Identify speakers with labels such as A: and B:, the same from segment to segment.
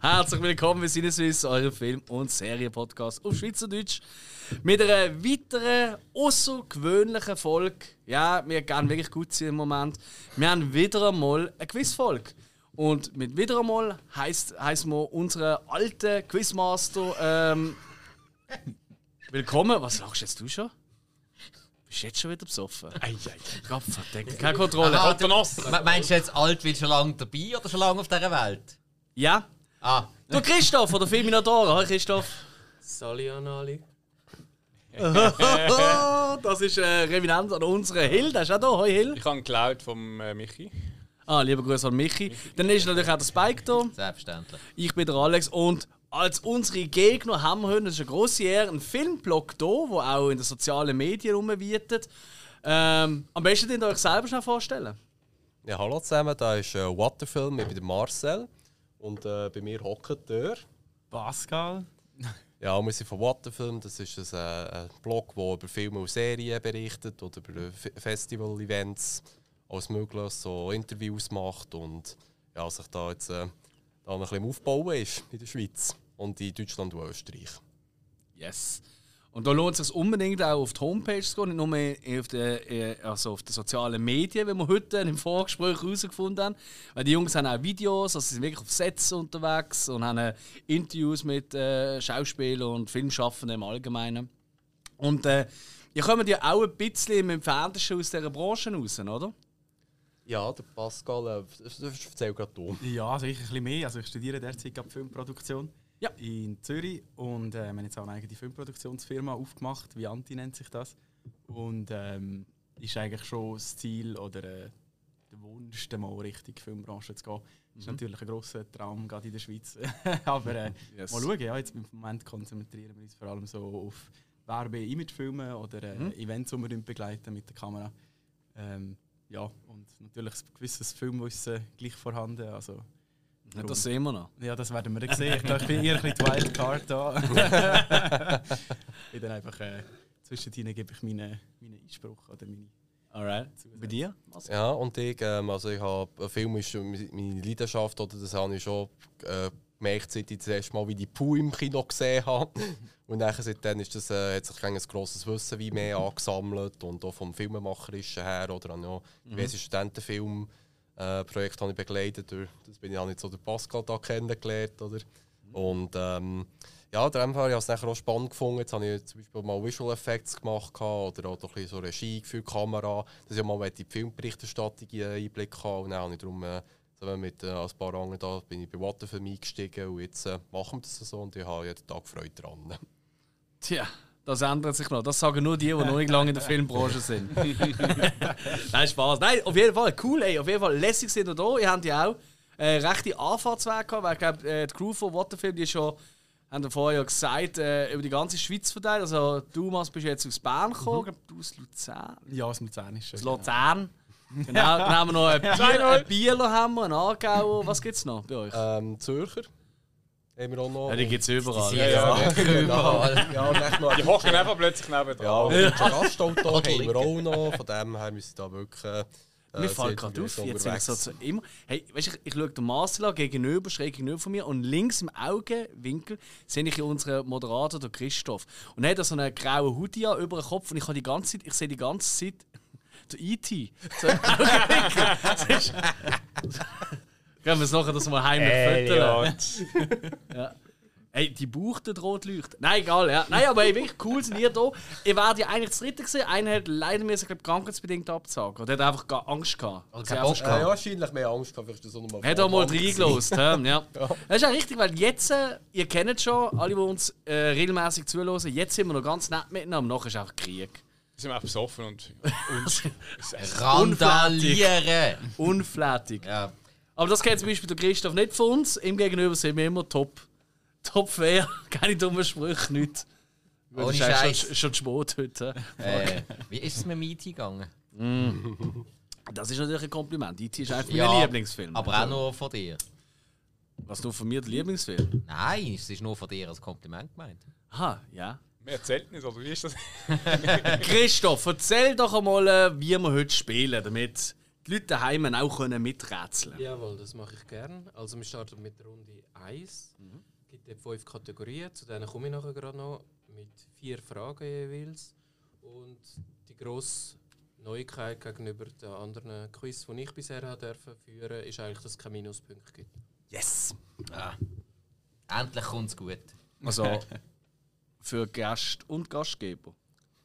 A: herzlich willkommen bei Sinneswiss, eurem Film- und Serienpodcast auf Schweizerdeutsch. Mit einer weiteren außergewöhnlichen Folge. Ja, wir gehen wirklich gut sein im Moment. Wir haben wieder einmal eine Quizfolge. Und mit wieder einmal heisst, heisst wir unseren alten Quizmaster ähm, willkommen. Was lachst jetzt du schon? Bist jetzt schon wieder besoffen? Gott verdammt, keine Kontrolle.
B: Aha,
A: Alter,
B: du- Me- Meinst du jetzt alt, weil schon lange dabei oder schon lange auf dieser Welt?
A: Ja?
B: Ah,
A: Du Christoph oder Filminatora, hoi Christoph.
C: Sali an alle.
A: das ist äh, Revenant an unseren Hill. Der ist auch da. Hoi Hill.
D: Ich habe geklaut vom äh, Michi.
A: Ah, lieber Grüße an Michi. Dann ist natürlich auch der Spike da.
B: selbstverständlich.
A: Ich bin der Alex. Und als unsere Gegner haben wir heute, das ist eine grosse Ehre, einen Filmblock da, der auch in den sozialen Medien rumwietet. Ähm, am besten den euch selber schnell vorstellen.
C: Ja, hallo zusammen, da ist äh, Waterfilm, ich bin der Marcel. Und äh, bei mir hockt der.
E: Pascal?
C: Ja, wir sind von Waterfilm, das ist ein, äh, ein Blog, der über Filme und Serien berichtet oder über äh, Fe- Festival-Events, alles Mögliche, so Interviews macht und ja, sich da jetzt äh, da ein bisschen am aufbauen ist in der Schweiz und in Deutschland und Österreich.
A: Yes. Und da lohnt es sich unbedingt auch auf die Homepage zu gehen, nicht nur auf den, also auf den sozialen Medien, wie wir heute im Vorgespräch herausgefunden haben. Weil die Jungs haben auch Videos, also sie sind wirklich auf Sets unterwegs und haben äh, Interviews mit äh, Schauspielern und Filmschaffenden im Allgemeinen. Und äh, ihr kommt ja auch ein bisschen mit dem Fernsehen aus dieser Branche raus, oder?
C: Ja, der Pascal, äh, erzähl gerade du.
E: Ja, also ich ein bisschen mehr. Also ich studiere derzeit gerade Filmproduktion
A: Ja.
E: in Zürich und äh, wir haben jetzt auch eine eigene Filmproduktionsfirma aufgemacht, Vianti nennt sich das. Und ähm, ist eigentlich schon das Ziel oder äh, der Wunsch, dann mal richtig in die Filmbranche zu gehen. Ist natürlich ein grosser Traum, gerade in der Schweiz. Aber äh,
A: Yes.
E: mal schauen, ja, jetzt im Moment konzentrieren wir uns vor allem so auf Werbe-Imagefilme oder äh, Events, die wir begleiten mit der Kamera. Ähm, ja, und natürlich ein gewisses Filmwissen gleich vorhanden. Also,
A: Das sehen wir noch.
E: ja, das werden wir dann sehen. Ich glaube, ich bin eher ein bisschen die Wildcard da. ich bin dann einfach äh, zwischendrin gebe ich meinen meine Einspruch oder meine.
A: Alright. Also, Bei dir? Marcel?
C: Ja, und ich, ähm, also ich habe Film ist meine meine Leidenschaft, oder das habe ich schon äh, gemerkt, seit ich das erste Mal wie die Puh im Kino gesehen habe. Und nachher seitdem ist das, äh, hat sich gegen ein grosses Wissen wie mehr angesammelt und auch vom Filmemacherischen her oder habe ich auch diverse Studentenfilmprojekte äh, Projekte habe ich begleitet. Durch, das bin ich auch nicht so der Pascal da kennengelernt, oder? Und ähm, ja, in dem Fall, ich habe es nachher auch spannend gefunden. Jetzt habe ich zum Beispiel mal Visual Effects gemacht gehabt oder auch ein bisschen so Regie für Kamera, dass ich auch mal in die Filmberichterstattung äh, Einblick habe. Und dann habe ich darum äh, zusammen mit äh, ein paar anderen da, bin ich bei Waterfilm eingestiegen und jetzt äh, machen wir das so und ich habe jeden Tag Freude dran.
A: Tja, das ändert sich noch. Das sagen nur die, die noch nicht lange in der Filmbranche sind. Nein, Spaß. Nein, auf jeden Fall cool, ey. Auf jeden Fall lässig sind wir da. Ihr habt ja auch äh, rechte Anfahrtswege gehabt, weil ich glaube, äh, die Crew von Waterfilm, die ist schon, haben wir vorher ja gesagt, äh, über die ganze Schweiz verteilt. Also, du, Mas, bist jetzt aus Bern gekommen, mhm. du aus Luzern.
E: Ja, das Luzernische.
A: Aus Luzern. Genau, dann haben wir noch einen, Bier, einen Bieler, haben wir, einen Aargauer. Was gibt es noch bei euch?
C: Ähm, Zürcher haben wir auch noch.
A: gibt es überall.
B: Ja, ja. Überall.
C: ja, und nachher noch-
D: Die hocken einfach plötzlich neben dran.
C: Ja, und ja. Gastauto haben wir auch noch. Von dem her müssen wir da wirklich. Äh,
A: Mir
C: sehr
A: fällt gerade auf, jetzt sind wir
C: unterwegs.
A: so zu immer. Hey, weißt du, ich, ich schaue den Marcel an, gegenüber, schräg gegenüber von mir und links im Augenwinkel sehe ich unseren Moderator, den Christoph. Und er hat da so einen grauen Hoodie an über den Kopf und ich, habe die ganze Zeit, ich sehe die ganze Zeit den E.T. So im Augenwinkel. Das ist- Können wir es nachher, dass wir mal heimlich föteln? Hey, die Buch dort rot leuchtet. Nein, egal, ja. Nein, aber hey, wirklich cool sind ihr da. Ihr wärt ja eigentlich das dritte gewesen. Einer hat leider mir krankheitsbedingt absagen. Oder hat einfach gar Angst gehabt.
B: Oder
A: Sie
B: keinen
A: haben
B: Bock
C: Äh, ja,
B: gehabt.
C: wahrscheinlich mehr Angst gehabt, vielleicht ist das auch nochmal.
A: Hat auch mal reingelost, ja. ja. Das ist ja richtig, weil jetzt, äh, ihr kennt es schon, alle, die uns äh, regelmäßig zuhören, jetzt sind wir noch ganz nett miteinander, nachher ist einfach Krieg.
D: Wir sind einfach besoffen und.
B: Randalieren.
A: Unflätig.
B: Ja.
A: Aber das kennt zum Beispiel der Christoph nicht von uns, ihm gegenüber sind wir immer top. Top fair, keine dummen Sprüche, nichts.
B: Ohne
A: Das ist eigentlich
B: Scheiß.
A: schon, schon Sport heute.
B: Äh, wie ist es mit Mieti gegangen?
A: Das ist natürlich ein Kompliment. IT ist einfach
B: Ja,
A: mein Lieblingsfilm.
B: Aber auch nur von dir.
A: Was nur von mir der Lieblingsfilm?
B: Nein, es ist nur von dir als Kompliment gemeint.
A: Aha, ja.
D: Mehr erzählt nicht, oder wie ist das?
A: Christoph, erzähl doch einmal, äh, wie wir heute spielen, damit die die Leute daheim auch können miträtseln können.
F: Jawohl, das mache ich gerne. Also wir starten mit der Runde 1.
A: Mhm.
F: Es gibt dort fünf Kategorien, zu denen komme ich nachher gerade noch, mit vier Fragen jeweils. Und die grosse Neuigkeit gegenüber den anderen Quiz, die ich bisher habe dürfen führen, ist eigentlich, dass es keine Minuspunkte gibt.
A: Yes! Ja.
B: Endlich kommt es gut.
A: Also für Gast und Gastgeber.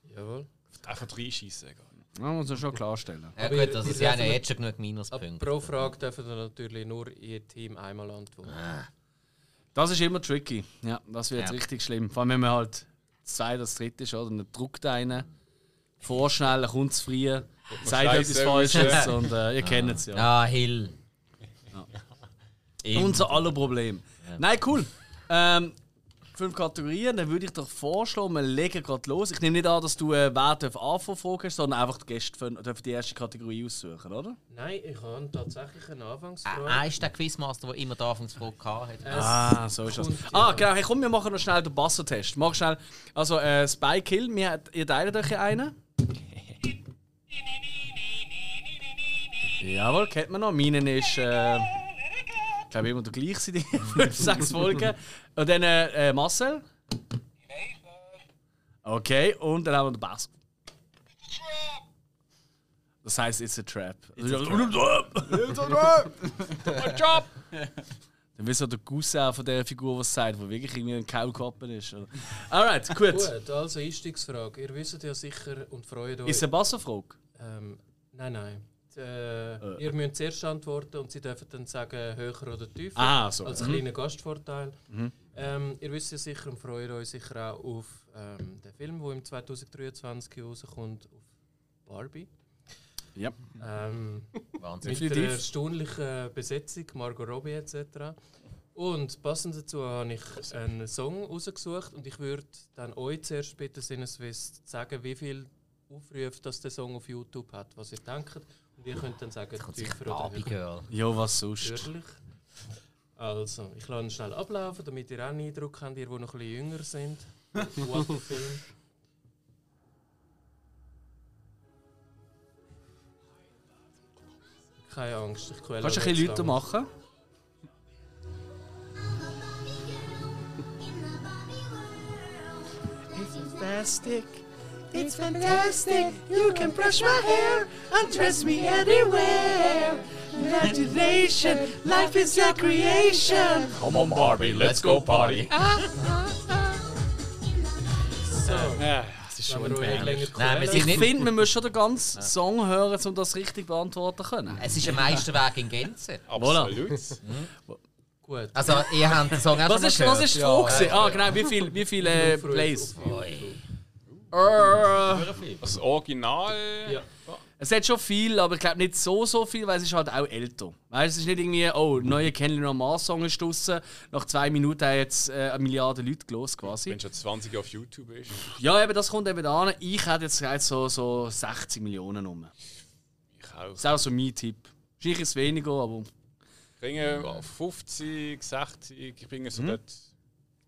F: Jawohl.
D: Einfach reinschießen, egal.
A: Ja, muss man schon klarstellen.
B: Ja,
F: Aber
B: gut, also
F: ihr-
B: sie
F: ihr
B: haben ja
F: dürft-
B: jetzt schon genug
F: Aber
B: Minuspunkte.
F: pro Frage dürfen wir natürlich nur ihr Team einmal antworten.
A: Ah. Das ist immer tricky. Ja, das wird
B: Ja.
A: richtig schlimm. Vor allem, wenn man halt zwei, das dritte ist, oder? Und dann druckt einen vorschnell, er kommt zu früh, sagt etwas
D: Scheiße
A: Falsches
D: erwischen.
A: und äh, ihr kennt es ja.
B: Ah, Hill. Immer.
A: Unser aller Problem. Nein, cool. Ähm, fünf Kategorien, dann würde ich doch vorschlagen, wir legen gerade los. Ich nehme nicht an, dass du äh, wer darf anfangen fragen, sondern einfach die Gäste für, dürfen die erste Kategorie aussuchen, oder?
F: Nein, ich habe tatsächlich eine Anfangsfrage.
B: Er äh, ist der Quizmaster, der immer die Anfangsfrage hatte.
F: Es-
A: Ah, so ist das.
F: kommt,
A: Ah,
F: ja.
A: genau. Hey, komm, wir machen noch schnell den Bassentest. Mach schnell. Also, äh, Spike Hill, wir, ihr teilt euch einen. Jawohl, kennt man noch. Meinen ist, äh, ich glaube, immer der gleiche seit 5, 6 Folgen. Und dann äh, äh, Marcel. Okay, und dann haben wir den Bass. Das heisst, it's a trap. It's a trap. Dann wisst ihr der Cousin von der Figur, was sagt, wo wirklich irgendwie ein Kaulquappen ist. oder? Alright, ah, gut.
F: Gut, also Einstiegsfrage. Ihr wisst ja sicher und freut euch.
A: Ist es eine Bassenfrage?
F: Ähm, nein, nein. Äh, Ihr müsst zuerst antworten und sie dürfen dann sagen, höher oder tiefer.
A: Ah, so. Mhm.
F: Als kleiner Gastvorteil. Ähm, ihr wisst ja sicher und freut euch sicher auch auf ähm, den Film, der im 2023 rauskommt, auf Barbie.
A: Ja.
F: Ähm,
B: Wahnsinn.
F: mit der
A: Definitiv.
F: erstaunlichen Besetzung, Margot Robbie etc. Und passend dazu habe ich einen Song rausgesucht und ich würde dann euch zuerst bitten, Sinneswiss, zu sagen, wie viel Aufrufe das der Song auf YouTube hat, was ihr denkt. Und ihr könnt dann sagen,
B: Kommt sich
F: tiefer oder
B: Barbie
F: höher.
B: Girl.
A: Ja, was sonst?
F: Natürlich. Also, ich lasse ihn schnell ablaufen, damit ihr auch einen Eindruck habt, ihr, die noch ein bisschen jünger sind. What the Film. Keine Angst, ich quäle
A: Kannst du
F: euch
A: ein bisschen
F: jetzt
A: Leute
F: lang.
A: machen? It's fantastic. It's fantastic. You can brush my hair and dress me anywhere. Imagination, life is your creation.
D: Come on, Barbie, let's go party. ah,
F: So,
A: Ja, das ist
F: wenn wir euch nicht länger
B: Nein, wir
F: quälen.
B: sind
A: Ich
B: nicht.
A: finde, man muss schon den ganzen Song hören, um das richtig beantworten zu können.
B: Es ist ein Meisterwerk in Gänze.
D: Absolut.
F: Gut.
B: Also, ihr habt den Song auch
A: Was
B: schon
A: ist,
B: mal
A: was
B: gehört.
A: ist die Frage? gewesen? ah, genau, wie viele wie viel, äh, Plays? Äh,
D: Das Original.
F: Ja.
A: Es hat schon viel, aber ich glaube nicht so, so viel, weil es ist halt auch älter. Weißt, es ist nicht irgendwie, oh, neue Kendrick Lamar Song ist draussen, nach zwei Minuten haben jetzt äh, eine Milliarde Leute gelesen quasi.
D: Wenn schon 20 Jahre auf YouTube ist.
A: Ja, eben, das kommt eben da an. Ich hätte jetzt gesagt, so, so 60 Millionen rum.
D: Ich auch.
A: Das ist auch so mein Tipp. Wahrscheinlich ist es weniger, aber
E: Oh.
D: Ringe auf 50, 60. Ich bringe so dort.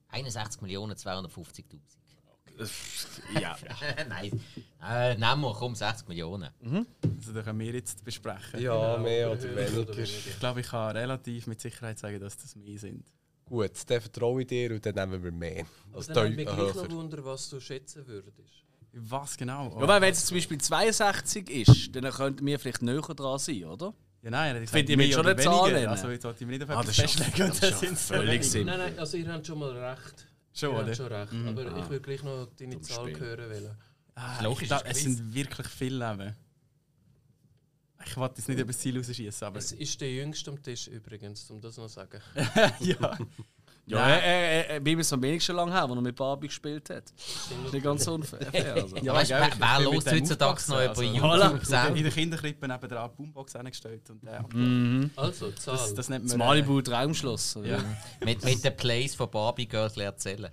B: 61 Millionen 250.000.
A: ja.
B: Nein. Äh, nehmen wir, komm, 60 Millionen.
E: Also, da können wir jetzt besprechen.
C: Ja, mehr oder
F: höher oder
C: weniger.
E: Ich glaube, ich kann relativ mit Sicherheit sagen, dass das mehr sind.
C: Gut, dann vertraue ich dir und dann nehmen wir mehr. Also
F: Dann hat mich
C: teu-
F: gleich noch
C: höher.
F: Wunder, was du schätzen würdest.
E: Was genau?
A: Ja, weil wenn es jetzt zum Beispiel 62 ist, dann könnten wir vielleicht näher dran sein, oder?
E: Ja, nein, er hat
A: Finde
E: gesagt,
A: ich
E: mehr
A: jetzt schon
E: oder
A: eine Zahl
E: weniger.
A: nennen.
E: Also, jetzt wollte ich mich nicht auf
A: Ah,
E: etwas
A: das ist ja-
E: festlegen. und
A: das
E: Das
A: ist ja
E: sind
A: völlig simpel.
F: Nein, nein, also ihr habt schon mal recht.
E: Schon,
F: ihr habt
E: oder?
F: schon recht. Aber ich würde gleich noch deine
A: Dummes
F: Zahl
A: Mhm. Ah. Spiel.
F: hören wollen.
E: Ah,
B: Logisch,
E: ich glaub,
B: ist
E: es sind wirklich viele Leben. Ich wollte jetzt nicht über das Ziel rausschießen, aber.
F: Es ist der jüngste am Tisch übrigens, um das noch zu sagen.
E: ja.
A: Ja,
E: Nein.
A: äh, äh, äh, wie wir es am wenigsten lange haben, wo er mit Barbie gespielt hat. Ist nicht ganz unfair. Also.
E: Ja,
B: weißt,
E: gell,
B: wer-
E: ich
B: wer
E: bin mit
B: lost
E: dem
B: heutzutage
E: aufgewachsen,
B: noch über YouTube?
E: Voilà.
B: Sound?
E: also, In der Kinderkrippe nebenan die Boombox hingestellt und der.
F: Also, Zahl.
E: Das, das nennt man.
A: Das Malibu Traumschloss.
E: Äh, ja.
B: Mit, mit den Plays von Barbie Girl erzählen.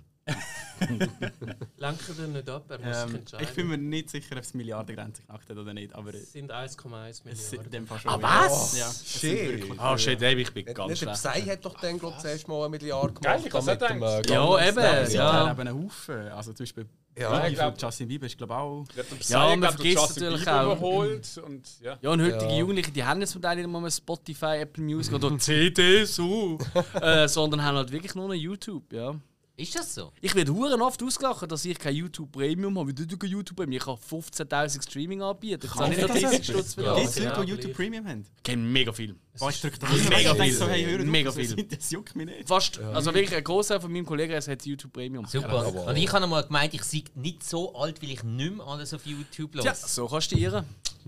F: Lenken wir nicht ab, er muss sich
E: ähm,
F: entscheiden.
E: ich bin mir nicht sicher, ob es Milliardengrenze geknackt hat oder nicht, aber
F: es sind 1,1
E: es sind in
F: Milliarden.
E: dem Fall schon.
A: Ah, was?
E: Ja.
C: Shit.
A: Ah, shit, ey, ich bin
C: Nicht
A: ganz
C: der
A: schlecht.
C: Psy hat doch dann, glaube ich, zuerst mal eine Milliarde
D: Geil,
C: gemacht.
D: ich hab's
C: da mit
D: auch
C: dem,
D: gedacht.
C: äh,
A: Ja,
C: Gamma-Snap.
A: eben.
E: Es sind
A: Ja.
E: eben einen Haufen. Also zum Beispiel Ja,
C: Ja,
E: ich
D: ich glaub-
E: glaub, Justin Bieber ist, glaube ich, auch.
D: Ich hab den
A: Ja,
D: Psy,
A: man
D: glaub, durch
A: vergisst
D: Justin
A: natürlich
D: Bieber
A: auch.
D: überholt und ja.
A: Ja, und heutige
C: Ja.
A: Jugendliche, die haben jetzt zum Teil nicht mal mehr Spotify, Apple Music oder CDs, uh, äh, sondern haben halt wirklich nur noch YouTube, ja.
B: Ist das so?
A: Ich werde huren oft ausgelacht, dass ich kein YouTube Premium habe. Wie du kein YouTube Premium? Ich habe 15.000 Streaming anbieter Jetzt habe ich
E: man
A: noch
E: das
A: 30 Stutz für
E: Gibt es
A: das.
E: Leute,
A: Ja.
E: die YouTube Premium haben?
A: Ich kenne mega viel.
E: Boah, ich drücke da
A: mega
E: Ich denk
A: viel.
E: so, hey, hör auf,
A: Mega
E: das
A: viel.
E: sind- Das juckt mich nicht.
A: Fast, also wirklich ein Großteil von meinem Kollegen es hat YouTube Premium.
B: Super.
C: aber-
B: Und ich habe mal gemeint, ich sei nicht so alt, weil ich nicht mehr alles auf YouTube los.
A: Tja, so kannst du irren.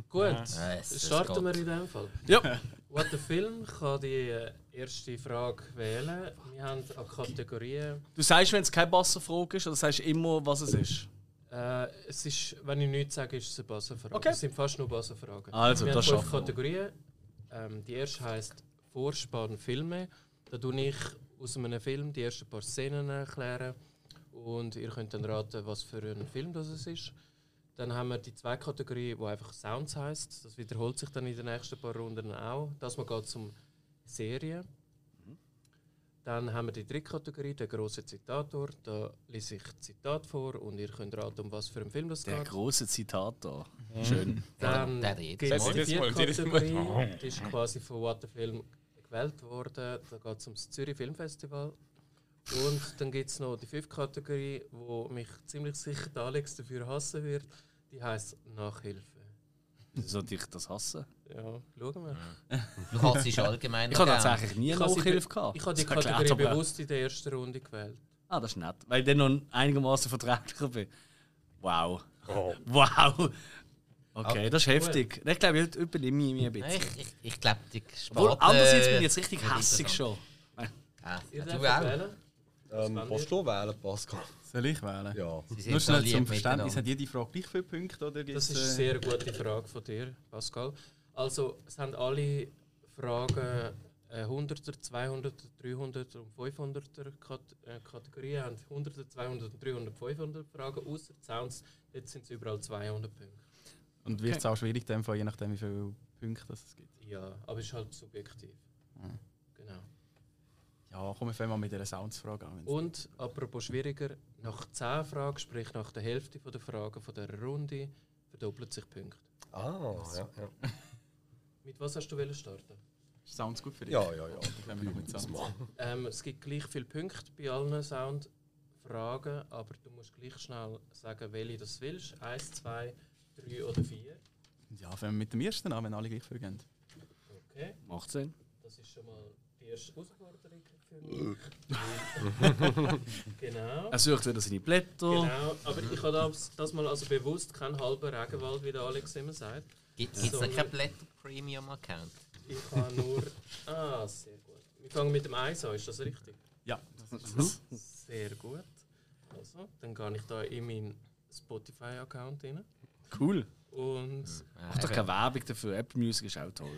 F: Gut,
B: Yes, das
F: starten wir
B: geht.
F: in dem Fall.
A: Ja.
F: What the Film kann die äh, erste Frage wählen. Wir haben eine Kategorie.
A: Du sagst, wenn es keine Basserfrage ist, oder sagst immer, was es ist.
F: Äh, es ist, wenn ich nichts sage, ist es eine Bassenfrage.
A: Okay.
F: Es sind fast nur Bassenfragen.
A: Also,
F: wir
A: das
F: haben fünf
A: schaffen wir.
F: Kategorien. Ähm, die erste heißt Vorspann Filme. Da tue ich aus einem Film die ersten paar Szenen erklären und ihr könnt dann raten, was für ein Film das es ist. Dann haben wir die zweite Kategorie, wo einfach Sounds heißt. Das wiederholt sich dann in den nächsten paar Runden auch. Das mal geht es um Serien. Dann haben wir die dritte Kategorie, den grossen Zitator. Da lese ich Zitat vor und ihr könnt raten, um was für einen Film das
A: Der
F: geht.
A: große Zitat da. Schön.
F: Dann
B: Der redet
F: gibt es
D: mal.
F: die
D: Jedes Mal,
F: vierte
D: jedes Mal.
F: Kategorie, die ist quasi von What the Film gewählt worden. Da geht es um das Zürich Film Festival. Und dann gibt es noch die fünfte Kategorie, wo mich ziemlich sicher der Alex dafür hassen wird. Die heißt Nachhilfe.
A: Sollte ich das hassen?
F: Ja, schauen wir.
B: Du hast es allgemein.
A: Ich habe
B: gern.
A: tatsächlich nie
F: Ich habe Genau, sie-
A: Nachhilfe gehabt.
F: Ich habe die
A: Das erklärt
F: Kategorie
A: aber-
F: bewusst in der ersten Runde gewählt.
A: Ah, das ist nett, weil ich dann noch einigermaßen verträglicher bin. Wow.
F: Oh.
A: Wow. Okay, das ist heftig. Ich glaube, ich übernehme ich mich ein bisschen.
B: Ich, ich, ich äh, glaube, die Sparte...
A: Obwohl, andererseits bin ich jetzt richtig hässig schon.
B: Ja,
F: Ihr
B: du
F: dürft
B: auch.
F: wählen.
C: ähm, willst du wählen, Pascal?
E: Soll ich wählen?
C: Ja.
B: Sie sind
E: Nur
B: so
E: schnell
B: lieb
E: zum Verständnis,
B: miteinander.
E: hat jede Frage gleich viele Punkte? Oder
F: Das
E: gibt's,
F: ist eine
E: äh,
F: sehr gute Frage von dir, Pascal. Also, es haben alle Fragen äh, 100er, 200er, 300er und 500er Kat äh, Kategorien. haben 100er, 200er, 300er, 500er Fragen, außer die Sounds. Jetzt sind es überall 200 Punkte.
E: Und wird es auch schwierig, in dem Fall, je nachdem, wie viele Punkte das es gibt.
F: Ja, aber es ist halt subjektiv. Genau.
E: Ja, komm, wir fangen mal mit einer Soundsfrage an. wenn's-
F: Und apropos schwieriger, nach 10 Fragen, sprich nach der Hälfte von der Fragen von der Runde, verdoppelt sich die Punkte.
C: Ah, ja, ja.
F: Mit was hast du wollen starten?
E: Sounds gut für dich?
C: Ja, ja, ja.
E: Dann fangen wir noch mit Sounds.
F: Ähm, es gibt gleich viele Punkte bei allen Soundfragen, aber du musst gleich schnell sagen, welche das willst. Eins, zwei, drei oder vier.
E: Ja, fangen wir mit dem ersten an, wenn alle gleich viel gehen.
F: Okay,
A: Macht Sinn.
F: das ist schon mal die erste Herausforderung für mich. genau.
A: Er sucht wieder seine Blätter.
F: Genau, aber ich habe das, das mal also bewusst keinen halben Regenwald, wie der Alex immer sagt.
B: Gibt es
F: So.
B: noch keinen Blätter Premium Account?
F: Ich habe nur. Ah, sehr gut. Wir fangen mit dem Eis an, ist das richtig?
E: Ja,
F: Sehr gut. Also, dann gehe ich da in meinen Spotify-Account rein.
A: Cool.
F: Und
B: Äh,
A: Mach doch keine Werbung dafür. Apple Music ist auch toll.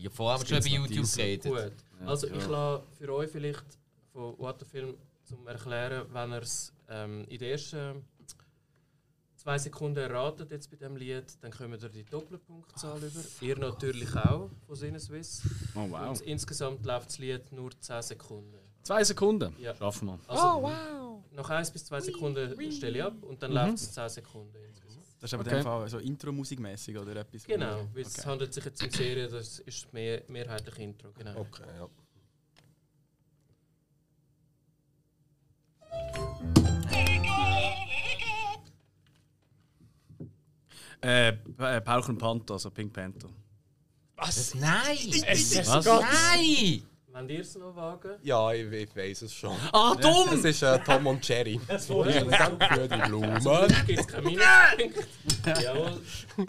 B: Ja, vorher haben wir schon über YouTube geredet.
F: gut. Also ich lasse für euch vielleicht von What the Film zum Erklären, wenn ihr es ähm, in den ersten zwei Sekunden erratet jetzt bei dem Lied, dann kommen ihr die Doppelpunktzahl über. Ihr natürlich auch von Sinneswiss.
A: Oh,
F: Und insgesamt läuft das Lied nur 10 Sekunden.
A: Zwei Sekunden.
F: Ja.
A: Schaffen wir.
F: Also, Nach 1 bis 2 Sekunden stelle ich ab
E: Mhm.
F: und dann läuft es 10 Sekunden insgesamt.
E: das ist aber in
A: Okay.
E: dem Fall so Intro-Musikmäßig oder etwas. wo-
F: Genau, weil es
E: Mhm. Okay.
F: handelt sich jetzt um Serie, das ist mehr, mehrheitlich Intro.
E: Oh.
F: Genau.
C: Okay, ja.
A: Äh, äh, Pauchen Panther, also Pink Panther.
B: Was? Nein!
A: Was?
B: Nein!
F: Wenn ihr es noch wagen,
C: Ja, ich, ich weiß es schon.
A: Ah, dumm!
C: Es ist äh, Tom und Jerry. Für die Blumen.
F: gibt es keine Minuspunkte. Jawohl,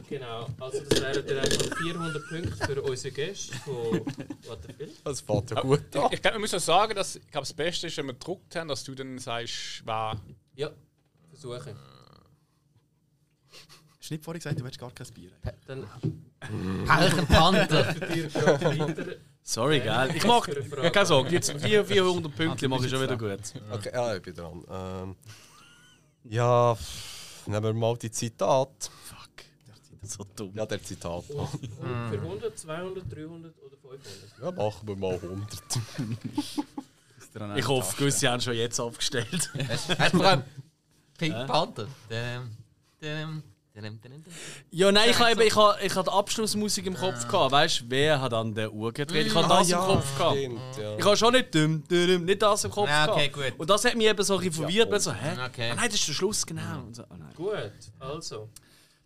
F: genau. Also das wären dann einfach 400 Punkte für unsere Gäste von What the Film.
C: Das fährt ja gut an.
D: Ich glaube, wir müssen noch sagen, dass ich glaube, das Beste ist, wenn wir gedruckt haben, dass du dann sagst, wer.
F: Ja, versuche.
E: Hast du nicht vorhin gesagt, du willst gar kein Bier?
F: Dann
B: Welchen Panther?
F: dir gerade weiter.
A: Sorry, gell? Ich mach.
F: für eine Frage.
A: Ja, keine Sorge. Jetzt 400 400 Pünktchen mache ich schon wieder gut.
C: Okay, ja, ich bin dran. Ähm, ja, pff, nehmen wir mal die Zitat.
A: Fuck. So dumm.
C: Ja, der Zitat.
F: Und, und für 100, 200, 300 oder 500.
C: Ja, machen wir mal 100.
E: Ist dir an
A: Ich
E: einem
A: hoffe,
E: Tag-
A: gewisse haben schon jetzt abgestellt.
B: Weißt du, vor allem, Pink
A: Ja.
B: Panther. Däm, däm, däm, däm, däm.
A: Ja, nein, ich habe eben- ich habe ich habe die Abschlussmusik im Kopf gehabt. Weißt du, wer hat an der Uhr gedreht? Ich habe
C: Ah,
A: das im
C: ja,
A: Kopf gehabt.
C: Stimmt, ja.
A: Ich habe schon nicht düm, düm, nicht das im Kopf
B: Ah,
A: gehabt.
B: okay, gut.
A: Und das hat mich eben so ein bisschen verwirrt. weil so, hä?
B: Okay.
A: Ah, nein, das ist der Schluss, genau. Und so, ah, nein.
F: Gut, also. Auf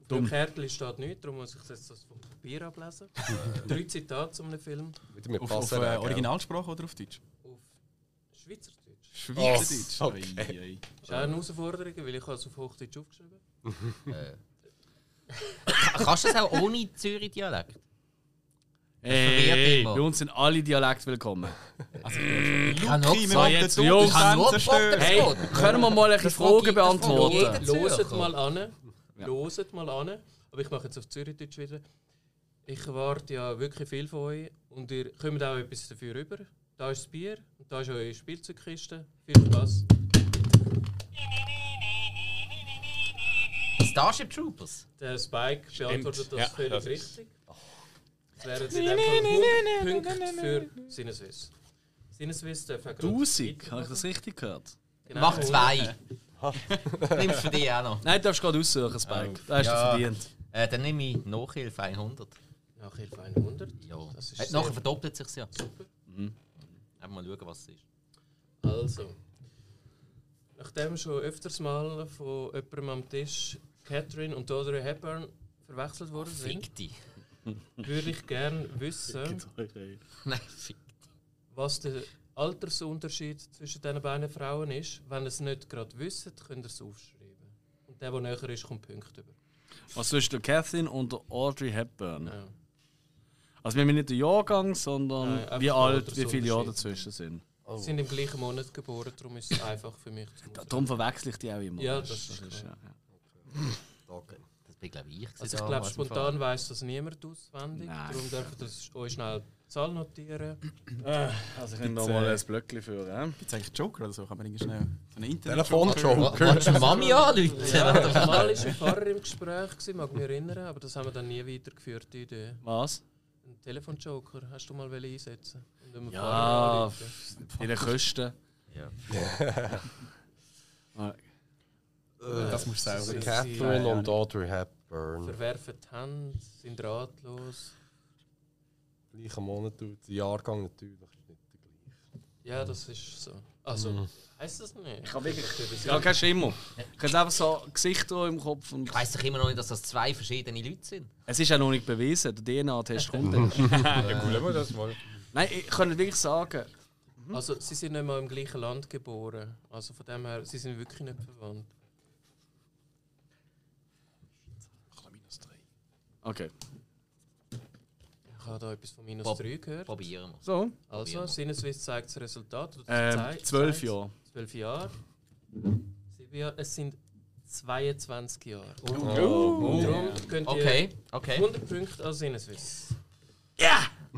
A: Dumm.
F: dem Kärtchen steht nichts, darum muss ich jetzt das vom Papier ablesen. Äh, Drei Zitate zu einem Film
C: Wieder mit
E: Auf, auf
C: Passerelle,
E: äh,
A: genau.
C: gell?
E: Originalsprache oder auf Deutsch?
F: auf Schweizerdeutsch.
E: Schweizerdeutsch.
C: Oh, okay.
E: Ei, ei.
F: Das ist auch eine Herausforderung, weil ich habe es auf Hochdeutsch aufgeschrieben
B: Kannst du das auch ohne Zürich-Dialekt?
A: Hey,
B: immer.
A: bei uns sind alle Dialekte willkommen.
B: Ich kann noch
E: Hey, wir
A: So,
E: wollen
A: jetzt,
E: die
A: Jungs.
E: Todesgrenze stören.
A: Hey, können wir mal ein bisschen Fragen
B: jeder.
A: beantworten?
B: Zürcher.
F: Loset mal an. Loset mal an. Aber ich mache jetzt auf Zürichdeutsch wieder. Ich erwarte ja wirklich viel von euch und ihr kommt auch etwas dafür rüber. Da ist das Bier und da ist eure Spielzeugkiste. Viel Spaß.
B: Starship Troopers.
F: Der Spike beantwortet das
D: Ja,
F: völlig
D: das ist-
F: richtig. Es wären sie dann 100 Punkte für Sinneswiss. Sinneswiss darf auch gerade
A: 1000, habe ich also das richtig gehört?
F: Genau.
B: Mach zwei. Nimmst für dich auch noch.
A: Nein, du darfst gerade aussuchen, Spike. Da hast
B: Ja.
A: du verdient.
B: Äh, dann nehme ich Nachhilfe 100.
F: Nachhilfe 100.
B: Ja.
F: Das ist
B: Äh,
F: sehr-
B: nachher verdoppelt sich ja. Super. Mal schauen, was es ist.
F: Also, nachdem schon öfters mal von jemandem am Tisch Catherine und Audrey Hepburn verwechselt worden sind,
B: Fick dich.
F: würde ich gerne wissen,
B: Nein, fick.
F: was der Altersunterschied zwischen diesen beiden Frauen ist. Wenn ihr es nicht gerade wisst, könnt ihr es aufschreiben. Und der, der näher ist, kommt Punkte über.
A: Was zwischen der Catherine und der Audrey Hepburn?
F: Ja.
A: Also, wir haben nicht den Jahrgang, sondern
F: Nein, einfach
A: wie
F: der
A: alt, wie viele
F: Altersunterschied.
A: Jahre dazwischen sind.
F: Sie sind im gleichen Monat geboren, darum ist es einfach für mich zu
A: Da- Darum verwechsel ich die auch immer.
F: Ja, das ist klar.
A: ja.
B: Das bin, glaube ich, ich.
F: Also ich glaube, spontan weiss das niemand auswendig.
A: Nein.
F: Darum dürft ihr das euch schnell die Zahl notieren. Äh,
A: Also, ich kann
E: noch mal ein
A: Blöckchen führen.
E: Jetzt eigentlich Joker oder so, kann man irgendwie schnell so einen Internet.
C: Telefonjoker.
B: Kannst du Mami anrufen?
F: Mal war ein Pfarrer im Gespräch, gewesen, mag mich erinnern, aber das haben wir dann nie weitergeführt, die Idee.
A: Was?
F: Ein Telefonjoker, hast du mal wollen einsetzen? Und einen Pfarrer
A: Ja,
F: anrufen?
A: pff, in den Kosten.
B: Ja.
A: Ah,
E: Das musst du
F: Das
E: selber.
F: ist-
C: Dus Catherine und Audrey Hepburn.
F: Verwerfen die Hände, sind ratlos.
C: Gleicher Monat, der Jahrgang natürlich ist nicht der gleiche.
F: Ja, das ist so. Also, heisst das nicht? Ich
A: kann wirklich-
F: Ich
A: Ich habe keinen Schimmer. Ich habe einfach so Gesichter im Kopf. Und
B: Ich weiss doch immer noch nicht, dass das zwei verschiedene Leute sind.
A: es ist ja noch nicht bewiesen, der DNA-Test kommt. erst.
D: Ja, cool, wir das mal.
A: Nein, ich kann nicht wirklich sagen.
F: Also, sie sind nicht mal im gleichen Land geboren. Also von dem her, sie sind wirklich nicht verwandt.
A: Okay.
F: Ich habe da etwas von minus
B: Bob.
F: 3 gehört.
B: Probieren wir
A: So,
F: Also,
B: Probieren wir.
F: Sinneswiss zeigt das Resultat. oder
A: ähm,
F: zeigt-
A: zwölf
F: zeigt-
A: Jahre.
F: 12 Jahre. Sieben Jahre. Es sind 22 Jahre.
C: Oh.
F: Darum könnt ihr
B: Okay, okay.
F: 100 Punkte an Sinneswiss.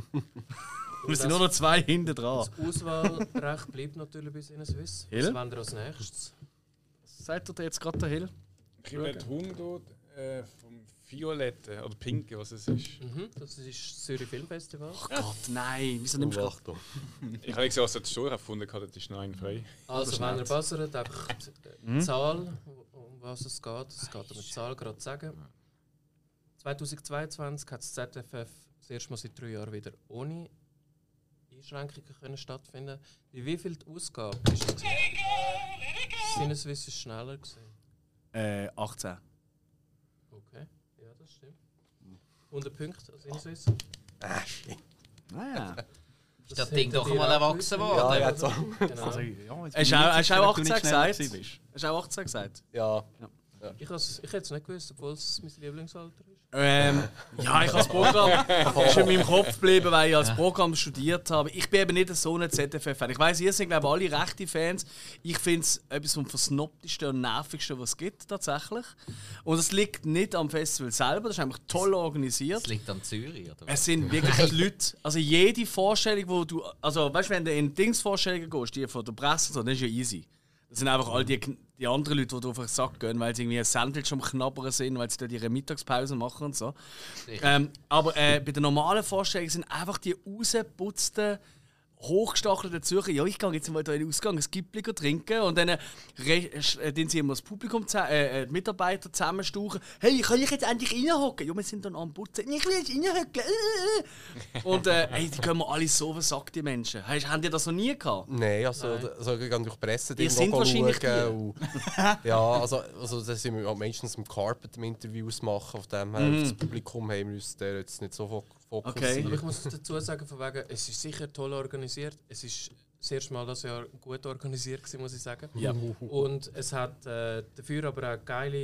A: Wir sind nur noch zwei hinten dran.
F: Das Auswahlrecht bleibt natürlich bei Sinneswiss.
A: Hill?
F: Was wollen wir als nächstes?
A: Sagt ihr jetzt gerade der Hill?
D: Ich habe den Hund dort, äh, vom Violetten oder Pinken, was es ist.
F: Mhm, das ist das Zürich Film Festival.
A: Gott, nein. Wieso nimmst du gerade?
C: Achtung.
D: Ich habe nicht gesehen, was dort schon erfunden hat, das ist noch ein frei.
F: Also, wenn ihr bessert, einfach die
C: Hm?
F: äh, Zahl, um was es geht. Es geht um eine Zahl, gerade zu sagen. 2022 hat das ZFF das erste Mal seit drei Jahren wieder ohne Einschränkungen können stattfinden. Bei wie viel die Ausgabe ist das? Sinneswiss ist schneller gewesen.
A: Äh, 18.
F: Okay, ja, das stimmt. 100 Punkte an Sinneswiss.
C: Ah,
A: Ah, Naja.
B: Ist das Ding doch mal erwachsen
C: Ja,
B: worden?
C: jetzt auch.
F: Genau.
E: Oh,
A: Hast du auch- hast du auch 18 gesagt?
E: gesagt?
A: Hast du auch 18 gesagt?
C: Ja,
F: Ich, has- ich hätte es nicht gewusst, obwohl es mein Lieblingsalter ist.
A: Ähm, ja, ich habe das Programm das ist in meinem Kopf geblieben, weil ich als Programm studiert habe. Ich bin eben nicht so ein ZFF-Fan. Ich weiß, ihr seid glaube ich, alle rechte Fans. Ich finde es etwas vom versnobtesten und nervigsten, was es gibt tatsächlich. Und es liegt nicht am Festival selber. Das ist einfach toll organisiert.
B: Das liegt an Zürich, oder? was?
A: Es sind wirklich Leute. Also jede Vorstellung, wo du. Also weißt du, wenn du in Dingsvorstellungen gehst, die von der Presse, und so, dann ist ja easy. Das sind einfach all die, die anderen Leute, die dir auf den Sack gehen, weil sie irgendwie ein Sandwich am Knabbern sind, weil sie dort ihre Mittagspause machen und so. Ähm, aber äh, bei der normalen Vorstellung sind einfach die rausgeputzten hochgestachelten Zürcher, ja, ich gehe jetzt mal da in den Ausgang ein Gipfel trinken und dann äh, den sie immer das Publikum, zä- äh, äh, die Mitarbeiter zusammenstauchen. Hey, kann ich jetzt endlich reinhocken? Ja, wir sind dann am Putzen. Ich will jetzt reinhocken. Äh, äh, äh. Und äh, hey, die können wir alle so versagt, die Menschen. Hast, haben die das noch nie gehabt?
C: Nein, also, also ich gehe durch Presse
A: Ihr sind wahrscheinlich die.
C: und, Ja, also, also das sind wir auch meistens im Carpet im Interviews machen, auf dem her, auf das Publikum haben wir uns der jetzt nicht so fo- fokussiert.
A: Mhm. Okay.
F: Aber ich muss dazu sagen, von wegen, es ist sicher toll organisiert. Es ist das erste Mal das Jahr gut organisiert, gewesen, muss ich sagen. Und es hat äh, dafür aber auch geile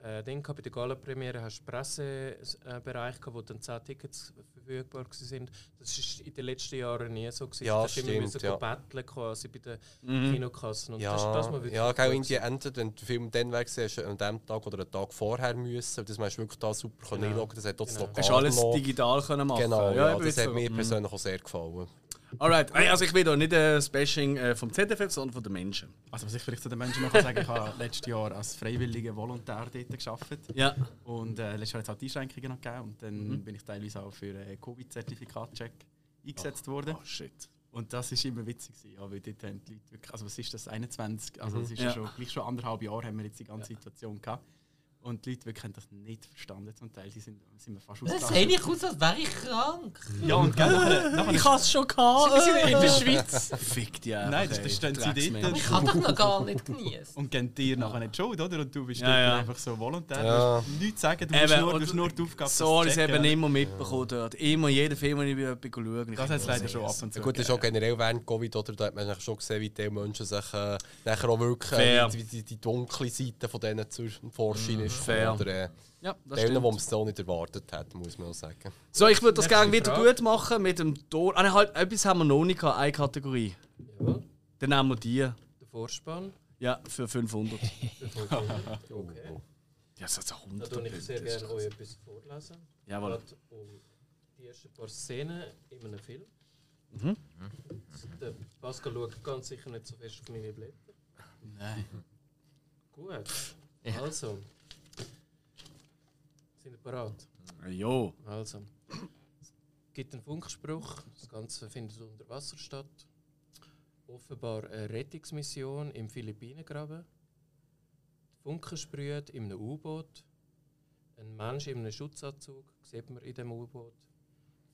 F: äh, Dinge gehabt. Bei der Gala-Premiere hast du Pressebereich gehabt, wo dann 10 Tickets verfügbar gewesen sind. Das ist in den letzten Jahren nie so gewesen.
C: Ja,
F: da sind wir
C: stimmt,
F: müssen
C: ja. Mhm.
F: betteln quasi bei den Kinokassen. Und
C: Ja,
F: das, das mal wirklich
C: ja
F: gut
C: genau, irgendwie
F: gewesen.
C: entweder wenn der Film dann weg war, hast du an dem Tag oder einen Tag vorher müssen. Das hast du wirklich da super können
F: Genau.
C: einloggen, das hat auch das Lokal
A: Hast du alles
C: noch-
A: digital können machen
C: Genau, ja,
A: eben
C: das
A: jetzt
C: hat
A: so. Mhm.
C: mir persönlich auch sehr gefallen.
A: Alright, Hey, also ich will da nicht äh, das Bashing äh, vom ZFF, sondern von den Menschen.
E: Also was ich vielleicht zu den Menschen noch sagen kann, ich habe letztes Jahr als freiwilliger Volontär dort gearbeitet.
A: Ja.
E: Und äh, letztes Jahr hat es halt Einschränkungen noch gegeben und dann bin ich teilweise auch für äh, Covid-Zertifikat-Check eingesetzt worden.
A: Oh shit.
E: Und das ist immer witzig, gewesen, ja, weil dort haben die Leute wirklich, also was ist das, 21, also das ist
A: Ja.
E: ja. schon, gleich schon anderthalb Jahre haben wir jetzt die ganze Situation gehabt. Und die Leute wirklich haben das nicht verstanden zum Teil, sie sind, sind wir fast
B: Das sehe
E: ausgerastet.
B: ich aus, als wäre ich krank.
E: Ja, und gell, nachher, nachher
A: Ich hab's schon gehabt. Äh.
B: Wir sind in der Schweiz.
A: Fick dich einfach,
E: Nein, das,
A: ey,
E: das stehen sie dort
A: Drecksmensch.
E: und,
B: Ich kann doch noch gar nicht genießen.
E: und geben dir nachher nicht die Schuld, oder? Und du bist
A: Ja,
E: dort
A: ja.
E: einfach so volontär,
C: Ja.
E: du musst nichts sagen, du
A: Eben,
E: musst nur, du
A: und-
E: hast nur die Aufgabe,
A: So habe ich
E: das
A: es
E: zu checken,
A: eben
E: oder?
A: immer mitbekommen dort. Immer, jeder Film, den ich bei jemandem schaue. und ich
E: Das hat es
A: denke,
E: leider schon ab und zu
C: Ja, gut, das ist auch generell während Covid, oder? Da hat man eigentlich schon gesehen, wie die Menschen sich äh, nachher auch wirklich
A: Fair. Mhm.
C: äh, wie die, die dunkle Seite von denen zur Vorschein ist.
A: fair.
C: Oder äh,
A: Ja, das
C: denen, die
A: stimmt.
C: man es so nicht erwartet hat, muss man auch sagen.
A: So, ich würde das gerne
F: Nächste
A: wieder
F: Frage.
A: gut machen mit dem Ton. Ah, nein, halt, etwas haben wir noch nicht gehabt, eine Kategorie.
F: Jawohl,
A: Dann nehmen wir die.
F: der Vorspann.
A: Ja, für 500.
F: Okay.
A: Ja, das ist
F: Da
A: 100.
F: tue ich sehr gerne euch etwas vorlesen.
A: Jawohl.
F: geht um die ersten paar Szenen in einem Film. Der Pascal schaut ganz sicher nicht so fest auf meine Blätter. Nein. Gut. Also. Sind wir bereit?
A: Jo.
F: Also. Es gibt einen Funkspruch. Das Ganze findet unter Wasser statt. Offenbar eine Rettungsmission im Philippinengraben. Funken sprüht in einem U-Boot. Ein Mensch in einem Schutzanzug sieht man in dem U-Boot.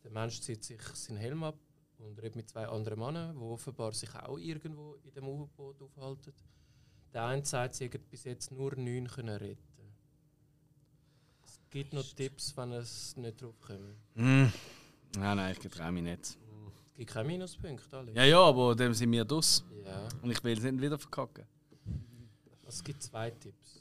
F: Der Mensch zieht sich seinen Helm ab und redet mit zwei anderen Männern, die offenbar sich auch irgendwo in dem U-Boot aufhalten. Der eine sagt, sie hätten bis jetzt nur neun können retten. Es gibt noch Tipps, wenn es nicht drauf kommt.
A: Hm. Nein, nein, ich getraue mich nicht.
F: Es gibt keine Minuspunkte, alle.
A: Ja, ja, aber dem sind wir dus.
F: Ja.
A: Und ich will es nicht wieder verkacken.
F: Es gibt zwei Tipps.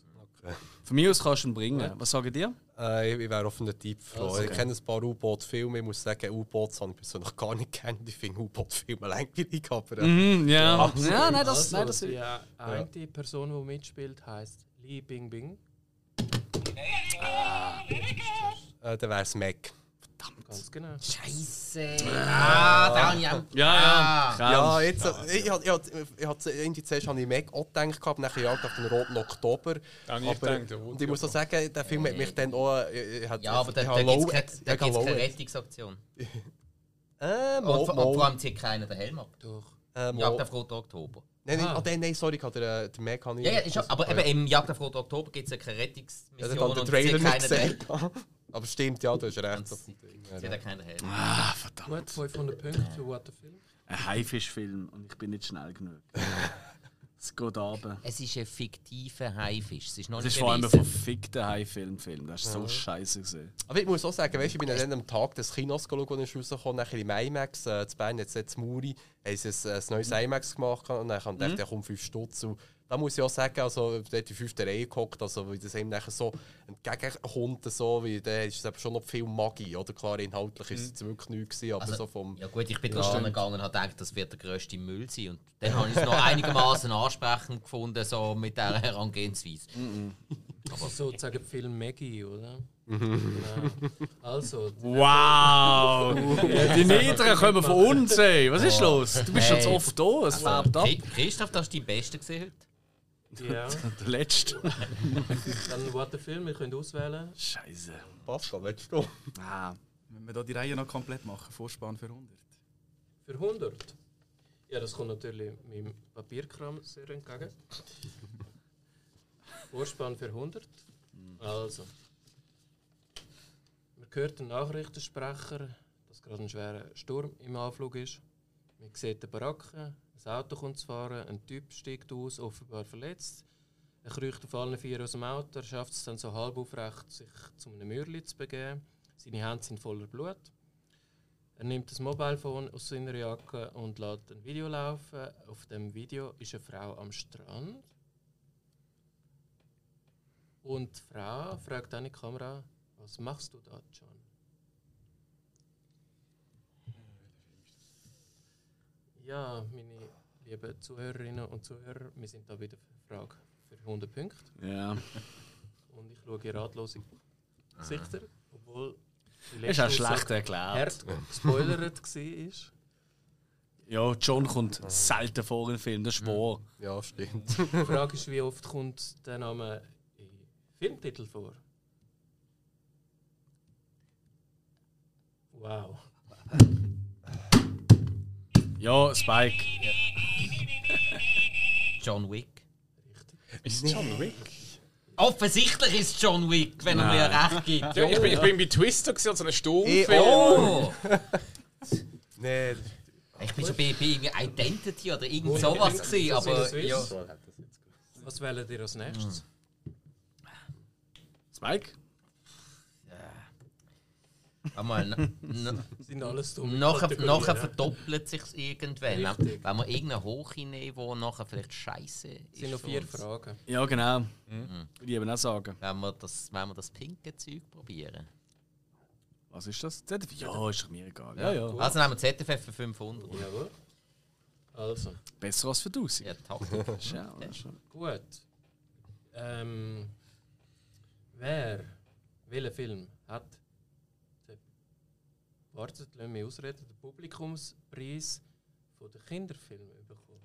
A: Von mir aus kannst du ihn bringen. Was sagt ihr?
C: Äh, ich ich wäre auf einen Typ froh.
F: Also,
C: Ich kenne ein paar U-Boot-Filme. Ich muss sagen, U-Boots habe ich persönlich gar nicht kennt. Ich finde U-Boot-Filme langweilig, aber äh,
A: Mhm, ja.
C: Ja,
A: Ja, nein, das, nein, das
F: also, die eine Person, die mitspielt, heißt Li Bingbing.
C: äh, dann wäre es Mac.
F: Ganz genau.
B: Scheiße. Ah, da habe ich auch.
A: Ja, ja.
C: Ja,
A: Krass.
C: jetzt, äh, ich, ich, ich, ich hatte irgendwie zuerst an die Meg auch gedacht, gehabt, nachher Jagd auf den Roten Oktober.
D: Da habe ich gedacht, der Rote
C: und ich muss auch sagen, der Film hat mich dann auch... äh, Hat,
B: Ja, aber da,
C: ich
B: da
C: habe
B: gibt es
C: low-
B: keine,
C: ich
B: da
C: habe
B: gibt's
C: low-
B: keine Rettungsaktion.
C: Äh,
B: Und, vor- und
C: mal,
B: vor
C: mal.
B: allem zieht keiner den Helm ab.
F: Doch.
C: Äh,
B: Jagd
C: mal.
B: auf Roten Oktober.
C: Nein, nein,
F: Ah.
C: ah. nein, nein, sorry, ich habe den, den Meg... habe ich-
B: Ja, ja, ist, ja- aber eben im Jagd auf Roten Oktober gibt es ja keine
C: Ja,
B: Rettungsmission.
C: das hat der
B: und
C: Trailer
B: zieht keiner
C: nicht
B: den-
C: gesehen. aber stimmt, ja, du hast recht.
B: Und zieht ja keiner den Helm.
A: Ah, verdammt.
F: Gut, 500 Punkte für What the Film.
A: Ein Haifischfilm und ich bin nicht schnell genug. Es geht runter.
B: Es ist ein fiktiver Haifisch. Es ist noch
A: Das
B: nicht
A: ist vor allem ein
B: bewiesen.
A: verfickter Haifilm-Film. Das ist so scheiße gesehen.
C: Aber ich muss auch sagen, weißt, du, ich bin dann am Tag des Kinos geschaut, als ich rauskam, nachher im IMAX, äh, zu Bern, jetzt jetzt Muri, haben sie ein, ein
B: Mhm.
C: neues IMAX gemacht und dann habe ich gedacht, ja komm, 5 Stutz. Und da muss ich auch sagen, also, dort in der fünften Reihe gehockt, also, wie das ihm nachher so entgegenkommt, so, wie, da ist es eben schon noch viel Magie, oder? Klar, inhaltlich ist es jetzt wirklich nichts gewesen, aber
B: Mhm. Also,
C: so vom...
B: Ja gut, ich bin dran gegangen und habe gedacht, das wird der grösste Müll sein. Und dann habe ich es noch einigermaßen ansprechend gefunden, so mit dieser Herangehensweise.
F: Aber sozusagen Film Maggie, oder? genau. Also,
A: Wow! die Niederen kommen von uns, ey. Was ist los? Du bist schon zu oft da, es färbt ab.
B: Hey, Christoph, das ist dein Beste gewesen heute.
F: ja,
A: Der letzte.
F: dann What the Film, wir können auswählen.
A: Scheiße.
C: Pascal, willst du?
A: Ah.
E: Wenn wir da die Reihe noch komplett machen, Vorspann für 100.
F: Für 100. Ja, das kommt natürlich meinem Papierkram sehr entgegen. Vorspann für 100. Also. Man hört den Nachrichtensprecher, dass gerade ein schwerer Sturm im Anflug ist. Man sieht die Baracken, ein Auto kommt zu fahren, ein Typ steigt aus, offenbar verletzt. Er kriecht auf allen vier aus dem Auto, er schafft es dann so halb aufrecht, sich zu einem Mürli zu begeben. Seine Hände sind voller Blut. Er nimmt das Mobilphone aus seiner Jacke und lässt ein Video laufen. Auf dem Video ist eine Frau am Strand. Und die Frau fragt eine Kamera, was machst du da, John? Ja, meine lieben Zuhörerinnen und Zuhörer, wir sind da wieder für Frage für 100 Punkte.
A: Ja.
F: Und ich schaue ratlos in die Gesichter, obwohl die
A: Ist auch
F: Aussage
A: schlecht erklärt.
F: hart gespoilert war.
A: Ja, John kommt selten vor in Filmen, das ist wahr.
C: Ja, stimmt.
F: Die Frage ist, wie oft kommt der Name in Filmtiteln vor? Wow.
A: Ja, Spike.
B: John Wick.
D: Ist John Wick?
B: Offensichtlich ist es John Wick, wenn er mir recht gibt.
D: Ja, ich, bin, ich bin bei Twister gewesen, also und so einem Sturmfilm.
B: Oh!
C: Nein,
B: Ich bin schon bei, bei irgendwie Identity oder irgend sowas gewesen, aber ja.
F: Was wählt ihr als nächstes?
A: Spike?
B: Einmal na-
F: Sind alles dumme
B: nachher,
F: Kategorien,
B: nachher
F: ja?
B: verdoppelt sich es irgendwann.
F: Richtig.
B: Wenn wir irgendeinen hoch hinnehmen, der nachher vielleicht scheiße ist.
F: Es sind noch
B: für
F: vier
B: uns.
F: Fragen.
A: Ja, genau. Würde ich eben auch sagen.
B: Wenn wir das, wenn wir das pinke Zeug probieren.
A: Was ist das? ZDF? Ja, ist doch mir egal. Ja, ja.
B: Also nehmen wir ZFF für 500.
F: Jawohl. Also,
A: Besser als für 1000.
B: Ja, Taktik.
A: Das ist Ja, das ist ja.
F: gut. Ähm, wer, welcher Film hat den, wartet, lassen mich ausreden, den Publikumspreis von den Kinderfilmen bekommen?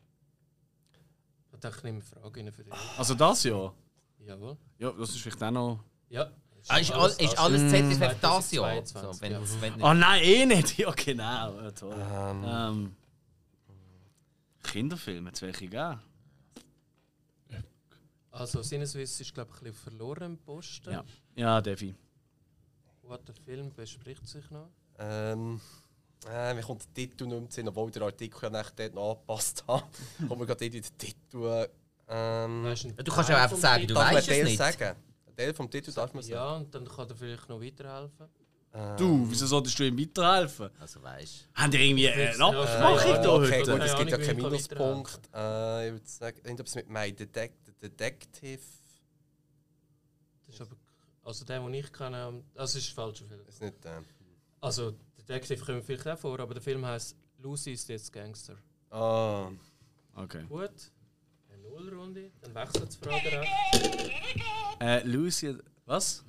F: Ich dachte, ich nehme eine Frage rein für dich.
A: Also das ja.
F: Jawohl.
A: Ja, das ist vielleicht auch noch.
F: Ja. also
B: Ah, ist, alles, ist alles ZFF das Jahr?
F: 2022,
B: So, wenn,
F: ja.
B: wenn
A: Oh nein, eh nicht. Ja, genau. Ja, toll.
C: Ähm.
A: Ähm. Kinderfilme, jetzt welche geben?
F: Also, Sinneswiss ist, glaube ich, ein bisschen verloren im Posten.
A: Ja. Ja, Devi.
F: What the Film bespricht sich noch.
C: Ähm, äh, mir kommt der Titel nicht mehr zu Sinn, obwohl ich den Artikel ja nachher dort noch angepasst habe. kommt mir gerade irgendwie der Titel. äh, Ähm,
F: Weißt
B: du kannst Mhm. ja einfach sagen, du
C: darf man
B: weißt es
C: Teil
B: nicht.
C: sagen? Ein Teil vom Titel darf man sagen.
F: Ja, und dann kann er vielleicht noch weiterhelfen.
C: Ja.
A: Du, wieso solltest du ihm weiterhelfen?
B: Also weißt
A: Haben die irgendwie äh, eine
F: Äh,
A: Abmachung
F: ja,
A: da
C: okay,
A: heute?
C: gut, es
F: Keine
C: gibt ja
F: Ahnung,
C: keinen
F: wie man
C: Minuspunkt. Äh, ich würde sagen, irgendwas mit My Detect Detective.
F: Das ist aber, also der, den ich kenne, am- also es ist falscher Film.
C: Ist nicht äh. der.
F: Also Detective kommt vielleicht auch vor, aber der Film heißt Lucy ist jetzt Gangster.
C: Ah,
A: Okay.
F: Gut, eine Nullrunde, dann wechselt die Frage recht.
A: Äh, Lucy. Was?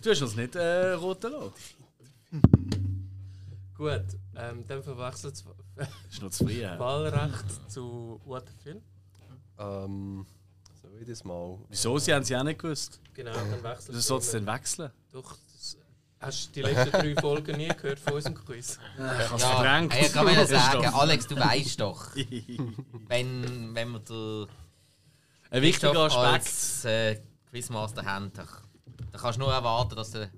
A: Du hast uns nicht äh, roten lassen.
F: Gut, ähm, dann verwechselt das
A: Ist noch zu früh. hä?
F: Wahlrecht zu What the Film.
C: ähm, so wie das mal.
A: Wieso? Sie haben es ja auch nicht gewusst.
F: Genau, dann wechselt
A: Wieso sollst du denn wechseln?
F: Doch, das, hast du die letzten drei Folgen nie gehört von unserem Quiz?
A: Ich habe
B: du.
A: es
B: Ja,
A: verdrängt.
B: ich kann mir
A: Das ist
B: sagen,
A: doch-
B: Alex, du weißt doch. wenn, wenn wir den
A: Ein wichtiger
B: Christoph
A: Aspekt.
B: als äh, Quizmaster haben, dann dann kannst du nur erwarten, dass du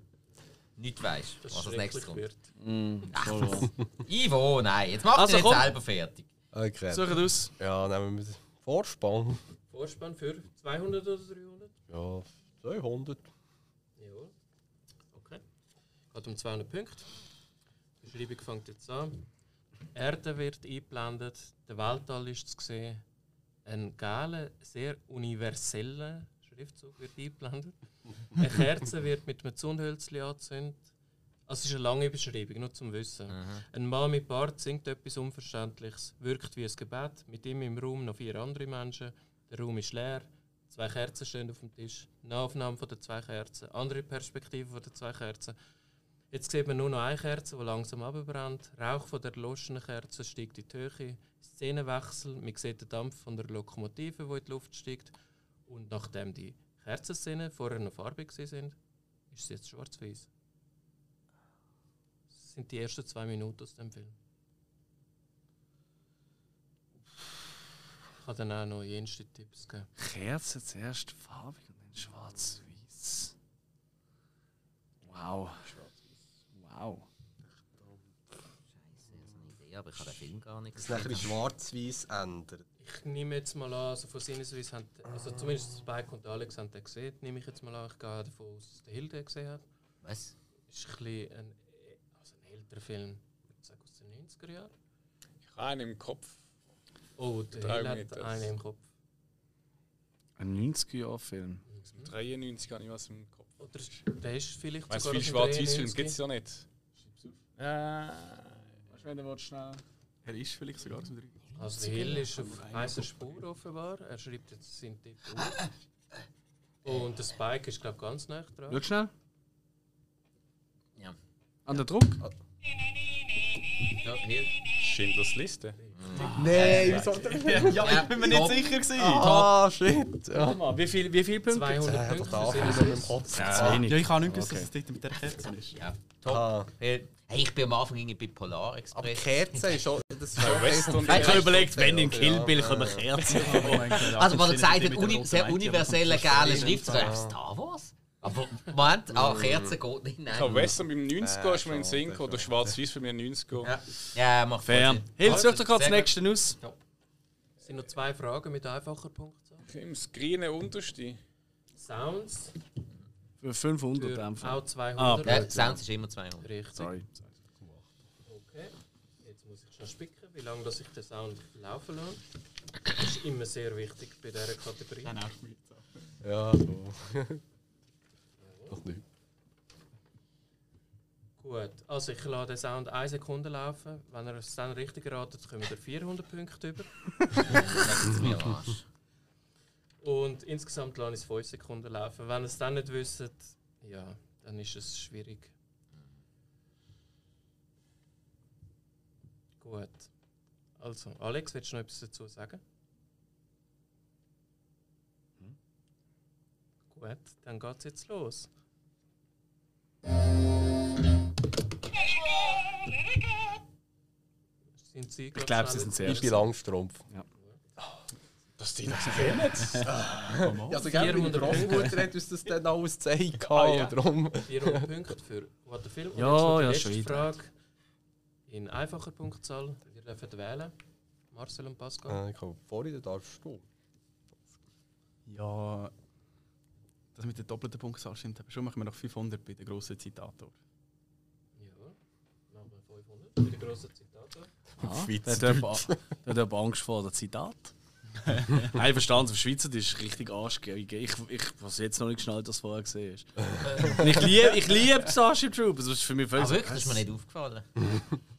B: nichts weißt,
F: Das
B: was als
F: ist
B: nächstes
F: schrecklich
B: kommt.
F: wird.
A: Voll wahr.
B: Ivo, nein, jetzt mach
A: Also
B: dich
A: komm.
B: jetzt selber fertig.
C: Okay.
A: Such es aus.
C: Ja, nehmen wir den Vorspann.
F: Vorspann für 200 oder 300?
C: Ja, 200.
F: Jawohl. Okay. Geht um 200 Punkte. Die Beschreibung fängt jetzt an. Die Erde wird eingeblendet, der Weltall ist zu sehen. Ein geiler, sehr universeller Schriftzug wird eingeblendet. Eine Kerze wird mit einem Zündhölzchen angezündet. Also es ist eine lange Beschreibung, nur zum Wissen. Ein Mann mit Bart singt etwas Unverständliches, wirkt wie ein Gebet. Mit ihm im Raum noch vier andere Menschen. Der Raum ist leer. Zwei Kerzen stehen auf dem Tisch. Eine Aufnahme von den zwei Kerzen. Andere Perspektive von den zwei Kerzen. Jetzt sieht man nur noch eine Kerze, die langsam abbrennt. Rauch von der erloschenen Kerze steigt in die Höhe. Szenenwechsel. Man sieht den Dampf von der Lokomotive, die in die Luft steigt. Und nachdem die Kerzenszenen vorher noch farbig gewesen sind, ist es jetzt schwarz-weiß. Das sind die ersten zwei Minuten aus dem Film. kann dann auch noch jenste Tipps geben.
A: Kerze zuerst farbig und dann schwarz-weiß. Wow. Wow.
B: Scheiße, ich habe eine Idee, aber ich habe den Film gar nicht
C: Das nachher in
B: gesehen.
C: schwarz-weiß ändert.
F: Ich nehme jetzt mal an, also von Sinneswiss haben, also
C: Ah.
F: zumindest Spike und Alex haben den gesehen, nehme ich jetzt mal an. Ich gehe davon aus, dass der Hilde den gesehen hat.
B: Was?
F: Ist ein bisschen ein, äh, also ein älterer Film, ich würde sagen aus den 90er Jahren.
D: Ich habe einen im Kopf.
F: Oh, der
D: Drei
F: Hilde hat
D: Meter.
F: einen im Kopf.
A: Ein 90er-Jahr-Film.
D: Im 93 habe ich was im Kopf.
F: Oder ist- der ist vielleicht
D: Weißt du, viele
F: sogar aus dem
D: Schwarz-Weiß-Filme
F: 93.
D: gibt es ja nicht.
A: Äh, Weißt du, wenn du schnell.
E: Er ist vielleicht sogar aus dem 3.
F: Also der Hill ist auf heißer Spur offenbar. Er schreibt jetzt seinen Tipp auf. Und der Spike ist glaube ich ganz nah dran.
A: Schau schnell.
B: Ja.
A: An der Druck?
B: Ja, hier.
D: Schindlers Liste.
C: Nein, wieso hat er
B: Ja, ich bin mir nicht sicher.
C: Ah, shit. Ja,
A: Mal, wie viel, wie viel Punkte?
F: 200
C: er
F: Punkte
C: Äh, hat doch
F: für
C: den
F: Sinneswiss.
C: Anfang im Kopf.
A: Ja,
E: Ja, ich habe nicht gewusst,
A: Okay.
E: dass es dort mit der Kerze ist.
B: Ja, top.
C: Ah.
B: Hey, ich bin am Anfang irgendwie bei Polar
C: Aber
B: Express.
C: Kerze ist schon. Das ist
D: Western-
C: schon
D: Ich habe
A: überlegt, wenn in Kill Bill
C: kommen
A: Kerze.
B: Also, was er gesagt hat, uni sehr universelle, geile Schrift.
C: Ja.
B: Star Wars? Aber Moment, ah, Kerze geht nicht.
D: Ich habe
B: Nein.
D: Western beim 90er
C: Äh,
D: ist mir in den Sinn gekommen, oder Schwarz-Weiß bei mir 90er.
B: Ja, ja mach
A: Fair.
B: voll Sinn.
A: Hill, such dir gerade das
B: Sehr
A: nächste aus.
F: Es sind noch zwei Fragen mit einfacher Punktzahl.
D: Im Screen unterste.
F: Sounds
A: Für 500
F: für
A: einfach.
F: auch
C: Ah,
F: 200.
B: Ja, Sounds ist immer 200.
F: Richtig.
A: Sorry.
F: Okay. Jetzt muss ich schon spicken, wie lange dass ich den Sound laufen lasse. Das ist immer sehr wichtig bei dieser Kategorie.
E: Dann auch Schmitz.
C: Ja, so. Doch nicht.
F: Gut, also ich lasse den Sound eine Sekunde laufen. Wenn ihr es dann richtig ratet, kommen wir 400 Punkte über.
B: Das ist mir am Arsch.
F: Und insgesamt lasse ich es 5 Sekunden laufen. Wenn ihr es dann nicht wisst, ja, dann ist es schwierig. Gut. Also, Alex, willst du noch etwas dazu sagen? Gut, dann geht's jetzt los. Sind Sie
A: Ich glaube, sie sind sehr.
C: Ich bin Langstrumpf.
D: Das Ding das kennt nicht.
C: Ja, also gerne meine
F: 400
C: Großmutter hat uns das dann alles gezeigt. Darum.
F: 400 Punkte für What the Film. Und
A: Ja,
F: jetzt noch die
A: ja,
F: letzte
A: schon wieder.
F: Frage in einfacher Punktzahl. Ihr dürft wählen. Marcel und Pascal.
C: Äh, ich glaube, vorhin darfst du.
E: Ja, das mit der doppelten Punktzahl stimmt. aber Schon machen wir noch 500 bei der grossen Zitator.
F: Ja. Machen wir 500 mit den grossen Zitaten.
A: Ah, der hat jemand Angst vor der Zitat. Nein, verstanden, auf Schweizerdeutsch ist richtig arschgeil. Ich, ich habe jetzt noch nicht geschnallt, dass es vorher gesehen ist. Und ich liebe ich lieb Starship Troopers, das ist für mich völlig
B: Aber Ah, wirklich, Also, das ist mir nicht aufgefallen.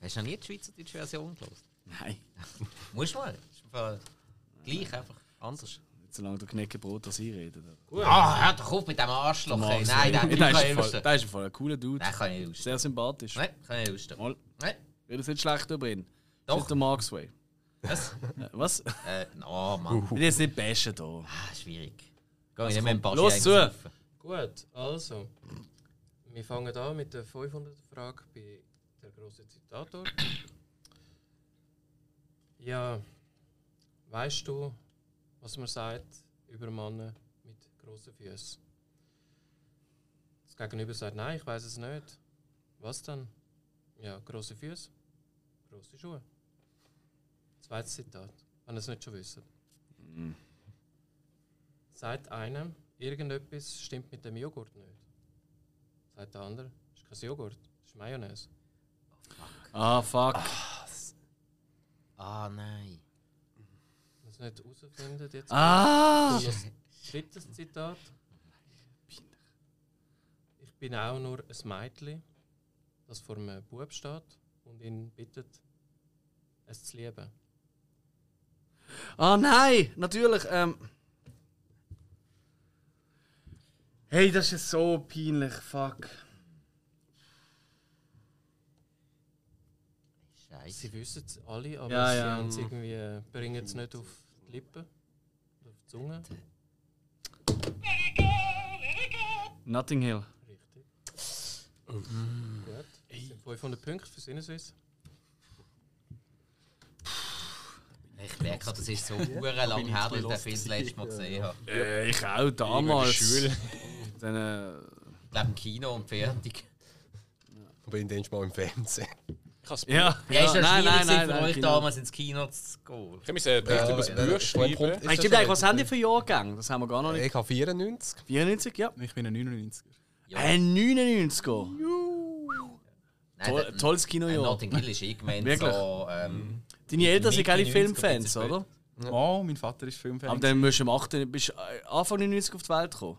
B: Hast du noch nie die schweizerdeutsche Version gelesen?
A: Nein,
B: Musst du mal. Ist im Fall Gleich, einfach anders.
A: nicht so lange der Kneckebrot als ich rede.
B: Ah, hör doch auf mit dem Arschloch. Ey. Nein,
A: der,
B: den den
A: der,
B: kann
A: ist
B: ich
A: im
B: nicht
A: Fall,
B: lusten.
A: der ist im Fall ein cooler Dude.
B: Nein, kann ich nicht lusten.
A: Sehr sympathisch. Nein.
B: Nein, kann ich nicht lusten.
A: Mal,
B: Nein,
A: redet nicht schlecht über ihn. Das ist
B: doch.
A: der Marksway.
B: Was?
A: Äh, Was? Ich
B: Äh, no, Mann.
A: will jetzt nicht bashen hier.
B: Ah, schwierig. Geh ich nicht mit dem Baschi
A: Also los
B: eins
A: zu.
B: rauf.
F: Gut, also. Wir fangen an mit der 500. Frage bei der grossen Zitator. Ja. Weißt du, was man sagt über Männer mit grossen Füßen? Das Gegenüber sagt, nein, ich weiß es nicht. Was dann? Ja, grosse Füße, grosse Schuhe. Zweites Zitat, wenn ihr es nicht schon wisst. Sagt einer, irgendetwas stimmt mit dem Joghurt nicht. Sagt der andere, ist kein Joghurt, ist Mayonnaise.
A: Ah, fuck.
B: Ah, nein.
F: Wenn ihr es nicht herausfindet, jetzt
A: Ah!
F: Drittes Zitat. Ich bin auch nur ein Mädchen, das vor einem Bub steht und ihn bittet, es zu lieben.
A: Ah nein, natürlich. Ähm. Hey, das ist so peinlich, fuck.
B: Scheiße.
F: Sie wissen es alle, aber
A: Ja,
F: sie
A: ja.
F: haben's irgendwie, äh, bringen es nicht auf die Lippen, oder auf die Zunge.
A: Nothing Hill.
F: Richtig. Gut. Das sind 500 Punkte für Sinneswiss.
B: Ich merke, gerade, das ist so lang her, dass ich den Film das letzte Mal gesehen habe.
A: Äh, ich auch damals. Dann, äh,
B: Ich glaube im Kino und fertig.
C: Aber in dem Mal im Fernsehen.
A: ja,
B: Ja, ist ja
A: nein, nein,
B: schwierig
A: nein,
B: für
A: nein,
B: euch
A: genau.
B: damals ins Kino zu gehen.
D: Ich muss einen Bericht über das
C: ja,
D: Buch
C: Wann kommt-
D: schreiben.
C: ist
A: Nein,
C: das E
A: stimmt eigentlich, was
C: schon-
A: haben die für Jahrgänge? Das haben wir gar noch nicht.
C: Ich habe 94.
A: 94, ja. Äh,
E: Ich bin ein 99er.
A: Ein 99er.
B: Nein,
A: Toll,
B: der-
A: tolles
B: Nein,
A: Kinojahr.
B: äh, Notting Hill ist irgendwann
A: Wirklich?
B: so. Ähm,
A: Deine Eltern sind
B: Mitte
A: keine
B: 90er
A: Filmfans,
B: bisschen
A: oder?
E: Oh, mein Vater ist Filmfan.
A: Aber dann bist du im 8, bist du äh, Anfang 99 auf die Welt gekommen.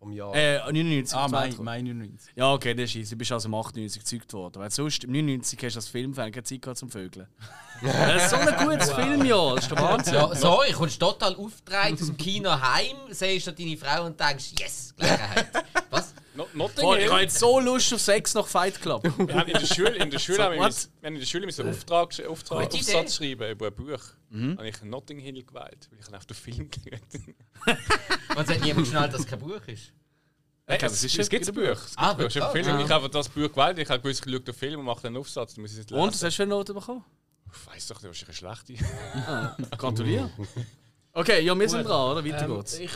C: Vom Jahr.
A: Äh, 99
E: ah,
A: auf die Welt
E: mein,
A: gekommen.
E: mein 99.
A: Ja, okay, das ist easy. Du bist also im 98 gezeugt worden. Weil sonst im 99 hast du als Filmfan keine Zeit gehabt zum Vögeln. das ist so ein gutes Filmjahr, das ist der Wahnsinn.
B: so, sorry, kommst total aufgedreht aus dem Kino heim, siehst du deine Frau und denkst, yes, Gelegenheit. Was?
D: No- Notting
A: Boah, ich
D: Hill.
A: habe jetzt so Lust auf Sex nach Fight Club.
D: Wir haben in der Schule, in der Schule,
A: So,
D: haben wir,
A: what?
D: müssen- wir haben in der Schule müssen einen Auftrag, gesch- Auftrag
B: Gute Idee.
D: Aufsatz schreiben über ein Buch. Habe ich Notting Hill gewählt, weil ich habe auf den Film geschaut
B: Und es hat niemand geschnallt, dass es kein Buch ist.
D: Nein,
A: das
D: es,
A: ist
D: es,
A: schon-
D: gibt ein Buch. Es gibt
B: Ah,
D: ein Buch. Es ist ein
B: wirklich?
D: Film. Ich habe das Buch gewählt, ich habe gewusst, ich schaue den Film und mache einen Aufsatz. Dann muss ich es lesen.
A: Und, was hast du für eine Note bekommen?
D: Ich weiss doch, du hast eine schlechte.
A: Gratuliere. Okay, ja, wir sind
F: Gut.
A: dran, oder? Weiter
F: Ähm,
A: geht's.
F: ich,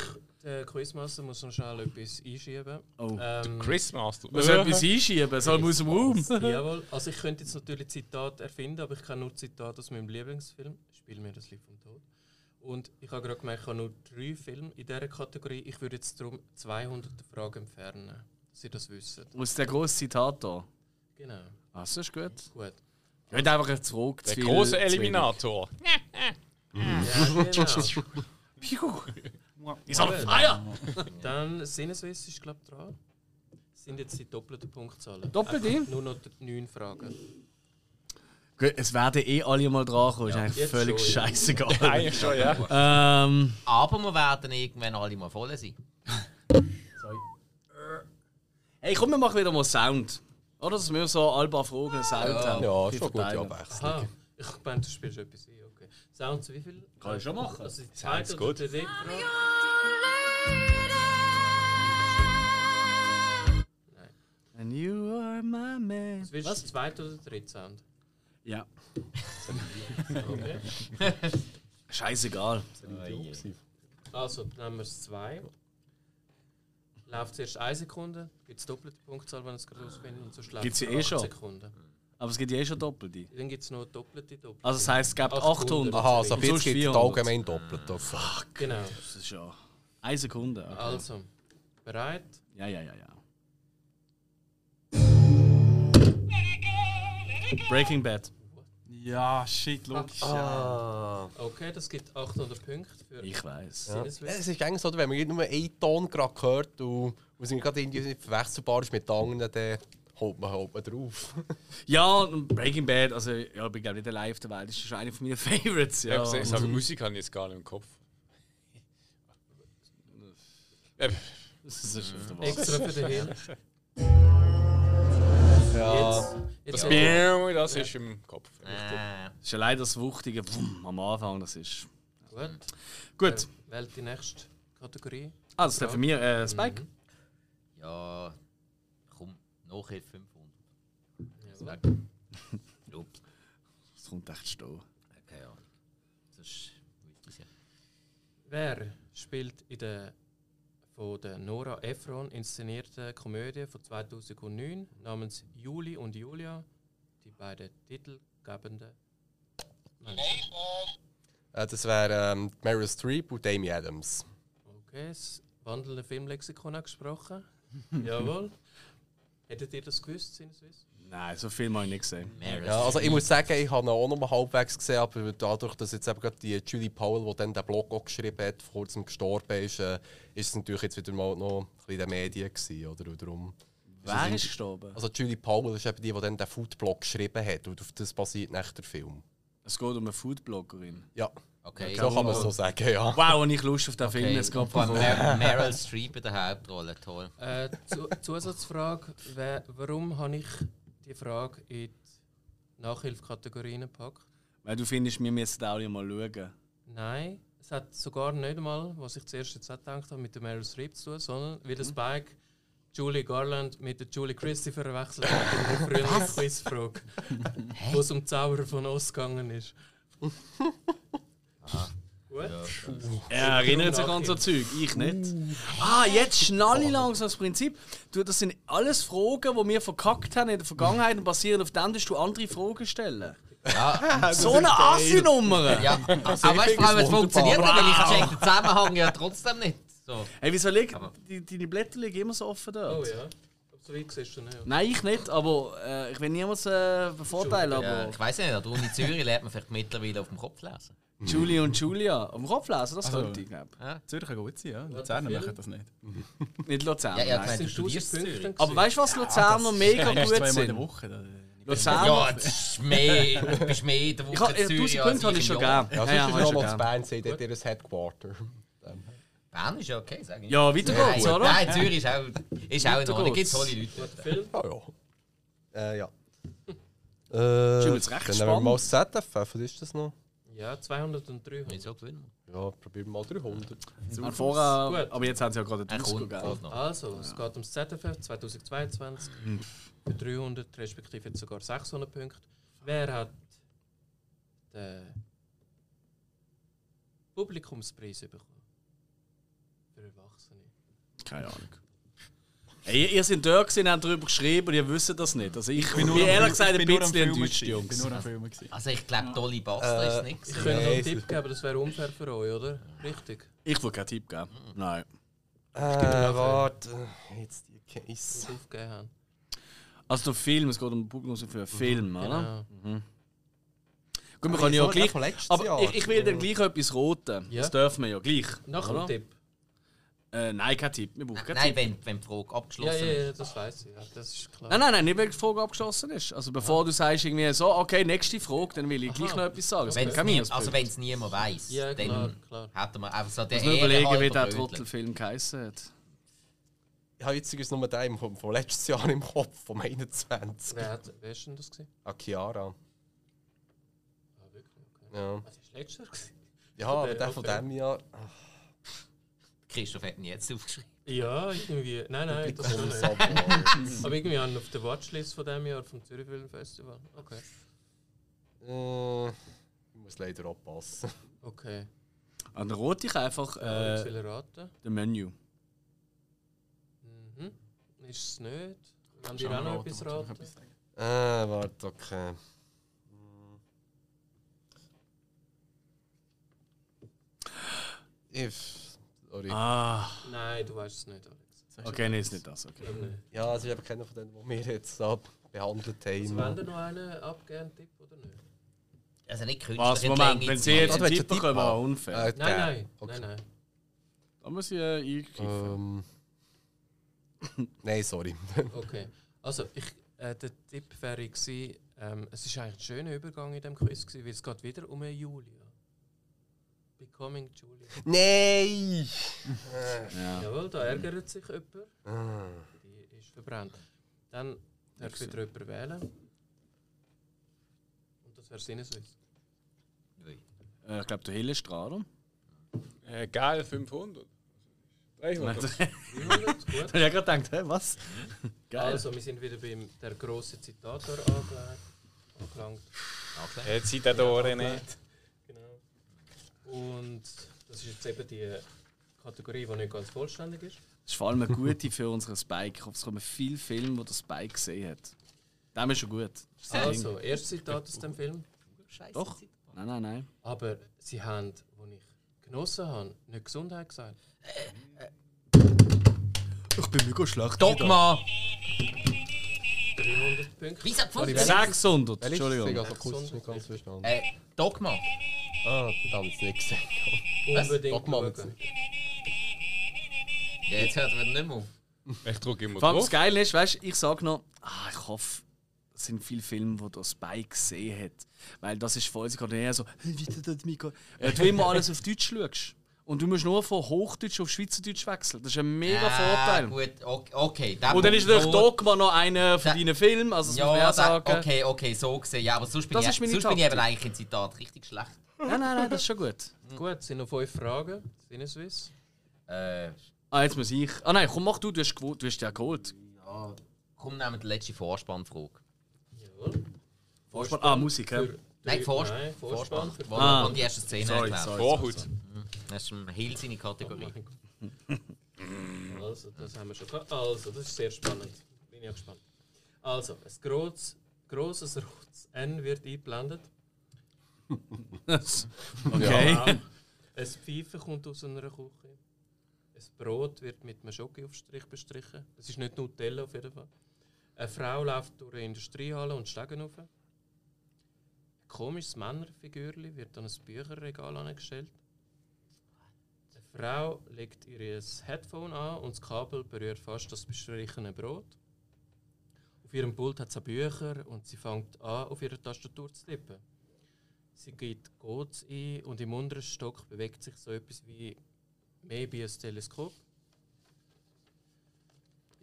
F: der Quizmaster muss noch schnell etwas einschieben.
A: Oh.
F: Ähm,
D: Christmas. Du
A: Muss etwas einschieben, soll man aus dem Raum.
F: Jawohl, also ich könnte jetzt natürlich Zitate erfinden, aber ich kann nur Zitate aus meinem Lieblingsfilm. Spiel mir das Lied vom Tod. Und ich habe gerade gemerkt, ich habe nur drei Filme in dieser Kategorie. Ich würde jetzt darum 200 Fragen entfernen, dass ihr das wisst.
A: Aus der grossen Zitat hier.
F: Genau,
A: Ah, das ist gut.
F: gut.
A: Ich hätte einfach eine Frage zu
D: Der
A: viel- zu
D: große
A: wenig.
D: Eliminator.
F: Ja, genau.
A: Ist on fire!
F: Dann Sinneswiss ist, glaube ich, dran. Das sind jetzt die doppelten Punktzahlen.
A: Doppelt
F: Einfach
A: ihm?
F: Nur noch neun Fragen.
A: Gut, es werden eh alle mal drankommen, ist eigentlich
F: jetzt
A: völlig
F: schon, ja.
A: scheißegal.
D: Eigentlich schon, ja.
A: Ähm,
B: Aber wir werden irgendwann alle mal voll sein.
A: hey, komm, wir machen wieder mal Sound. Oder? Dass wir so ein paar Fragen einen Sound haben.
C: Ja,
A: Die
C: ist schon gut, ja,
A: verteilen.
C: wechseln.
F: Aha, Ah, ich meine, du spielst etwas ein. Okay. Sounds wie viel?
A: Kann ich schon machen.
F: Also die zweite oder
D: gut.
F: die dritte Frage?
A: And you are my man.
F: Willst du den zweiten oder den dritten Sound?
A: Ja.
F: Okay.
A: Scheißegal.
F: Also, dann haben wir es zwei. Läuft zuerst eine Sekunde, gibt es doppelte Punktzahl, wenn es gerade rausfindet, und so schlägt
A: Gibt's
F: es
A: eh
F: acht
A: schon.
F: Sekunden.
A: Aber es gibt ja eh schon doppelte.
F: Dann gibt es noch doppelte Doppelte.
A: Also, das heisst, es gibt 800.
F: 800.
C: Aha, also ab
A: Und sonst
C: jetzt gibt es
A: 400.
C: allgemein doppelt. Okay.
F: Genau.
A: Das ist ja. Eine Sekunde. Okay.
F: Also, bereit?
A: Ja, ja, ja, ja. Breaking Bad.
E: Ja, shit, logisch.
C: Ah.
E: Ja.
F: Okay, das gibt 800 Punkte für
A: Ich weiß.
F: Sinneswissen.
C: Es ist eigentlich so, wenn man nur einen Ton gerade hört und und es gerade irgendwie verwechselbar ist mit den anderen, dann holt man, holt man drauf.
A: Ja, und Breaking Bad, also ja, ich bin glaube nicht allein auf der Welt, das ist schon einer von meinen Favorites.
D: Ich
A: Ja.
D: habe gesehen, so Musik habe ich jetzt gar nicht im Kopf. Eben,
A: Das ist auf der Welt.
F: Extra für den Hill.
D: Das
F: Jetzt, jetzt
D: Bier, das ist im Kopf.
B: Äh,
A: Das ist allein das Wuchtige Wumm, am Anfang, das ist.
F: Gut.
A: Gut,
F: Wählt die nächste Kategorie.
A: also das ist für mich äh, Spike.
B: ja, komm, Nachhilfe 500. Das
F: Jawohl.
B: wär- Ups,
A: Das kommt echt stehen.
B: keine Ahnung. Sonst wüsste ich es ja.
F: Wer spielt in der von der Nora Ephron inszenierten Komödie von 2009 namens Juli und Julia die beiden titelgebenden Menschen?
C: Äh, Das wäre ähm, Meryl Streep und Amy Adams.
F: Okay, das wandelnde Filmlexikon angesprochen. Jawohl. Hättet ihr das gewusst, Sinneswiss?
A: Nein, so viel mal ich nicht gesehen.
B: Meryl
C: Ja, also ich muss sagen, ich habe ihn auch noch mal halbwegs gesehen, aber dadurch, dass jetzt eben gerade die Julie Powell, die dann den Blog auch geschrieben hat, vor kurzem gestorben ist, äh, ist es natürlich jetzt wieder mal noch ein bisschen in den Medien gewesen, oder? Und darum.
A: Wer ist gestorben?
C: Also Julie Powell ist eben die, die dann den Foodblog geschrieben hat und auf das basiert nachher der Film.
A: Es geht um eine Foodbloggerin.
C: Ja,
B: Okay,
C: so kann man es so sagen, ja.
A: Wow, und ich Lust auf den Film
B: okay.
A: jetzt gerade.
B: Vor allem Mer Meryl Streep in der Hauptrolle, toll.
F: Äh, zu, Zusatzfrage: wer, Warum habe ich die Frage in die Nachhilfekategorien gepackt?
A: Weil du findest, wir müssen auch mal schauen.
F: Nein, es hat sogar nicht mal, was ich zuerst jetzt auch gedacht habe, mit der Meryl Streep zu tun, sondern wie der Spike Julie Garland mit der Julie Christie verwechselt hat in der früheren Quizfrage, wo es um die Zauberer von Oz gegangen ist. Gut.
A: Er erinnert sich an so Zeug, ich nicht. Ah, jetzt schnalle ich langsam das Prinzip. Du, das sind alles Fragen, die wir verkackt haben in der Vergangenheit und basierend auf dem, dass du andere Fragen stellen. so eine Assi-Nummer!
B: Ja, aber weißt du, vor allem, es funktioniert nicht, weil ich check den Zusammenhang ja trotzdem nicht. So.
A: Hey, wieso liegt die- deine Blätter liegen immer so offen dort?
F: Oh ja. So weit siehst du nicht. Ja.
A: Nein, ich nicht, aber äh, ich will niemals äh, bevorteilen,
B: Ja,
A: aber
B: ich weiß nicht, an der Uni Zürich lernt man vielleicht mittlerweile auf dem Kopf lesen.
A: Julie und Julia am Kopf lesen, das könnte ich, glaube
E: Zürich kann gut sein, ja. Luzerner
F: viel.
E: machen das nicht.
A: ich. Nicht Luzern.
B: Ja, ja,
A: nein.
B: ich meine, du
F: Sind 1000
B: studierst Zürich.
F: Punkte
A: aber weißt du, was Luzerner mega
E: Erst
A: gut
E: zweimal in der
A: sind?
E: Woche. da- äh,
A: Luzerner.
B: Ja, jetzt ist mehr, du bist mehr in der
A: ich
B: Woche
A: habe
B: in Zürich
A: 1000
B: als
A: Punkte habe ich
B: im
A: schon
B: Jahr.
A: gern.
C: Ja,
A: Ja, ja,
C: sonst
A: habe ich
C: ist
A: schon
C: nochmal zu
A: gern.
C: Bern, seht ihr das Headquarter.
B: Bern ist ja okay, sage ich.
A: Ja, weiter
B: Nein,
A: geht's,
B: gut.
A: oder?
B: Nein, Zürich ist auch, ist auch in
A: Weiter
B: Ordnung.
A: geht's.
B: Gibt tolle Leute.
F: Film?
C: Ah ja. Äh, ja. Äh,
A: übrigens recht
C: dann nehmen wir mal
A: spannend.
C: das ZFF, was ist das noch?
F: Ja, 200 und 300.
B: Wieso gewinnen wir?
C: Ja, probieren wir mal 300.
A: An Vorher,
F: Gut.
A: aber jetzt haben sie ja gerade
B: Er
A: den
B: kommt
A: Ausgang.
B: halt noch.
F: Also, es geht ums ZFF 2022 für 300 respektive jetzt sogar 600 Punkte. Wer hat den Publikumspreis bekommen? Für Erwachsene.
A: Keine Ahnung. Ey, ihr, ihr seid dort gewesen, habt darüber geschrieben und ihr wisst das nicht. Also ich bin, ehrlich gesagt ein
E: Ich bin nur am
A: bisschen
E: Filmen
A: enttäuscht,
E: gewesen. Ich bin
A: Jungs.
E: nur am Filmen. gewesen.
B: Also ich glaube, Dolly Buster ist nicht
F: Ich
B: gewesen.
F: könnte noch
C: Nein,
F: einen
C: es-
F: Tipp geben, aber das wäre unfair für euch, oder? Richtig.
A: Ich würde keinen Tipp geben. Nein.
C: Äh, warte. äh, Jetzt die
F: Was
C: Case.
F: sie aufgegeben haben.
A: Also der Film, es geht um Publikum für einen Film, oder?
F: Genau.
A: Gut, wir können ja
C: so, der
A: gleich...
C: von letztes
A: Aber
C: Jahr.
A: ich, ich will dann gleich etwas roten.
F: Ja.
A: Das dürfen wir ja gleich.
F: Nach
A: oder?
F: dem Tipp.
A: Äh, nein, kein Tipp. Wir brauchen keinen
B: Nein,
A: Tipp.
B: wenn, wenn die Frage
F: Ja,
B: abgeschlossen
F: ja,
B: ist.
F: ja, das weiß ich. Ja, das ist klar.
A: Nein, nein, nein, nicht weil die Frage abgeschlossen ist. Also bevor du sagst irgendwie so, okay, nächste Frage, dann will ich gleich noch etwas sagen. Das
B: Wenn
A: bringt keinen
B: es nie,
A: Minuspunkt.
B: also wenn es niemand weiß,
F: Ja, klar,
B: dann
F: klar.
B: hätten wir einfach so den
A: Ich muss nur überlegen, wie der
B: Ehrenhalber Brötli.
A: Trottelfilm geheissen hat.
C: Ich habe jetzt übrigens nur den vom, vom letztes Jahr im Kopf, vom 21.
F: Wer, hat, wer ist denn das gewesen?
C: Ah, Chiara.
F: Ah, wirklich? Okay.
C: Ja,
F: Ah, Das war letztes Jahr. gewesen.
C: ja aber der von
F: Okay.
C: diesem Jahr.
B: Christoph hat ihn jetzt aufgeschrieben.
F: Ja, irgendwie. Nein, nein, das war nicht.
C: Publikumsabwart.
F: Aber irgendwie haben wir auf der Watchlist von diesem Jahr vom Zürich Film Festival. Okay.
C: äh, ich muss leider abpassen.
F: Okay.
A: An der Ah, rote ich einfach
F: Ja, ich
A: äh,
F: will raten.
A: den Menü.
F: Mhm. Ist es nicht? Haben die auch noch etwas raten?
C: Äh, warte, okay. Hm. If. Sorry.
A: Ah,
F: Nein, du weißt es nicht, Alex.
A: okay, nein, ist nicht das. Okay.
F: Eben nicht.
C: Ja, es ist eben keiner von denen, die wir jetzt da behandelt
F: Also, wenn
C: haben. Äh,
F: ihr noch einen abgeben, einen Tipp oder nicht?
B: Also nicht künstlich.
A: Was, Moment, wenn sie jetzt
C: Oder
A: einen
C: willst du
A: Tipp
C: einen Tipp
A: bekommen, war
C: haben?
A: unfair.
C: Äh,
F: Nein,
C: der.
F: nein,
C: Okay.
F: nein, nein.
A: Da muss ich äh, eingreifen.
C: Ähm. Nein, sorry.
F: Okay. Also, ich, äh, der Tipp wäre gewesen, ähm, es ist eigentlich ein schöner Übergang in diesem Quiz gewesen, weil es geht wieder um eine Julia. Becoming Julia.
C: Nein!
F: Jawohl, da ärgert sich jemand. Die ist verbrannt. Dann darf wieder jemand wählen. Und das wäre Sinneswiss.
A: Äh, ich glaube, der Hille ist dran, oder?
D: Äh, geil, 500. 300.
A: Ich habe gerade gedacht, hä, was? Geil.
F: Also, wir sind wieder beim der grossen Zitator angelangt. angelangt.
D: Jetzt seid ihr da, René.
F: Genau. Und das ist jetzt eben die Kategorie, die nicht ganz vollständig ist.
A: Das ist vor allem eine gute für unseren Spike. Ich hoffe, es kommen viele Filme, wo der Spike gesehen hat. Dem ist schon gut. Das ist ein Ding.
F: Also, erstes Zitat aus dem Film.
A: Doch. Nein, nein, nein.
F: Aber sie haben, wo ich genossen habe, nicht Gesundheit gesagt.
A: Ich bin mega schlecht.
B: Dogma!
F: 300 Punkte.
B: Wieso gefunden?
A: 600,
C: Welches ist
A: Entschuldigung.
C: Also kurz nicht ganz verstanden.
B: Äh, Dogma.
C: Ah, verdammt, nicht gesehen.
F: Unbedingt
C: Dogma
F: schauen.
C: wird's nicht.
B: Ja, jetzt hört man nicht mehr auf.
D: Ich drücke immer
A: Vor allem
D: drauf.
A: das Geile ist, weißt, ich sage noch, ah, ich hoffe, es sind viele Filme, wo der Spike gesehen hat. Weil das ist voll, sie gerade eher so, «Hey, wie ist das Mikro? Weil du immer alles auf Deutsch schaust. Und du musst nur von Hochdeutsch auf Schweizerdeutsch wechseln. Das ist ein mega
B: Ah,
A: Vorteil.
B: gut, okay. okay der
A: Und dann ist natürlich
B: Punkt.
A: Dogma noch einer von
B: Da-
A: deinen Filmen, also das muss man
B: Ja,
A: auch sagen.
B: da, okay, okay, so gesehen. Ja, aber sonst bin,
A: Das
B: ich,
A: ist meine
B: sonst bin ich
A: Taktik.
B: eben eigentlich im Zitat richtig schlecht.
A: Nein, nein, nein, das ist schon gut.
F: Gut, es sind noch fünf Fragen. Sinneswiss.
B: Äh,
A: Ah, jetzt muss ich. Ah nein, komm, mach du, du hast, gewo- du hast ja geholt.
B: ja. Komm, nehmen wir die letzte Vorspannfrage.
F: Jawohl.
A: Ah, Musik, ja.
F: Für
B: Nein, Vorspann.
F: Nein, Vorspann.
B: Vorspann.
F: Für
B: Wo
A: Ah.
B: ah. die erste Szene
A: Sorry,
B: erklärt.
A: sorry.
D: Vorhut.
B: Das ist eine Hill seine Kategorie.
F: Also, das haben wir schon gehabt. Also, das ist sehr spannend. Bin ich auch gespannt. Also, ein groß, grosses rotes N wird eingeblendet.
A: Okay.
F: Ein Pfeifen kommt aus einer Küche. Ein Brot wird mit einem Schokoaufstrich bestrichen. Das ist nicht Nutella auf jeden Fall. Eine Frau läuft durch eine Industriehalle und Stegen rauf. Ein komisches Männerfigürli wird an ein Bücherregal angestellt. Eine Frau legt ihr Headphone an und das Kabel berührt fast das bestrichene Brot. Auf ihrem Pult hat sie Bücher und sie fängt an, auf ihrer Tastatur zu tippen. Sie geht kurz ein und im unteren Stock bewegt sich so etwas wie maybe ein Teleskop.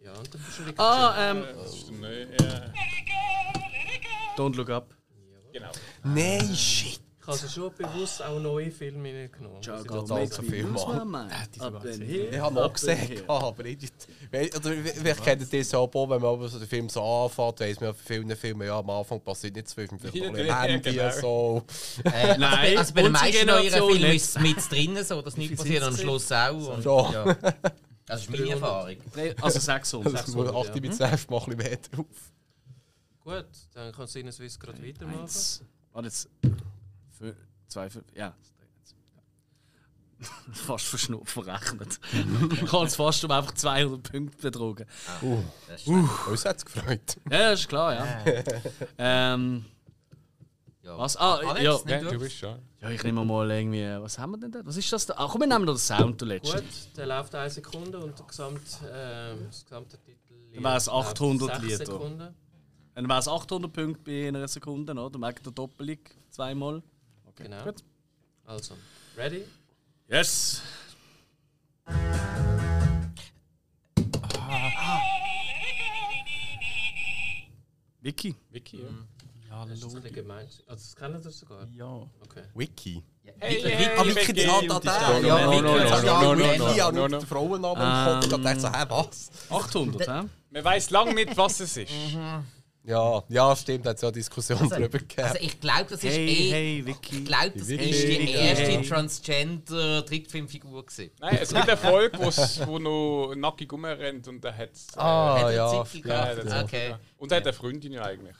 F: Ja, und dann bist du richtig
B: Ah, ähm.
D: Das ist ein neu. Ja.
A: Don't look up.
D: Genau.
C: Nein, shit!
F: Ich habe also schon bewusst auch neue Filme reingenommen.
C: Jungle Make
F: also
C: Me Lose My Ich
A: Ich
C: habe noch gesehen, aber ich. Wei- Oder vielleicht kennt ihr es auch, wenn man aber so den Film so anfängt, weiss man ja, bei vielen Filmen, ja, am Anfang passiert nicht zwischen vielleicht
D: Ja,
C: noch ein
D: ja,
C: Handy
D: genau.
C: so.
B: Äh,
A: Nein,
B: Nein, also bei den
A: unsere
B: meisten eurer
A: Generation
B: Filme
A: nicht.
B: ist es mit drinnen, so dass nichts passiert, am Schluss auch. Und,
C: Schon.
B: ja. Das ist meine Erfahrung.
A: Also 600.
C: Das muss 8 mit 12 mal ein bisschen mehr drauf.
F: Gut, dann kann Sinus Swiss gerade weitermachen.
A: Eins. Warte jetzt. Für, zwei, fünf. Ja. fast verschnupft verrechnet. ich habe es fast um einfach 200 Punkte betrogen.
B: Das ist,
C: Uns hat es gefreut.
A: Ja, ist klar, ja. ähm,
B: ja.
A: was? Ah,
B: Alex,
A: ja.
B: nimm
D: Du
B: du.
D: bist schon.
A: Ja, ich nehme mal irgendwie. Was haben wir denn da? Was ist das da? Ach, komm, wir nehmen noch den Sound zuletzt.
F: Gut, der läuft eine Sekunde und der gesamt, ähm, das gesamte Titel.
A: Dann wär's 800
F: läuft sechs
A: Lieder.
F: Sekunden.
A: Dann wären es 800 Punkte bei einer Sekunde, oder? Merkt der Doppelung zweimal. Okay,
F: Genau.
A: Gut.
F: Also, ready?
A: Yes! Ah. Vicky.
D: Vicky, ja.
E: Ja,
F: Das ist jetzt ein
E: hallo.
F: bisschen gemein. Also, das kennen das sogar.
E: Ja.
F: Okay.
C: Wiki.
D: Ah, Vicky, die hat
C: da,
E: da.
C: da.
B: Ja, Also, no,
C: Ja, Wiki.
B: no, no,
C: Ja,
B: no, no,
C: Wiki.
B: no,
C: Ich habe
D: no,
C: nur
D: no.
C: den Frauennamen im Kopf. Ich dachte so, hä, was?
A: 800, hä?
D: Man weiß lange nicht, was es ist.
C: Ja, ja, stimmt, da hat es ja eine Diskussion drüber
B: Also
C: gegeben.
B: ich glaube, das ist
A: Hey,
B: eh.
A: hey,
B: Ich
A: Vicky.
B: glaube, das
C: Wirklich?
B: ist die erste
A: Hey.
B: transgender Trickfilmfigur gewesen.
D: Nein, es gibt einen Volk, wo's- wo noch nackig rumrennt und der hat.
C: Ah,
B: Hat er
C: ja.
B: Zipfel
D: ja,
B: gehabt?
D: das hat-
B: okay.
D: Und er hat eine Freundin ja eigentlich.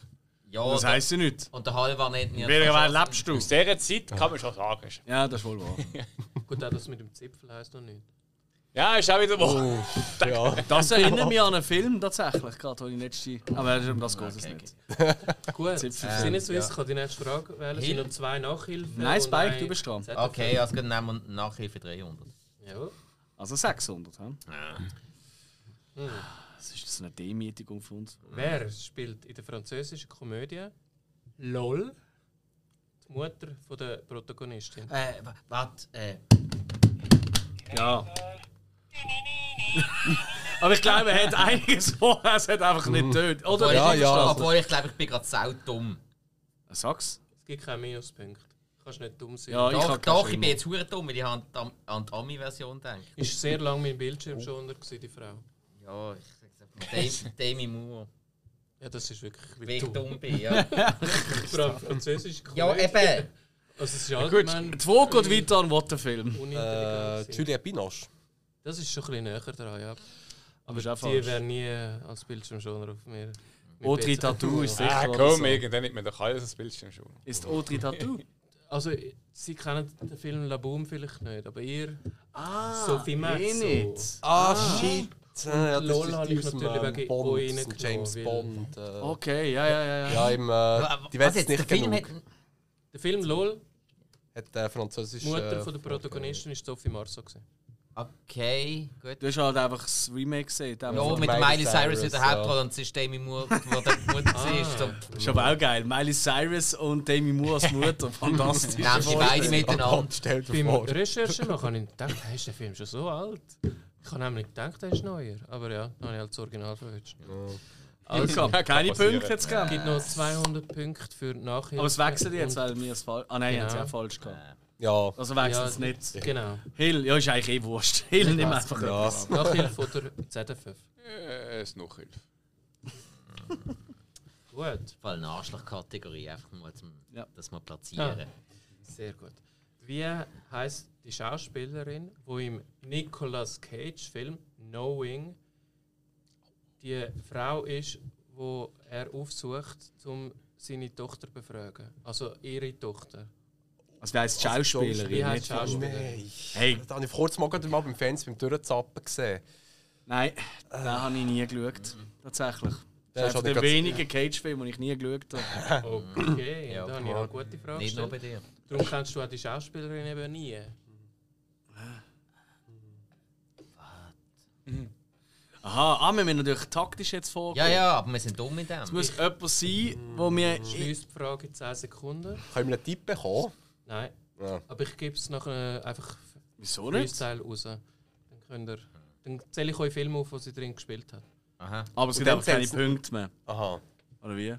B: Ja,
A: Das heisst ja nicht.
B: und der Halvar nennt ihn
A: lebst du?
D: Aus dieser Zeit kann man schon sagen. ist-
A: Ja, das ist wohl wahr.
F: Gut, auch das mit dem Zipfel heisst noch nicht.
D: Ja, ist auch wieder wahr.
C: Oh, ja.
A: Das erinnert mich an einen Film tatsächlich, gerade den ich letzte. Aber um das geht es
B: Okay,
A: nicht.
F: Gut,
A: Zipfel.
F: Sinus Swiss kann die nächste Frage wählen. Es sind
B: Hil-
F: noch zwei Nachhilfen.
A: Nein,
F: und
A: Spike,
F: ein
A: du bist dran.
F: ZFF.
B: Okay, also dann nehmen wir Nachhilfe 300.
F: Ja.
A: Also 600, hä? Ah. Das ist das eine Demütigung für uns.
F: Wer spielt in der französischen Komödie LOL die Mutter von der Protagonistin?
B: Äh, wa- warte, äh,
A: Ja. Aber ich glaube, er hat einiges vor, es hat einfach nicht getötet. Oder?
B: obwohl
C: Ja,
B: ich,
C: ja.
B: obwohl ich glaube, ich bin gerade saudumm.
A: Sag's.
F: Es gibt keinen Minuspunkt. Du kannst nicht dumm sein.
A: Ja, ich
B: Doch,
A: hab
B: ich,
A: keinen
B: doch, ich
A: Schimmer.
B: bin jetzt hure dumm, weil ich an, die Am- an die Ami-Version denke.
F: Ist sehr lange mein
A: Oh.
F: Bildschirm schon unter, gewesen, die Frau.
B: Ja, ich sag's einfach mal. Dame- Demi Moore.
F: Ja, das ist wirklich
B: Weil
F: wie
B: ich
F: dumm.
B: dumm bin, ja.
F: Vor allem französische Komödie.
B: ja, eben.
F: Also, es ist
A: Gut,
F: allgemein
A: die Frage geht weiter an What the Film.
C: Äh,
F: unintelligent. gewesen.
C: Julia Binoche.
F: das ist schon ein bisschen näher dran, ja.
A: Aber ist auch
F: Die
A: falsch.
F: wäre nie äh, als Bildschirmschoner auf mir. mit
A: Otri
F: PC.
A: Tattoo ist sicher.
D: Ah,
A: oder
D: komm,
A: so.
D: irgendwann nicht mehr. Da kann das Bildschirm schon.
A: Ist Otri Tattoo?
F: Also, Sie kennen den Film La Boom vielleicht nicht, aber ihr.
A: Ah,
F: Sophie Max,
A: eh
F: so.
A: nicht.
C: Ah, shit. Ja, das
F: LOL
C: ist
F: habe
C: die
F: ich
C: aus dem,
F: natürlich
C: ähm,
F: wegen
C: Bond,
F: euch
C: aus dem
F: nicht
C: James
F: genommen,
C: Bond.
A: Oh,
C: äh,
A: Okay, ja, ja, ja. ja.
C: Ja, im, äh, die
B: Was
C: wissen es nicht
B: der Film
C: genug.
B: hat,
C: Hat,
F: Der Film LOL,
C: der französische...
F: Mutter
C: äh,
F: von der Protagonistin, ist Sophie Marceau. gewesen.
B: Okay, gut.
A: Du hast halt einfach das Remake gesehen. dem
B: Ja,
A: Film.
B: mit
C: Miley
B: Miley Cyrus in
C: Cyrus,
B: der
C: ja.
B: Hauptrolle und es ist Demi Moore, die der Mutter ist. So,
A: Ist aber auch geil. Miley Cyrus und Demi Moore als Mutter. Fantastisch.
B: nehmen sie beide miteinander.
C: Äh, Oh Stell dir
F: Beim
C: vor.
F: Recherchen machen habe ich gedacht, hey, ist der Film schon so alt? Ich habe nämlich gedacht, er ist neuer. Aber ja, dann habe ich halt das Original verwünscht.
A: Also, keine
D: passieren.
A: Punkte jetzt gegeben.
F: Gibt noch 200 Punkte für die Nachhilfe.
A: Aber es wechselt jetzt,
F: Und-
A: weil wir es falsch. Ah nein,
F: Genau.
A: jetzt ja falsch gehabt.
C: Ja.
A: Also wechselt
F: Ja,
A: es nicht.
F: Genau.
A: Hill, ja, ist eigentlich eh wurscht. Hill, nimm einfach.
C: Ja.
F: Nachhilfe oder ZFF.
D: Äh, es noch hilft.
F: Gut. Gut,
B: Fall eine Arschlochkategorie, einfach mal, zum,
A: Ja.
B: dass wir platzieren.
F: sehr gut. Wie heißt die Schauspielerin, wo im Nicolas Cage-Film Knowing die Frau ist, wo er aufsucht, um seine Tochter zu befragen? Also ihre Tochter.
A: Also, wie heisst die Schauspielerin?
F: Wie
A: nicht
F: heißt die
A: Frau.
F: Schauspielerin?
C: Nein.
A: Hey.
C: Das habe ich kurz mal, gerade mal beim Fans beim Durchzappen gesehen.
A: Nein, den habe ich nie geschaut. Tatsächlich.
C: Der
A: Das
C: ist
A: ist einer
C: halt
A: der
C: nicht
A: wenigen Cage-Filme, den ich nie geschaut habe.
F: Okay,
B: Ja,
F: da habe ich auch eine gute Frage.
B: Nicht nur bei
F: gestellt.
B: dir.
F: Darum kennst du auch die Schauspielerin eben nie.
A: Aha, ah, wir müssen natürlich taktisch jetzt vorgehen.
B: Ja, ja, aber wir sind dumm in dem.
A: Es muss jemand sein, wo mir.
F: Schließt die Frage in 10 Sekunden.
C: Können wir einen Tipp bekommen?
F: Nein.
C: Ja.
F: Aber ich gebe es nachher einfach
A: Wieso nicht?
F: Freestyle raus. Dann könnt ihr. Dann zähle ich euch Filme auf, die sie drin gespielt hat.
B: Aha.
A: Aber es gibt
C: Und dann
A: einfach keine
C: zählt's-
A: Punkte mehr.
C: Aha.
A: Oder wie?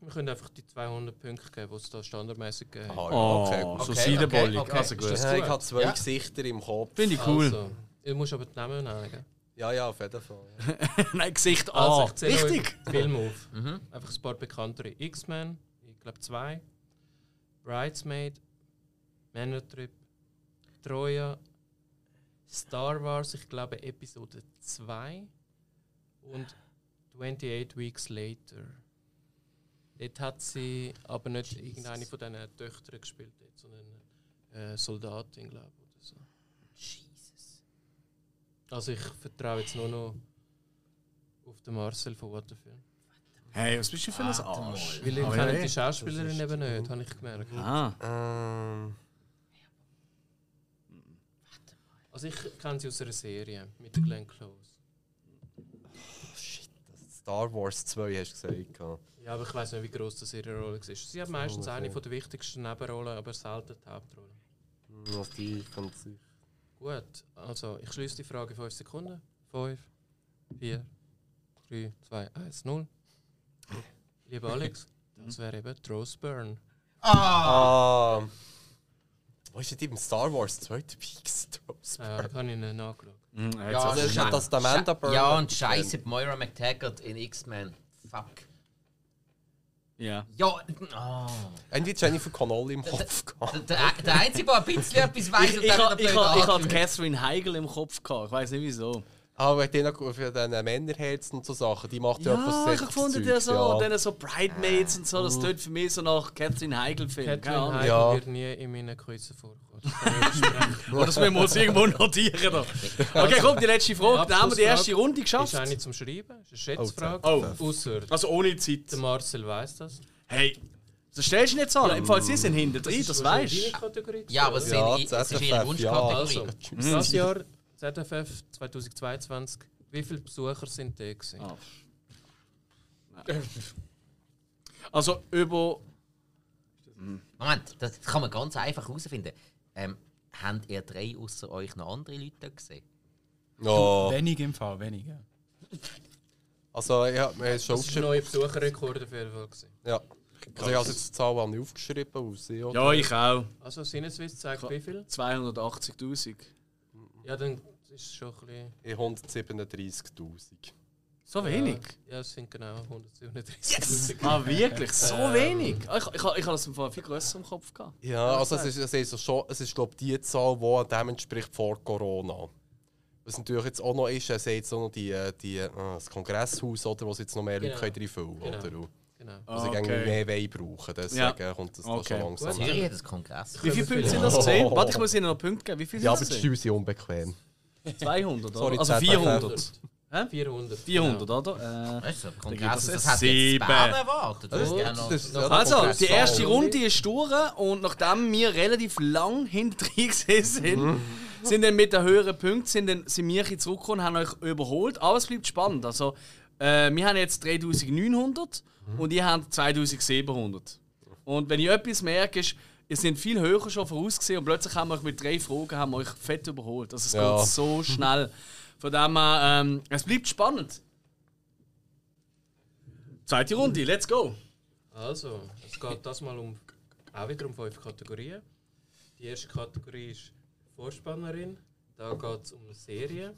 F: Wir können einfach die 200 Punkte geben, die es da standardmäßig gegeben hat.
C: Aha,
A: Oh,
C: ja, okay. gut.
A: so
B: Okay,
A: seidenbollig.
B: okay, okay.
A: Also gut.
C: Ja, ich habe zwei
B: Ja.
C: Gesichter im Kopf.
A: Finde ich Ah, cool.
F: Also, ihr musst aber die Namen nennen. gell?
C: Ja, ja, auf jeden Fall.
A: Nein, Gesicht A.
F: Also, ich zähle
A: Richtig!
F: euch die Filme auf.
B: Mhm.
F: Einfach ein paar bekanntere. X-Men, ich glaube zwei. Bridesmaid, Männertrip, Troja, Star Wars, ich glaube Episode 2 und 28 Weeks Later. Dort hat sie aber nicht irgendeine von diesen Töchtern gespielt, dort, sondern eine äh, Soldatin, glaube ich. Oder so.
B: Jesus.
F: Also ich vertraue jetzt nur noch auf den Marcel von Waterfilm.
A: Hey, was bist du für ein
B: Warte
A: Arsch?
B: mal.
F: Ah, Weil ich
A: Ah,
F: kenne
A: ja, ja.
F: die Schauspielerin eben nicht, habe ich gemerkt.
A: Ah,
C: Ähm,
F: Also ich kenne sie aus einer Serie mit der Glenn Close.
C: Star Wars 2 hast du gesagt. ja.
F: Ja, aber ich weiß nicht, wie groß das ihre Rolle war. Sie hat meistens
A: Oh,
F: eine von der wichtigsten Nebenrollen, aber selten die Hauptrolle.
C: Hm, Was die kommt sicher.
F: Gut, also ich schließe die Frage in 5 Sekunden. 5, 4, 3, 2, 1, 0. Lieber Alex, das wäre eben Rose Byrne.
C: Ah! Wo ist denn die im Star Wars 2 dabei? gewesen?
F: Ja, da Äh, habe ich nicht nachgeschaut.
A: hm, jetzt
B: Ja,
A: hat's-
C: Also ist ja das Amanda Burn.
B: Ja, und scheiße, die Moira McTaggart in X-Men. Fuck.
A: ja.
B: Ja, ah.
C: Irgendwie Jennifer Connolly im Kopf gehabt.
B: Der, der, der Einzige, der ein bisschen etwas weiß,
A: Ich, ich, ha- ich, ha- ich hatte Catherine Heigl im Kopf gehabt. Ich weiß nicht wieso.
C: Ah, wegen denen für den Männerherzen und so Sachen. Die macht ja, etwas
A: Ja, ich
C: sexy
A: gefunden
C: Zeug,
A: der so, und dann so Bridemaids und so, das tönt für mich so nach Catherine Heigl-Film. Keine
F: Oh. Catherine
A: Ahnung.
F: Heigl
C: Ja.
F: wird nie in meinen Quizzen vorkommen. Das kann ich versprechen.
A: Oder das müssen wir uns irgendwo notieren. Doch. Okay, komm, die letzte Frage. Dann haben wir die erste Runde
F: Ist
A: geschafft.
F: eine zum Schreiben? Ist eine Schätzfrage?
A: Oh.
F: Ausser,
A: Also ohne Zeit.
F: der Marcel weiß das.
A: Hey, das stellst du nicht an. Im Fall, sie sind hinten drin, das weißt du.
F: du.
B: Ja, aber es sind-
C: Ja,
B: ich- es ist
C: ZFF,
B: ihre
C: ja.
F: Also,
B: Wunschkategorie.
F: das
A: Mhm.
F: Jahr ZFF 2022, wie viele Besucher sind da gewesen?
A: Ah. Also über.
B: Moment, das kann man ganz einfach herausfinden. Ähm, habt ihr drei außer euch noch andere Leute gesehen?
C: Ja.
E: Wenig im Fall, wenig. ja.
C: Also, ich habe mir schon
F: Das ist ein
C: aufgeschrieben.
F: neuer Besucherrekord auf jeden Fall. gewesen.
C: Ja. Also, ich habe jetzt die Zahl auch nicht aufgeschrieben. Aus, ja.
A: Ja, ich auch.
F: Also Sinneswiss zeigt wie viel?
A: 280.000.
F: Ja, dann ist es schon ein bisschen...
C: 137.000.
A: So wenig.
F: Ja, es sind genau 137. Yes!
A: Ah, wirklich? So wenig? Ah, ich ich, ich, ich habe das im Fall viel größer im Kopf gehabt.
C: Ja, also es ist, es ist schon, es ist glaube die Zahl, die an dem entspricht vor Corona. Was natürlich jetzt auch noch ist, es sind jetzt auch noch die, die, äh, das Kongresshaus, oder, wo es jetzt noch mehr
F: Genau.
C: Leute können reinfüllen können. Oder?
F: Genau.
C: Und
F: Genau.
C: wo sie irgendwie mehr Wein brauchen. Deswegen kommt das da
A: Okay.
C: schon langsam.
F: Gut.
B: Zürich hat ein Kongress.
A: Wie viele Punkte sind das gesehen? Warte, ich muss Ihnen noch Punkte geben. Wie viele
C: Ja, aber
A: sind
C: die
A: das? gewesen?
C: Steuern sind unbequem.
A: 200, oder?
C: Sorry,
A: also
C: ZFF.
A: 400.
F: 400.
A: 400, oder? Äh,
B: Weißt du, ein
A: gibt es
B: Kongress,
A: ein
B: das hat jetzt
A: Sieben.
B: Bern erwartet. Das ist
C: ist-
B: ja noch-
C: das ist-
B: noch-
C: Dus- ja, das
A: also,
C: Kongress-
A: die erste Runde ist durch und nachdem wir relativ lang hinter drin gesehen sind,
C: Mhm.
A: sind dann mit den höheren Punkten sind, dann, sind wir hier zurückgekommen und haben euch überholt. Aber es bleibt spannend. Also, äh, wir haben jetzt 3900
C: Mhm.
A: und ihr habt 2700. Und wenn ich etwas merke, ist, ihr sind viel höher schon vorausgesehen und plötzlich haben wir euch mit drei Fragen haben wir euch fett überholt. Also, es
C: Ja.
A: geht so schnell. Von dem her, ähm, es bleibt spannend. Zweite Runde, let's go!
F: Also, es geht das mal um auch wieder um fünf Kategorien. Die erste Kategorie ist Vorspannerin. Da geht es um Serien.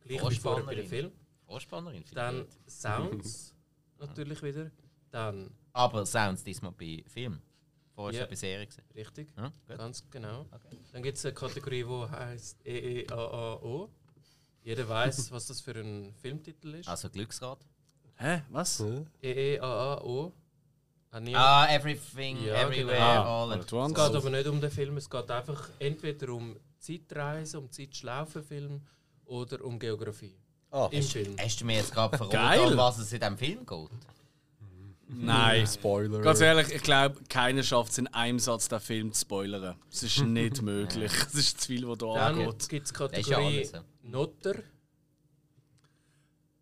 F: Gleich wie vorher bei
B: Vorspannerin.
F: den Film.
B: Vorspannerin, finde
F: Dann Sounds natürlich wieder. Dann,
B: Aber Sounds diesmal bei Film. Vorher
F: Ja.
B: war es bei Serie. gewesen.
F: richtig,
B: Ja, gut.
F: ganz genau. Dann gibt es eine Kategorie, die heißt E EEAAO. Jeder weiß, was das für ein Filmtitel ist. E
B: Also Glücksrad.
A: Hä? Was?
F: EEAAO. Ah, nie-
B: Ah, Everything,
F: Ja,
B: Everywhere,
F: genau.
B: All
A: All
B: at
A: at once.
F: Es geht aber nicht um den Film, es geht einfach entweder um Zeitreise, um Zeitschlaufenfilm oder um Geografie.
C: Ah.
F: Im Film.
B: Hast du mir jetzt gerade verraten,
A: Geil.
B: um was es in diesem Film geht?
A: Nein.
C: Spoiler.
A: Ganz ehrlich, ich glaube, keiner schafft es in einem Satz, den Film zu spoilern. Es ist nicht möglich. Es ist zu viel, was da
F: Dann
A: angeht.
F: gibt es
B: Das Ah, ist ja
F: Kategorie
B: alles. ja.
F: Notter.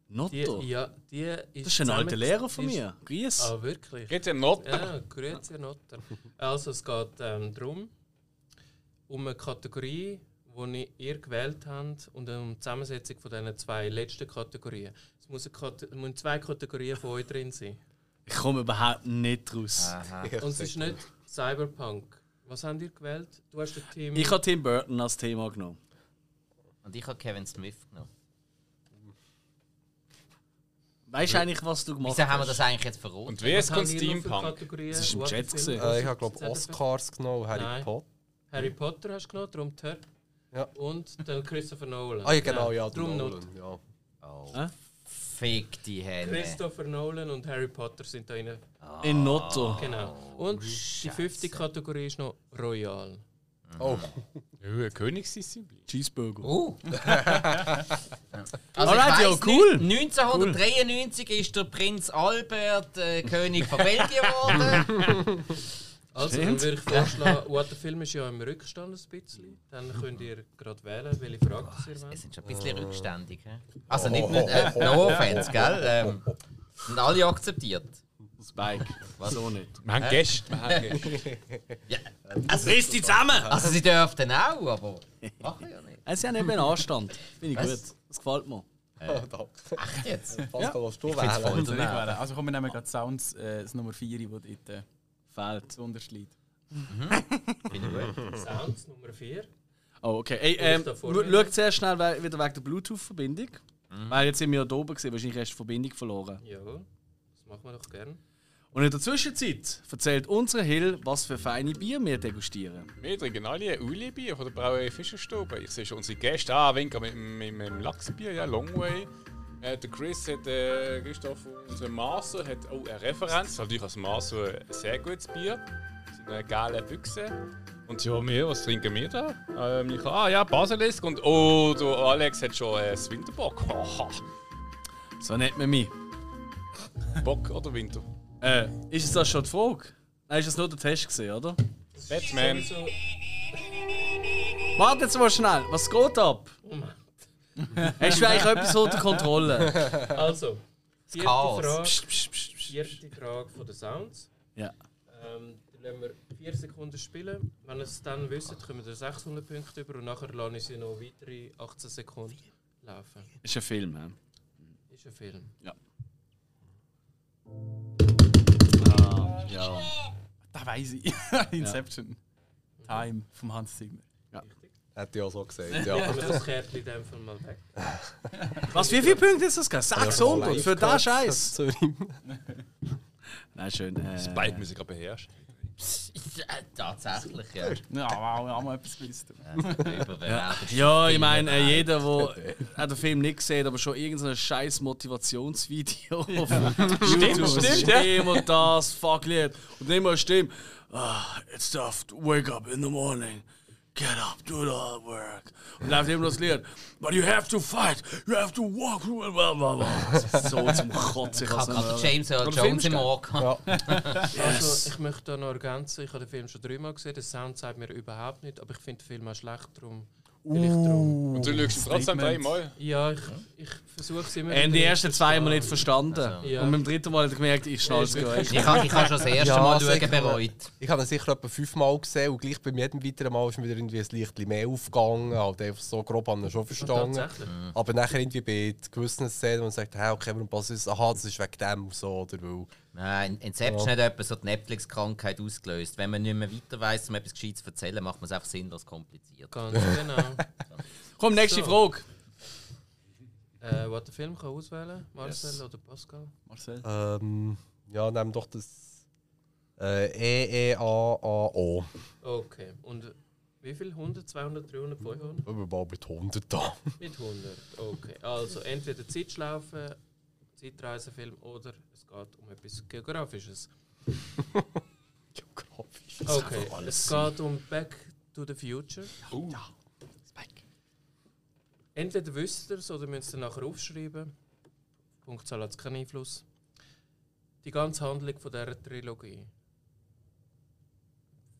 A: Notto.
F: Die,
B: Oh.
F: ja, die
A: Das
F: ist
A: ist ein alter
F: zusammen-
A: Lehrer von
F: ist-
A: mir. Ries.
F: Ah, wirklich?
D: Geht ja noch.
F: Ja, grüezi Notter. Also es geht ähm, darum, um eine Kategorie, die ihr gewählt habt und um die Zusammensetzung von diesen zwei letzten Kategorien. Es muss eine Kate- es müssen zwei Kategorien von euch drin sein.
A: Ich komme überhaupt nicht raus.
B: Aha.
F: Und es ist nicht Cyberpunk. Was habt ihr gewählt? Du hast das Team.
A: Ich habe Tim Burton als Thema genommen.
B: Und ich habe Kevin Smith genommen.
A: Weißt du eigentlich, was du gemacht
B: Wieso haben wir das
A: hast?
B: eigentlich jetzt verraten?
D: Und wie ist
F: Was habt ihr noch für
D: Steampunk?
F: Kategorien?
A: Das ist im
F: What
A: Chat
F: Film?
A: gewesen.
C: Äh, ich habe glaube
F: Zählt das
C: Oscars genommen, Harry
F: Nein.
C: Potter.
F: für- Harry Potter hast du genommen, darum Ter.
C: Ja.
F: Und dann Christopher Nolan.
C: Ah ja, genau, ja, der
F: Drum
C: Nolan,
F: Not.
C: ja.
B: Oh,
A: Hä?
B: fick die Hände.
F: Christopher Nolan und Harry Potter sind da drin.
A: In Notto.
F: Genau. Und die fünfte Kategorie ist noch Royal.
C: Oh,
D: Ja, Königsdisziplin.
A: Cheeseburger.
B: Uh. also
A: Alright,
B: ich
A: ja,
B: weiss
A: cool.
B: nicht, 1993 ist der Prinz Albert äh, König von Belgien geworden.
F: Also, dann würde ich vorschlagen, what the Film ist ja im Rückstand ein bisschen. Dann könnt ihr gerade wählen, welche Frage das ihr
B: Wir
F: wollt.
B: sind schon ein bisschen rückständig. hä? Also nicht, nicht äh, no offense, gell? Ähm, sind alle akzeptiert.
A: Spike. So nicht.
D: Wir haben Gäste. Wir haben Gäste.
A: Also, riss die zusammen!
B: Also sie dürften auch, aber machen ja nicht.
A: Äh, Sie haben eben einen Anstand. Finde ich
B: Was?
A: gut. Das gefällt mir.
C: danke.
B: Ach jetzt.
C: Pascal, was du
B: find's voll.
C: wählen?
E: Also, ich wäre, also komm, wir nehmen gerade Sounds, äh, das Nummer 4, das dort äh,
A: Fehlt.
E: besonders liegt.
B: Finde ich gut.
F: Sounds Nummer 4.
A: Oh, okay. Ey,
F: Soll ich
A: ähm,
F: da vorgehen?
A: schau sehr schnell we- wieder wegen der Bluetooth-Verbindung. Weil jetzt sind wir ja da oben gewesen. Wahrscheinlich hast du die Verbindung verloren.
F: Jawohl. Das machen wir doch gern.
A: Und in der Zwischenzeit erzählt unsere Hill, was für feine Bier wir degustieren.
D: Wir trinken alle ein Ulibier von der Brauerei Fischerstube. Ich sehe schon unsere Gäste. Ah, Winker mit, mit, mit dem Lachsbier, ja, Long Way. Äh, der Chris hat, äh, Christoph, unser Maser, hat auch eine Referenz. Natürlich als Maser ein sehr gutes Bier. In einer geilen Büchse. Und ja, wir, was trinken wir da? Ähm, ich, ah ja, Basilisk. Und oh, der Alex hat schon äh, das Winterbock. Haha.
A: So nennt man mich.
D: Bock oder Winter?
A: Äh, ist es das schon die Frage? Nein, ist das nur der Test gewesen, oder?
D: Batman.
F: So,
A: Warte jetzt mal schnell, was geht ab?
F: Moment.
A: Hast du eigentlich etwas unter Kontrolle?
F: Also, vierte
B: Chaos.
F: Frage, vierte Frage von den Sounds.
A: Ja.
F: Ähm, dann lassen wir vier Sekunden spielen. Wenn ihr es dann wisst, kommen wir 600 Punkte über und nachher lasse ich sie noch weitere 18 Sekunden laufen.
A: Ist ein Film, hä?
F: Ist ein Film.
A: Ja.
E: Da weiss ich. Inception. Time vom Hans Zimmer.
C: Hätte ich auch so gesagt, ja.
F: Nehmen wir das Kärtchen in dem Fall mal weg.
A: Was, wie viele Punkte ist das? gewesen? 600
C: live
A: für
C: gehört.
A: den Scheiß?
C: Sorry.
A: Nein, schön. Äh,
D: Bald müssen wir gerade beherrschen.
B: Äh, Tatsächlich, ja.
E: Ja, wow, haben wir etwas gewusst.
B: Überbewertet.
A: Ja, ich meine, äh, jeder, der äh, den Film nicht sieht, aber schon irgendein scheiß Motivationsvideo auf YouTube
D: stimmt, ja.
A: Stimm und das, fuck Lied. Und nicht mal Stimm. Ah, it's tough, to wake up in the morning. Get up, do the hard work. Und läuft immer das Lied. But you have to fight, you have to walk. Blah, blah, blah. Das ist so zum Kotzen. Ich
B: Ich
A: kann's nicht
B: habe gerade
A: hören.
B: James Earl
A: Oder
B: Jones im
A: Filmstern.
B: Ohr gehabt.
F: Also, ich möchte da noch ergänzen, ich habe den Film schon dreimal gesehen, der Sound zeigt mir überhaupt nicht, aber ich finde den Film auch schlecht, darum... Vielleicht drum.
D: Und du lügst ihn trotzdem dreimal.
F: Ja, ich, ich versuche es immer
A: Äh,
F: wieder
A: die ersten
F: zu
A: zweimal nicht
F: verstehen.
A: verstanden.
F: Ja.
A: Und beim dritten Mal habe ich gemerkt, ich schnall's gleich.
B: Ich habe ich habe schon das erste
C: Ja,
B: Mal
C: sicher.
B: schauen bereut.
C: Ich habe ihn sicher etwa fünfmal gesehen und gleich bei jedem weiteren Mal ist mir wieder irgendwie ein Lichtchen mehr aufgegangen. Halt einfach so grob haben wir schon verstanden.
F: Tatsächlich.
C: Aber nachher irgendwie bei gewissen Szenen, wo man sagt, hey, okay, warum passt das? Aha, das ist wegen dem und so. Oder weil
B: Nein, Inception
C: Ja.
B: hat etwa so die Netflix-Krankheit ausgelöst. Wenn man nicht mehr weiter weiss, um etwas Gescheites zu erzählen, macht man es einfach sinnlos kompliziert.
F: Ganz genau.
A: Komm, nächste
F: So.
A: Frage.
F: äh, was der Film kann auswählen, Marcel oder Pascal?
E: Marcel.
C: Ähm, Ja, nehmen doch das äh, E-E-A-A-O.
F: Okay. Und wie viel? 100, 200, 300, 500?
C: Überall mit 100 da.
F: Mit 100. Okay. Also entweder Zeitschlaufe, Zeitreisefilm oder es geht um etwas Geografisches.
C: Geografisch.
F: Okay. Es geht um Back to the Future.
C: Ja.
F: Entweder wisst ihr es oder müsst ihr nachher aufschreiben. Punktzahl hat keinen Einfluss. Die ganze Handlung von dieser Trilogie.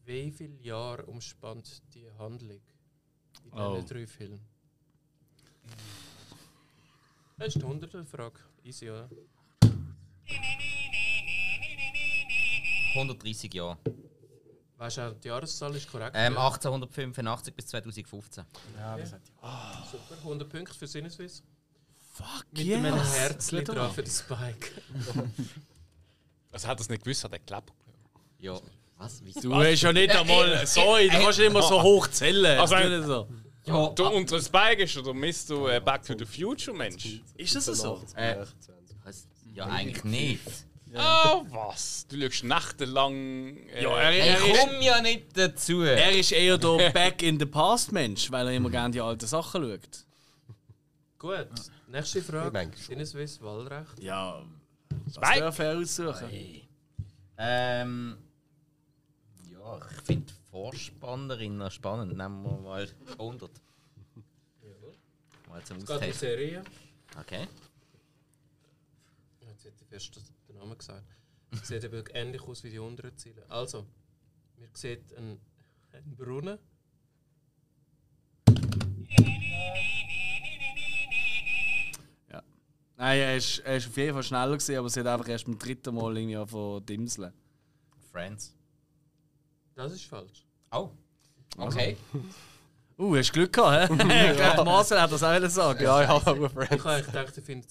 F: Wie viele Jahre umspannt die Handlung in diesen
A: Oh.
F: drei Filmen? Das ist die hunderte Frage. Easy, oder?
B: 130 Jahre.
F: Weißt du, auch, die Jahreszahl ist korrekt.
B: Ähm,
F: ja?
B: 1885 bis 2015.
E: Ja, das hat ja.
F: Super, 100 Punkte für Sinneswiss.
A: Fuck
F: Mit
A: yes.
F: einem Herzchen
A: Geht
F: dran
A: doch.
F: für den Spike.
D: Also hat er es nicht gewusst, hat er geklappt.
B: Ja. Was? Wieso?
A: Du hast ja nicht einmal. Sorry, du kannst nicht immer so hoch zählen.
D: Also-
A: Das ist nicht so.
B: Ja,
D: Du, unser Spike ist oder misst du äh, Back to the Future, Mensch?
A: Ist das so?
B: äh, was? ja eigentlich nicht.
D: Ah, was? Du schaust nächtelang. Äh,
A: Ja, er,
B: Ich
A: er, ist,
B: komme ja nicht dazu.
A: er ist eher der Back in the Past Mensch, weil er immer gerne die alten Sachen schaut.
F: Gut, nächste
C: Ich
F: Frage.
C: denke schon.
F: Sinneswiss, Wahlrecht.
A: Ja. Was
D: Spike?
A: darf er aussuchen?
B: Ähm. Ja, ich finde Vorspannerin noch spannend. Nehmen wir mal 100. Mal zum
F: Es geht um
B: Austesten.
F: Serien.
B: Okay.
F: Jetzt hätte ich fast den Namen gesagt. Sieht eben ähnlich aus wie die unteren Ziele. Also, wir sehen einen, einen Brunnen.
A: Nein, er ist, er ist auf jeden Fall schneller gewesen, aber sie hat einfach erst beim dritten Mal irgendwie von Dimseln.
B: Friends.
F: Das ist falsch.
B: Oh.
C: Also,
B: Okay.
A: Uh, hast du Glück gehabt, hä? Ich glaube, Marcel hat das auch wollen sagen.
C: Ja, ja, aber
F: Ich
C: Friends.
F: habe eigentlich gedacht, ihr findet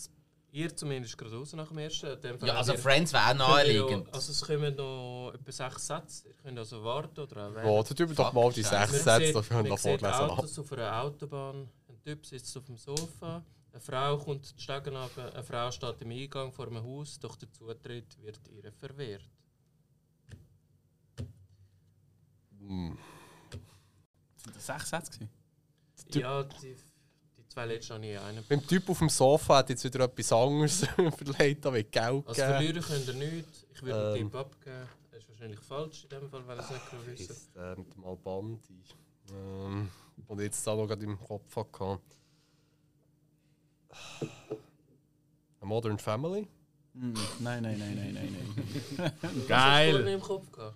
F: ihr zumindest gerade raus nach dem ersten. In dem Fall
B: Ja, also
F: habt ihr-
B: Friends wäre auch
F: könnt ihr ja-
B: naheliegend.
F: Also es kommen noch etwa sechs Sätze. Ihr könnt also warten oder auch wählen.
C: Wartet über doch mal die
B: Fuck,
C: 6 Sätze,
F: sieht-
C: dafür haben wir
F: man sieht
C: vorgelesen. ab.
F: Autos auf einer Autobahn. Ein Typ sitzt auf dem Sofa. Eine Frau kommt die Stegen runter. Eine Frau steht im Eingang vor einem Haus. Doch der Zutritt wird ihr verwehrt.
E: Sind das sechs Sätze gewesen?
F: Ja, die, die zwei letzten habe ich in einem.
C: Beim Typ auf dem Sofa hat jetzt wieder etwas anderes überlegt, aber Geld
F: Also
C: gegeben.
F: verlieren könnt ihr nichts. Ich würde
C: Ähm.
F: einen Tipp abgeben. Das ist wahrscheinlich falsch in dem Fall, weil ihr es nicht können wissen
C: ist äh, mit dem Albandi. Ähm, und jetzt da noch gerade im Kopf hatte. A Modern Family?
E: Mm, Nein, nein, nein, nein, nein, nein.
F: Ich
A: Geil!
F: im Kopf gehabt.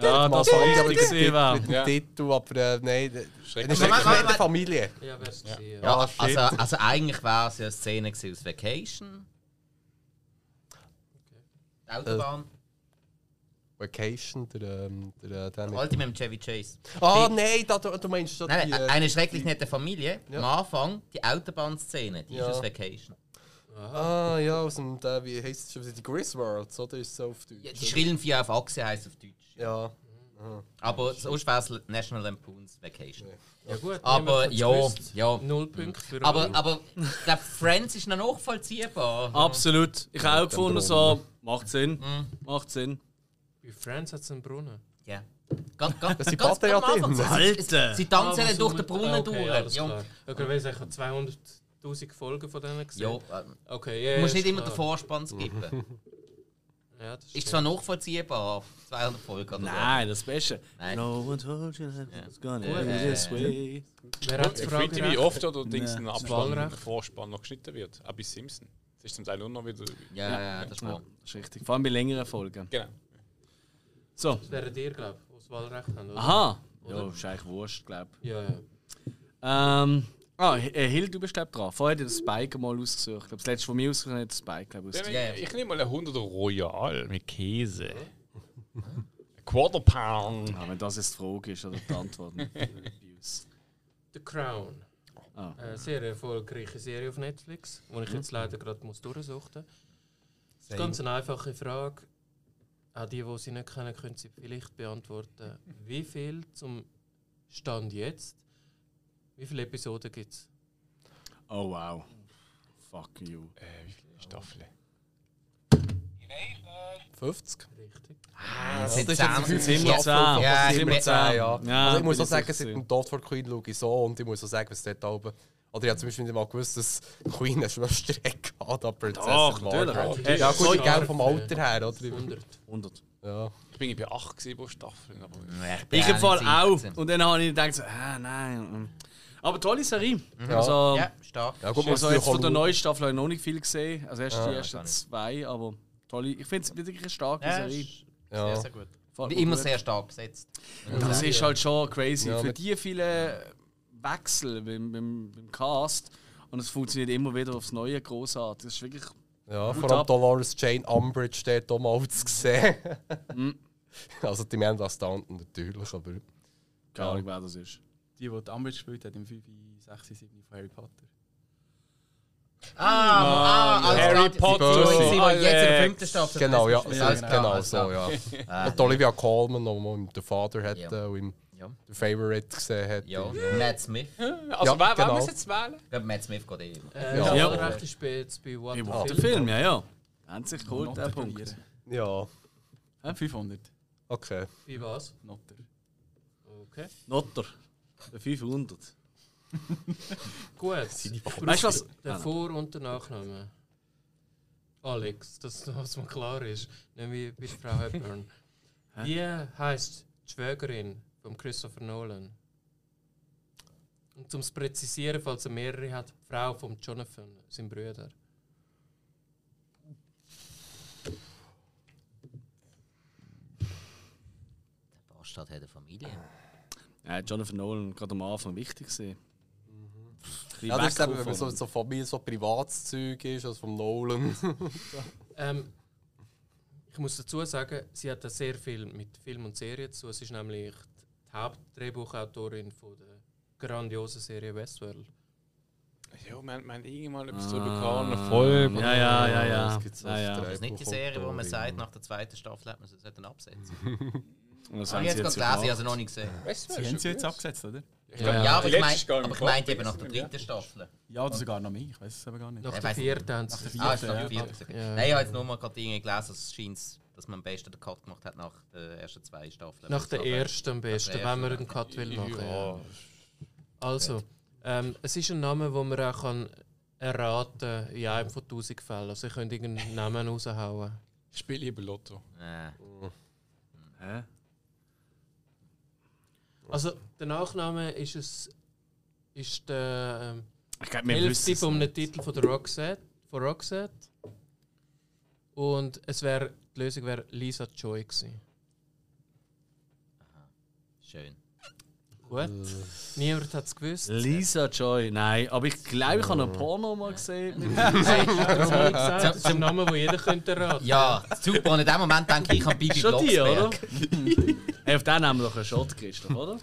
A: Ja, das war
C: Aber
A: richtig
C: mit
A: gewesen,
C: dem-
A: wär.
C: Mit dem
D: Ja.
C: Titel, aber äh, nein. d-
B: Moment,
D: Schrecklich.
C: Es ist wirklich
B: Moment,
C: nicht eine Familie.
F: Ja, wär's ja. gewesen. Ja.
B: Ja,
C: Ah, shit.
B: also, also eigentlich wäre es ja eine Szene gewesen aus Vacation. Die
C: Äh,
B: Autobahn.
C: Vacation, der, ähm, der, äh,
B: Der
C: der
B: alte mit dem Chevy Chase.
C: Ah, nein, da, du, du meinst da
B: Nein,
C: die...
B: nein,
C: Äh,
B: eine schrecklich nette Familie.
C: Ja.
B: Am Anfang die Autobahnszene, die
C: Ja.
B: ist aus Vacation.
C: ah, ja, aus dem, der, wie heisst es schon, wieder? die Griswolds, oder? Ist es auf Deutsch?
B: Ja, die schrillen vier auf Achse heisst auf Deutsch.
C: Ja.
B: Aber sonst wäre es National Lampoons Vacation.
F: gut,
B: Aber
F: niemand hat's
B: ja,
F: gewusst.
B: ja.
F: Null Punkte für
B: Aber,
F: alle.
B: aber der Friends ist noch nachvollziehbar.
A: Absolut. Ich habe auch gefunden, so, macht Sinn. Macht Sinn.
F: Bei Friends hat es einen Brunnen.
B: Ja. Ganz, ganz,
C: sind
B: ganz
C: Baden ja
B: am Anfang.
C: drin.
A: Alter!
B: Sie
F: Ah,
B: tanzen
F: was
B: durch
F: um-
B: den Brunnen
F: Ah,
B: durch.
F: Alles
B: ja,
F: klar. Okay, weiss, ich habe 200.000 Folgen von denen gesehen.
B: ja, ähm,
F: Okay, yeah,
B: du musst
F: ist
B: nicht immer den
F: klar.
B: Vorspann skippen.
F: Ja, das
B: Ist
F: ist
B: zwar nachvollziehbar, 200 Folgen oder
A: Nein, das Beste.
B: Nein.
A: No one told you that it was gonna
B: Gut.
A: be this way.
F: Wer hat die
D: Ich finde, äh, wie
F: Frage?
D: oft oder Dings ein Abspann,
F: Wahlrecht.
D: der Vorspann noch geschnitten wird. Auch bei Simpson. Das ist zum Teil nur noch wieder.
B: so. Ja, ja, ja, das ist wahr.
A: Das ist richtig. Vor allem bei längeren Folgen.
D: Genau.
A: So.
F: Das wären dir, glaube ich, die das Wahlrecht haben. Oder?
A: Aha. Ja, ist eigentlich wurscht, glaube ich.
F: Ja, ja.
A: Ähm. Ah, H- äh, Hill, du bist glaub, dran. Vorher hat er den Spike mal ausgesucht. Ich glaube, das letzte von mir ausgesucht hat den Spike glaub,
D: Dann,
A: ausgesucht.
B: Ja, ja.
D: ich ich nehme mal einen 100er Royal mit Käse. Ein Quarter Pound.
A: Ah, wenn das jetzt die Frage ist oder die Antwort. Abuse.
F: The Crown. Eh,
A: Ah.
F: Eine sehr erfolgreiche Serie auf Netflix, die ich jetzt leider gerade muss durchsuchen muss. Ganz eine einfache Frage. Auch Ah, die, die sie nicht kennen, können sie vielleicht beantworten. Wie viel zum Stand jetzt? Wie viele Episoden gibt es?
A: oh wow. Fuck you.
D: Äh, wie viele Staffeln?
C: 50?
F: Richtig.
B: Das
C: Ja,
B: sind
C: das ist jetzt
B: zehn.
C: die fünfte
A: Ja,
C: Staffel.
B: Ah, ja,
C: Immer
B: ich-
C: zehn, ja.
A: ja,
C: Also ich muss
A: bin
C: auch
A: ich
C: sagen,
A: sicher.
C: seit dem Tod von Queen schaue ich so und ich muss auch sagen, was dort oben... Oder ich habe zum Beispiel nicht mal gewusst, dass dus Queen eine Schwester hatte, da Prinzessin
A: Doch, natürlich.
C: Margaret.
D: Ja,
C: Ja gut,
F: Sorry.
C: gell, vom Alter her, oder?
F: 100.
A: 100.
C: Ja.
D: Ich bin bei 8 gesehen, wo Staffeln. Aber
A: Ich im Fall auch.
B: Ja,
A: Und dann habe ich gedacht, so, ah, nein. Aber tolle Serie.
B: Mhm.
C: Ja.
A: Also,
B: stark.
C: ja, gut,
A: also
C: man muss
A: jetzt
C: natürlich auch
A: von der
C: schauen.
A: neuen Staffel habe ich noch nicht viel gesehen. Also erst die ersten
B: kann ich.
A: zwei, aber tolle. Ich finde es wirklich eine starke
B: Ja,
A: Serie.
B: ist
C: Ja.
B: Sehr, sehr gut.
A: Gefällt
B: Und
A: mir
B: immer
A: gut.
B: sehr stark besetzt.
A: Das ist halt schon crazy.
C: Ja,
A: Für
C: mit-
A: die vielen Wechsel beim, beim, beim Cast. Und es funktioniert immer wieder aufs Neue großartig. Das ist wirklich.
C: Ja,
A: Hut
C: vor allem
A: ab.
C: Dolores Jane Umbridge dort auch mal zu sehen.
B: Mm.
C: Also die Amanda Stanton natürlich, aber...
A: Keine
C: Ja.
A: Ahnung, wer das ist.
E: Die, die die Ambit gespielt hat, im 5, 6, 7 von Harry Potter.
B: Ah, ah, alles klar.
D: Harry Potter.
B: Die Böse. Die, die jetzt in der
D: Alex.
B: fünften Staffel.
C: Genau, ja,
B: das ist alles klar,
C: genau
B: alles
C: so,
B: klar.
C: ja.
B: Ah,
C: Und Olivia Colman, die man im The Father hat,
B: Ja.
C: äh, und im
B: Ja.
C: The Favorite gesehen hat.
B: Ja, Matt Smith. Ich
D: Also, wer,
C: Ja,
D: wer
C: genau.
D: muss jetzt wählen?
B: glaube, Matt Smith geht eh immer.
F: Äh,
C: Ja.
F: ja.
A: Ja.
F: recht ist bei, jetzt bei What
A: Ich
F: the
A: warte
F: Film.
A: Film, ja, ja. Hat sich geholt, der
E: Notter
A: Punkt.
E: verlieren.
C: Ja,
E: 500.
C: okay.
F: Bei was?
E: Notter.
F: Okay.
A: Notter. Der 500.
F: Gut. Ich brauche
A: Weißt du was?
F: Den Vor- und den Nachnamen. Alex, dass das mal klar ist. Nämlich bei Frau Hepburn. Wie heisst die Schwägerin von Christopher Nolan? Und zum Präzisieren, falls er mehrere hat, die Frau von Jonathan, sein Bruder.
B: Der Bastard hat eine Familie.
A: Äh, Ja, Jonathan Nolan gerade am Anfang wichtig gesehen.
C: Ja, das ist eben, wenn man so, so von mir so Privatszeug ist, also vom Nolan.
F: Ähm, ich muss dazu sagen, sie hat da sehr viel mit Film und Serie zu tun. Sie ist nämlich die Hauptdrehbuchautorin von der grandiosen Serie Westworld.
D: Ja, wir haben wir haben irgendwann
F: Ah.
D: etwas drüber gehabt, eine Folge.
A: Ah. Ja, ja, ja, ja.
C: Das gibt's
A: ja, ja.
C: als
B: Das ist nicht die
C: Drehbuch-
B: Serie, wo man
C: Autorin.
B: sagt, nach der zweiten Staffel hat man sie sollten absetzen.
A: Und das Mhm. haben
B: Habe ich
A: sie
B: Ah, jetzt gerade
A: jetzt
B: gelesen, ich habe
A: gemacht.
B: sie noch nicht gesehen.
D: Weißt
E: Sie haben sie jetzt abgesetzt, oder?
B: Ja,
A: Ja,
B: aber ich
D: die letzte ist
B: meinte
D: gar
B: aber ich
D: nicht
B: meinte eben
D: abgesetzt,
B: nach der
D: ja.
B: dritten Staffel.
E: Ja, oder sogar noch mehr. Ich weiß es eben gar nicht.
F: Nach
B: Ich
F: der
B: weiss nicht.
F: vierten haben sie
B: Ah,
E: der
B: es ist
E: Ja,
B: nach der
E: ja.
B: vierten. gewesen.
F: Ja.
B: Nein, ich habe jetzt nur mal gerade irgendwie gelesen, es scheint, dass man am besten den Cut gemacht hat nach den ersten zwei Staffeln.
F: Nach der
B: Aber-
F: ersten am besten,
B: ersten,
F: wenn man
B: ja.
F: einen Cut will machen.
D: Ja.
F: Also, ähm, es ist ein Name, den man auch kann erraten kann in einem von 1000 Fällen. Also, ich könnte irgendeinen Namen raushauen.
D: Spiel lieber Lotto.
B: Äh,
A: Hä?
F: Also, der Nachname ist, es, ist der ähm,
A: Ich glaube, wir wissen
F: Hälfte
A: es
F: von einem
A: nicht.
F: um Titel von, der Roxette, von Roxette. Und es wäre die Lösung wäre Lisa Joy gewesen.
B: Schön.
F: Gut.
A: Äh.
F: Niemand hat es gewusst.
A: Lisa Joy, nein, aber ich glaube, ich habe
C: Oh.
A: einen Porno mal gesehen. Mit
F: Nein, ich habe es nicht gesagt. Das ist ein Name, den jeder könnte erraten.
B: Ja, super. Und in dem Moment denke ich an Bibi
A: schon die, oder?
B: Blocksberg.
A: hey, auf den haben wir doch einen Shot, Christoph, oder?
C: Und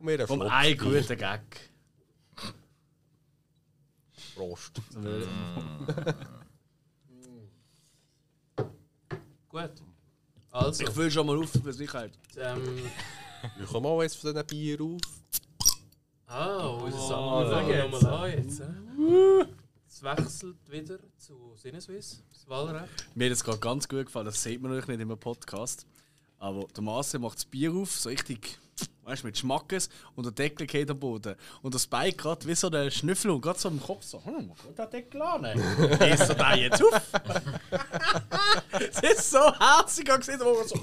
C: mir
A: Um
C: ein
A: einen guten Gag.
C: Frost.
B: Mm.
F: Gut. Also,
A: Ich fülle schon mal auf für Sicherheit.
F: ähm,
C: Ich komme auch jetzt von diesen Bier auf.
F: Ah, unser
A: Oh,
F: Sammler fangen wir nochmal an jetzt. hä? Es wechselt wieder zu Sinneswiss, das Wahlrecht.
A: Mir hat es gerade ganz gut gefallen, das sieht man natürlich nicht im Podcast. Aber der Masse macht das Bier auf, so richtig, weißt du, mit Schmackes und der Deckel geht am Boden. Und der Spike gerade wie so der Schnüffel und gerade so am Kopf so, hm, wo geht der Deckel an? Ist er da jetzt auf? Es ist so herzig gesehen, wo man so,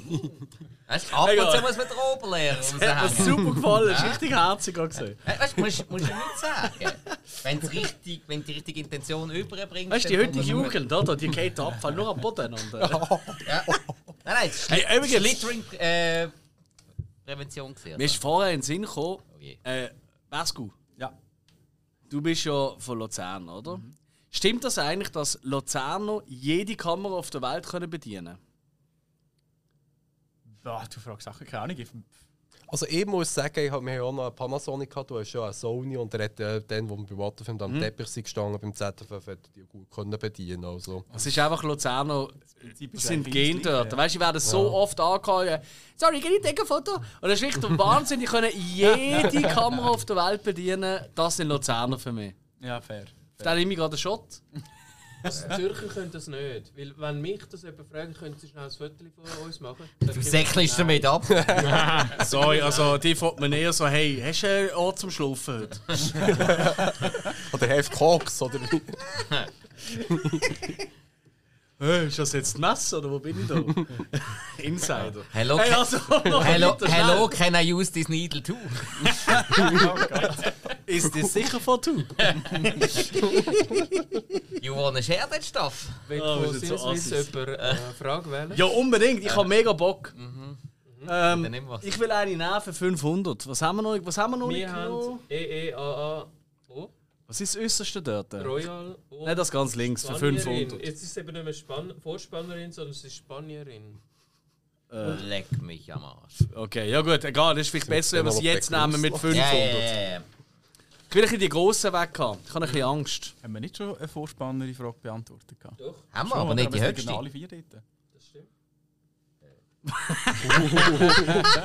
B: Weißt du, ab und
A: Egal.
B: zu muss man den Oberlehrer
A: hat mir
B: raushängen.
A: super gefallen, es ist richtig herzig gesehen.
B: Weißt du, musst, musst du nicht sagen. Wenn, richtig, wenn du die richtige Intention überbringst.
A: Weißt du, die
B: dann
A: heutige
B: kommt man-
A: Jugend, oder? Die geht ab, fallen nur am Boden. Und, äh,
B: Ja. Nein, nein, es ist
A: Hey, übrigens-
B: Schlittering äh, Prävention also. gesehen.
A: Mir ist vorher in den Sinn gekommen,
B: Oh je.
A: äh, Vesco,
E: Ja.
A: du bist ja von Luzern, oder? Stimmt das eigentlich, dass Luzerner jede Kamera auf der Welt können bedienen
E: Boah, du fragst Sachen, keine Ahnung. Ich,
C: Also ich muss sagen, ich hab, wir haben ja auch noch eine Panasonic gehabt, du hast ja eine Sony und der hat äh, den, wo wir beim Wattenfilm am Teppich sind gestanden, beim ZFF, hat die gut können bedienen also.
A: Es ist einfach Luzerner,
E: Prinzip
A: das
E: ist
A: sind
E: eigentlich
A: Gen
E: das Gleiche,
A: dort.
E: ja.
A: Weißt du, ich werde so oft angehalten, sorry, geh nicht ein Foto. Und das ist richtig Wahnsinn, die können jede Kamera auf der Welt bedienen. Das sind Luzerner für mich.
E: ja, fair.
A: Dann nehme ich gerade einen Shot.
F: Also, die Zürcher können das nicht. Weil, wenn mich das jemand fragt, können sie schnell ein Foto von uns machen.
B: Du säckelst damit ab.
A: Sorry, also die fragt man eher so, hey, hast du einen Ort zum Schlafen heute?
C: Oder Hef Cox oder wie.
A: Hey, ist das jetzt Mess oder wo bin ich da? Insider.
B: Hello,
A: Hey, also, noch
B: hello,
A: weiter, schnell.
B: hello, can I use this needle too?
A: Ist das sicher von du?
B: You wanna share that stuff?
F: Wenn
A: Ah, wir
F: oh,
A: sind so
F: Sinneswiss
A: Assis.
F: jemand äh, eine Frage wählen.
A: Ja, unbedingt. Ich habe mega Bock.
B: Dann
A: Ähm,
B: nimm was.
A: ich will eine nehmen für 500. Was haben wir noch? Was haben wir noch? nicht
F: Wir haben E
A: genommen?
F: EEAA O,
A: Was ist das Äußerste dort?
F: Royal O.
A: Nein, das ganz links für
F: Spanierin.
A: 500.
F: Jetzt ist es eben nicht mehr Span Vorspannerin, sondern es ist Spanierin.
B: Leck mich am Arsch.
A: Okay, ja gut, egal. Das ist vielleicht besser, wenn wir es
C: Dann mal
A: jetzt
C: auf den
A: nehmen mit 500.
C: Gruß.
E: um.
B: Ja, ja, ja, ja.
A: Ich will ein bisschen die Grossen weg haben. Ich habe ein bisschen Angst.
E: Haben wir nicht schon eine vorspannendere Frage beantwortet? gehabt?
F: Doch,
B: Haben wir,
E: Schon,
B: aber nicht die
E: es liegen
A: genau
B: höchste.
E: genau alle vier dort.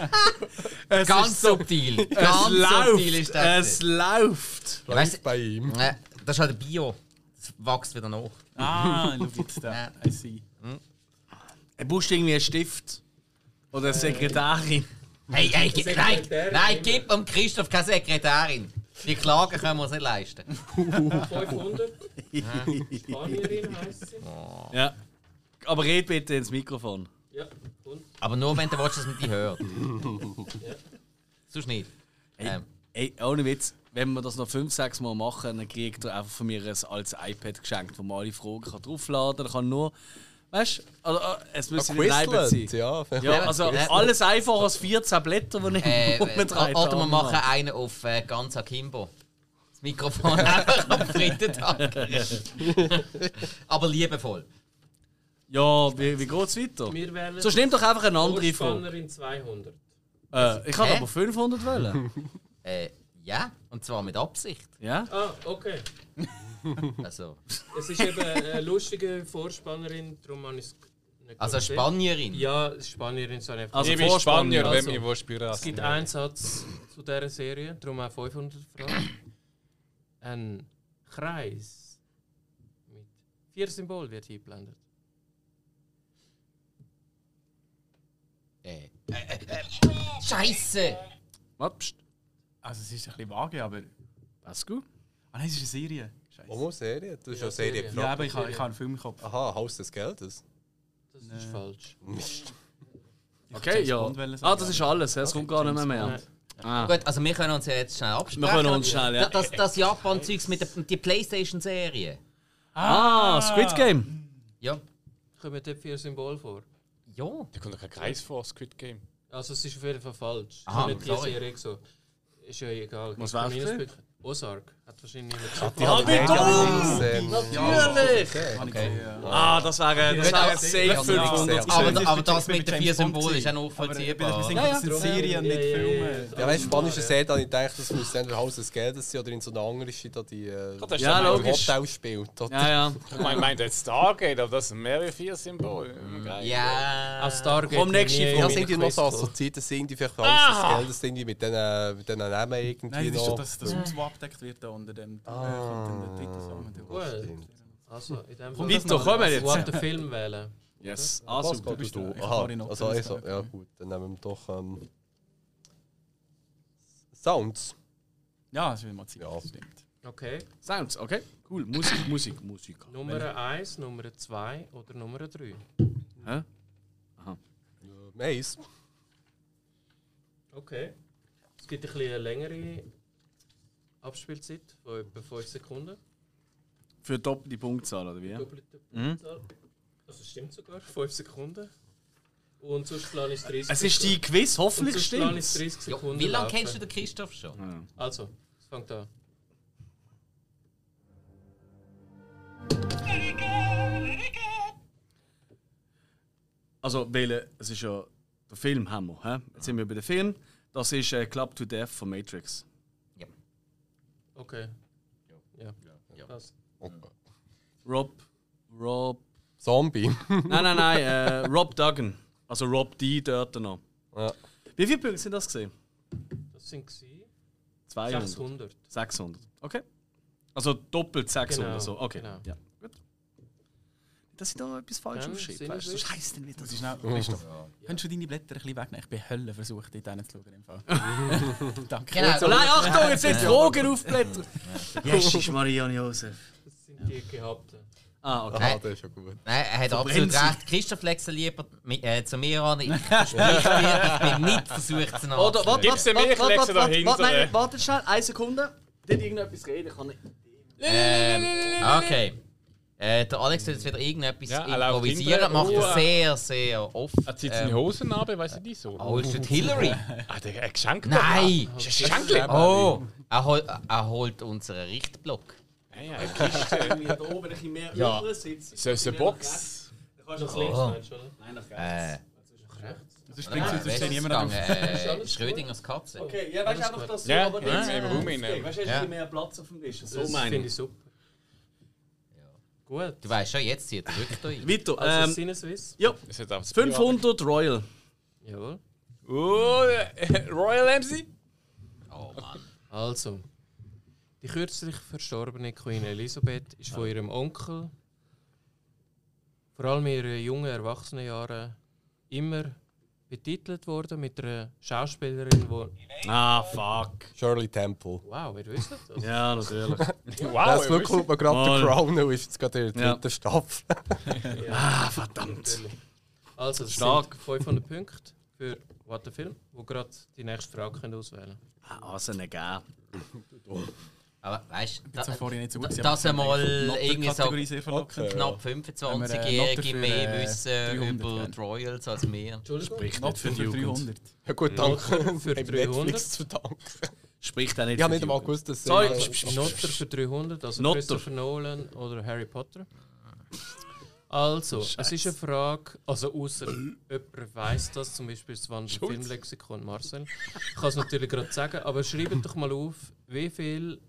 F: das stimmt.
A: Es
B: Ganz subtil. Ganz
A: es läuft.
B: subtil ist
A: es
B: das.
A: läuft.
B: Ja, weißt du,
C: Bei ihm.
B: äh, Das ist halt Bio. Das wächst wieder nach.
E: Ah, schau jetzt da. I see.
A: Du brauchst irgendwie einen Stift. Oder eine Sekretärin.
B: Hey, hey, ge- nein,
F: Sekretärin
B: nein,
F: immer.
B: gib am Christoph keine Sekretärin. Die Klagen können wir uns nicht leisten.
F: 500. Spanierin heisst sie.
A: Ja. Aber red bitte ins Mikrofon.
F: Ja, und
B: Aber nur wenn du willst, dass man die hört. Sonst nicht. Ähm,
A: Ey, ohne Witz, wenn wir das noch fünf, sechs Mal machen, dann kriegt er einfach von mir ein altes iPad geschenkt, wo man alle Fragen kann draufladen kann. kann nur, weißt du, also, äh, es müssen nicht leibend sein.
C: Quizlet, ja.
A: Ja, also
B: Ja.
A: alles einfacher als 14 Blätter, die ich
B: äh,
A: rumtreibe.
B: äh, oder wir machen einen auf äh, ganz Akimbo. Das Mikrofon einfach am dritten Tag. Aber liebevoll.
A: Ja, wie, wie geht es weiter?
F: wir wählen
A: Sonst nimm doch einfach eine andere Frage.
F: Vorspannerin 200.
A: Äh, ich habe
B: Hä?
A: aber 500 wollen.
B: Äh, ja, und zwar mit Absicht.
A: Ja?
F: Ah, okay.
B: Also,
F: Es ist eben eine lustige Vorspannerin, darum habe ich es nicht
B: also eine
F: gewählt.
B: Spanierin.
F: Ja, Spanierin soll einfach.
A: Also
D: ich bin
A: Vorspanner.
D: Spanier,
F: also.
D: wenn ich wo Spira
F: Es gibt einen Satz zu dieser Serie, darum auch 500 Fragen. Ein Kreis mit vier Symbolen wird eingeblendet.
B: Äh, äh, äh, Scheiße!
A: Warte, pst.
E: Also, es ist ein bisschen vage, aber.
A: Passt gut.
E: Ah, nein, es ist eine Serie. Scheiße.
C: Oh, Serie? Das ist ja
F: Ja,
C: Serie
F: Serie.
E: ja,
C: gefragt.
E: aber ich habe ich hab einen Film im Kopf.
C: Aha, Haus des Geldes.
F: Das ist falsch.
C: Mist.
E: Ich
A: Okay,
E: James
A: ja.
E: Bond wollen sagen,
A: Ah, das ist
E: aber-
A: alles, ja, es kommt gar nicht mehr mehr.
F: Nein.
A: Ah.
B: Gut, also wir können uns ja jetzt schnell absprechen.
A: Wir können uns schnell, ja.
B: Das, das Japan-Zeugs mit der die Playstation-Serie.
A: Ah, Squid Game.
B: Ja.
F: Kommen dort vier Symbole vor?
B: Ja.
D: Da kommt doch kein Kreis vor, Squid Game.
F: Also es ist auf jeden Fall falsch. Ich
B: Aha,
F: habe nicht die
B: sorry.
F: Serie so. Ist ja egal.
A: Was
F: Gibt
A: wär's
F: Minuspunkte. Ozark. Hat wahrscheinlich niemand gesagt.
C: Die habe ich
A: Natürlich!
B: Okay.
A: Ah, das wäre das
B: Ja,
A: wäre
B: aber-
A: safe
B: aber-
A: 500
C: aber-
A: gewesen.
B: Aber, aber das
E: James
B: mit den
E: Bond
B: vier
E: gewesen.
B: Symbolen ist auch
E: Aber
B: nachvollziehbar.
E: wir sind
A: Ja, ja.
E: das sind Serien,
F: Ja,
E: nicht
F: ja, ja.
E: Filme.
C: Ja, weißt du, spanische Serie, da habe ich gedacht, das müsste entweder Haus des Geldes sein oder in so einer anderen Serie, da die äh,
D: Das ist
A: Ja,
D: doch mein-
A: logisch.
C: Hotel spielt. oder?
A: Ja, ja.
D: Ich meine, ich meine, das Stargate, aber das sind mehrere vier Symbole. Geil.
B: Ja.
F: Als Stargate.
A: Komm, nächste
F: nie
A: Frage.
F: in
C: Ja,
F: meinen
C: sind die noch
F: Quiz
C: so Ah!
F: gekommen.
C: assoziiert, das sind die vielleicht Haus des Geldes, sind die mit diesen mit diesen Namen irgendwie
E: Nein, das ist
C: noch.
E: doch, dass das Haus, das abgedeckt wird da unter dem. Ah. Kommt dann der dritte Song.
F: Gut.
C: Stimmt.
F: Also, in dem
A: Komm, weiter, komm jetzt.
F: Ich wollte den Film wählen.
A: Yes.
C: Ah,
A: Also,
C: super,
E: bist
C: du.
E: du. Ich
C: Aha,
E: habe die Noten
C: also, also,
E: ausgewählt.
C: ja gut, dann nehmen wir doch ähm, Sounds.
E: Ja, es wird mal Zeit.
C: Ja.
E: das Stimmt.
F: Okay.
A: Sounds, okay. Cool. Musik, Musik, Musik.
F: Nummer 1, Nummer 2 oder Nummer 3?
A: Hä?
C: Mace.
F: Okay. Es gibt ein bisschen eine längere Abspielzeit von etwa 5 Sekunden.
A: Für doppelt die Punktzahl, oder wie?
F: Doppelte
A: Mhm.
F: Punktzahl. Also es stimmt sogar, 5 Sekunden. Und sonst plan ist 30
A: Es ist die Quiz,
F: Und
A: hoffentlich
F: sonst plan ist
A: stimmt's.
F: 30
B: Ja,
F: Sekunden.
B: wie lange
F: laufen.
B: kennst du den Christoph schon?
F: Also, es fängt an.
A: Also, weil es ist ja der Film haben wir, hä? Jetzt sind wir bei dem Film. Das ist äh, Club to Death von Matrix.
F: Okay. Ja.
B: Ja.
F: Passt.
A: Rob. Rob.
C: Zombie.
A: Nein, nein, nein. Äh, Rob Duggan. Also Rob D. dort noch.
C: Ja.
A: Wie viele Punkte sind das gesehen?
F: Das sind gewesen
A: 200.
F: 600.
A: 600. Okay. Also doppelt 600.
F: Genau,
A: so. Okay.
F: genau.
A: Ja. Gut. dass ich da etwas falsch
F: Ja,
A: aufschreibe.
F: Sinn
A: Weißt du,
F: ist es.
A: scheiße dann wieder.
E: Das ist noch, Christoph, Könntest du deine Blätter ein bisschen wegnehmen? Ich bin Hölle versucht, dort hinzuschauen. im Fall. Danke.
B: Genau.
A: So, nein, Achtung, jetzt sind Drogen aufblättern. Yes, ist Marianne Josef.
F: Das sind die gehabten.
A: Ah, okay.
C: Aha, das ist schon gut.
B: Nein, er hat
A: Verbrennt
B: absolut recht. Christoph legt lieber mi- äh, zu mir an. Ich verspreche dir, ich bin nicht versucht, sie
A: Oder,
B: nachzulegen.
A: warte,
D: Gib's
A: warte,
D: dem
A: warte,
D: ich,
A: warte,
D: leg's
A: warte,
D: da
A: warte,
D: hinten.
A: warte, nein, warte schnell, eine Sekunde. Dort irgendetwas reden kann ich.
B: Ähm, okay. Äh, der Alex wird jetzt wieder irgendetwas
D: Ja, er läuft
B: improvisieren,
D: hinterher.
B: macht
D: Oh,
B: das
D: äh.
B: sehr, sehr oft.
D: Er zieht seine Hosen ab, weiss ich nicht so.
B: Holst du die Hillary?
D: Ähm, Ah, der ein Geschenk.
B: Nein!
D: Das ist ein Geschenk.
B: Oh! Er, hol, er holt unseren Richtblock.
D: Ja, ja, eine Kiste.
A: Wenn wir da oben ein bisschen mehr
B: Ja.
A: oben
C: Äh.
A: sitzen.
D: So ist eine Box.
A: Dann kannst du das
B: Oh.
F: Meinst du, oder?
A: Nein, nach
B: Äh,
E: Sonst springt
B: nein,
E: sonst steht niemand
B: gegangen,
E: auf.
B: äh, Schrödingers Katze.
A: Okay, ja, weißt du einfach, dass
D: Ja,
A: aber
D: ja,
A: nicht-
D: im Raum
A: Okay, Weißt
D: hinein.
A: du, hast du
B: Ja.
A: ein bisschen mehr Platz auf dem Tisch. Also So
F: Das
A: meine
F: finde
A: ich.
F: ich super. Gut.
B: Du weißt schon, jetzt zieht er wirklich da rein.
A: Vito,
F: Also
A: ähm,
F: Sinne Swiss?
A: ja,
D: Das hat auch das
A: 500 Royal.
F: Jawohl.
D: Bier. Oh, äh, Royal MC.
B: Oh Mann.
F: Also, die kürzlich verstorbene Queen Elisabeth ist von ihrem Onkel, vor allem in ihren jungen Erwachsenenjahren, immer betitelt worden mit einer Schauspielerin, wo
A: Ah, fuck.
C: Shirley Temple.
F: Wow, ihr wisst das?
A: Ja, natürlich.
D: Wow,
C: Das
D: ihr
C: wirklich
D: wisst-
C: kommt mir gerade der
A: Mal.
C: Crown, ist jetzt gerade in der
A: Ja.
C: dritten Staffel.
A: ah, verdammt.
F: Also, das
A: Stark.
F: sind 500 Punkte für «What the Film», wo gerade die nächste Frage könnt auswählen
A: Ah, also nicht gern.
B: Aber weißt du,
E: Ich bin so vorher nicht so gut.
B: da-
E: gewesen,
B: dass
E: aber
B: einmal
E: ich hab die
B: irgendwie so
E: Kategorie sehr
A: Äh,
E: verlockend.
B: knapp
E: Wenn wir, äh,
B: 25-Jährige
E: Noten
B: mehr
E: für, äh,
B: wissen
E: 300
B: über
E: geben.
B: die Royals als wir.
F: Entschuldigung?
A: Spricht
E: Knapp
A: nicht für
E: für
A: die Jugend.
E: 300.
C: Ja gut, danke.
F: Für
C: Für
F: 300.
C: Netflix zu verdanken.
A: Spricht auch nicht
C: Ich
A: für
C: habe nicht
A: die
C: einmal
A: Jugend.
C: gewusst, dass...
A: Sorry.
C: äh,
F: Notter für 300, also
A: Notter.
F: Christopher Nolan oder Harry Potter. Also, es ist eine Frage, also außer jemand weiss das, zum Beispiel das Wandel Filmlexikon Marcel. Ich kann es natürlich gerade sagen, aber schreibt doch mal auf, wie viel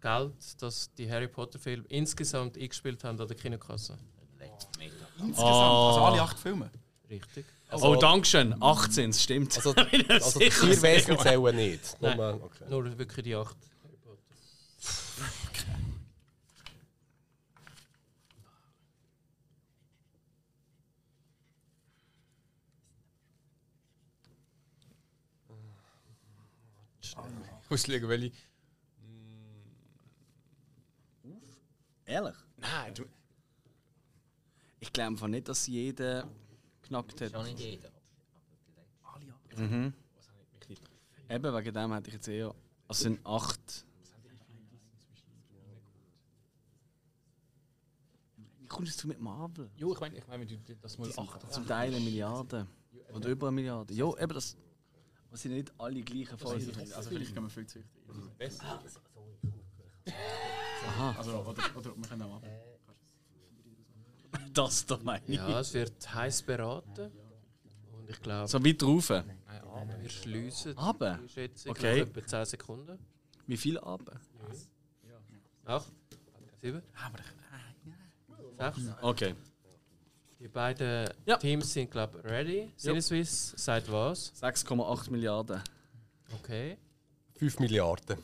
F: Geld dass die Harry Potter Filme insgesamt eingespielt haben an der Kinokasse.
E: Insgesamt, also alle acht Filme.
F: Richtig.
A: Oh, Dankeschön. 18, das stimmt.
C: Also,
A: Ich bin
C: also die
A: sicher.
C: vier Wesen zählen nicht.
F: Nein.
C: Nur, okay.
F: Nur wirklich die acht.
D: Ich muss schauen, welche.
A: Ehrlich?
D: Nein, du.
A: Ich glaube einfach nicht, dass jeder knackt hat.
B: Schon nicht jeder.
A: Mhm. Eben wegen dem hätte ich jetzt eher. Also sind acht. Wie kommst du mit Marvel?
D: Jo, ich meine, ich mein, wenn du das mal acht
A: Zum Teil eine Milliarde. Oder über eine Milliarde. Ja, eben das. Aber sind nicht alle gleichen Folgen.
E: Also vielleicht gehen wir viel zu wichtig.
A: Aha,
E: Also, oder, oder wir können auch ab.
A: das da meine ich.
F: Ja, es wird heiß beraten. Und ich glaube,
A: So weit rauf.
F: wir schliessen
A: Aber,
F: die Schätzung
A: Okay.
F: nach etwa 10 Sekunden.
A: wie viel aber?
F: 8, 7,
A: Okay.
F: Die beiden
A: Ja.
F: Teams sind, glaube ich, ready. Sinneswiss sagt was.
A: 6,8 Milliarden.
F: Okay.
C: 5 Milliarden.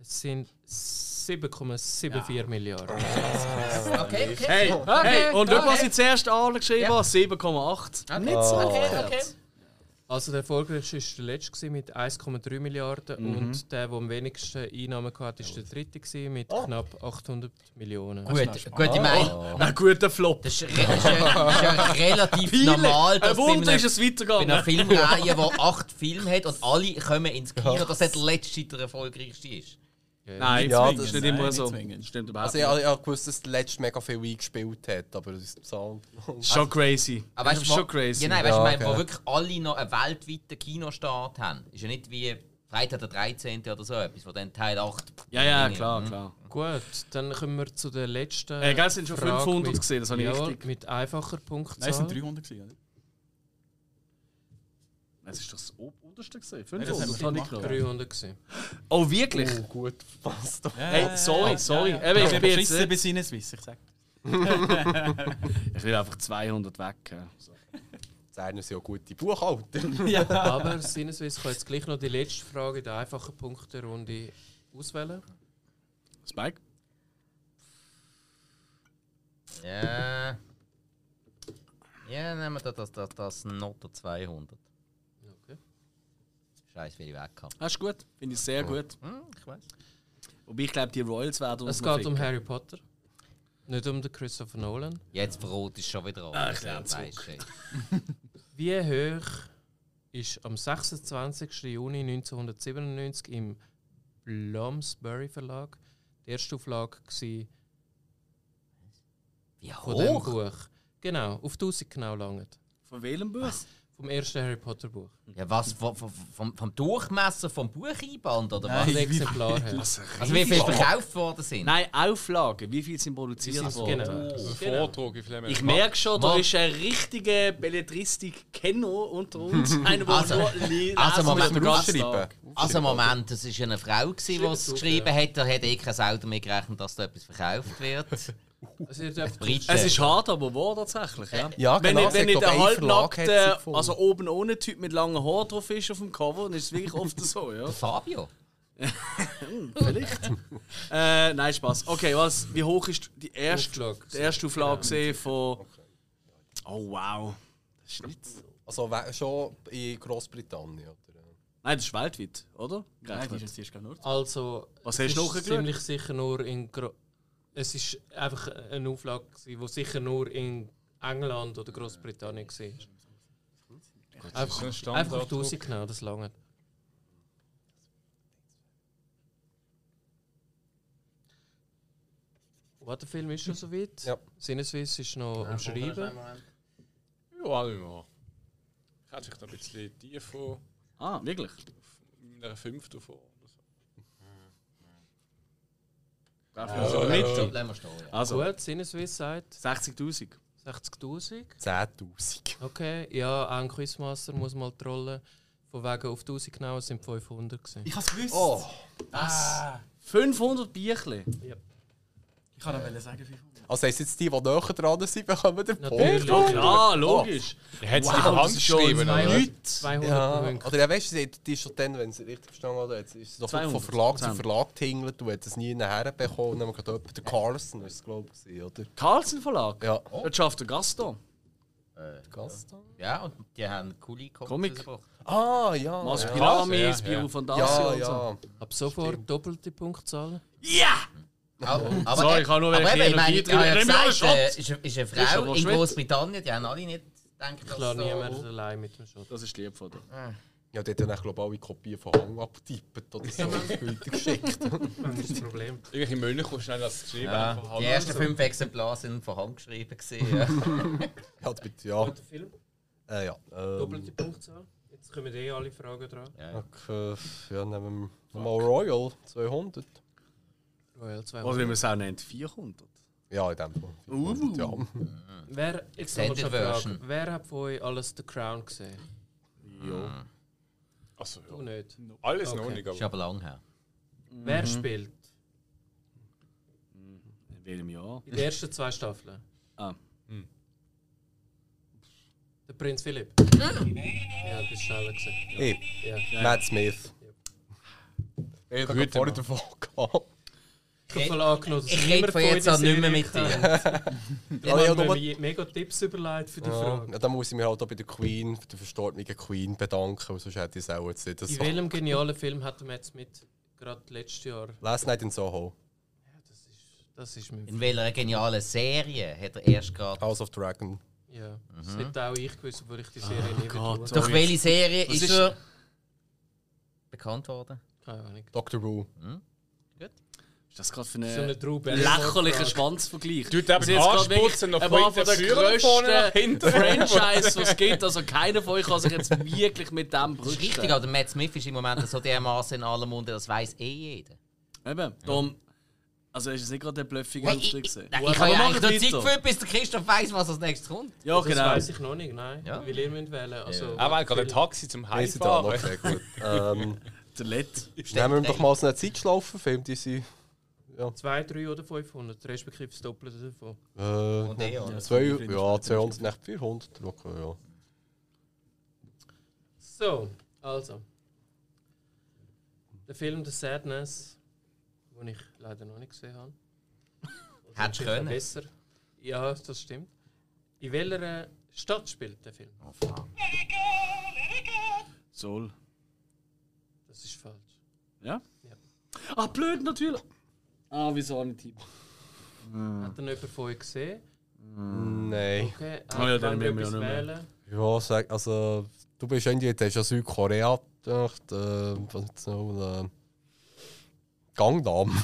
F: Es sind 7,74 Milliarden.
B: Okay, okay.
A: Hey, hey, und dort, was ich zuerst angeschrieben habe, 7,8. Nicht so okay,
F: Also der erfolgreichste war der letzte gewesen mit 1,3 Milliarden
A: Mhm.
F: und der, der am wenigsten Einnahmen hatte, war der dritte gewesen mit
A: Oh.
F: knapp 800 Millionen.
B: Gut, gut, ich meine,
A: Ein guter Flop.
B: das ist, re das ist ja- das ist ja relativ normal,
A: Normal,
B: dass
A: ein
B: bei einem,
A: Wunder ist es
B: bei einer
A: weitergegangen.
B: Filmreihe, die acht Filme hat und alle kommen ins Kino, dass der letzte der erfolgreichste ist.
A: Nein,
C: Ja,
A: zwingend.
C: das-
A: ist nicht immer
E: nein,
A: so.
E: nicht zwingend.
A: Stimmt überhaupt
C: Also
A: nicht.
C: ich, ich, ich gewusst, dass der letzte mega viel eingespielt hat, aber das ist so...
A: Schon crazy.
B: Aber weißt du,
A: Das ist
B: wo-
A: schon crazy.
B: Ja, nein, weißt du,
C: Ja,
B: ich meine, wo
C: okay.
B: wirklich alle noch einen weltweiten Kinostart haben. Ist ja nicht wie Freitag der 13. oder so etwas, wo dann Teil 8.
A: ja, ja, klar, klar.
F: Gut, dann kommen wir zu der letzten.
A: Äh, gell, es sind schon
F: Frage
A: 500
F: mit-
A: gewesen, das habe ich
F: Jawohl,
A: richtig.
F: Mit einfacher
E: Nein, es
F: Punktzahl.
E: sind 300 gewesen, oder?
A: Es ist doch das ob- unterste gesehen.
E: das haben wir
A: 500 habe ich
E: gemacht,
A: genommen.
F: 300 gewesen.
A: Oh, wirklich?
C: gut, fast.
A: Hey, sorry, sorry. Eben, ich
E: Ich
A: bin
E: bin
A: jetzt-
E: bis in Swiss, ich sag.
A: Ich will einfach 200 weg. ja.
C: Das eine sind ja gute Buchhalter.
F: Aber sinneswiss kann jetzt gleich noch die letzte Frage in der einfachen Punkterunde auswählen.
A: Spike?
B: Ja. Ja, nehmen wir das, das, das Noto 200.
F: Okay.
B: Scheiß, wie ich weg kann.
A: Das ist gut, finde ich sehr gut.
B: Hm, ich weiß.
A: Wobei ich glaube, die Royals werden uns
F: Es
A: noch
F: geht um
A: ficken.
F: Harry Potter. Nicht um den Christopher Nolan.
B: Jetzt verrot ist schon wieder
A: Ah,
B: an. Ich glaube,
F: Wie hoch ist am 26. Juni 1997 im Bloomsbury Verlag die erste Auflage gewesen
B: Wie
F: von dem
B: hoch?
F: Buch? Genau, auf 1000 genau langt.
A: Von welchem Buch?
F: Vom ersten Harry Potter Buch.
B: Ja, was? Vom, vom, vom, vom Durchmesser vom Bucheinband oder was?
F: Ein Exemplar her.
B: Also wie viel verkauft worden sind?
A: Nein, Auflagen. Wie viel sind produziert
F: Also
A: worden? Oh.
F: genau.
D: Das ist ein
F: Genau.
D: Vortrag, wie viel
A: Ich merke schon, da
B: Mann.
A: ist ein richtiger Belletristik-Kenner unter uns. Einer, der
B: Also-
A: nur li-
B: also
A: lesen
B: Moment,
A: muss den ganzen Tag.
B: Also Moment, das ist eine Frau, gewesen, die es
F: Schreibt
B: geschrieben
F: auf,
B: hat. Da hat eh kein Auto mehr gerechnet, dass da etwas verkauft wird.
F: Also ihr dürft
B: Briten.
A: Es ist hart, aber wahr tatsächlich. Ja,
C: Ja,
A: wenn
C: genau,
A: nicht, wenn
C: es
A: nicht
C: hat,
A: der
C: glaub, ein Verlag hat sie
A: halbnackte,
C: gefunden.
A: also oben ohne Typ mit langen Haaren drauf ist auf dem Cover, dann ist es wirklich oft so, ja.
B: Fabio.
A: Vielleicht. äh, nein, Spaß. Okay, was? Wie hoch ist die erste
F: Auflage.
A: Die erste Auflage gesehen von. Oh wow. Das ist nicht.
C: Also we- schon in Großbritannien. Oder?
A: Nein, das ist weltweit, oder?
E: Nein, die ist
A: Gerechnet.
E: jetzt erst gar nur.
F: Also,
A: Was
F: es
A: hast du
F: ist
A: nachgeschaut?
F: ziemlich sicher nur in Gro Es ist einfach eine Auflage, gewesen, die sicher nur in England oder Großbritannien war. Einfach,
D: ein Standard-
F: einfach auf 1000 genau, das lange. Warte, der Film ist schon soweit.
C: Ja.
F: Sinneswiss ist noch am Schreiben.
D: Ja, alle mal. Ich hätte sich da ein bisschen tiefer auf
A: Ah, wirklich?
D: meiner fünften vor. oder so.
A: Also,
B: Äh,
A: nicht.
B: Lassen wir stehen. ja.
A: also
F: Gut, Sinneswiss sagt
A: 60.000.
F: 60.000.
C: 10.000.
F: Okay, ja, auch ein Quizmaster muss mal trollen. Von wegen auf 1000 genau es sind 500 gewesen.
E: Ich hab's gewusst.
C: Oh,
A: 500 Bierchen.
E: Ich kann auch sagen, wie viel.
C: also heisst jetzt die, die näher dran sind, bekommen den
F: Natürlich.
C: Punkt.
A: Klar, Ah, logisch.
D: Er hat sie wow, Hand geschrieben,
F: zwei-
D: oder?
F: 200
C: Ja,
F: Punkte.
C: oder ja, weißt du, sie hat- die ist schon dann, wenn sie richtig verstanden hat, jetzt ist sie doch von
A: 200.
C: Verlag zu Verlag tingelt und hat es nie herbekommen. Und dann hat jemand, der Carlson ist es, glaube ich, oder?
A: Carlsen Verlag.
C: Ja.
A: Jetzt schafft der Gaston.
C: Gaston?
B: Ja, und die haben coole
A: Comic.
B: Comics rausgebracht.
C: Ah, ja.
A: Maskirami,
D: ja, ja.
A: das Büro Also von Dacia
C: Ja,
A: und so.
C: ja.
F: Ab sofort doppelte Punktzahl.
B: Aber, aber, äh,
A: Sorry, ich habe nur
B: aber
A: welche
B: eben, ich meine,
A: Energie
B: ich habe ja
A: drin. Nimm mir
B: gesagt,
A: einen
B: äh, ist, ist eine
A: Ist
B: Frau
A: aber
B: in
A: Schwede.
B: Großbritannien, die haben alle nicht gedacht, dass
F: Klar,
B: so-
F: niemand allein mit dem Shot.
A: Das ist lieb von dir.
C: Ja, die hat dann, glaube ich, alle Kopien von Hang abgetippt oder so. Güter geschickt.
F: Das ist das Problem.
D: Irgendwelche Mönche, die schnell das geschrieben
B: Ja,
D: einfach haben.
B: die ersten fünf Exemplare sind von Hand geschrieben. gewesen, halt Ja.
C: Ja, bitte, ja.
F: Der Film,
C: Äh, ja.
F: doppelte
C: Ähm,
F: Punktzahl. Jetzt kommen eh alle Fragen dran.
B: ja.
C: okay, Ähm, ja, nehmen wir mal Royal 200.
F: Royal
A: Oder wie
F: 200.
A: man es auch nennt, 400.
C: Ja, in dem Fall.
A: Uh.
C: Ja.
F: Wer, jetzt noch mal
B: Extended
F: eine Frage.
B: Version.
F: Wer hat von euch alles The Crown gesehen?
A: Ja.
D: Achso,
F: Du
D: Also, ja.
F: nicht.
D: Alles
F: Okay.
D: noch nicht,
B: Ist
D: aber.
B: aber lang her. Mhm.
F: Wer spielt
A: In welchem Jahr?
F: in den ersten zwei Staffeln?
A: Ah.
C: Hm.
F: Der Prinz Philipp. Ja, das ist schneller gesehen.
C: Hey,
F: Ja.
C: Matt Smith. Ich habe
D: Guter
C: vorhin davon gehabt.
F: Ich habe voll angenommen, dass
B: Ich
F: niemand
B: rede von jetzt
F: euch
B: an
F: die
B: nicht mehr mit
F: Serie
B: dir.
F: kennt. Ich
C: Ah ja,
F: habe
C: nur-
F: mir mega Tipps überlegt für die
C: Ja,
F: Frage.
C: ja, dann muss ich mich halt auch bei der Queen, bei der verstorbenen Queen bedanken, weil sonst hätte ich es auch jetzt nicht
F: In
C: so.
F: welchem genialen Film hat man jetzt mit gerade letztes Jahr?
C: Last Night in Soho,
F: Das ist, das ist mein
B: In welcher genialen Serie hat er erst gerade.
C: House of Dragon.
F: Ja, das hätte auch ich gewusst, obwohl ich die Serie nie
A: Gott.
F: geschaut habe.
B: Durch welche Serie
A: Was
B: ist,
A: ist-
B: er bekannt worden?
F: Keine Ahnung.
C: Doctor Who.
A: Ist das gerade für
F: So
A: eine
F: eine Drew Barrymore
A: lächerlicher
F: Frage.
A: Schwanzvergleich?
D: Du, der
A: Das ist Also jetzt gerade wirklich
D: Arschputzen noch
A: ein paar von
D: hinten
A: der
D: führen, vorne nach
A: grössten
D: hinten.
A: Franchise, die es gibt. Also keiner von euch kann sich jetzt wirklich mit dem
B: Das ist richtig,
A: brüsten.
B: aber der Matt Smith ist im Moment so dermaßen in aller Munde, das weiß eh jeder.
A: Eben, darum... Also ist es nicht gerade der blöffige
B: Hey, ich Oh,
A: Auftritt
B: ich,
A: gesehen.
B: nein, ich habe ja eigentlich nur Zeit
A: weiter.
B: gefühlt, bis der Christoph weiß, was als nächstes kommt.
A: Ja,
F: Das
A: genau.
F: weiß ich noch nicht, nein.
B: Ja.
F: Weil ihr müsst wählen. Also,
D: Er war Ah, gerade ein Taxi zum
C: Weiss ich da noch,
D: Heimfahren.
C: okay, gut. ähm,
A: Der Let.
C: nehmen wir doch mal so einen Zeitschlaufen-Film, die sind
F: 2, 3 oder 500, respektive das Doppelte davon.
C: äh, Und
B: der, oder?
C: zwei, ja, 200, nicht 400. Okay, ja.
F: So, also. Der Film The Sadness, den ich leider noch nicht gesehen habe. Oder
B: Hättest
F: vielleicht auch
B: können.
F: Besser. Ja, das stimmt. In welcher Stadt spielt der Film?
A: Soll.
F: Das ist falsch.
A: Ja?
F: Ja.
A: Ah, blöd natürlich. Ah, wieso nicht Team?
F: Hat ihn jemand von euch gesehen?
C: Nein.
F: Okay,
A: Ah ja, dann
F: wollen
A: müssen wir
F: etwas
A: ja nicht mehr.
F: wählen?
C: Ja, sag, also, du bist irgendwie, du hast ja Südkorea gedacht, äh, was jetzt noch, äh, Gangnam.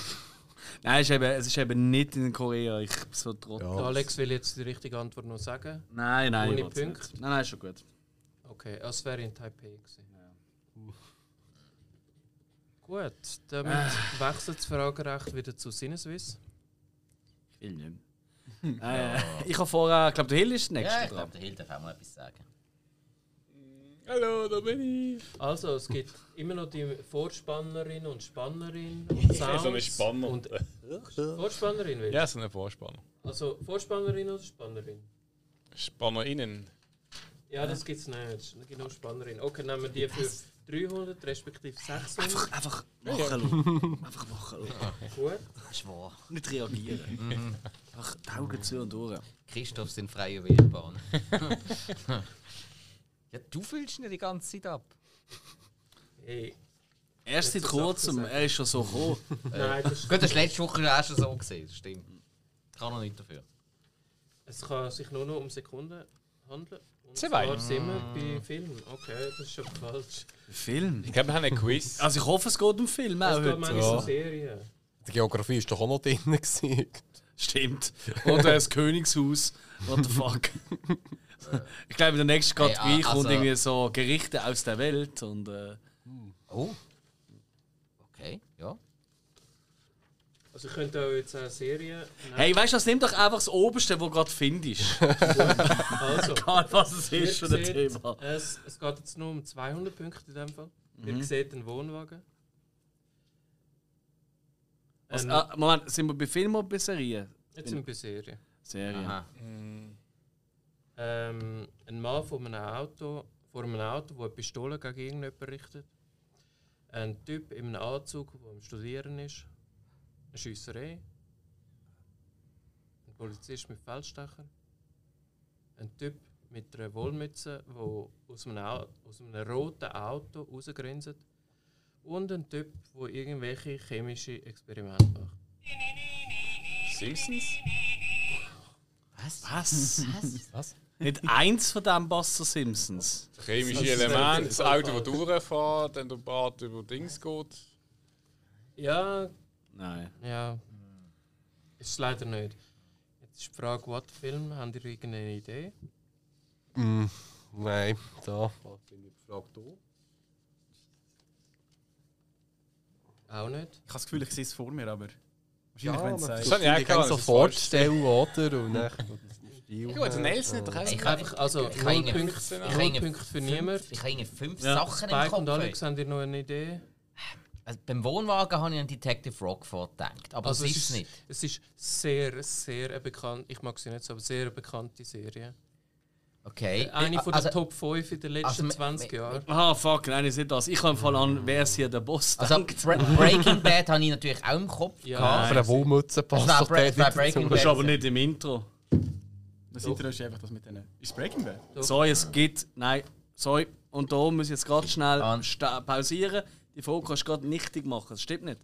A: Nein, es ist, eben, es ist eben nicht in Korea. Ich bin so trotz.
C: Ja.
F: Der Alex will jetzt die richtige Antwort noch sagen.
A: Nein, nein.
F: Ohne
A: ich will's
F: Punkt.
A: nicht. Nein, nein, ist schon gut.
F: Okay, es wäre in Taipei gewesen. Gut, damit wechselt das Fragerecht wieder zu Sinneswiss.
A: Ich will nicht mehr. äh, ich habe vorher, ich glaube, der Hill ist der Nächste
B: Ja, ich
A: dran.
B: glaube, der Hill darf auch mal etwas sagen.
D: Hallo, da bin ich.
F: Also, es gibt immer noch die Vorspannerin und Spannerin.
D: sehe so eine
F: Sounds
D: Spanner.
F: Und Vorspannerin will.
D: Ja, so ein Vorspanner.
F: Also, Vorspannerin oder Spannerin?
D: SpannerInnen.
F: Ja, das gibt es nicht. Genau, Spannerin. Okay, nehmen wir die für 300 respektive 600.
A: Einfach, einfach machen lassen. Einfach machen lassen.
F: Gut.
B: Das ist wahr.
A: Nicht reagieren. einfach die Augen zu und durch.
B: Christoph sind freie Wildbahn. ja, du füllst ihn ja die ganze Zeit ab.
F: Hey.
A: Erst seit
F: Jetzt so Sachen
A: kurzem,
F: sagen.
A: er ist schon so gekommen.
F: Nein, das ist
B: Gut, das war letzte Woche auch schon so gesehen, das stimmt. Kann noch nicht dafür.
F: Es kann sich nur noch um Sekunden handeln. Und
D: Zwei.
F: zwar sind wir bei Filmen. Okay, das ist schon falsch.
A: Film?
D: Ich glaube, wir haben einen Quiz.
A: Also ich hoffe, es geht um Film auch
F: Es geht
A: heute.
F: manchmal um Serien.
C: Die Geografie ist doch auch noch drin gewesen.
A: Stimmt. Oder das Königshaus. What the fuck. ich glaube, der nächste
B: Hey,
A: Kategorie
B: ah,
A: kommt
B: also-
A: irgendwie so Gerichte aus der Welt. Und, äh,
B: Oh. Okay, ja.
F: Also ich könnte auch jetzt auch Serien nehmen.
A: hey, weißt du, das nimm doch einfach das Oberste, wo du gerade findest.
F: Also,
A: Egal, was es ist für
F: ihr
A: ein
F: seht,
A: Thema.
F: Es, es geht jetzt nur um 200 Punkte in dem Fall.
A: Mhm.
F: Ihr seht einen Wohnwagen.
A: Was,
F: Ähm,
A: ah, Moment, sind wir bei Film oder bei Serie?
F: Jetzt sind wir bei Serien.
A: Serie.
B: Aha.
F: Ähm, ein Mann vor einem Auto, vor einem Auto, wo eine Pistole gegen irgendjemanden richtet. Ein Typ in einem Anzug, der am Studieren ist. Eine Schiesserei. Ein Polizist mit Feldstecher. Ein Typ mit einer Wollmütze, der aus einem, Au aus einem roten Auto rausgrinset. Und ein Typ, der irgendwelche chemischen Experimente macht.
D: Simpsons?
B: Was?
A: Was?
B: Was?
A: Nicht eins von dem passt zu Simpsons.
D: Chemische Element, das Auto, das durchfährt, dann der Bart über Dings geht.
F: Ja,
A: Nein.
F: Ja. Hm. Ist es leider nicht. Jetzt ist die Frage, was Film? Habt ihr irgendeine Idee?
C: Hm, nein, da. Was bin ich gefragt?
F: Auch nicht.
E: Ich habe das Gefühl, ich sehe es vor mir, aber wahrscheinlich, wenn es
D: Das hab ich auch
C: Ich kann
D: gehabt,
C: so
D: das ist falsch.
C: vorstellen, oder? Und dann,
D: Gut, der Nils nicht
B: Ich
D: recht.
B: kann
F: Einfach, also,
B: ich kann
F: null
B: Ihnen-
F: Punkte,
D: ich
F: null
B: Ihnen
F: Punkte für
B: fünf-
F: niemanden.
B: Ich habe Ihnen fünf
A: Ja.
B: Sachen im
F: Spike und
B: Kopf.
F: Alex, habt ihr noch eine Idee?
B: Also, beim Wohnwagen habe ich an Detective Rockford gedacht, aber das ist es nicht.
F: Es ist sehr, sehr eine bekannt. Ich mag sie nicht so, aber sehr eine bekannte Serie.
B: Okay.
F: Eine von den
B: also,
F: Top 5 in den letzten
B: also,
F: 20 Jahren.
A: Ah, fuck, nein, ist nicht das. Ich komme im Fall an, wer ist hier der Boss?
B: also Bre Breaking Bad habe ich natürlich auch im Kopf
F: Ja.
B: gehabt.
C: aber eine Wollmütze passt
B: Nein, Bre-
C: doch dort nicht
B: Bre-
C: dazu.
B: Breaking
A: das ist aber
B: Bad.
A: nicht im Intro.
E: Das Intro ist einfach das mit denen. Ist es Breaking Bad?
A: Sorry, es gibt. Nein, sorry. Und da muss ich jetzt gerade schnell
B: An-
A: sta- pausieren. Die Folge kannst du gerade nichtig machen. Das stimmt nicht.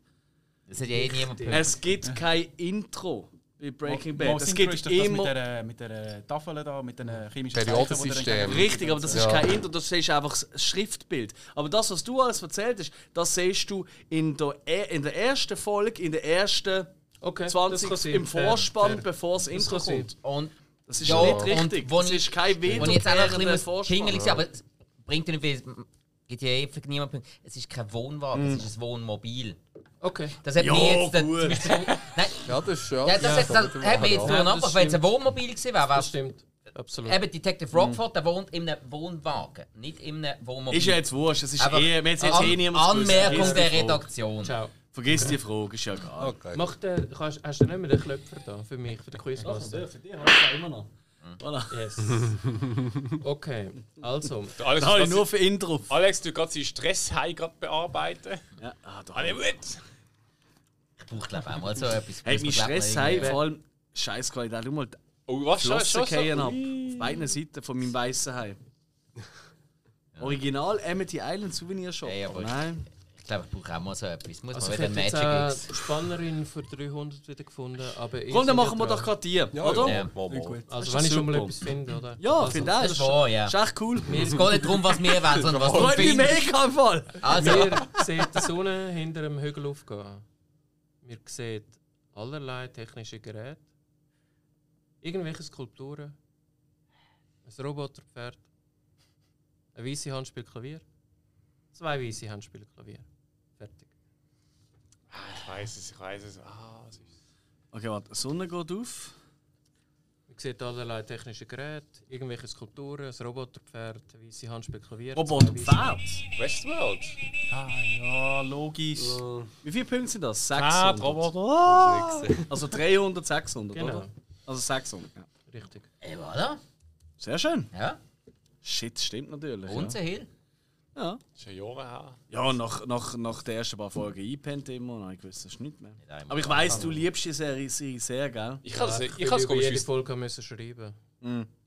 B: Das hat ja eh niemand gehört.
A: Es gibt kein Intro bei Breaking
E: Mal- mal
A: Bad. Es
E: das Intro
A: gibt
E: ist doch das mit
A: immer.
E: der, mit der Tafel da, mit den chemischen
C: Periodensystem.
E: Zeichen, wo
A: Richtig, aber das ist
C: Ja.
A: kein Intro, das ist einfach das Schriftbild. Aber das, was du alles erzählt hast, das siehst du in der, er- in der ersten Folge, in der ersten
F: Okay, das kann
A: 20
F: sein.
A: im Vorspann,
F: Fair, fair.
A: bevor das Intro
F: kann sein.
A: kommt.
B: Und
A: Das ist
B: Ja,
A: nicht
B: und
A: richtig.
B: wo
A: Das
B: ich-
A: ist kein
B: Und jetzt auch noch ein
A: wiederkehrender
B: bisschen
A: Vorspann.
B: pingelig, sein, aber es bringt ja nicht viel. Es Gibt ja eh für niemanden. Punkte. Es ist kein Wohnwagen, es ist ein Wohnmobil.
F: Okay.
B: Das hat
A: Hm. Ja,
B: mir jetzt. den-
A: gut.
B: zum Beispiel- Nein,
C: Ja, das ist ja.
B: ja, das, hat- das, hat mir jetzt
C: ja.
B: durcheinander.
F: das
B: Wenn es ein Wohnmobil gewesen wäre, wäre
F: Das
B: es.
F: stimmt. Absolut.
B: Eben, Detective Rockford, der wohnt in einem Wohnwagen, nicht in einem Wohnmobil.
A: Hm. Ist ja jetzt wurscht, es ist
B: Einfach
A: eh, wir haben es jetzt eh
B: An-
A: niemand
B: Anmerkung der Redaktion.
F: Ciao.
A: Vergiss die Frage, ist ja egal.
C: Okay.
F: Mach den, kannst, hast du nicht mehr den Klöpfer da für mich, für den Quizmaster?
A: für dich hast du immer noch. Voilà.
F: Yes. Okay, also.
D: Alex,
A: Das habe ich
D: du
A: nur für ihn drauf.
D: Alex, du kannst seinen Stress heim gerade bearbeiten.
A: Ja, ah, da.
D: Alle gut.
B: Ich brauche, glaube ich, auch mal so etwas.
A: Hey,
B: Muss man,
A: mein
B: glaub ich,
A: Stress
B: mal
A: sei
B: irgendwie-
A: vor allem Scheißqualität. Schau mal,
D: Oh, was? Schon,
A: Flossen
D: schon so?
A: fallen ab.
D: Ui.
A: Auf beiden Seiten von meinem weißen Heim. Original Amity Island Souvenir Shop. Oh
B: Ey, aber ich-
A: Nein.
B: Ich glaube, ich brauche auch mal so etwas. Muss
F: Also
B: man
F: ich
B: wieder
F: hätte jetzt
B: Magic
F: eine
A: äh,
B: X.
F: Spannerin für 300 wieder gefunden, aber ich...
A: Komm, dann machen wir doch gerade die, oder?
B: Ja.
C: Mal, mal.
A: Das
F: Also wenn
A: ist
F: ich schon mal
A: super.
F: etwas finde, oder? Also,
A: Ja, ich finde auch.
B: das
A: ist-
B: ist wahr, ja.
A: Ist echt cool.
B: Es geht nicht darum, was wir wollen, sondern was
A: Freut
B: du
A: mich
B: findest.
A: mega im Fall.
B: Also,
F: Wir sehen die Sonne hinter dem Hügel aufgehen. Wir sehen allerlei technische Geräte, irgendwelche Skulpturen, ein Roboterpferd, ein weiße Hand spielt Klavier, zwei weiße Hand spielen Klavier. Fertig.
D: Ich weiß es, ich weiß es. Ah, es ist-
A: Okay, warte. Die Sonne geht auf.
F: Wir sehen allerlei technische Geräte, irgendwelche Skulpturen, ein Roboterpferd, eine weiße Hand spielt Klavier.
A: Robot
F: zwei weisse-
A: Pferd.
D: Westworld.
E: Ja, logisch.
A: Wie viele Punkte sind das? 600.
D: Ah, die Roboter.
B: Ah!
A: Also 300, 600,
F: Genau,
A: oder? Also 600. Ja.
F: richtig.
B: ey, voilà.
A: Sehr schön.
B: Ja,
A: Shit, stimmt natürlich.
B: unser Hill.
A: Ja, ja.
D: Das ist ja Jahre her.
A: ja nach, nach, nach den ersten paar Folgen eingepennt immer und ich wusste es ist nicht mehr.
B: einmal.
A: Aber ich weiss, du liebst die Serie, Serie sehr, gell?
D: Ich habe es
F: Ja,
D: ich habe es
F: über jede
D: komisch
F: Folge müssen schreiben.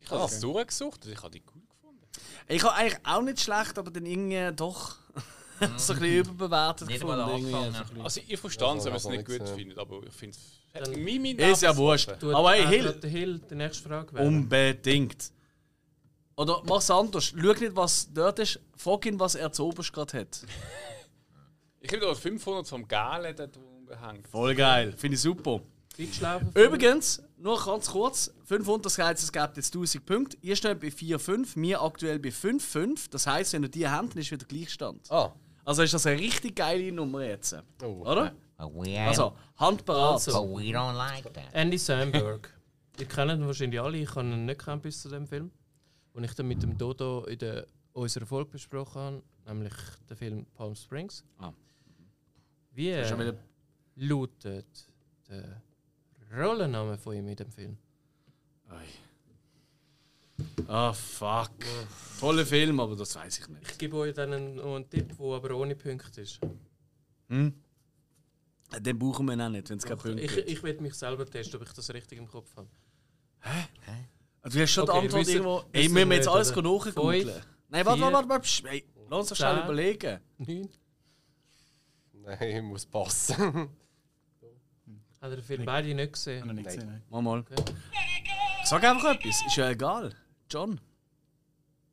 D: ich habe es durchgesucht und ich habe die cool gefunden.
A: Ich habe eigentlich auch nicht schlecht, aber dann irgendwie doch so ein bisschen überbewertet
B: Nicht mal
A: irgendwie.
B: angefangen.
D: Also ich verstehe es, wenn man es
C: aber
D: nicht
C: nicht
D: gut
C: so.
D: findet, aber ich finde es...
F: Dann-
D: Mimi
A: Ist ja wurscht.
F: Tut
A: Aber hey,
F: auch
A: Hill,
F: äh,
A: Um.
F: gerade der Hill, die nächste Frage wäre.
A: unbedingt. Oder mach's anders. Schau nicht, was dort ist. Frag ihn, was er zu oberst gerade hat.
D: Ich habe da 500 vom Gale dort umgehängt.
A: Voll geil. Finde ich super.
F: Zeitschlaufe von-
A: Übrigens, nur ganz kurz, 500, das heisst, es gibt jetzt 1000 Punkte. Ihr steht bei 4,5, wir aktuell bei 5,5. Das heisst, wenn ihr die habt, dann ist wieder Gleichstand.
C: Ah,
A: Also ist das eine richtig geile Nummer jetzt. Oder?
B: We,
A: Oh. Also, Hand parat.
F: Also.
B: we don't like that.
F: Andy Samberg. Ihr kennt ihn wahrscheinlich alle, ich kann ihn nicht kennen bis zu dem Film. Und ich dann mit dem Dodo in der, unserer Folge besprochen habe, nämlich den Film Palm Springs.
A: Ah.
F: Wie
A: Schon wieder
F: lautet der Rollenname von ihm in dem Film?
A: Ah, fuck. Toller Film, aber das weiß ich nicht.
F: Ich gebe euch dann einen, noch einen Tipp, der aber ohne Punkte ist.
A: Äh, Den brauchen wir auch nicht, wenn es keine Punkte
F: Ich,
A: gibt.
F: ich werde mich selber testen, ob ich das richtig im Kopf habe.
A: Also, du hast schon
F: Okay,
A: die Antwort
F: wissen-
A: irgendwo. Ey, müssen
F: wissen
A: wir
F: wir
A: jetzt
F: nicht,
A: alles
F: oder?
A: nachgoogeln?
F: Fünf,
A: Nein, warte,
F: vier,
A: warte, warte. warte. Hey, lass uns schnell
F: zehn.
A: überlegen.
F: Neun?
C: nein, ich muss passen.
F: Hat er den Film beide nicht
E: Habe ich
F: gesehen?
E: nicht gesehen.
G: eh,
E: nein.
A: Mal, mal.
F: Okay.
A: Sag einfach etwas, ist ja egal. John.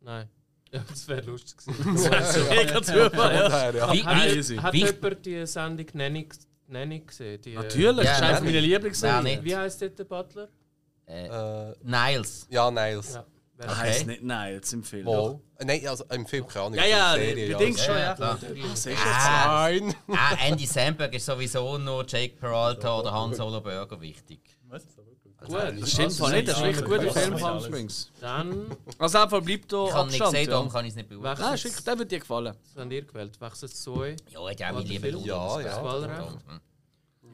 F: Nein. Ja, das wäre lustig gewesen.
A: Mega Zufall, ja.
C: Daher, ja.
B: Wie,
A: Ah,
B: wie,
A: easy.
F: Hat
B: Wie-
F: jemand die Sendung Nanny, Nanny gesehen? Die, äh,
A: Natürlich,
B: Ja,
A: das ist
B: nein,
A: einfach meine
B: wer
A: Lieblingsserie.
B: nicht?
F: Wie heißt dort der Butler?
B: äh,
C: Äh,
B: Niles.
C: ja, Niles.
F: Ja.
A: Das heisst nicht nein, jetzt im Film.
C: Wohl. Äh, Nein, also im Film keine Ahnung.
A: Ja, ja,
C: in der
A: die- die
C: ja.
A: Dings schon,
B: Ja,
A: ja.
B: klar.
A: Ah, siehst du
B: Ah,
C: Nein!
B: Ah, Andy Samberg ist sowieso nur Jake Peralta oder Han Solo Burger wichtig.
F: Gut, Also,
A: Das stimmt zwar nicht, das ist wirklich ein guter Film von Hans Springs.
F: dann,
A: Also einfach bleibt da
B: Ich habe ihn nicht
A: Abstand.
B: gesehen, darum
A: ja.
B: kann ich es nicht beurteilen.
A: Nein,
F: wechselt
A: schick, der wird dir gefallen.
F: das habt ihr gewählt, wechselt zu euch.
B: Ja, hat ja auch
F: Warte,
B: meine Liebe
F: Film?
C: Ja, ja.
F: Wahlrecht.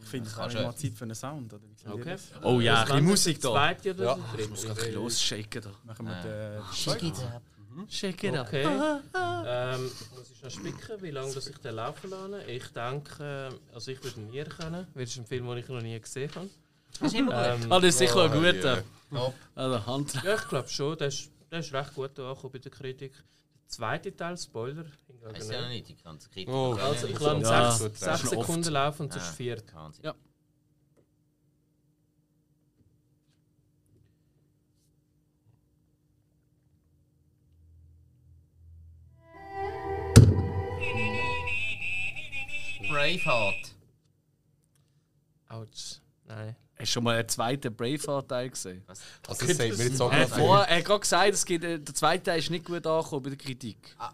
E: Ich finde, ich
B: kann
E: habe
B: schon.
E: mal Zeit für einen Sound. Oder? Wie seht ihr
F: Okay.
E: das?
A: Oh ja, ein bisschen Musik
F: Der
A: da.
F: zweite oder
C: Ja.
F: der dritte?
A: Ich kann losshaken da.
E: Machen wir
G: eh,
E: den.
G: Ah.
B: Hm?
A: Shake it up.
F: Okay. Ähm, muss ich noch spicken, wie lange dass ich den laufen lasse? Ich denke, also ich würde ihn nie kennen, weil es ist ein Film, den ich noch nie gesehen habe.
B: Das ist immer gut.
F: Ähm,
A: Ah, das ist sicher ein
C: Oh,
A: guter.
C: ja.
B: Top.
A: Also Hand.
F: Ja, ich glaube schon, der ist, der ist recht gut angekommen bei der Kritik. Der zweite Teil, Spoiler, hingegen
B: Weiss ja noch
F: nicht.
B: nicht, ich kann es kritisch.
C: Oh,
F: Ähm, Also ich lasse
A: Ja,
F: ihn
A: das
F: 6
A: ist schon oft.
F: Sekunden laufen und sonst
B: Ah.
F: viert.
A: Ja.
B: Braveheart.
F: Autsch. Nein.
A: Hast du schon mal einen zweiten Braveheart-Teil gesehen?
C: Also, das sagt mir jetzt auch
B: Ah,
A: Er hat
C: gerade-
A: vorher- er hat gerade gesagt, es gibt, äh, der zweite Teil ist nicht gut angekommen bei der Kritik.
B: Ah.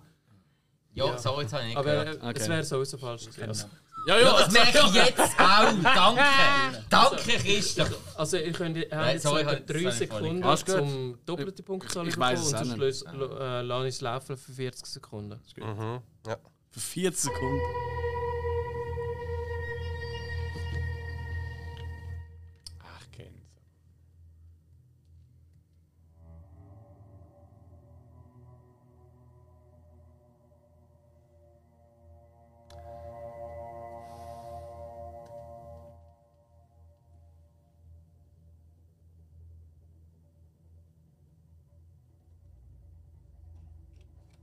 B: Ja,
F: Ja.
B: sorry, jetzt habe ich nicht
F: Aber
B: gehört.
F: äh, es wäre sowieso falsch gewesen. Also,
A: Ja,
B: Ja,
A: ja,
B: das merke ich jetzt auch. Danke. Danke, Christoph.
F: also ihr könnt ihr habt
B: Nein,
F: jetzt
B: sorry, halt,
F: etwa
B: ich- sorry,
F: drei
B: voll
F: Sekunden,
A: nicht. Alles gut.
F: um doppelte Punktzahl
A: ich
F: zu
A: weiss
F: bekommen
A: es
F: und
A: auch nicht.
F: sonst lös- lo- äh, lasse ich es laufen für 40 Sekunden.
A: für 40 Sekunden.
D: Ach, kennt.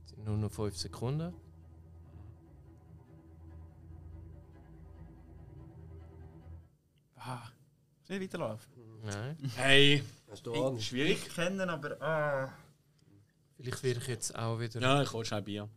F: sind nur noch 5 Sekunden.
E: Ah, schnell weiterlaufen.
F: Nein.
A: Hey,
C: Hast du Ahnung?
A: schwierig.
G: kennen, aber. Ah.
F: Vielleicht werde ich jetzt auch wieder
A: Ja, ich hole schnell Bier.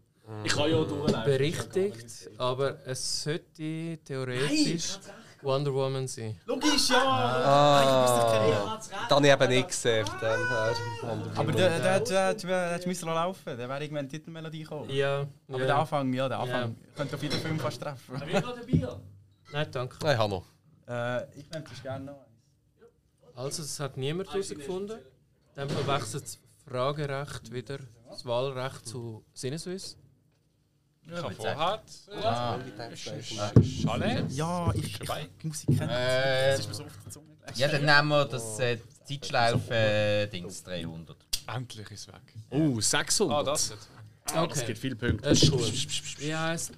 A: Ich kann ja auch durchlaufen.
F: berichtigt, aber es sollte theoretisch Wonder Woman sein.
G: Logisch, ja!
C: Ah, dann habe ich eben nicht gesehen. auf dem her.
G: Aber der hättest müssen laufen dann wäre irgendwann die Titelmelodie gekommen.
F: Ja,
G: Aber
F: ja.
G: der Anfang, ja, der Anfang. Könnte auf jeden Film fast treffen.
F: Nein, danke.
C: Nein, ich habe noch.
G: äh, ich nehme das gerne noch eins.
F: Also, es hat niemand herausgefunden. Dann verwechselt das Fragerecht wieder das Wahlrecht zu Sinneswiss.
D: Ich habe vorher.
G: Ah.
D: Schale?
G: Ja, Eh, ich, ich muss sie kennen.
B: Äh,
G: Das ist mir so auf der Zunge gelegt.
B: ja, dann nehmen wir das äh, Zeitschleife-Dings 300.
D: Endlich ist es weg.
A: Oh, 600.
D: Ah, das jetzt.
A: Ah, Es gibt viele Punkte.
F: Es ist gut. Wie heisst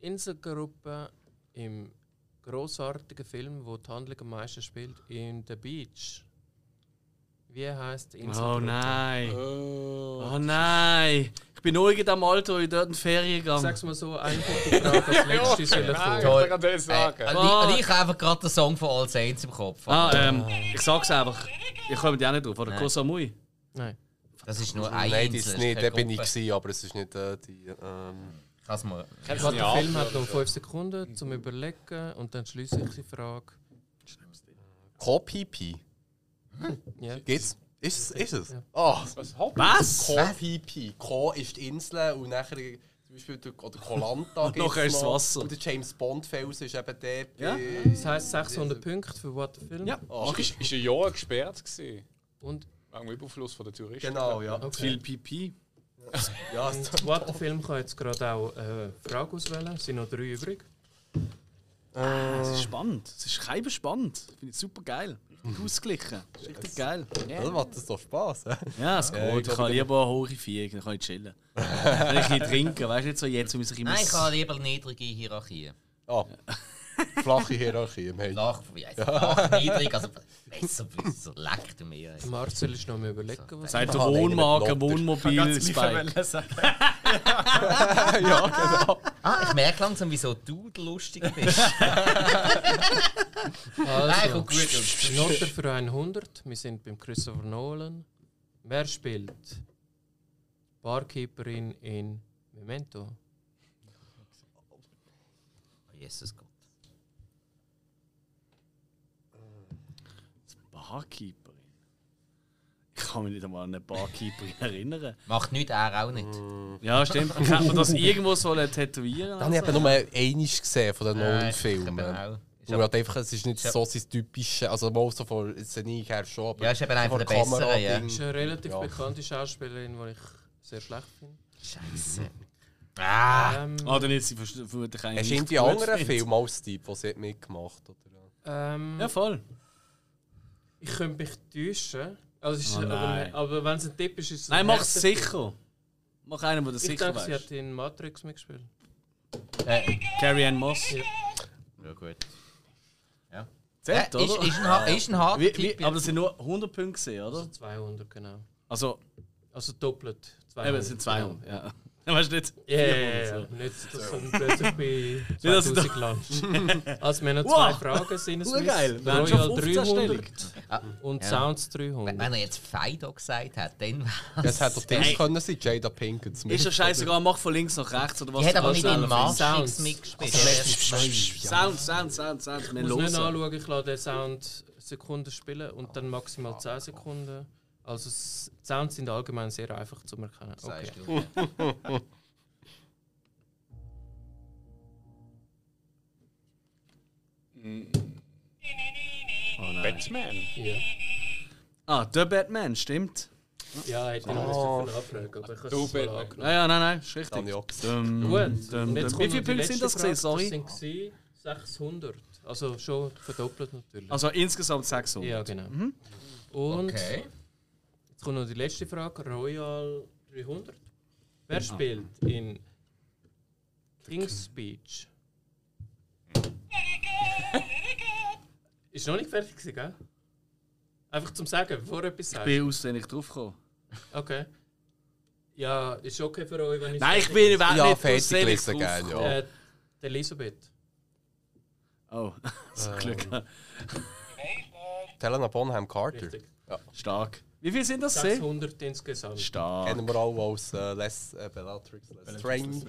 F: die Inselgruppe im großartigen Film, wo die Handlung am meisten spielt, in The Beach? Wie heisst die
A: Oh
F: Inselgruppe?
B: Äh,
A: nein. Oh nein. Ich bin nur in am Alter, wo ich dort in die Ferien gegangen
F: Sag's mal so, eine gute Frage als letzte soll
D: Nein,
F: kommen.
D: genau, ich kann dir das
B: Äh,
D: sagen.
B: und ich, ich habe einfach gerade den Song von All Saints im Kopf.
A: Ah, ähm, ich sag's einfach. Ich komme ja nicht drauf. Oder Koh Samui.
F: Nein.
B: Das ist nur ein Insel.
C: Nein, das
B: das
C: ist
B: ist keine
C: nicht. Der bin ich,
B: Gruppe.
C: gewesen, aber es ist nicht äh, die. Ähm,
B: Ich kann's mal.
D: Kennst du
F: Gerade
D: nicht
F: der Film hat
D: an?
F: noch 5 Sekunden zum Überlegen und dann schließe ich die Frage.
C: Kopipi.
F: Ja.
C: Geht's? Ist es? Ist es?
F: Ja.
C: Ah,
D: Was Hobby?
A: Was?
C: Kopipi. Ko ist die Insel und nachher. Zum Beispiel der, oder Kolanta. gibt's
A: nachher ist das
C: noch.
A: Wasser.
C: Und der James Bond-Felsen ist eben der.
A: Ja.
C: bei-
F: Das heisst 600 Punkte für What the Film.
A: Ja.
C: Ah,
D: Ist ist ein Jahr gesperrt gewesen.
F: Und
D: Wegen dem Überfluss von den Touristen.
C: Genau, ja.
A: Viel
F: okay.
A: Pipi.
C: ja es-
F: Und What the Film kann jetzt gerade auch äh, Frage auswählen. Es sind noch drei übrig.
A: Es ist spannend. Es ist kein spannend. Finde ich super geil. Richtig
C: Mhm.
A: ausgeglichen. Ist Richtig geil.
C: Das macht das doch Spaß.
A: Ja, es geht.
C: ich
A: ich
C: glaub,
A: kann lieber eine hohe Vier, dann kann ich chillen. Kann ich ein bisschen trinken, weißt du nicht so jetzt, muss ich immer.
B: Nein, ich habe lieber niedrige Hierarchien.
C: Ah, flache Hierarchie im Handy.
B: Flach, wie heisst flach, niedrig, also besser, besser, leck du mir. eins.
F: Marcel ist noch mal überlegen, was
A: Seit der
C: Aha,
A: Wohnmarke,
C: nein, mit
A: Wohnmobil, Spike.
G: wollen sagen.
B: Ah, ich merke langsam, wieso du der Lustige bist. Nein,
F: also,
B: kommt gut.
F: Noten für 100. Wir sind beim Christopher Nolan. Wer spielt Barkeeperin in Memento?
B: Oh, Jesus Gott.
A: Barkeeperin. Ich kann mich nicht einmal an eine Barkeeperin erinnern.
B: Macht nichts, er auch nicht.
C: Mm,
A: Ja, stimmt. Kann man das irgendwo so tätowieren?
C: Dann habe ich eben nur einmal gesehen von den
B: Äh,
C: neuen
B: ich
C: Filmen.
B: eben auch. Ist
C: Weil
B: aber-
C: halt einfach, es ist nicht
B: Ja.
C: so sein typisches, also mal so von Szenerie her schon, aber
B: Ja, ist eben einer
C: von
B: der
C: Kamera-
B: besseren, ja.
C: Ding.
F: Das ist
A: Hm,
F: eine relativ
C: Ja.
F: bekannte Schauspielerin, die ich sehr schlecht finde.
B: Scheiße. Ah,
F: Ähm,
A: Ah, dann ist sie verst- vermutlich
C: Hast
A: eigentlich.
C: du
A: nicht
C: irgendwie
A: gut
C: anderen
A: findet.
C: Film als Typ, den sie hat mitgemacht oder?
F: ähm,
A: Ja, voll.
F: Ich könnte mich täuschen. Also, es ist,
A: Oh nein.
F: aber, aber wenn es ein Tipp ist, ist es
A: Nein,
F: ein
A: mach
F: harter
A: es
F: Tipp.
A: sicher. Mach einen, der das
F: Ich
A: sicher
F: denke, sie
A: weiß.
F: hat in Matrix mitgespielt.
B: äh,
A: Carrie Ann Moss.
F: Ja.
B: ja gut.
A: Z,
B: Äh, ist,
A: oder?
B: ist ein, ha- ist ein harter
A: Wie,
B: Typ,
A: wie,
B: ja.
A: aber das sind nur 100 Punkte, gewesen,
F: Also
A: oder?
F: 200, genau.
A: Also,
F: Also doppelt. 200.
A: eben, es sind 200. Ja. Weißt du nicht?
F: Ja, ja, ja. Nicht, dass du plötzlich bei
A: dass du
F: 2000 landest. Also, wir haben noch zwei
A: Wow.
F: Fragen. Sind es
A: Urgeil. Wir haben schon
F: Royal
A: 15 Stellung. Ah,
F: 300 und
B: Ja.
F: Sounds
B: Wenn
F: 300.
B: er jetzt Fido gesagt hat, dann
C: Das hätte doch das
A: Ey.
C: können sein, Jada Pinkett Smith.
A: Ist ja scheißegal, mach von links nach rechts oder was
B: Die hat
A: du
B: aber
A: kannst,
B: nicht in
A: Alan.
B: Matrix
F: Sounds.
B: mitgespielt.
A: Sound, Sound, Sound, Sound. Wir
F: Ich muss nicht
A: hören.
F: anschauen, ich lasse den Sound Sekunden spielen und dann maximal 10 Sekunden. Also, s- Sounds sind allgemein sehr einfach zu erkennen. Okay.
B: Sagst du. Genau.
D: Batman.
F: Ja,
A: Ah, der Batman, stimmt.
F: ja hätte ich noch oh. eine Abfrage, aber ich habe
D: Du
F: es mal
D: Batman.
F: angenommen.
A: Ja, ja, nein, nein, ist richtig.
C: Dann ja.
A: Dum,
F: Gut,
A: dum,
F: und jetzt
A: dum.
F: kommt
A: Wie
F: noch
A: viele
F: die
A: Punkte sind das
F: letzte Frage.
A: gewesen? Sorry.
F: Das sind 600. Also schon verdoppelt natürlich.
A: Also insgesamt 600.
F: Ja, genau. Und
B: Okay.
F: jetzt kommt noch die letzte Frage: Royal 300. Wer spielt in King's Speech? Ist noch nicht fertig, gewesen, gell? Einfach zum Sagen, bevor du etwas
A: Ich
F: sagst.
A: bin auswendig draufgekommen.
F: Okay. Ja, ist okay für euch, wenn ich.
A: Nein, ich bin ich
C: Ja,
A: nicht
C: fertig
A: aus Selig
C: gelesen, gell,
A: rausgekommen.
C: ja.
F: Äh, die Elisabeth.
A: Oh, so
F: Ähm.
A: Glück.
C: Helena Bonham Carter.
F: Richtig.
A: Stark. Wie viel sind das? gewesen?
F: 600 insgesamt.
A: Stark.
C: Kennen wir alle aus äh, Les, äh, Bellatrix Lestrange.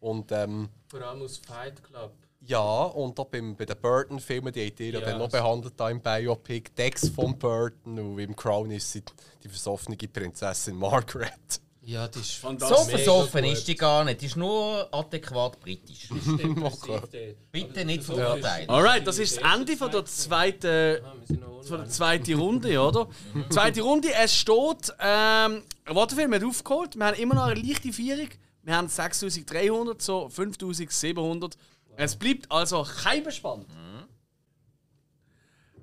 C: Und ähm,
F: Vor allem aus Fight Club.
C: ja, und auch beim, bei den Burton-Filmen, die habt ihr ja
F: Ja,
C: dann noch
F: das-
C: behandelt, da im Biopic, Dex von Burton und im Crown ist sie die versoffene Prinzessin Margaret.
F: Ja, das ist
B: So
A: Fantastisch.
F: mega
B: besoffen
F: gut.
B: ist die gar nicht. Die ist nur adäquat britisch.
F: Also,
B: Bitte nicht verurteilen.
A: Alright, das ist das Ende von der zweiten,
F: Ah, wir sind noch
A: von der
F: online.
A: zweiten Runde, oder? zweite Runde, es steht, ähm, Wattenfilm hat aufgeholt, wir haben immer noch eine leichte Vierung. Wir haben 6300 so 5700. Es bleibt also kein Bespann.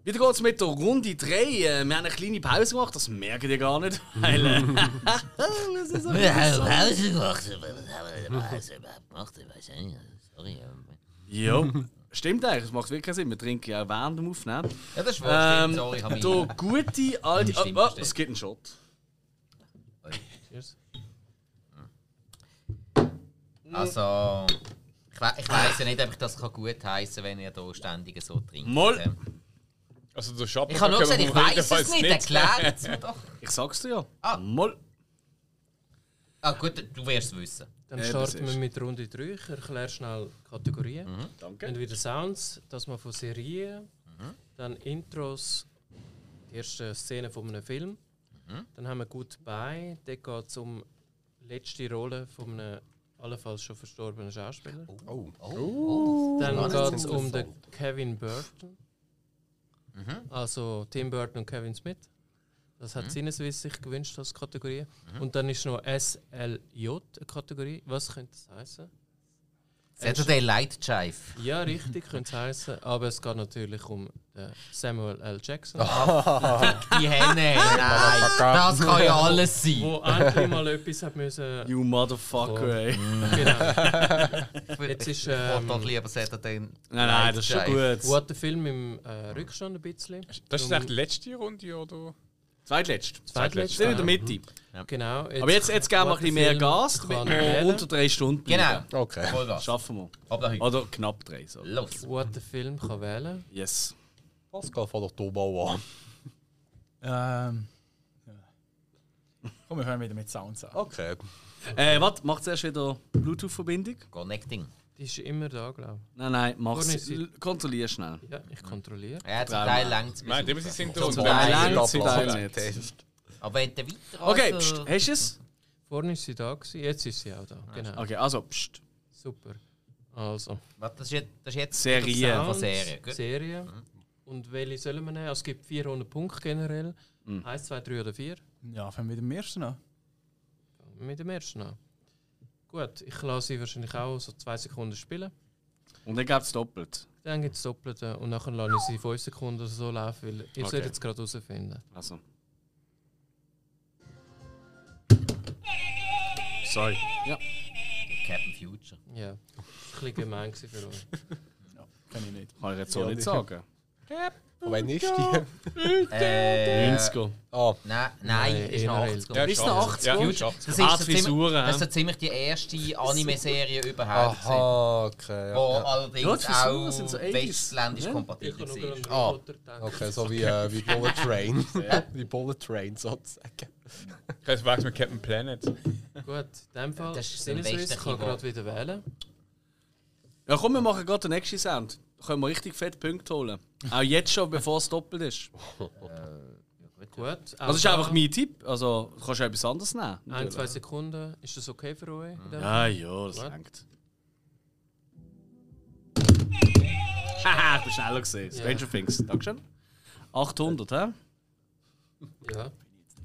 A: Wieder geht's mit der Runde 3. Wir haben eine kleine Pause gemacht, das merkt ihr gar nicht. Weil, äh, wir sind so
B: Pause gemacht. Macht ihr wahrscheinlich. Sorry.
A: Ja, stimmt eigentlich, es macht wirklich keinen Sinn. Wir trinken ja auch während dem Aufnehmen.
B: Ja, das ist wohl.
A: Ähm,
B: stimmt, Sorry, ich habe
A: der gute alte.
B: Meine Stimme
A: Ah, ah,
B: versteht.
A: es gibt einen Shot.
B: Also, ich, we ich weiß ja nicht, ob ich das kann gut heißen wenn ihr hier ständig so trinkt.
A: Moll.
B: Ähm,
D: Also der Schatten
B: Ich habe nur gesagt,
D: können wir
B: ich
D: auf
B: weiß
D: jeden
B: es
D: Fall
B: nicht. Erklärt es mir doch.
A: Ich sag's dir ja.
B: Ah.
A: Mal.
B: Ah, gut, du wirst es wissen.
F: Dann
A: Äh,
F: starten
A: das
F: wir
A: ist- Mhm.
F: mit Runde 3. Ich erkläre schnell Kategorien. Dann
A: Danke.
F: wieder Sounds, dass man von Serien,
A: Mhm.
F: dann Intros, die erste Szene von einem Film.
A: Mhm.
F: Dann haben wir Goodbye, da geht es um letzte Rolle von einem allenfalls schon verstorbenen Schauspieler.
C: Oh.
A: Oh,
F: Dann
C: das ist
F: geht es um den
C: interessant.
F: Kevin Burton.
A: Mhm.
F: Also Tim Burton und Kevin Smith. Das hat sinneswiss sich gewünscht als Kategorie.
A: Mhm.
F: Und dann ist noch SLJ eine Kategorie. Was könnte das heißen?
B: Saturday Light Chive.
F: Ja, richtig, könnte es heißen. Aber es geht natürlich um äh, Samuel L. Jackson,
A: Ah.
B: Die Henne. Nein, das kann ja alles sein.
F: wo endlich mal etwas hat müssen.
A: You motherfucker,
F: So.
A: ey.
F: Genau.
B: Jetzt
F: ist,
B: Ähm,
F: ähm,
B: doch lieber Saturday Night
A: Nein, nein, das ist schon
B: Chive.
A: gut.
F: What der Film im äh, Rückstand ein bisschen. Um,
D: Das ist eigentlich die letzte Runde, oder?
A: Zweitletzt.
F: Zweitletzte.
A: Sind in der Mitte.
F: Genau.
A: Aber jetzt, jetzt geben wir ein bisschen mehr
F: What der
A: Gas,
F: Film
A: damit
F: kann
A: wir
F: wählen.
A: unter drei Stunden
B: Genau.
A: bleiben.
C: Okay.
B: Vollgas.
A: Schaffen wir.
B: Ab dahin.
A: Oder knapp drei. So.
B: Los.
F: What der Film kann wählen.
A: Yes.
C: Pascal, fang doch du mal an.
G: Ähm. ja. Komm, wir hören wieder mit Sounds an.
C: Okay.
A: Äh, was? Macht zuerst wieder Bluetooth-Verbindung?
B: Connecting.
F: Die ist immer da, glaube
A: Nein, nein, mach's.
F: Ohne sie-
A: Kontrollier schnell.
F: ich. Ja, ich kontrolliere.
B: Ja, zum Teil längt
D: Nein, dem sie sind da.
B: Zum
D: und
B: Teil
D: dann-
A: lang,
D: dann-
A: zum Teil nicht.
B: Aber wenn du weiter
A: Okay, pst,
B: also-
A: hast du es?
F: Vorne ist sie da, gewesen, jetzt ist sie auch da. Genau.
A: Okay, also, pst.
F: Super. Also,
B: Was, das ist jetzt, das ist jetzt
A: Serie. Mhm.
B: Sound
A: Ja,
B: von Serie. gut.
F: Serie. Und welche sollen wir nehmen? Also, es gibt 400 Punkte generell.
A: Mhm.
F: Eins, zwei, drei oder vier.
G: Ja, fangen wir mit dem ersten an.
F: Mit dem ersten an. Gut, ich lasse sie wahrscheinlich auch so zwei Sekunden spielen.
A: Und dann gibt's doppelt.
F: Dann gibt es Doppelte und nachher lasse ich sie fünf Sekunden oder so laufen, weil ich
A: Okay.
F: sollte jetzt gerade herausfinden.
A: Also. Sorry. Ja.
B: Captain Future.
F: Ja, ein bisschen gemein gewesen für euch.
G: Kann ich nicht.
A: Kann ich jetzt so nicht sagen.
C: Und wenn ist die?
B: Äh,
A: 90er.
C: Ah,
B: Nein, nein, ist noch
F: eher
B: 80
D: Ja,
A: Bis
D: ist
A: nach
D: alles.
A: 80
D: Ja,
A: Uhr.
D: ist alles.
B: Das ist,
A: Art
B: so ziemlich,
A: Frisuren,
B: das ist
A: hä?
B: so ziemlich die erste Anime-Serie überhaupt. gewesen,
C: aha, okay.
B: Wo
C: ah, Ja.
A: Ja,
B: allerdings
A: die Frisuren
B: auch
A: sind so 80s.
B: westländisch
A: Ja.
F: Ich kann
B: kompatibel
F: nur
B: war.
F: gerade
C: Ah.
F: an Roboter denken.
C: Okay, so wie, äh, wie Bullet Train. wie Bullet Train sozusagen.
D: Kein Wachs mit Captain Planet.
F: Gut, in dem Fall
B: Das
F: das
B: ist
F: ist
B: so ein
F: Sinneswiss, ich kann
B: westlicher
F: gerade wieder wählen.
A: Ja, komm, wir machen gerade den nächsten Sound. Da können wir richtig fett Punkte holen. Auch jetzt schon, bevor es doppelt ist.
F: Gut.
A: Also, das ist einfach mein Tipp. Also, du kannst du etwas anderes nehmen.
F: Ein,
A: natürlich.
F: Ah, zwei Sekunden. Ist das okay für euch?
A: Ja,
F: Ja.
A: ja, das
F: What?
A: hängt. Haha, ich bin schneller gesehen. Stranger
F: Ja.
A: Things. Dankeschön. 800, hä?
F: ja.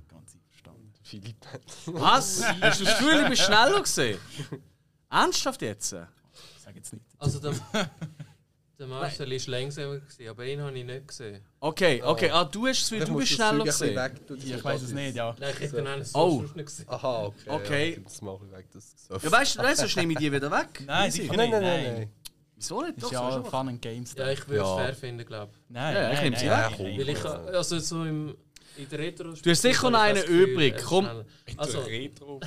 G: Ganz einverstanden.
C: Philipp.
A: Was? Hast du das Gefühl, ich bin schneller gesehen? Ernsthaft jetzt?
G: Ich sage jetzt nicht.
F: Also, der, der Marcel war langsamer, gewesen, aber ihn habe ich nicht gesehen.
A: Okay, okay. Ah, du hast das Gefühl, du bist schneller gesehen.
C: gesehen.
G: Ich weiß es nicht, ja.
F: Nein, ich hätte ihn auch
A: Oh.
F: sonst nicht gesehen.
C: Aha, okay.
A: Okay.
C: Ja, ich das mal ein bisschen weg. Das ist
A: Ja, weißt du, weißt du, sonst nehme ich die wieder weg.
G: Nein,
A: Easy.
G: sicher
C: nein,
G: nicht.
C: nein, nein, nein.
A: Wieso nicht?
G: Ist
A: Doch, soll
G: ja
A: schon machen.
G: Fun and Games.
F: Ja,
G: Nein,
F: ich würde es
C: Ja.
F: fair finden, glaube ich.
A: Ja, ich
G: nein,
A: nehm's ja.
G: nein, nein.
F: Weil ich also so im, in der Retro
A: Du hast sicher noch einen übrig, komm.
F: Also,
D: Retro.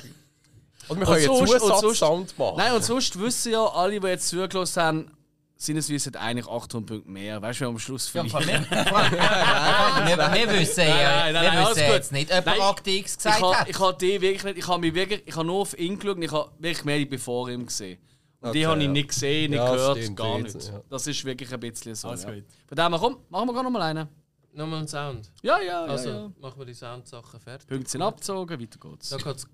C: Oder wir können jetzt
A: sonst- und
C: Zusatzsound machen.
A: Nein, und sonst wissen ja alle, die jetzt zugelassen haben, sind es wissen eigentlich 800 Punkte mehr. Weißt du, wer am Schluss
B: Ja,
A: verliert?
B: aber wir, wir, wir wissen ja
A: Nein, nein, nein,
B: wir
A: alles
B: wissen
A: gut.
B: jetzt nicht, ob
A: Nein,
B: er Akte X
A: ich
B: gesagt
A: habe
B: hat.
A: ich hab die wirklich nicht, ich habe mich wirklich, ich habe nur auf ihn geschaut und ich habe wirklich mehr die bevor ihm gesehen. Und die
C: Okay,
A: habe ich
C: ja.
A: nicht gesehen, nicht
C: Ja,
A: gehört,
C: stimmt,
A: gar
C: jetzt,
A: nichts.
C: ja.
A: Das ist wirklich ein bisschen so.
E: Alles
A: ja.
E: gut.
A: Von dem her, komm, machen wir gerade nochmal einen.
F: Nochmal ein Sound.
A: Ja, ja, ja.
F: Also
A: ja.
F: machen wir die Soundsachen fertig.
A: Punkte sind abgezogen, weiter geht's.
F: Da geht's,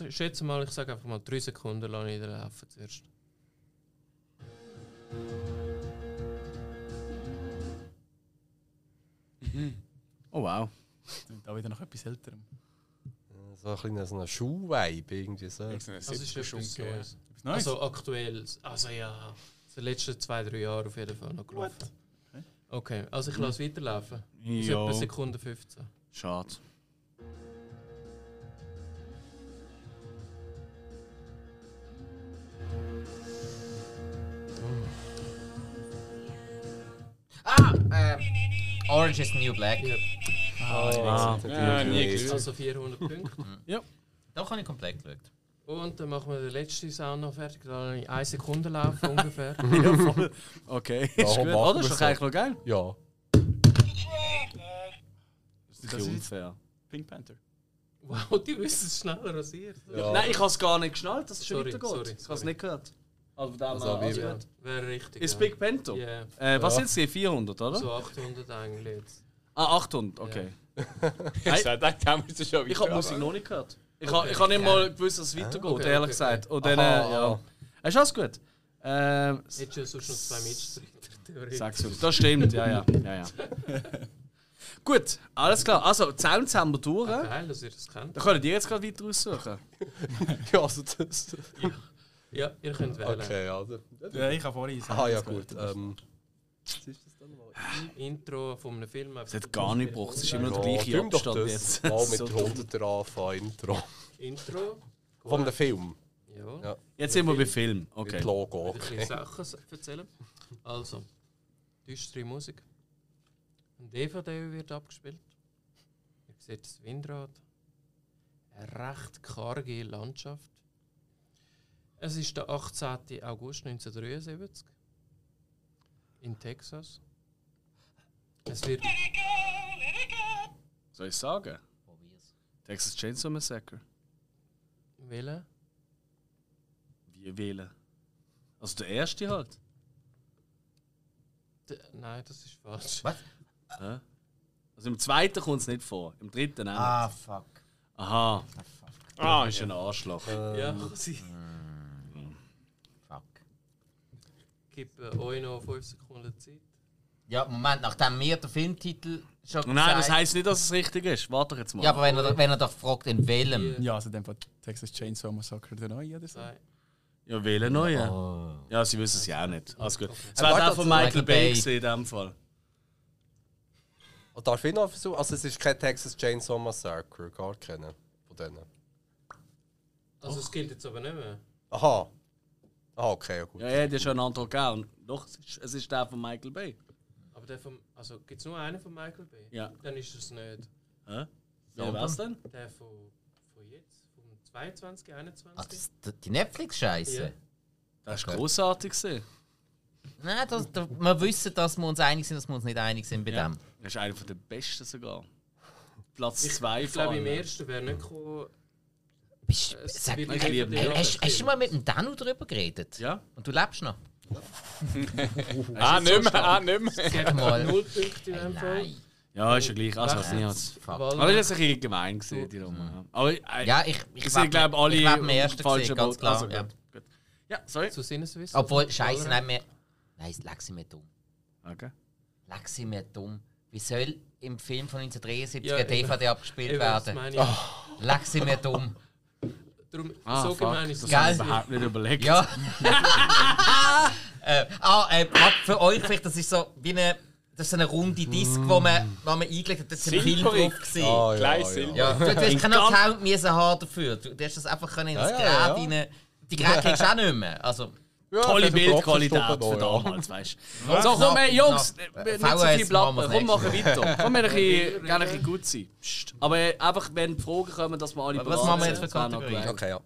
F: ich schätze mal, ich sage einfach mal 3 Sekunden lasse ich laufen zuerst.
A: Oh wow.
E: Da wieder noch etwas älterem.
C: So ein kleiner so ein Schuh-Vibe irgendwie so.
F: Das ist etwas
D: geil.
F: Neues.
G: Etwas Neues?
F: Also aktuell, also ja, in den letzten zwei, drei Jahren auf jeden Fall noch gelaufen. Okay, also ich lasse weiterlaufen. Bis etwa
A: Jo.
F: Sekunde 15.
A: Schade.
B: Ah, äh, Orange is the New Black.
F: Ja.
C: Ah,
D: Ja, nie gehört.
F: Also 400 Punkte.
B: Da kann ich komplett geschaut.
F: Und dann machen wir den letzten Sound noch fertig. Dann lasse ich eine Sekunde laufen ungefähr.
A: Ja, voll. Okay, ist
C: Warum
A: gut.
C: machen
A: Oder? Ist
C: wir's
A: doch eigentlich noch geil.
C: Ja.
A: Das ist ein bisschen unfair.
E: Pink Panther.
F: Wow, die wissen es schneller als ihr.
C: ja.
A: Nein, ich habe es gar nicht geschnallt, dass es schon
F: Sorry,
A: weitergeht.
F: sorry,
A: ich habe es
F: sorry.
A: nicht gehört. Also, von dem
C: Also,
A: her,
C: wie-
A: also,
F: Ja,
A: gut.
F: wäre richtig.
A: Ist
F: ja.
A: Big Bento?
F: Ja,
A: Äh, was
C: Ja.
A: sind es? 400, oder?
F: so 800 eigentlich jetzt.
A: Ah, 800, okay.
D: Ich dachte, da müsste schon wieder.
A: Ich habe die Musik noch nicht gehört. Ich habe ich hab nicht mal gewusst, dass es weitergeht,
F: okay,
A: ehrlich
F: okay,
A: gesagt. Und dann, äh,
C: Aha,
A: ja.
C: aha.
A: Ist alles gut? Ähm, s-
F: Hättest du ja sonst noch zwei Mitstreiter, theoretisch.
A: sag's uns. Das stimmt, ja, ja. ja, ja. gut, alles klar. Also, die Sounds haben wir durch.
F: Ah, Geil, dass ihr das kennt.
A: Dann könnt ihr jetzt gerade weiter aussuchen.
C: Ja, also das.
F: Ja, ihr könnt wählen.
C: Okay, also.
G: Ja, ich habe vorhin
C: Ah ja, gut. Ähm,
F: Intro von einem Film.
A: Es hat gar nicht gebraucht. Es ist immer noch der
C: ja,
A: gleiche
C: tun wir doch
A: Abstand
C: das.
A: jetzt.
C: Mal mit
A: So dumm.
C: 100 anfangen, Intro.
F: Intro.
C: Von dem Film.
F: Ja.
C: Ja.
A: Jetzt sind wir bei Film. Okay.
C: Mit Logo.
F: Ein bisschen Sachen s- erzählen. Also, düstere Musik. Ein DVD wird abgespielt. Ihr seht das Windrad. Eine recht karge Landschaft. Es ist der 18. August 1973 in Texas. Es wird
A: Soll ich sagen? Texas Chainsaw Massacre.
F: wählen.
A: Wie wählen? Also der erste halt.
F: D- Nein, das ist falsch.
A: Hä? Also im zweiten kommt es nicht vor, im dritten auch.
B: Ah, fuck.
A: Aha,
D: Ah,
A: das ist ein Arschloch.
F: Ja, sie
B: Fuck.
F: geben euch noch 5 Sekunden Zeit.
B: Ja, Moment, nachdem wir den Filmtitel schon
A: Nein, das
B: gesagt-
A: heisst nicht, dass es richtig ist. Warte jetzt mal.
B: Ja, aber wenn er, wenn er doch fragt, in welchem.
C: ähm.
F: Vier,
E: Ja, also in dem Fall Texas Chainsaw Massacre der neue oder so.
F: zwei,
A: Ja, wählen neue.
B: Oh.
A: Ja, sie wissen es ja auch nicht. Alles gut. Es
C: warte,
A: war der von
C: also
A: Michael
B: Michael
A: Bay
B: Bay.
A: gewesen in dem Fall.
C: Und darf ich noch versuchen? Also, es ist kein Texas Chainsaw Massacre, gar keiner von denen.
F: Also, es gilt jetzt aber nicht mehr.
C: Aha. Ah, okay, ja, gut.
A: Ja, er hat ja schon einen anderen gegeben. Und Doch, es ist, es ist der von Michael Bay.
F: Aber der vom, also gibt es nur einen von Michael Bay?
A: Ja.
F: Dann ist es nicht
A: Hä? Wer war's denn?
F: der von, von jetzt, vom 22, 21.
B: Ah, das, das- die Netflix-Scheiße.
F: Ja.
A: Das war grossartig. gewesen.
B: Nein, das, das, wir wissen, dass wir uns einig sind, dass wir uns nicht einig sind bei
A: Ja.
B: dem.
A: Das ist einer der besten sogar. Platz
F: Ich-
A: 2
F: ich glaube, im ersten wäre nicht gekommen.
B: Bist,
F: Es
B: sag,
F: wird
B: mal,
F: nicht
A: liebe
F: von
A: dich.
F: den
B: hast
F: anderen
B: hast du mal mit dem Danu darüber geredet?
A: Ja?
B: Und du lebst noch?
D: Ah, nicht mehr, ah, nicht mehr.
B: Sag
F: Filmen.
B: mal.
F: halt Null Punkte in dem Fall.
B: Nein.
A: Ja, ist ja gleich. Also, was
F: Wechsel-
A: ich hat's.
B: Fuck.
A: Aber
F: Weil
A: das ist ein bisschen gemein gewesen, die Nummer. ja. Aber äh,
B: Ja, ich, ich,
A: ich sind, glaube alle
B: ich wär am ersten
A: falschen
B: gewesen, ganz
A: Boot.
B: klar.
A: Also,
B: ja.
A: gut, gut. ja, sorry.
F: zu Sinneswissen.
B: Obwohl, scheiße, nein, wir... Nein, lag sie mir dumm.
A: Okay.
B: Lag sie mir dumm. Wie soll im Film von 1973
F: Ja,
B: ein
F: eben.
B: DVD abgespielt
F: Eben, das
B: werden?
F: meine ich.
B: Lag sie mir dumm.
F: Darum,
A: Ah,
F: so
A: fuck,
F: gemein ist
A: das
F: es.
A: habe ich
B: Geil.
A: überhaupt nicht überlegt.
B: Ja. äh, ah, äh, ab für euch vielleicht, das ist so wie eine, das ist so eine runde Disc, wo man, wo man eingelegt hat, das ist ein Film drauf
D: Silberig.
B: gewesen.
C: Ah,
D: Gleich Silber.
B: Oh, Ja, du, du hast keinen Account müssen haben dafür. Du, du hast das einfach können in das
C: Ja,
B: Gerät
C: ja,
B: rein. Die Geräte kriegst du auch nicht mehr. Also,
C: Ja,
A: Tolle
C: vielleicht ein
A: Bildqualität
C: Brockenstubbe
A: für
C: noch, ja.
A: damals, weißt du. So, komm,
B: Knapp,
A: ey, Jungs,
B: knapp.
A: äh, nicht so viel
B: VHS machen wir
A: Blappen. Komm, machen wir weiter. Komm, wir ein bisschen-
F: Ja.
A: gerne ein bisschen gut sein. Psst. Aber äh, einfach, wenn Fragen kommen, dass wir alle
B: was machen wir
A: bereit
B: jetzt für
A: sind, das wäre noch
B: Kategorie?
A: geil.
C: Okay, ja.
A: Äh,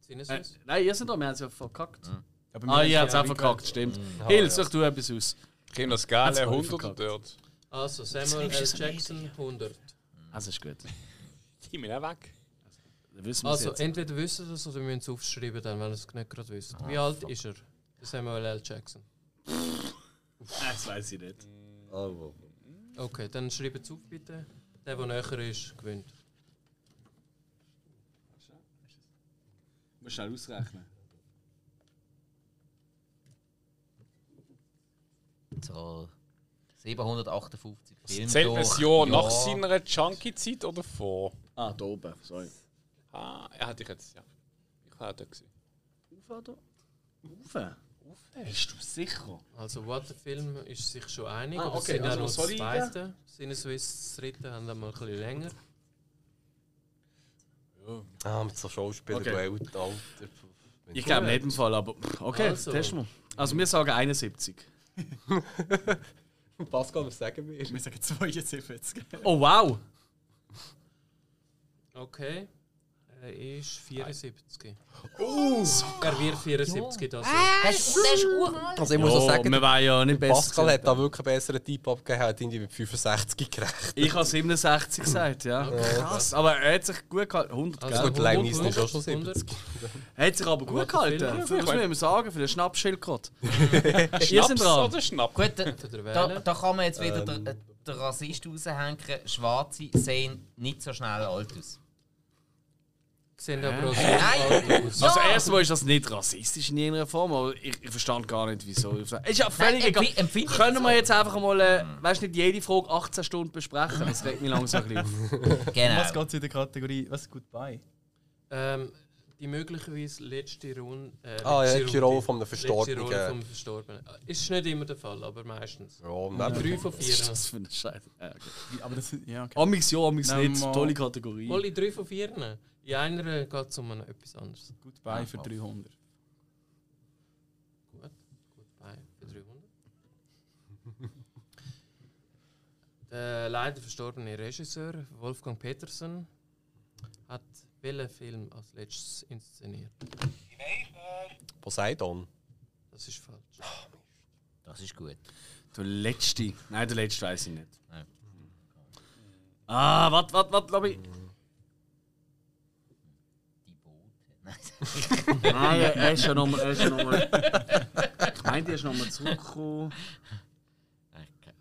F: Sinneswiss?
A: nein, ihr seid da, wir haben es ja verkackt.
G: Aber wir
A: Ah,
G: haben
A: ihr habt es
G: ja
A: auch verkackt, stimmt. Hilf, such du etwas aus.
D: Kriegen das geile
A: Hat's mal
D: 100
A: verkackt.
D: dort.
F: Also, Samuel L. Jackson 100.
A: Das ist gut.
D: Die müssen auch weg.
A: Dann wissen wir
F: Also,
A: jetzt.
F: entweder wissen das oder wir müssen es aufschreiben, dann, wenn ihr es nicht gerade wisst. Wie alt ist er? Der Samuel L. Jackson.
A: Das weiß ich nicht.
F: Okay, dann schreibt es auf, bitte. Der, der näher ist, gewinnt.
A: Du musst schnell ausrechnen.
B: So 758 Filme.
D: Zählt man
B: durch.
D: ein Jahr nach
B: Ja.
D: seiner Junkie-Zeit oder vor?
A: Ah, da oben, sorry.
D: Ah, er hat dich jetzt, ja. Ich war auch da. Gewesen.
A: Auf oder? Auf? Auf? Bist du sicher?
F: Also, what the Film ist sich schon einig.
A: Ah,
F: oder
A: okay,
F: sind
A: also
F: auch noch
A: was
F: das
A: soll ich
F: zweite. Sinneswiss, das dritte, haben wir mal ein bisschen länger.
C: Ah, mit so Schauspielern,
A: Okay.
C: okay. du alt, alter.
A: Ich glaube nicht im Fall, aber okay,
F: Also.
A: testen wir. Also wir sagen 71.
C: Pascal, was sagen wir?
G: Wir sagen 72.
A: Oh wow!
F: Okay. Er ist 74. Er wird 74, das
C: Also ich muss auch sagen,
A: Oh, wir waren ja nicht besser.
C: Pascal hat
A: gewesen.
C: da wirklich einen besseren Typ abgegeben, er hat irgendwie mit 65 gerechnet.
A: ich habe 67 gesagt, ja. Krass, aber er hat sich gut gehalten. 100,
F: Also
A: gell?
C: Gut, Lang ist nicht auch schon
F: 100.
C: 70.
A: Er hat sich aber gut
F: Film.
A: gehalten.
F: Ja,
A: Für, was müssen wir sagen? Für den Schnappschildkrott. Also, Ihr
D: Schnaps
A: seid dran.
D: oder Schnapp?
B: Gut, da,
F: Oder
B: da,
F: wählen.
B: da kann man jetzt wieder ähm. den, den Rassist raushängen. Schwarze sehen nicht so schnell alt aus.
F: Sehen aber auch so
B: Nein.
F: alt aus.
B: Ja.
A: Also erstmal ist das nicht rassistisch in irgendeiner Form, aber ich, ich verstand gar nicht, wieso. Ist ja völlig
B: Nein,
A: egal.
B: empfi- empfinde ich
A: Können
B: das
A: wir
B: so.
A: jetzt einfach mal, äh, weißt du, nicht jede Frage 18 Stunden besprechen? Das regt mich langsam ein bisschen auf.
G: Was
B: Genau.
G: geht in der Kategorie? Was ist Goodbye?
F: Ähm, die möglicherweise letzte Runde. Äh,
C: Ah, ja,
F: letzte
C: die Rolle vom Verstorbenen.
F: Letzte Rolle vom Verstorbenen. Ist nicht immer der Fall, aber meistens.
C: Ja, und dann-
F: Drei von
A: Was ist
F: vier.
A: das für eine Scheiße? Ja, okay.
G: Aber das ja, okay.
A: Amix ja, Amix
G: Nehmen
A: nicht.
G: wir mal-
A: Tolle Kategorie.
F: Mal in drei von vier. In einer geht es um ein- etwas anderes.
G: Goodbye für 300.
F: Gut, gut, bei für 300. Der Eh, leider verstorbene Regisseur Wolfgang Petersen hat welchen Film als letztes inszeniert?
C: Poseidon.
F: Das ist falsch.
B: Das ist gut.
A: Der letzte. Nein, der letzte weiß ich nicht.
B: Nein.
A: Ah, wat, wat, wat, Lobby?
B: Die Boote. Nein.
A: Nein, er ist ja nochmal. Er ist ja nochmal. Ich meinte, er ist nochmal zurückgekommen.
B: Okay.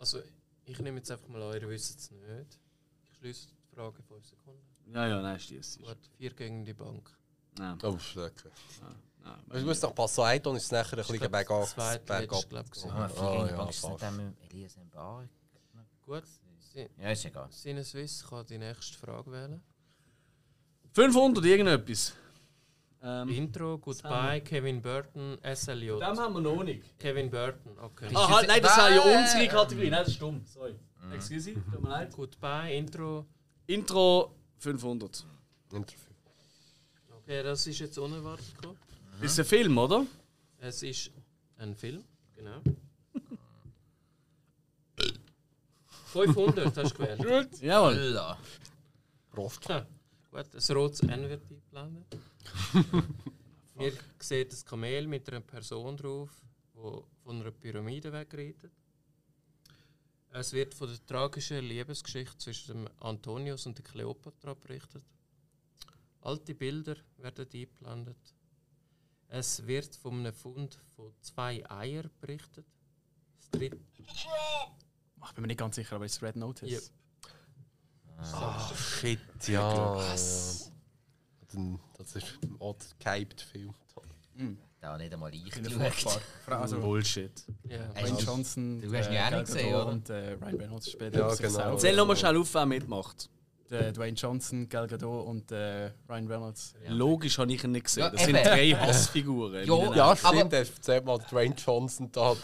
F: Also, ich nehme jetzt einfach mal an, ihr wisst es nicht. Ich schließe die Frage in 5 Sekunden.
A: Ja, ja, nein, ist die erste.
F: Gut, 4 gegen die Bank.
A: Nein.
C: Oh, schrecken.
A: nein.
C: Ich muss nach Poseidon, ist es nachher ein bisschen bergab.
F: Zweitletzte,
C: bergab.
F: glaube ich.
B: Haben wir vier in die
C: Ah, ja,
F: gewesen.
B: Bank geschossen,
C: fast.
B: dann haben wir Elias Mbarek.
F: Gut, Si-
B: Ja, ist egal.
F: Sinneswiss kann die nächste Frage wählen.
A: 500 irgendetwas. Ähm,
F: Intro, Goodbye, Kevin Burton, SLJ.
A: dem haben wir noch nicht.
F: Kevin Burton, okay.
B: Ah.
A: Aha, halt, nein, das war ja unsere Kategorie. Nein, das ist dumm. Sorry. Excuse, tut mir leid.
F: Goodbye, Intro.
A: Intro 500.
C: Interview.
F: Okay, das ist jetzt unerwartet gekommen.
A: Ist ein Film, oder?
F: Es ist ein Film, genau. 500 hast du gewählt.
A: Jawohl.
B: Holla.
C: Rost.
F: Ah, Gut, ein rotes N wird eingeblendet. Wir sehen das Kamel mit einer Person drauf, die von einer Pyramide wegreitet. Es wird von der tragischen Liebesgeschichte zwischen dem Antonius und der Kleopatra berichtet. Alte Bilder werden eingeblendet. Es wird von einem Fund von zwei Eiern berichtet. Das dritte
G: Ich bin mir nicht ganz sicher, aber es ist Red Notice.
F: Yep.
C: Ah, Ja. Was? Das ist auch der gehypte Film.
B: Da nicht einmal ich
G: In der
B: geschaut.
G: Vorfahrt. Fra- Also,
A: Bullshit.
F: Ja.
B: Ey,
G: Dwayne Johnson,
B: Du hast ihn
G: äh,
B: ja auch
G: Gal
B: nicht gesehen,
G: Gadot
B: oder?
G: Und äh, Ryan Reynolds später.
C: Ja,
G: auf sich
C: genau.
G: selber.
A: Zähl nochmal schnell auf, wer mitmacht.
G: Der Dwayne Johnson, Gal Gadot und äh, Ryan Reynolds.
A: Logisch habe ich ihn nicht gesehen.
B: Ja,
A: Das sind
B: eben.
A: drei Hassfiguren.
B: Ja.
A: Meine-
C: Ja,
B: Aber-
C: stimmt, er erzählt mal Dwayne Johnson da.
F: Aber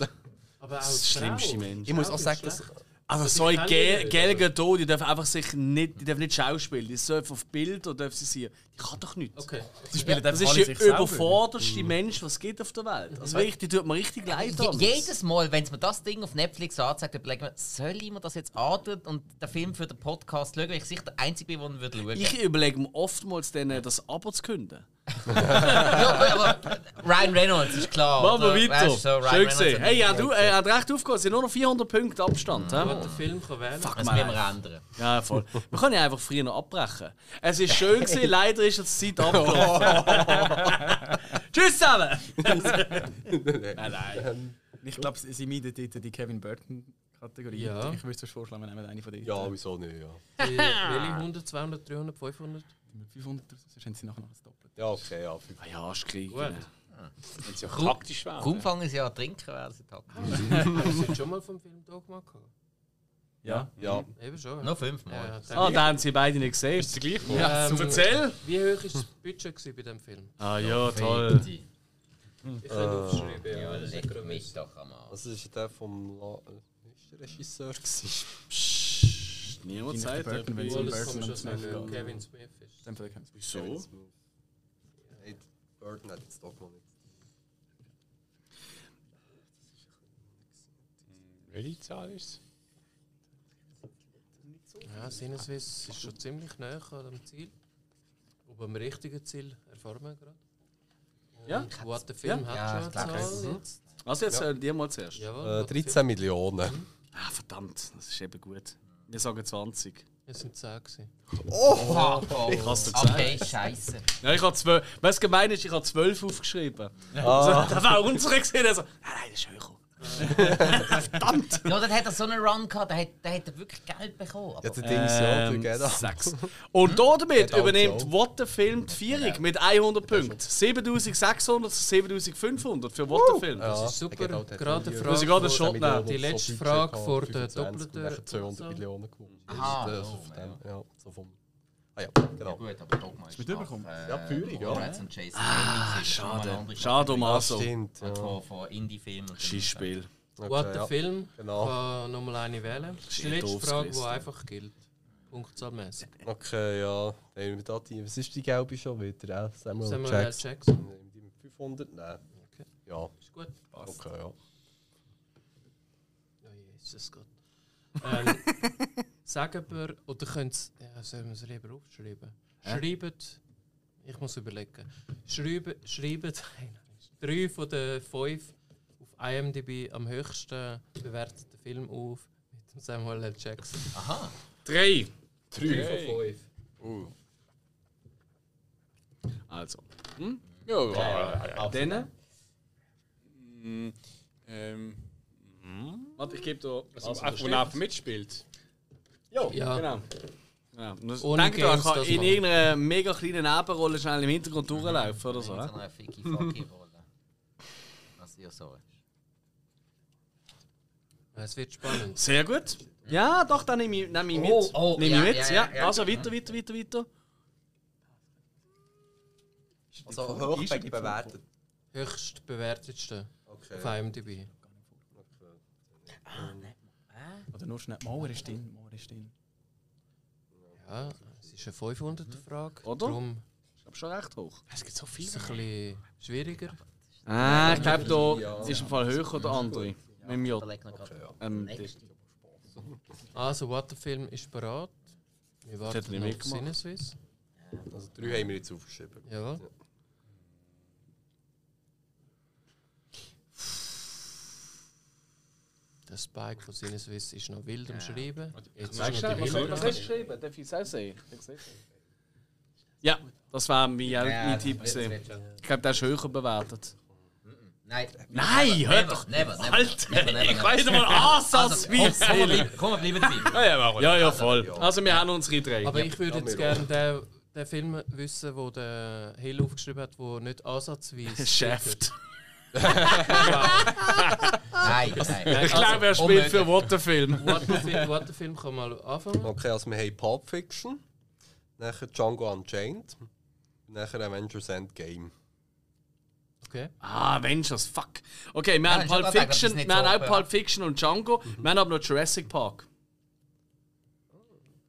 F: auch
A: Das
F: die
A: schlimmste
F: Frau.
A: Mensch.
C: Ich muss auch sagen, dass.
A: Also
F: Also,
A: so
F: die
A: ein
F: kennen die nicht,
A: Gelger Tod, die dürfen einfach sich nicht, die dürfen nicht schauspielen, die dürfen auf Bild oder dürfen sie sein. Ich kann doch nichts.
F: Okay.
G: Sie spielen
A: Das
G: einfach
A: ist
G: alle
A: der
G: sich selber.
A: überforderste Mensch, was es gibt auf der Welt. Also wirklich, die tut mir richtig leid.
B: Je-
A: damals.
B: Jedes Mal, wenn man das Ding auf Netflix anzeigt, dann überlege ich mir, soll ich mir das jetzt antun und den Film für den Podcast schauen, weil ich sicher der Einzige bin, der ihn würde schauen würde.
A: Ich überlege mir oftmals, denen das Abo zu künden.
B: Ja, gut, aber Ryan Reynolds ist klar.
A: Machen wir
B: oder?
A: weiter.
B: Weißt du, so, Ryan
A: Schön
B: Reynolds
A: gesehen.
B: hat-
A: Hey, er hat, au- er hat recht aufgehört. Es sind nur noch 400 Punkte Abstand. hä?
F: Der Film kann wählen.
A: Fuck,
B: Das
A: man.
B: müssen wir ändern.
A: Ja, voll. Wir können ja einfach früher noch abbrechen. Es ist schön gewesen, leider ist jetzt die Zeit abgelaufen. Tschüss zusammen!
E: Ich glaube, sie sie meiden dort die Kevin Burton-Kategorie.
F: Ja.
E: Ich würde sonst vorschlagen, wir nehmen eine von Äh, den
C: Ja, wieso nicht, ja.
F: Die-
A: Eh,
F: Welche
A: ah.
F: 100, 200, 300, 500?
E: 500 oder so, sonst haben sie nachher noch das Doppelte.
C: Ja, okay, ja. fünf-
A: Ah Ja, ist Krieg.
F: Gut.
D: Wenn sie ja
B: Ru-
D: taktisch wären.
B: Kaum fangen sie an zu trinken, werden sie taktisch.
F: Hast du jetzt schon mal vom Film Dogma gehabt?
E: Ja.
C: Ja,
F: Eben schon.
B: Noch
F: Ja, ja,
B: fünfmal.
A: Ah,
F: dann-
A: da haben sie beide nicht gesehen.
D: Ist sie gleich vor?
A: Ja,
F: Ähm,
A: erzähl!
F: Wie hoch war das Budget gewesen bei diesem Film?
A: Ah ja, toll.
F: Ich kann aufschreiben.
B: Ja,
F: Ja, das ist
B: leck
F: ein
B: mich doch einmal.
C: das ist der vom La ist der Regisseur. gewesen?
A: Psst, Niemand
E: Wahrscheinlich
A: sagt
E: der Burton, wenn
A: etwas.
E: sie-
F: Obwohl, das kann
E: Burton
F: man schon
E: und
F: sagen,
E: Smith.
F: eh, Kevin Smith ist.
E: Dann vielleicht haben sie-
A: Wieso?
C: Hey, Burton hat jetzt Dogma nicht.
D: Welche Zahl ist es?
F: Ja, Sinneswiss ist schon ziemlich nah an dem Ziel. Ob am richtigen Ziel erfahren wir gerade.
A: Ja.
F: Und What the Film
A: Ja.
F: nou,
A: Mhm.
F: hat
B: Ja, ich
F: schon
B: glaub,
F: eine
B: das-
F: Zahl. jetzt?
A: Also jetzt hören die mal zuerst.
F: Jawohl,
C: Äh,
F: What the
C: 13 Millionen.
A: Ah, verdammt, das ist eben gut. Wir sagen 20.
F: Film. Es sind 10 gewesen.
B: Oh, ich
A: hab's dir gesagt.
B: Okay, scheiße.
A: Ja, ich habe 12. Was gemein ist, ich habe 12 aufgeschrieben.
C: Ah,
A: Also, das war unsere gesehen. Also, nein, nein, das ist höher. verdammt!
B: Ja, dann hat er so einen Run gehabt, dann hat, dann hat er wirklich Geld bekommen. Aber
C: ja, der Ding ist ja, der geht ab.
A: Sechs. Und damit
C: Geht
A: übernimmt
C: also.
A: What the Film die Vierung mit 100 Punkten. 7600 zu 7500 für What the Film.
C: Ja,
F: Das ist super. Oh,
C: er geht halt
F: Gerade eine
C: hier.
A: Muss ich gerade einen
F: Frage.
A: Shot nehmen?
F: Die letzte Frage vor der doppelten
C: Nachher 200
F: Zahl.
C: Millionen gewonnen.
B: Aha,
C: Das ist,
B: so,
C: äh, von dem, ja, so vom. Ah ja, genau.
B: gut, aber Dogma ist
E: mitbekommen?
B: nach,
C: Ja, Führung, ja.
B: Borat und Jason ah,
A: Schade. Schade um also.
C: Stimmt. Ja.
B: Von, von Indie-Filmen. und so
A: Schissspiel.
C: Okay,
F: What the
C: ja.
F: Film
C: Genau.
F: kann nochmal eine wählen. Das ist die
A: Shit,
F: letzte
A: doofes
F: Frage, die
A: Christen.
F: einfach gilt. Punktzahlmäßig.
C: Okay, ja. Dann nehmen wir da die. Was ist die gelbe schon wieder? Äh? Samuel,
F: Samuel L.
C: Jackson.
F: Jackson.
C: Nehmen wir die mit 500? Nein.
F: Okay.
C: Ja,
F: Ist gut.
C: okay, ja.
F: Ja, Jesus Gott. Ähm, sagen wir, oder könnt ja, sollen wir es lieber aufschreiben? Schreibt, ich muss überlegen, schreibt, schreibt nein, drei von den fünf auf IMDb am höchsten bewerteten Film auf mit dem Samuel L. Jackson.
B: Aha.
A: Drei.
D: Drei.
F: fünf.
A: Also, äh,
D: Ja, ja, ja, ja.
A: denen.
D: Mm, Ähm,
A: Warte, ich gebe dir.
D: also, also wo er mitspielt.
F: Ja,
A: Genau. Ja, das
F: Ohne
A: Denkt ihr, ich
F: Games,
A: kann
F: das
A: in
F: machen.
A: irgendeiner mega kleinen Nebenrolle schnell im Hintergrund durchlaufen oder so.
B: In so
A: hä?
B: einer ficky fucky Rolle. Also, ja, sorry.
F: es wird spannend.
A: Sehr gut. Ja, doch, dann nehme ich, nehme ich mit.
B: Oh, oh,
A: nehme
B: ja,
A: ich mit.
B: ja,
A: Ja,
B: ja, ja.
A: Also weiter, weiter, weiter, weiter.
C: Also hochwertig bewertet.
F: Höchst bewertetste auf
C: Okay.
F: IMDb.
E: Oder nur schnell. Mauer ist drin, Mauer ist drin.
F: Ja, es ist eine 500er Frage.
A: Mhm. Oder?
F: Darum
A: Ich glaube schon recht hoch.
D: Es gibt so
F: ist
D: viele.
F: es ein bisschen schwieriger.
A: Ah, ich glaube, da ist im Fall höher der andere. Mit dem J.
B: Überleg noch gerade.
A: Ähm,
B: eh,
F: Also, What the Film ist bereit.
A: hat
F: Wir
A: er
F: warten
A: nicht
F: auf
A: mitgemacht.
F: Sinneswiss.
C: Also drei haben wir jetzt aufgeschrieben.
F: Jawohl. Der Spike von Sinneswiss ist noch wild am Schreiben. Jetzt ist noch die Hülle dran.
A: geschrieben? Darf ich es auch sehen? Ja, das war mein, mein Tipp. Gewesen. Ich glaube, der ist höher bewertet.
B: Nein.
A: Nein, hör
B: never,
A: doch!
B: never, never,
A: Alter,
B: never, never,
A: ich
B: never.
A: weiß nicht mal Ansatz, wie
B: Also, komm, komm,
A: viel.
B: bleib- komm, bleiben dabei.
A: Ja, ja, ja, ja, voll. Also, wir haben unsere drei.
F: Aber ich würde
C: Ja,
F: jetzt
C: wir
F: gerne den, den Film wissen, den der Hill aufgeschrieben hat, der nicht ansatzweise.
A: Chef.
B: Nein, nein.
A: Ich glaube, er spielt für Waterfilm.
F: What the, Film, What the Film kann mal anfangen.
C: Okay, also wir haben Pulp Fiction, nachher Django Unchained, nachher Avengers Endgame.
F: Okay.
A: Ah, Avengers, fuck. Okay, wir haben
B: ich hab
A: Pulp
B: auch gedacht,
A: Fiction,
B: das ist nicht
A: wir haben
B: so,
A: auch
B: aber-
A: Pulp Fiction und Django, wir haben aber noch Jurassic Park.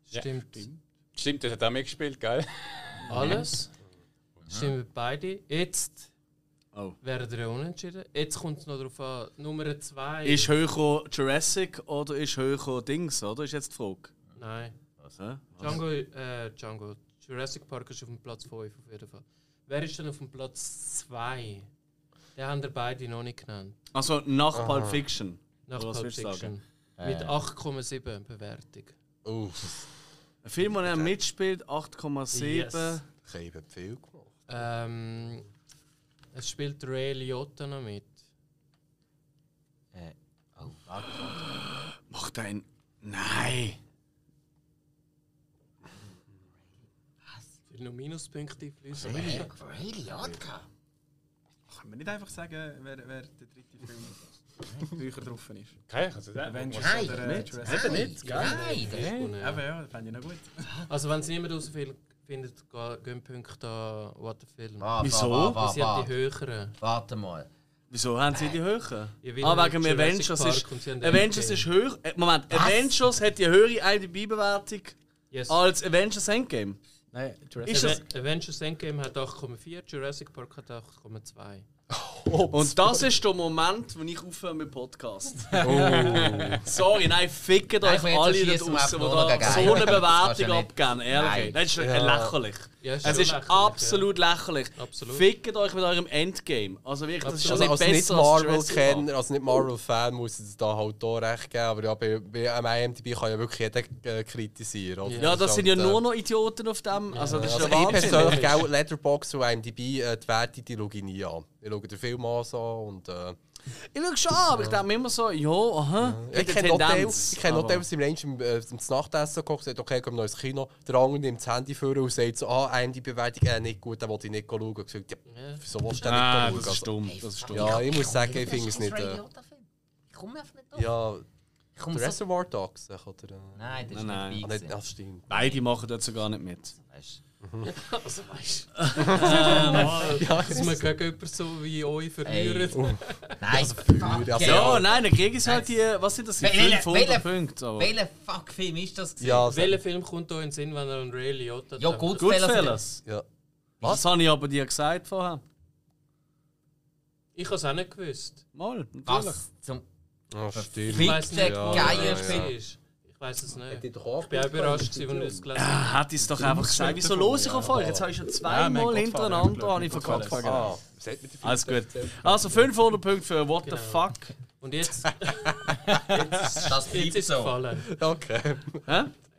F: Stimmt.
D: Stimmt, das hat er mitgespielt, gell?
F: Alles? Stimmen beide. Jetzt
A: Mhm. Oh.
F: wären drei unentschieden. Jetzt kommt es noch darauf an. Nummer zwei.
A: Ist höher Jurassic oder ist höher Dings, oder? Ist jetzt die Frage.
F: Nein.
A: Was, hä? Was?
F: Django, äh, Django. Jurassic Park ist auf dem Platz 5 auf jeden Fall. Wer ist denn auf dem Platz 2? Den haben wir beide noch nicht genannt.
A: Also nach Pulp Fiction.
F: Nach
A: Oder was
F: Pulp
A: willst du Äh.
F: Fiction. Mit 8,7 Bewertung.
C: Uff,
A: Ein Film, der er mitspielt, 8,7.
F: Yes.
C: ich habe eben viel gemacht.
F: Ähm, es spielt Ray Liotta noch mit.
B: Äh, oh, warte.
A: Macht ein. Nein!
F: Für noch Minuspunkte fließen.
B: Radiotka?
E: Können wir nicht einfach sagen, wer, wer der dritte Film Bücher drauf ist?
D: Keine, also der.
E: Avengers
B: Nein,
E: oder äh, Jurassic
G: Eben nicht, gell?
B: Nein, das
E: Eben, ja, das fände ich noch gut.
F: Also wenn es niemand herausfindet, findet, ge- gehen Punkte an What the Film.
B: Warte,
A: Wieso?
B: warte,
F: Aber
B: warte,
F: sie hat die
B: warte,
F: höheren.
B: warte mal.
A: Wieso haben sie die höher?
F: Ja, weil
A: Ah, wegen
F: Jurassic
A: Avengers
F: Park
A: ist.
F: und sie haben
A: Avengers
F: Endgame.
A: ist höher. Äh, Moment, Avengers hat die höhere IMDb-Bewertung
F: Yes.
A: als Avengers Endgame.
G: Nein,
A: Ist das,
F: Aven- Avengers Endgame hat 8,4, Jurassic Park hat 8,2.
A: und das ist der Moment, wo ich aufhöre mit Podcast. Sorry, nein, ficken
B: Oh. Nein,
A: euch
B: komm, jetzt
A: alle da draussen,
B: schiessen wir
A: die
B: einfach nur noch
A: da so eine
B: gegen einen. Das kannst
A: Bewertung
B: du nicht.
A: abgeben. Ehrlich,
B: Nein.
A: das ist lächerlich.
F: Ja, ist
A: Es
F: schon
A: ist
F: lächerlich,
A: absolut lächerlich.
F: Absolut.
A: Fickt euch mit eurem Endgame. Also wirklich, das ist schon
C: Also
A: nicht
C: als nicht
A: besser als
C: Marvel-Kenner, als nicht Marvel-Fan muss ich es da halt da recht geben, aber ja, bei, bei am IMDb kann ja wirklich jeder äh, kritisieren. oder?
A: Ja, das
C: ist
A: sind ja
C: halt, äh,
A: nur noch Idioten auf dem. Also das ist
C: Also
A: ja
C: ich
A: Wahnsinn.
C: persönlich auch Letterboxd und IMDb äh, die Werte, die schaue ich nie an. Ich schaue den Film an so und... Äh,
A: Ich schaue schon an, aber ich denke mir immer so, ja, aha,
C: Ja, Ich
A: die
C: kenne Hotels,
A: Tendenz.
F: Ah,
C: ich kenne
A: Aber-
C: Hotels im Range im, äh, zum Nachtessen gekocht, sagt, okay, komm noch ins Kino. Der andere nimmt das Handy vor und sagt so, ah, eine die Bewertung, äh, nicht gut, dann wollte ich nicht schauen. Ich gesagt, ja,
F: Ja.
C: wieso willst du denn
A: Ah,
C: nicht
A: das ist
C: schauen?
A: dumm. Das ist dumm.
C: Ja, ich muss sagen, ich finde es nicht.
B: eh.
C: Äh,
B: Ich komme einfach nicht drauf.
C: ja,
B: Ich komme
C: der
B: so...
C: Reservoir Dogs, äh, oder? Äh,
B: Nein, das ist
A: Nein,
B: nicht
C: ah,
B: dabei
C: nicht,
B: gewesen.
C: das stimmt.
A: Nein, die machen dazu gar nicht mit.
B: Weißt du.
F: Also weißt du. Dass wir gegen jemanden so wie euch verlieren.
B: Nein,
C: Ja,
B: fuck
C: also-
B: yeah.
A: Ja, nein, dann kriegen sie halt die, was sind das, die
B: Welche-
A: 500
B: welche-
A: Punkte. Aber.
B: Welcher Fuck-Film ist das? gewesen?
C: Ja,
F: Welcher Film kommt euch in den Sinn, wenn er an Ray Liotta
B: ja
F: denkt?
B: Goodfellas.
A: Goodfellas.
C: ja.
A: Das habe ich aber dir gesagt vorher.
F: Ich habe es auch nicht gewusst.
A: Mal, natürlich.
B: Was zum...
C: Ah, stimmt.
F: Ich
B: Fick
F: weiß
B: der
F: nicht, wo
B: Geier,
F: er
B: Film.
F: ist. Ich weiß es nicht. Ich
C: Ich
F: bin auch überrascht, gewesen, als ich es gelesen habe.
A: Hätte ich es doch einfach gesagt. Wieso los ich auf euch? Jetzt habe ich schon
G: mein
A: zweimal
G: Gottvater,
A: hintereinander
G: Glück,
A: habe ich verkackt.
C: Ah, was hat mit dem Film?
A: Alles gut. Also 500 Punkte für What the
F: Genau.
A: fuck.
F: Und jetzt,
B: Das
F: jetzt ist
B: bleibt
F: es
B: so.
F: gefallen.
C: Okay.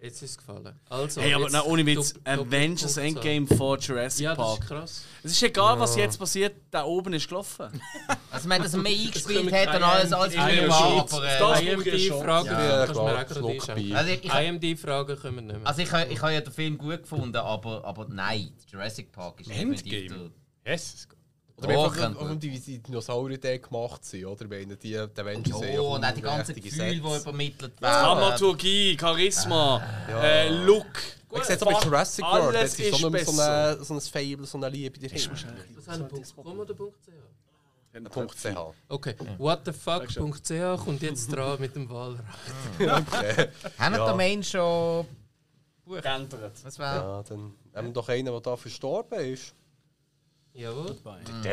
F: Jetzt ist es gefallen. Also,
A: Hey, aber
F: jetzt
A: nein, ohne Witz,
F: dopp- doppelt
A: Avengers
F: Punktzahl.
A: Endgame vor Jurassic
F: Ja, das
A: Park.
F: ist krass.
A: Es ist egal, was jetzt passiert, da oben ist gelaufen.
B: Also wenn das mehr eingespielt
F: kommen
B: hat und alles, alles
F: keine
B: prima,
F: Schweiz.
B: aber... äh,
A: Das-
F: IMD-Fragen
C: Ja,
F: kannst du mir auch
C: klar,
F: gerade einschenken.
C: Schluckbier.
B: Also ich, ich,
F: IMD-Fragen kommen nicht mehr.
B: also ich, ich habe ja den Film gut gefunden, aber, aber nein, Jurassic Park ist definitiv
D: Endgame?
B: der...
D: Yes,
C: Oder wir haben
B: Rochen.
C: einfach um die die Dinosaurier da gemacht sind, oder? Wenn die, die Avengers haben ja
B: Oh, und auch die ganzen
C: richtige
B: Gefühle, die
C: Sätze.
B: übermittelt werden.
A: Dramaturgie, Charisma, äh, Look.
C: Ich sehe zum Beispiel Jurassic World,
A: alles
C: das ist
A: ist
C: so ein, so
A: besser.
C: ein, so ein Fable, so eine Liebe dahinter.
F: Was haben wir, Punkt .com oder Punkt .ch?
C: Punkt CH.
F: Okay, whatthefuck.ch kommt jetzt dran mit dem Wahlrecht.
B: Haben ja. die Main schon...
A: Geändert.
B: Was war?
C: Ja, dann haben wir doch einen, der da verstorben ist.
F: Jawohl.
C: Gut,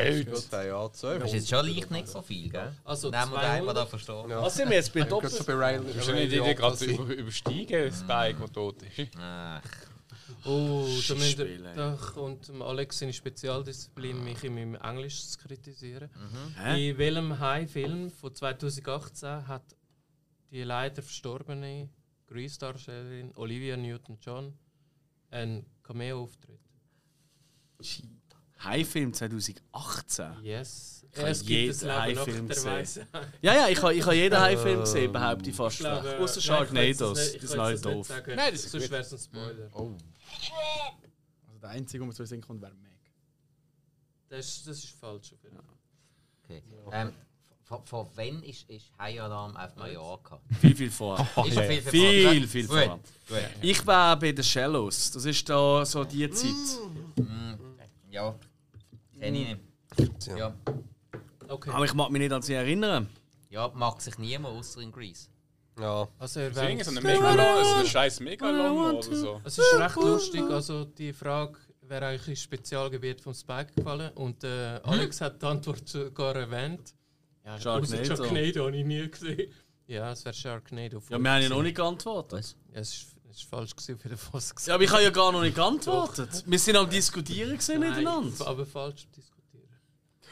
C: der ja,
B: Das ist jetzt
C: 200.
B: schon leicht nicht so viel, gell?
F: Also
B: Nehmen wir den, der da
F: 200.
B: verstorben
C: Ja.
A: Was sind wir jetzt bei
C: Gerade
A: Doppel?
C: so bei Ryan.
D: Das ist eine Idee, die gerade zu über, übersteigen, Spike, der tot ist.
B: Ach,
F: Oh, da, müsst ihr,
A: Scheißspiel, ey.
F: da kommt dem Alex seine Spezialdisziplin, mich in meinem Englisch zu kritisieren. In welchem High-Film von 2018 hat die leider verstorbene Grease-Darstellerin Olivia Newton-John einen Cameo-Auftritt?
A: High-Film 2018.
F: Yes.
A: Ich habe jeden High-Film
F: der
A: gesehen.
F: Weise.
A: Ja, ja, ich habe ich habe jeden High-Film gesehen, behaupte ich fast.
F: Ich
A: Außer
F: glaube, nein, ich kann jetzt
A: Sharknados,
F: nicht-
A: die
F: ich
A: sind
F: kann
A: alle
F: jetzt das nicht
A: doof.
F: sagen.
D: Nein, das ist
F: Sonst
D: gut.
F: wäre es ein Spoiler.
E: Also der einzige, der mir zu Sinn kommt, wäre Meg.
F: Das, ist- das ist falsch. auf jeden Fall.
B: okay. Ähm, von, von wann ist, ist High Alarm auf Mallorca?
A: Viel, viel vorher.
B: Ist schon viel,
A: Viel, viel
B: Gut.
A: vorher. Ich war bei den Shallows. Das ist da so die Zeit.
F: Mm.
B: Ja, kenne ich nicht. Ja.
F: Okay,
A: Aber ich mag mich nicht an sie erinnern.
B: ja, mag sich niemand außer in Greece.
C: Ja,
F: also er
D: Deswegen ist
F: wäre
D: es ein Megalon, es ist ein scheiß Megalon oder so.
F: Es ist recht lustig, also die Frage, wäre eigentlich das Spezialgebiet von Spike gefallen. Und äh,
A: Hm?
F: Alex hat die Antwort sogar erwähnt. Ja,
A: Sharknado.
F: außer Sharknado habe ich nie gesehen. Ja, es wäre Sharknado.
A: Ja, wir haben ja noch nicht geantwortet.
F: Ja, es ist, es ist falsch gewesen, wie der Voss gesagt
A: Ja, aber ich habe ja gar noch nicht geantwortet. Wir sind am Diskutieren gewesen
F: Nein,
A: miteinander.
F: Aber falsch diskutieren.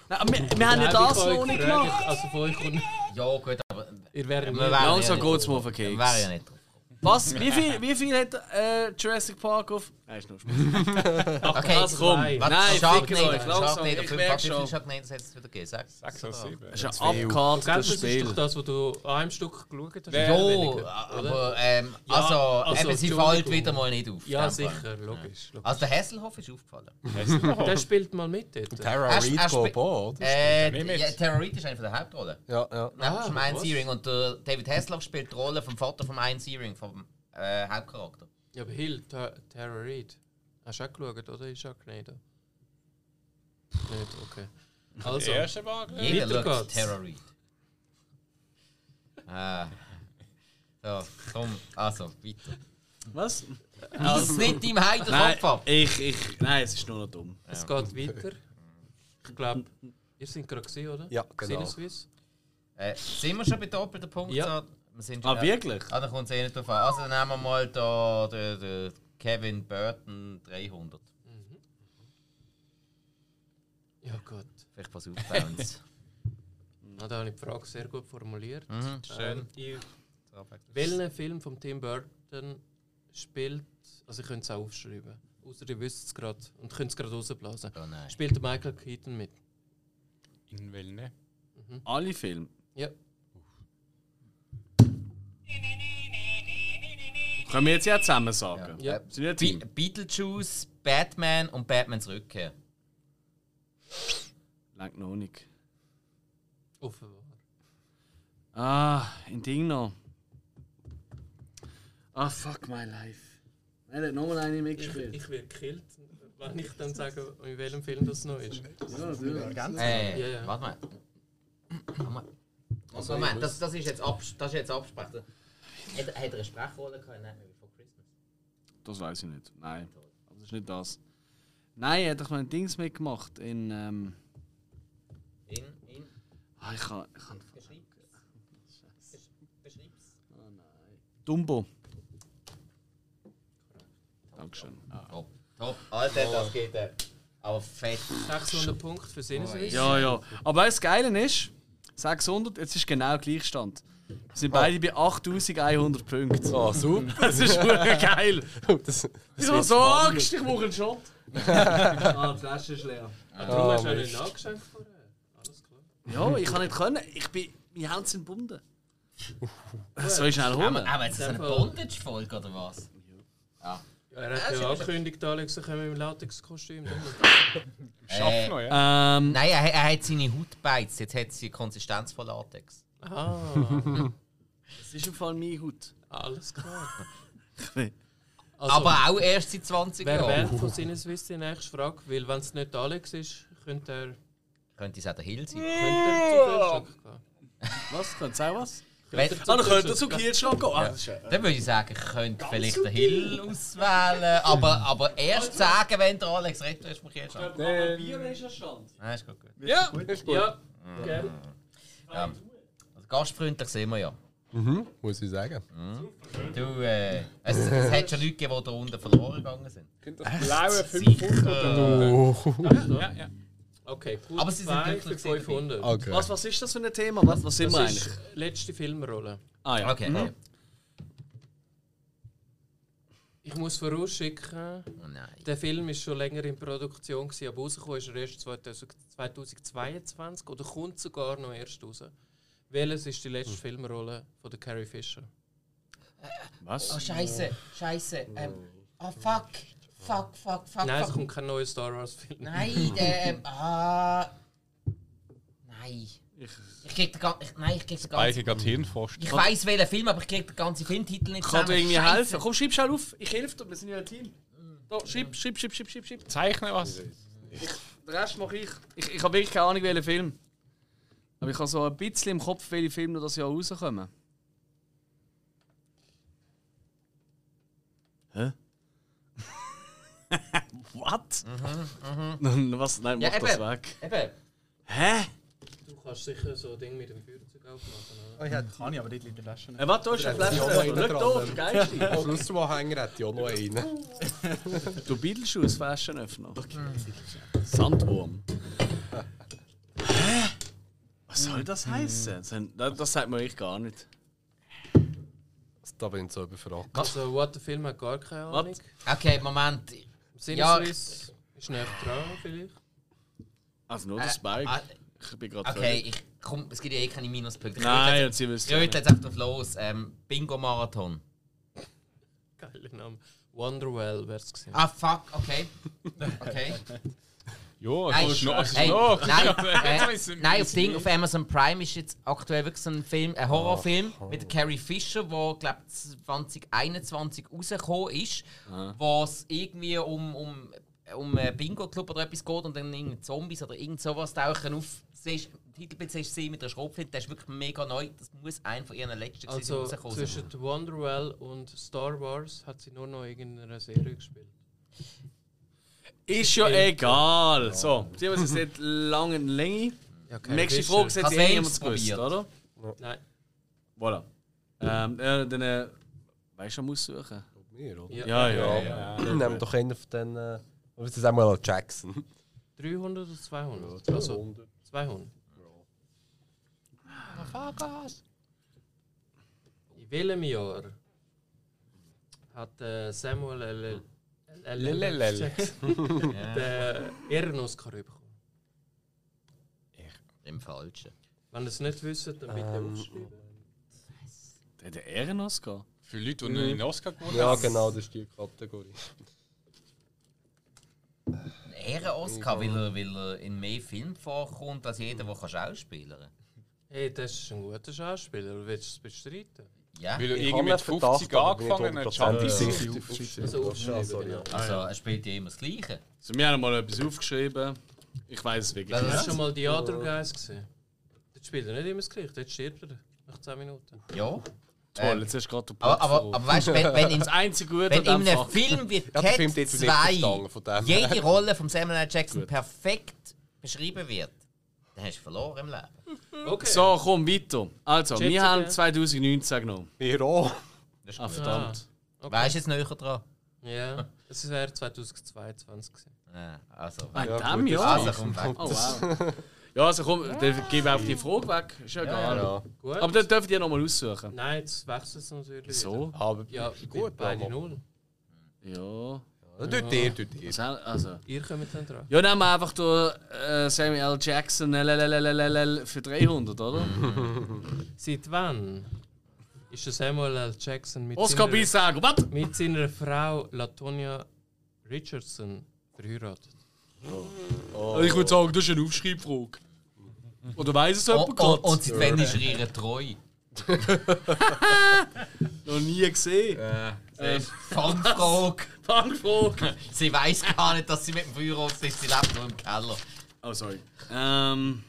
A: Nein, aber wir, wir haben ja
F: Nein,
A: das
F: ich habe
A: noch nicht
F: gefragt,
A: gemacht.
F: Also von euch und
B: Ja, gut, aber wir
F: ihr wäret
B: wären
F: nicht-
B: ja
A: Langsam
B: nicht
A: geht es
B: drauf.
A: mir Also, auf den
B: Wir
A: Keks.
B: wären ja nicht drauf.
A: Was? Wie viel, wie viel hat äh, Jurassic Park auf. Nein, ist noch Spaß.
B: Okay,
A: das komm.
F: Nein.
B: Was?
A: Nein,
B: Sharknado,
A: fickt euch. Langsam,
B: Sharknado,
A: ich
B: fünf-
A: merk
B: wie viel
A: schon.
B: Sharknados hat es wieder gegeben? Sechs?
D: 6 oder 7.
A: Das ist
C: Zu
A: ein
C: viel.
F: Gell,
A: abgekartetes
F: das ist doch
A: Spiel.
F: das, was du an einem Stück geschaut hast.
D: Wer-
B: Ja,
D: weniger,
B: aber ähm,
F: Ja,
B: also,
F: also,
B: eben, sie
F: Entschuldigung.
B: fällt wieder mal nicht auf.
F: Ja,
B: in dem Fall.
F: sicher, logisch. logisch.
B: Also der Hesselhoff ist aufgefallen.
A: Also,
F: Der spielt mal mit dort.
C: Tara
B: Er-
C: Reid
B: er
C: geht
B: spielt-
C: Boot.
B: Äh,
D: nicht mit.
B: ja, Tara Reid ist eine von der Hauptrollen.
C: Ja, ja.
A: Ah,
B: Nein, das ist mein
F: was?
B: Searing und der David Hasselhoff spielt die Rolle vom Vater von Ein Searing, vom äh, Hauptcharakter.
F: Ja, aber Hill, Ta- Tara Reid. Hast du auch geschaut, oder? Ist auch Gnade. Nicht, okay. Also,
D: Der erste war gell?
B: Jeder
F: Weiter
B: schaut
F: geht's.
B: Tara Reid. Ah. So, komm, also, weiter.
A: Was?
B: Das ist nicht deinem
A: Nein,
B: heiteren Kopf ab.
A: ich, ich, nein, es ist nur noch dumm.
F: es geht weiter. Ich glaube, ihr seid gerade gewesen, oder?
C: Ja, genau.
F: Sinneswiss.
B: Äh, sind wir schon bei doppelter Punktzahl? Wir sind schon-
A: Ah, wirklich?
B: Ah, da kommt es eh nicht drauf an. Also dann nehmen wir mal da den, den Kevin Burton 300.
F: Ja, gut.
B: Vielleicht was aufbauen.
F: Ah, da habe ich die Frage sehr gut formuliert.
B: mhm.
F: Schön. Ähm, welchen Film von Tim Burton spielt. Also, ich könnte es auch aufschreiben. Außer ihr wisst es gerade und könnt es gerade rausblasen.
B: Oh nein.
F: Spielt der Michael Keaton mit?
D: In Wellne.
A: Alle Filme.
F: Ja.
A: Können wir jetzt ja zusammen sagen?
F: Ja.
A: Sind wir ein
B: Be
A: Team?
B: Beetlejuice, Batman und Batmans Rückkehr.
A: Langt noch nicht.
F: Offenbar.
A: Ah, ein Ding noch. Ah, fuck my life. Er hat nochmal eine
F: Ich,
A: mitgespielt.
F: ich werde gekillt, wenn ich dann sage, in welchem Film das noch ist.
A: Ja, natürlich.
B: Äh,
F: Ja, ja.
B: warte mal. Warte mal. Also, Moment, das, das ist jetzt, abs das ist jetzt abgesprochen. Hat, hat er eine Sprechrolle gehabt? Nein, before Christmas.
A: Das weiß ich nicht. Nein. Aber das ist nicht das. Nein, er hat doch mal ein Dings mitgemacht in. Ähm,
B: In, in,
A: ah, ich kann, ich kann,
B: beschreib's. Besch- Beschreib's.
A: Dumbo. Dankeschön.
B: Top, top. Alter, das geht äh, aber fett.
F: 600 Punkte für Sinneswiss.
A: Ja, ja. Aber weißt, das Geile ist, 600, jetzt ist genau Gleichstand. Wir sind beide bei 8100 Punkten.
C: Ah, super.
A: Das ist wirklich geil.
C: Das,
A: Ich habe so Angst, ich brauche einen Shot. ah, die Flasche ist leer.
F: Darum hast du auch nicht nachgeschenkt vorher. Alles klar.
A: Ja, ich kann nicht können. Ich bin. Meine Hände sind gebunden. Soll ich schnell holen?
B: Aber jetzt ist das eine Bondage-Folge oder was? Oh,
F: Ja, er hat ja angekündigt, Alex, er komme im Latex-Kostüm.
B: Äh,
D: Noch, ja.
A: Ähm,
B: Nein, er, er hat seine Haut beizt. Jetzt hat sie die Konsistenz von Latex.
F: Ah,
A: das ist im Fall meine Haut.
F: alles klar. Also,
B: Aber auch erst seit 20
F: wer
B: Jahren.
F: wählt von Sinneswiss die nächste Frage? Weil, wenn es nicht Alex ist, könnte er,
B: Könnte es auch der Hill sein.
F: könnte er zu Kühlschrank gehen.
A: Was? Könnt ihr auch was?
F: Also,
B: Wenn,
A: Ah, dann könnt ihr zu Kielschlag gehen. Ah, das ist ja-
B: dann würde ich sagen, könnte vielleicht der Hill auswählen. Aber, aber erst sagen, wenn der Alex redet, hast du mich jetzt schon. Nein, ist gut. gut. Mhm.
A: Ja,
F: Ja, gell.
B: Ja. Also, gastfreundlich sind wir ja.
C: Mhm, muss ich sagen.
B: Du, äh, es, es hat schon Leute gegeben, die da unten verloren gegangen sind. äh,
D: Könnt das blaue
B: Sicher.
D: 500 Ja, ja.
F: Okay, gut.
B: Aber sie sind
F: zwei
B: glücklich,
F: für 500.
C: Okay.
A: Was, was ist das für ein Thema? Was, was sind wir
F: Das
A: eigentlich?
F: ist letzte Filmrolle.
A: Ah ja.
B: Okay. okay.
F: Ich muss vorausschicken,
B: Oh nein.
F: Der Film ist schon länger in Produktion, gewesen, aber rausgekommen ist er erst 2000 2022 oder kommt sogar noch erst raus. Welches ist die letzte Filmrolle von der Carrie Fisher?
B: Oh,
A: Was?
B: Scheiße. Scheiße. Ähm, oh, fuck. Fuck, fuck, fuck.
F: Nein, es
B: fuck.
F: kommt kein neuer Star Wars-Film.
B: Nein, der. Ähm, ah. Nein.
A: Ich-
B: Ich krieg den ganzen. Ich, nein, ich krieg den ganzen.
D: Eiche gerade hinforscht.
B: Ich weiß welchen Film, aber ich krieg den ganzen Filmtitel nicht
A: Kann dir irgendwie
B: Scheiße.
A: helfen? Komm, schreib schnell auf. Ich helfe dir, wir sind ja ein Team. Da, schreib, schreib, schreib, schreib, schreib, schreib.
D: Zeichne was.
A: Den Rest mache ich. Ich, ich habe wirklich keine Ahnung, welchen Film. Aber ich habe so ein bisschen im Kopf, welche Filme noch das Jahr rauskommen. Hä? What? Dann was? Nein, mach
B: Ja,
A: das
B: eben.
A: weg.
B: Eben.
A: Hä?
F: Du kannst sicher so ein Ding mit dem Feuerzeug aufmachen. Oder?
G: Oh, ich hätte- kann ich, aber dort liegt die Flasche nicht.
A: Äh, warte, da ist eine Flasche. Nicht da, der Geist.
C: Schlussanhänger hätte ich auch noch einen.
A: Du Bildelschuss, Flaschenöffner. Sandwurm. Hä? Was soll das heißen? Mhm. Das, das sagt man eigentlich gar nicht.
C: Da bin ich so überfragt.
F: Also, What the Film hat gar keine Ahnung.
A: Was?
B: Okay, Moment. Ja,
F: Sinneswiss ist näher dran, vielleicht.
A: Also nur der
B: Äh,
A: Spike.
B: ah,
A: ich bin gerade
B: Okay, ich, komm, es gibt ja eh keine
A: völlig-
B: Minuspunkte. Ich
A: Nein,
B: rüttle
A: und sie
B: jetzt-
A: wissen.
B: Ich rüttle jetzt einfach drauf los. Ähm, Bingo-Marathon.
F: Geiler Name. Wonderwell wär's gewesen.
B: Ah, fuck, okay. Okay.
D: Ja,
B: Nein,
D: es ist noch. es ist
B: Hey,
D: noch.
B: nein,
D: Jetzt
B: äh,
D: ist-
B: nein, auf Ding, auf Amazon Prime ist jetzt aktuell wirklich so ein Film,
D: Ah,
B: ein Horrorfilm mit Carrie Fisher, wo glaube 2021 rausgekommen ist,
D: Ah.
B: wo es irgendwie um um um einen Bingo-Club oder etwas geht und dann irgendwie Zombies oder irgend sowas tauchen auf. Siehst, Im Titelbild siehst du sie mit der Schrotflinte, der ist wirklich mega neu. Das muss einer von ihren letzten gewesen sein,
F: Also,
B: die rausgekommen sind.
F: zwischen Wonderwell und Star Wars hat sie nur noch irgendeine Serie gespielt.
A: Ist ja egal. So, sie haben es jetzt lange Länge.
F: Ja, keine
A: Nächste
F: Fische.
A: Frage hat
B: Hast
A: eh
B: du eh
A: jemand
B: probiert?
A: gewusst, oder?
F: Nein.
A: Voilà. Ähm, äh, dann äh, weißt du, man muss suchen.
C: Mir, oder?
F: Ja.
A: Ja, ja. ja.
C: Nehmen doch einen von den. Äh, aber jetzt sagen wir mal Jackson.
F: 300 oder 200? Also, 200. In welchem Jahr hat äh, Samuel L. L. L. L. L. Jackson den Ehrenoscar bekommen?
B: Im Falschen.
F: Wenn ihr es nicht wisst, dann bitte aufschreiben.
A: Der hat den Ehrenoscar.
D: Für Leute, die noch einen Oscar gewonnen
C: Ja,
D: haben.
C: genau, das ist dus die Kategorie.
B: Ein Ehren-Oscar, weil er, weil er in mehr Filmen vorkommt als jeder, der kann schauspielern kann.
F: Hey, das ist ein guter Schauspieler. Willst du es bestreiten?
B: Ja.
D: Weil er
C: Ich
D: irgendwie
C: habe
D: mit
C: einen
D: 50
C: Verdacht, aber
D: angefangen hat,
C: ich bin
D: Charlie.
C: hundertprozentig
D: zu-
C: sicher.
F: Also aufschreiben, genau.
B: Also, er spielt ja immer das Gleiche.
A: Also, wir haben mal etwas aufgeschrieben. Ich weiß es wirklich
F: Das
A: nicht.
F: hast du schon mal die Other Guys gesehen. Dort spielt er nicht immer das Gleiche, dort stirbt er nach 10 Minuten.
B: Ja.
A: Toll, jetzt hast du gerade den
B: Ähm, Aber,
A: Punkt
B: aber,
A: verloren.
B: aber weißt du, wenn, wenn, in,
A: das einzige Gute
B: wenn
A: an
B: in
A: dem
B: einem
A: Fach-
B: Film wie
C: Ja, der
B: Cat
C: Film hat jetzt nicht verstanden
B: 2
C: von dem.
B: jede Rolle von Samuel L. Jackson perfekt beschrieben wird, dann hast du verloren im Leben.
F: Okay.
A: So, komm, weiter. Also,
F: Schätze,
A: wir haben
F: ja.
A: 2019 genommen.
C: Mir auch.
B: Das ist
A: Ah,
B: gut.
A: verdammt.
B: Weißt du jetzt näher dran?
F: Ja, es wäre 2022 gewesen.
B: Ja, also,
A: Ah, in dem Jahr?
B: also komm weg.
A: Oh, wow. Ja, also komm, dann gebe ich auch die Frage weg. Ist ja egal.
C: Ja.
F: Gut.
A: Aber dann dürft ihr nochmal aussuchen.
F: Nein, jetzt wechselt es natürlich.
A: So?
C: Aber
F: wieder. Ja, gut, beide null.
A: Ja.
C: Ja, Tut dir, tut dir.
A: Was haben- Also.
F: Ihr kommt dann dran.
A: Ja, nehmen wir einfach durch äh, Samuel L. Jackson LLLLLL für 300, oder?
B: Mhm.
F: Seit wann ist der Samuel L. Jackson mit,
A: Oscar
F: seiner,
A: Bisago, was?
F: mit seiner Frau Latonia Richardson verheiratet?
B: Oh.
A: Ich würde sagen, das ist eine Aufschreibfrage. Oder weiß es jemand
B: Und, und,
A: gerade?
B: und seit wann ist er ihre treu?
A: Noch nie gesehen.
B: Fangfrage!
A: Fangfrage.
B: Sie weiß gar nicht, dass sie mit dem Büro sitzt, sie lebt nur im Keller.
A: Oh, sorry. Ähm,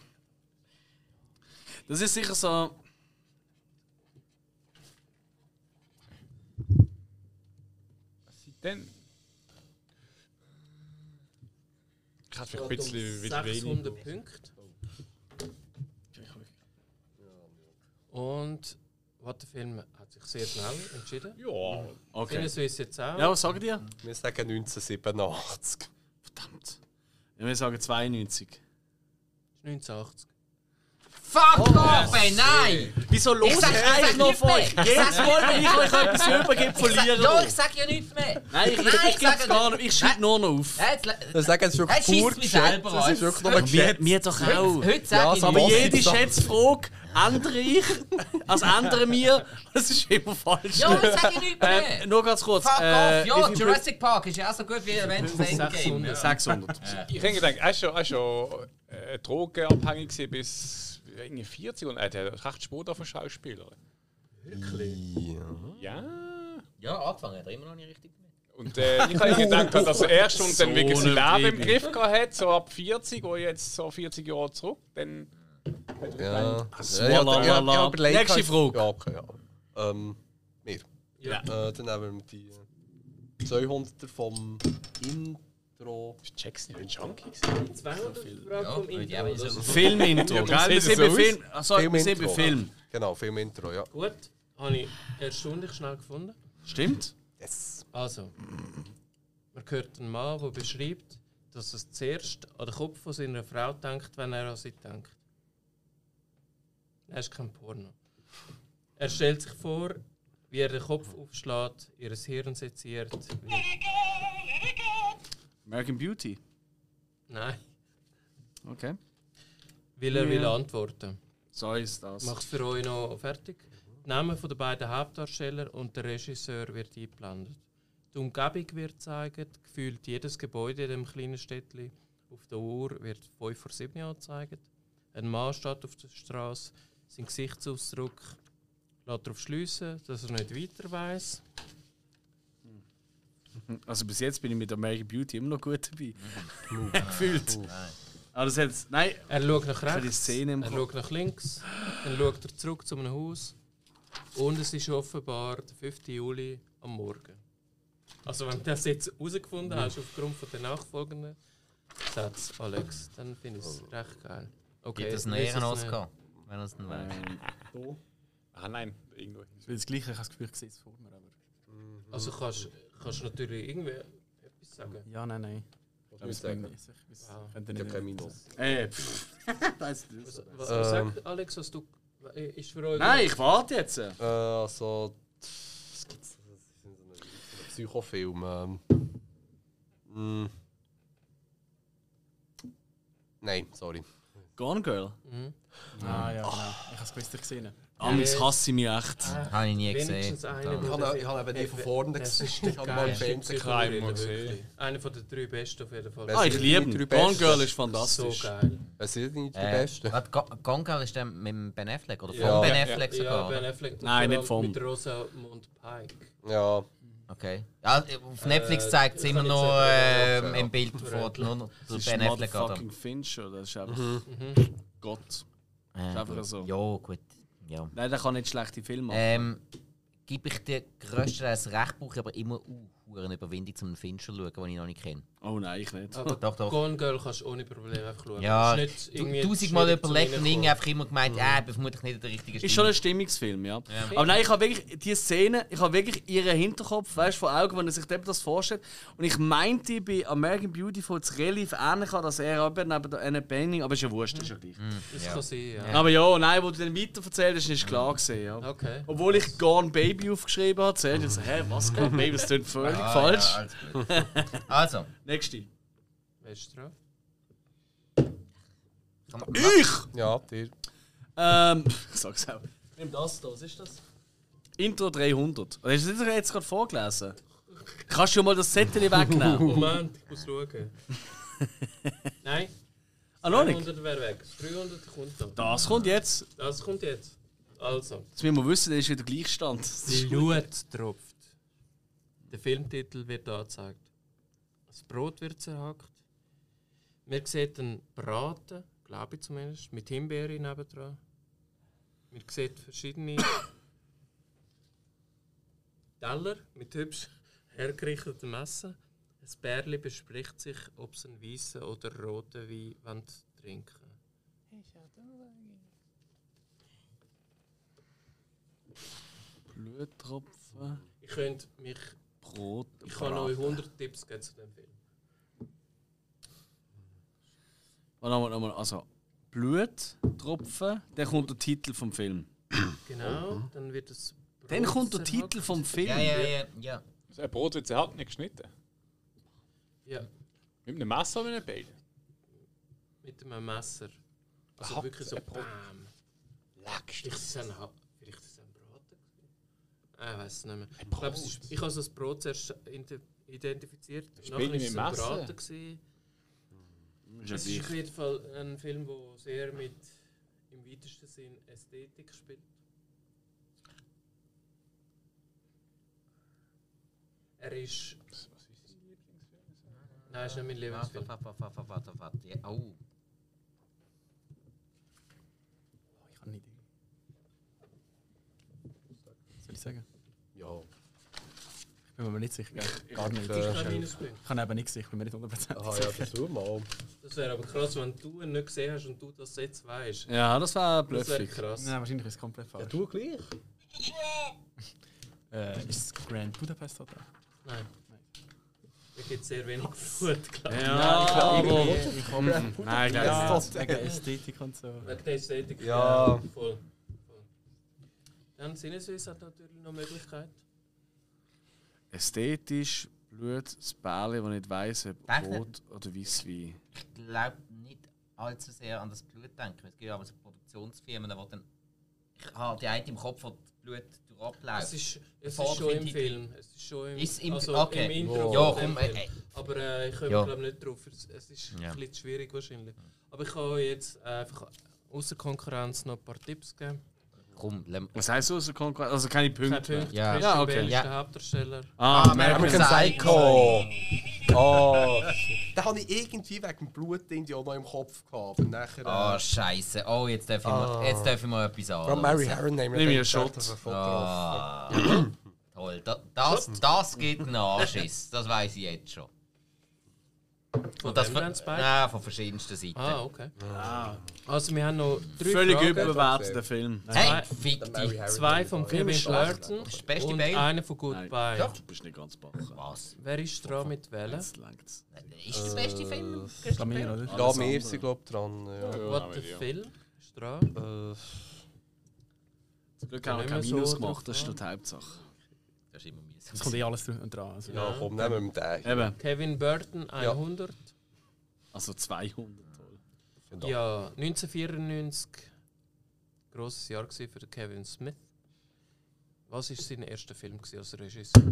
A: das ist sicher so.
D: Dann. Ich hätte vielleicht ein bisschen wieder wenig.
F: 600 Punkte. Und was der Film hat sich sehr schnell entschieden.
D: Ja.
A: Okay.
F: Sinneswiss jetzt auch.
A: Ja, was sagen die?
C: Wir sagen 1987.
A: Verdammt. Ja, wir sagen 92.
F: 1980.
B: Fuck off, ey, nein!
A: Wieso los
B: Ich sag- ich sag
A: ich Oh, noch
B: nicht
A: von
B: mehr.
A: euch? Jedes Mal, wenn ich euch etwas übergebe, verliere
B: Ja, ich
A: ich.
B: sag ja nichts mehr!
A: Nein, ich, ich,
B: Nein,
A: ich glaub's
B: sag-
A: gar nicht. Ich schreibe
B: Nein.
A: nur noch auf.
B: Ja, jetzt le-
C: Wir sagen, es
B: Er
C: ist wirklich
B: schießt
C: pur
B: mich selber
C: geschätzt. Es ist
B: an.
C: wirklich nur
A: Wir,
C: geschätzt.
A: wir doch auch.
B: Heute sage ich
C: so
A: Aber
C: Was
B: nichts.
A: jede
C: ist das?
A: Schätzfrage ändere ich als andere mir. Das ist immer falsch.
B: Ja, jetzt sage ich nichts mehr!
A: Ähm, nur ganz kurz.
B: Fuck
A: äh,
B: off! Ja,
A: wie viel-
B: Jurassic Park ist ja auch so gut wie Avengers Endgame.
A: 600. 600.
D: Ich habe gedacht, er ist schon, er ist schon äh, drogenabhängig gewesen bis äh, irgendwie 40 und er hat ja recht spät auf Schauspieler. Wirklich? Ja.
B: Ja, angefangen hat er immer noch nicht richtig gemacht.
D: Und äh, ich habe gedacht, dass er erst und dann
A: So
D: wirklich sein
A: eine
D: Leben im
A: Liebe.
D: Griff gehabt hat, so ab 40 und jetzt so 40 Jahre zurück, dann
C: Ja.
A: Swalla,
C: Ich hab- ich
A: lala.
C: hab überlegt,
A: Nächste
C: ich-
A: Frage.
C: Ja, Eh, okay, ja. Ähm, wir.
F: Ja.
C: eh, Äh, dann nehmen wir die äh, 200er vom Inter. Intro.
D: Ich check's nicht, ein Junkie.
F: 200 Fragen vom
B: Ja,
F: Intro.
B: aber ich
F: das
B: so-
F: ist
A: Filmintro,
D: Ja,
A: gell? Wir
D: das sieht
A: sind bei
D: so
A: Film. Achso, wir sind bei
C: Filmintro,
A: Film.
C: Genau, Filmintro, ja.
F: gut. Habe ich erstaunlich schnell gefunden.
A: Stimmt?
C: Yes.
F: Also, man hört einen Mann, der beschreibt, dass er zuerst an den Kopf von seiner Frau denkt, wenn er an sie denkt. Das ist kein Porno. Er stellt sich vor, wie er den Kopf aufschlägt, ihr Hirn seziert. Wie
A: American Beauty.
F: nein,
A: Okay.
F: weil er will
A: Ja.
F: antworten.
A: So ist das.
F: Mach's für euch noch fertig. Die Namen der beiden Hauptdarsteller und der Regisseur wird eingeblendet. Die Umgebung wird gezeigt, gefühlt jedes Gebäude in dem kleinen Städtchen. Auf der Uhr wird 5 vor 7 angezeigt. Ein Mann steht auf der Straße, sein Gesichtsausdruck lässt darauf schliessen, dass er nicht weiter weiß.
A: Also bis jetzt bin ich mit American Beauty immer noch gut dabei. Gefühlt. Aber das jetzt. Nein,
F: Er schaut nach
A: habe die
F: rechts,
A: Szene im
F: er
A: Kopf.
F: schaut nach links, dann schaut er zurück zu einem Haus. Und es ist offenbar der 5. Juli am Morgen. Also wenn du das jetzt herausgefunden hast, aufgrund von der nachfolgenden Sätze, Alex, dann finde ich es recht geil. Okay,
B: Gibt es einen
F: ich weiss es
B: Ehren-Oscar? Wenn er es dann weiß.
D: Ah nein, irgendwo. hin.
E: Das Gleiche, ich habe das Gefühl, ich sehe es vor mir. Aber
F: nicht. Also kannst kannst du natürlich irgendwie etwas sagen.
E: ja, nein, nein. Aber
C: ich
E: ich bin
C: sagen.
E: mir nicht sicher. Ich
F: Wow.
E: könnte
C: Ich
E: nicht
C: habe keine
E: wissen.
C: Minus.
A: Äh, pff.
F: Was, was, was
C: Ähm.
F: sagt Alex, was du... Ist für euch...
A: Nein, ich warte jetzt.
C: Äh, also, es gibt so einen Psychofilm. Ähm, mm. Nein, sorry.
A: Gone Girl.
F: Mhm.
E: Ah, ja, genau. Ich habe es gewusst, ich gesehen.
A: Amix hasse ich mich echt.
B: Habe ich nie gesehen.
F: Wenigstens einer,
C: nou-
B: Verdammt.
F: der-
C: habe eben die von vorne gesehen. Ich habe mal im Fernsehen
D: Psycho- Kein Mal
F: Wirklich.
D: gesehen.
F: Einer von den drei besten auf jeden Fall.
C: Wer-
A: Ah, ich liebe ihn. Gone Girl ist
F: so
A: fantastisch.
F: geil.
C: Es sind nicht die
B: Äh,
C: Besten.
B: warte, Go- Gone Girl ist der mit dem Ben Affleck oder von
C: Ja.
B: Ben
D: Ja,
B: Affleck
F: Ja,
B: sogar.
F: Ben Affleck.
A: Nein,
F: mit
A: nicht vom-
F: Mit Rosamund Pike.
C: Ja,
B: Okay. Ja, auf Netflix
F: Äh,
B: zeigt es
F: ich
B: immer
F: kann
B: noch
F: jetzt
B: ähm,
F: sagen, ja.
B: im Bild davon, nur
A: Das
B: der
A: ist
B: Ben Affleck oder?
A: motherfucking Fincher. Das ist einfach
F: Mhm.
A: Gott.
B: Äh,
A: einfach so.
B: Ja, gut. Ja.
A: Nein, der kann nicht schlechte Filme
F: Äh.
A: machen.
B: Ähm, gebe ich dir größtenteils recht, brauche ich aber immer uh, eine Überwindung zum Fincher zu schauen, den ich noch nicht kenne.
A: Oh nein, ich nicht.
F: Aber
B: Doch, doch.
F: Gone Girl kannst du ohne Probleme einfach schauen.
B: Ja,
F: Ist nicht irgendwie
B: du- tausendmal
F: schwierig zu
B: überlegt und
F: reinkommen.
B: irgendwie einfach immer gemeint, äh, bin vermutlich nicht der richtige
A: Ist schon ein Stimmungsfilm, ja.
B: Ja.
A: Aber nein, ich habe wirklich die Szene, ich habe wirklich ihren Hinterkopf, weißt vor Augen, wenn er sich dort das vorstellt. Und ich meinte bei American Beauty von es relativ ähnlich an, dass er eben neben der Anne Banning, aber ist ja wurscht, ist ja gleich.
B: Mhm.
F: Das kann sein, ja.
A: Aber ja, nein, wo du dann weiter erzählt hast, ist klar gesehen, ja.
F: Okay.
A: Obwohl ich Gone Baby aufgeschrieben habe, zählt ich so, hä, was Gone Baby, das klingt völlig
B: Ah,
A: falsch.
B: ja, alles gut. also,
A: Nächste.
F: Wer ist drauf?
B: kann man-
A: Ich!
C: ja, dir.
A: Ähm, ich sag's auch. Nimm das da, was ist das? Intro 300. Oder Hast du das jetzt gerade vorgelesen? Kannst du mal das Zettel wegnehmen?
F: Moment, ich muss schauen. Nein,
A: Ah, noch nicht?
F: 300 wäre weg. Das 300 kommt noch.
A: Das kommt jetzt.
F: Das kommt jetzt. Also.
A: Jetzt müssen wir wissen, das ist wieder Gleichstand. Das
F: Die
A: ist-
F: Blut tropft. Der Filmtitel wird angezeigt. Das Brot wird zerhackt. Man sieht einen Braten, glaube ich zumindest, mit Himbeere nebendran. Man sieht verschiedene Teller mit hübsch hergerichtetem Messen. Ein Bärli bespricht sich, ob es einen weißen oder roten Wein wollen trinken
A: Bluttropfen,
F: Ich könnte mich.
A: Brot.
F: Ich kann euch 100 Tipps geben zu dem Film.
A: Und nochmal, nochmal. Also, Bluttropfen, dann kommt der Titel vom Film.
F: Genau, dann wird es.
A: Mhm. Dann kommt der Titel vom Film.
B: Ja, ja, ja, ja.
D: So ein Brot wird zerhackt, nicht geschnitten.
F: Ja,
D: Mit einem Messer oder mit einem Beil?
F: mit einem Messer. Also
D: Hackt
F: wirklich so
D: ein Brot.
F: BAM.
D: Leckst
F: Vielleicht ist es ein, Ha- vielleicht ist es ein Braten. Ah, ich weiß es nicht mehr. Ich, glaub, es ist, ich habe so das Brot zuerst inte- identifiziert.
D: Ist
F: Nachher
D: Baby
F: ist es
D: mit
F: ein
D: Messer?
F: Braten. Gewesen.
A: Ist ja
F: Es ist
A: gleich.
F: auf jeden Fall ein Film, der sehr mit im weitesten Sinn Ästhetik spielt. Er ist. Nein, ist nicht mein
B: Warte,
F: Lieblingsfilm.
B: warte, warte, warte, warte, warte. Ja, oh. Au.
E: Ich habe nicht. Soll ich sagen?
C: Ja.
E: Ich
G: bin mir nicht sicher. gell? Gar nicht.
C: äh,
G: Ich
F: Kein Minuspunkt.
G: kann eben nicht sicher, bin mir nicht 100%.
C: Aha, Oh, ja, das tun wir mal.
F: Das wäre aber krass, wenn du ihn nicht gesehen hast und du das jetzt weißt.
A: Ja, das war
F: Das wäre
A: blöffig.
F: krass.
G: Nein, wahrscheinlich ist es komplett falsch.
C: Du gleich.
E: Eh,
G: Äh, ist es Grand Budapest Hotel?
F: Nein. Da gibt es sehr wenig Blut, glaube ich.
A: Ja,
G: Ich-
A: aber.
G: ich- ich komme
A: Nein, ich glaube
C: Ja.
A: nicht.
G: wegen Ästhetik und so.
F: Wegen der Ästhetik.
C: Ja.
F: Voll. Voll. Dann Sinneswiss hat natürlich noch Möglichkeit.
A: Ästhetisch, Blut, das Bärli, das nicht weiss, ob
B: Danke.
A: rot oder weiß wie.
B: glaubt nicht allzu sehr an das Blut denken. Es gibt aber so Produktionsfirmen, die dann. Ich habe die eine im Kopf, die das Blut durchabläuft.
F: Es ist, es
B: Vor-
F: ist schon im
B: finde ich-
F: Film. Es ist schon im,
B: Ist im-
F: also
B: okay.
F: im Intro.
B: Ja,
F: von dem
B: komm, äh,
F: Film.
B: äh.
F: Aber äh, ich komme
B: Ja.
F: glaube nicht drauf. Es es ist
B: Ja.
F: ein bisschen zu schwierig wahrscheinlich. Aber ich kann jetzt einfach außer Konkurrenz noch ein paar Tipps geben.
B: Komm, lass-
A: Was heisst so, so konkret? Also keine
F: Kein
A: Punkte.
F: Punkt.
B: Ja.
F: Christian
A: Ja, okay.
F: Bale ist
B: Ja.
F: der Hauptdarsteller.
A: Ah,
B: American
A: American
C: Psycho! Oh! Den habe ich irgendwie wegen dem Blutding auch noch im Kopf gehabt. Und nachher. äh,
B: Ah, Scheiße. Oh, jetzt darf ich, mal, jetzt darf ich mal etwas
C: Frau
B: an.
C: Oh, Mary Herron nehmen
A: Nimm mir
C: den
A: einen Shot.
C: Shot. Das ist drauf.
B: Ah, toll. Da- Das, das gibt einen Anschiss. Das weiß ich jetzt schon.
F: Von
B: das
F: wem
B: ver-
F: denn, Spike?
B: Nein, von verschiedensten Seiten.
F: Ah, okay. Also wir haben noch drei
A: Völlig
F: Fragen.
A: überbewerteter Film.
B: Hey, fick dich.
C: Harry
F: Zwei
C: Harry
F: vom
C: Harry.
F: Kevin Schlerzen
B: Das ist das beste
F: und
B: Bale.
F: einer von
A: Nein.
F: Goodbye.
A: Du bist nicht ganz bach.
B: Was?
F: Wer ist dran mit wählen?
A: Jetzt längt's.
B: Ist das beste Film?
G: Familie, oder?
C: Ja, wir sind, glaube ich, dran. Ja.
F: What the Film? Ist dran?
C: Äh,
A: Zum Glück haben wir keinen
F: Nicht mehr so
A: Minus
F: drauf
A: gemacht, das ist
F: an.
A: nur die Hauptsache.
B: Das ist immer mühsam.
G: Es kommt eh alles dr- dran. Also.
C: ja, komm, nehmen wir den.
A: Eben,
F: Kevin Burton 100.
A: also 200. toll.
C: Ja.
F: Ja, 1994. Grosses Jahr gewesen für Kevin Smith. Was war sein erster Film gewesen als Regisseur?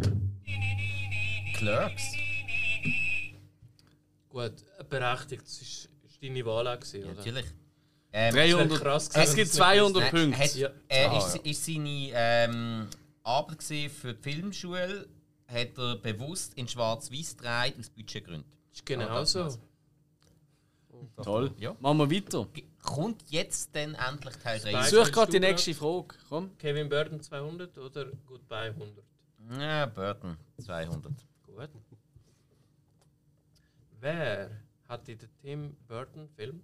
B: Clerks?
F: Gut, berechtigt. Das ist- ist deine Wahl auch gewesen,
B: Ja,
F: oder?
B: natürlich. Ähm,
A: 300.
F: krass gewesen,
A: Es
F: wenn
A: gibt
F: es nicht gewusst
A: 200
B: Nein,
A: Punkte.
B: Hat,
F: Ja.
B: äh, ist, ist seine ähm, Arbeit gewesen für die Filmschule hat er bewusst in schwarz-weiß gedreht aus Budgetgründen.
F: Ist Genau
B: Ah, das
F: so.
B: war's.
A: Toll.
B: Ja.
A: Machen wir weiter.
B: G- Kommt jetzt denn endlich Teil 3?
A: Such
F: Spike. Such
A: gerade
F: gerade
A: die
F: du
A: nächste Frage. Komm.
F: Kevin Burton 200 oder Goodbye 100?
B: Ja, Burton 200.
F: Gut. Wer hat in den Tim Burton Film?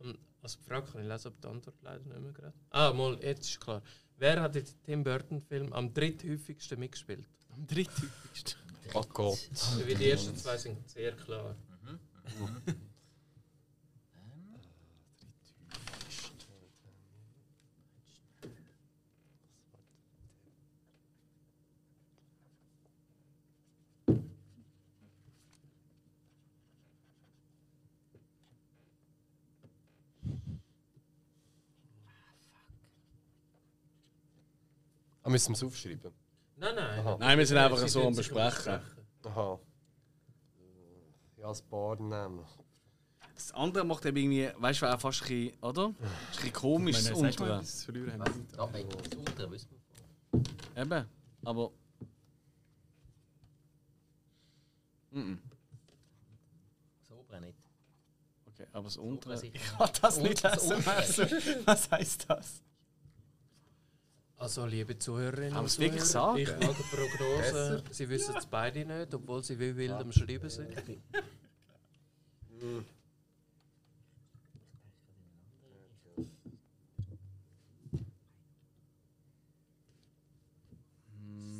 F: Hm, Also die Frage kann ich lesen, ob die Antwort leider nicht mehr gerade. Ah, mal, jetzt ist klar. Wer hat in den Tim Burton Film am dritthäufigsten mitgespielt?
G: Am dritthäufigsten.
C: Oh Gott.
F: Wie die ersten zwei sind sehr klar.
C: Ah, müssen wir es aufschreiben?
F: Nein, nein.
C: Aha.
A: Nein, wir sind einfach
F: Sie
A: so
F: sind
A: am
F: sich
A: Besprechen.
C: Aha. Ja, ein paar nehmen.
A: Das andere macht eben irgendwie, weißt du, auch fast ein bisschen, oder? Ist ein bisschen komisch, das untere.
G: das Verlieren haben wir
B: Was?
G: nicht.
B: Da bin ich unter, wissen wir.
A: Eben. Aber. Mhm.
B: Das obere nicht.
A: Okay, aber das
B: Das obere
A: untere.
B: sicher.
G: das
B: nicht SMS.
A: also,
G: Was heisst das?
F: Also, liebe Zuhörerinnen
A: Kann
F: und
A: man's wirklich
F: Zuhörer,
A: sagen?
F: ich wage Prognose. Sie wissen es beide nicht, obwohl sie wie wild am Schreiben sind.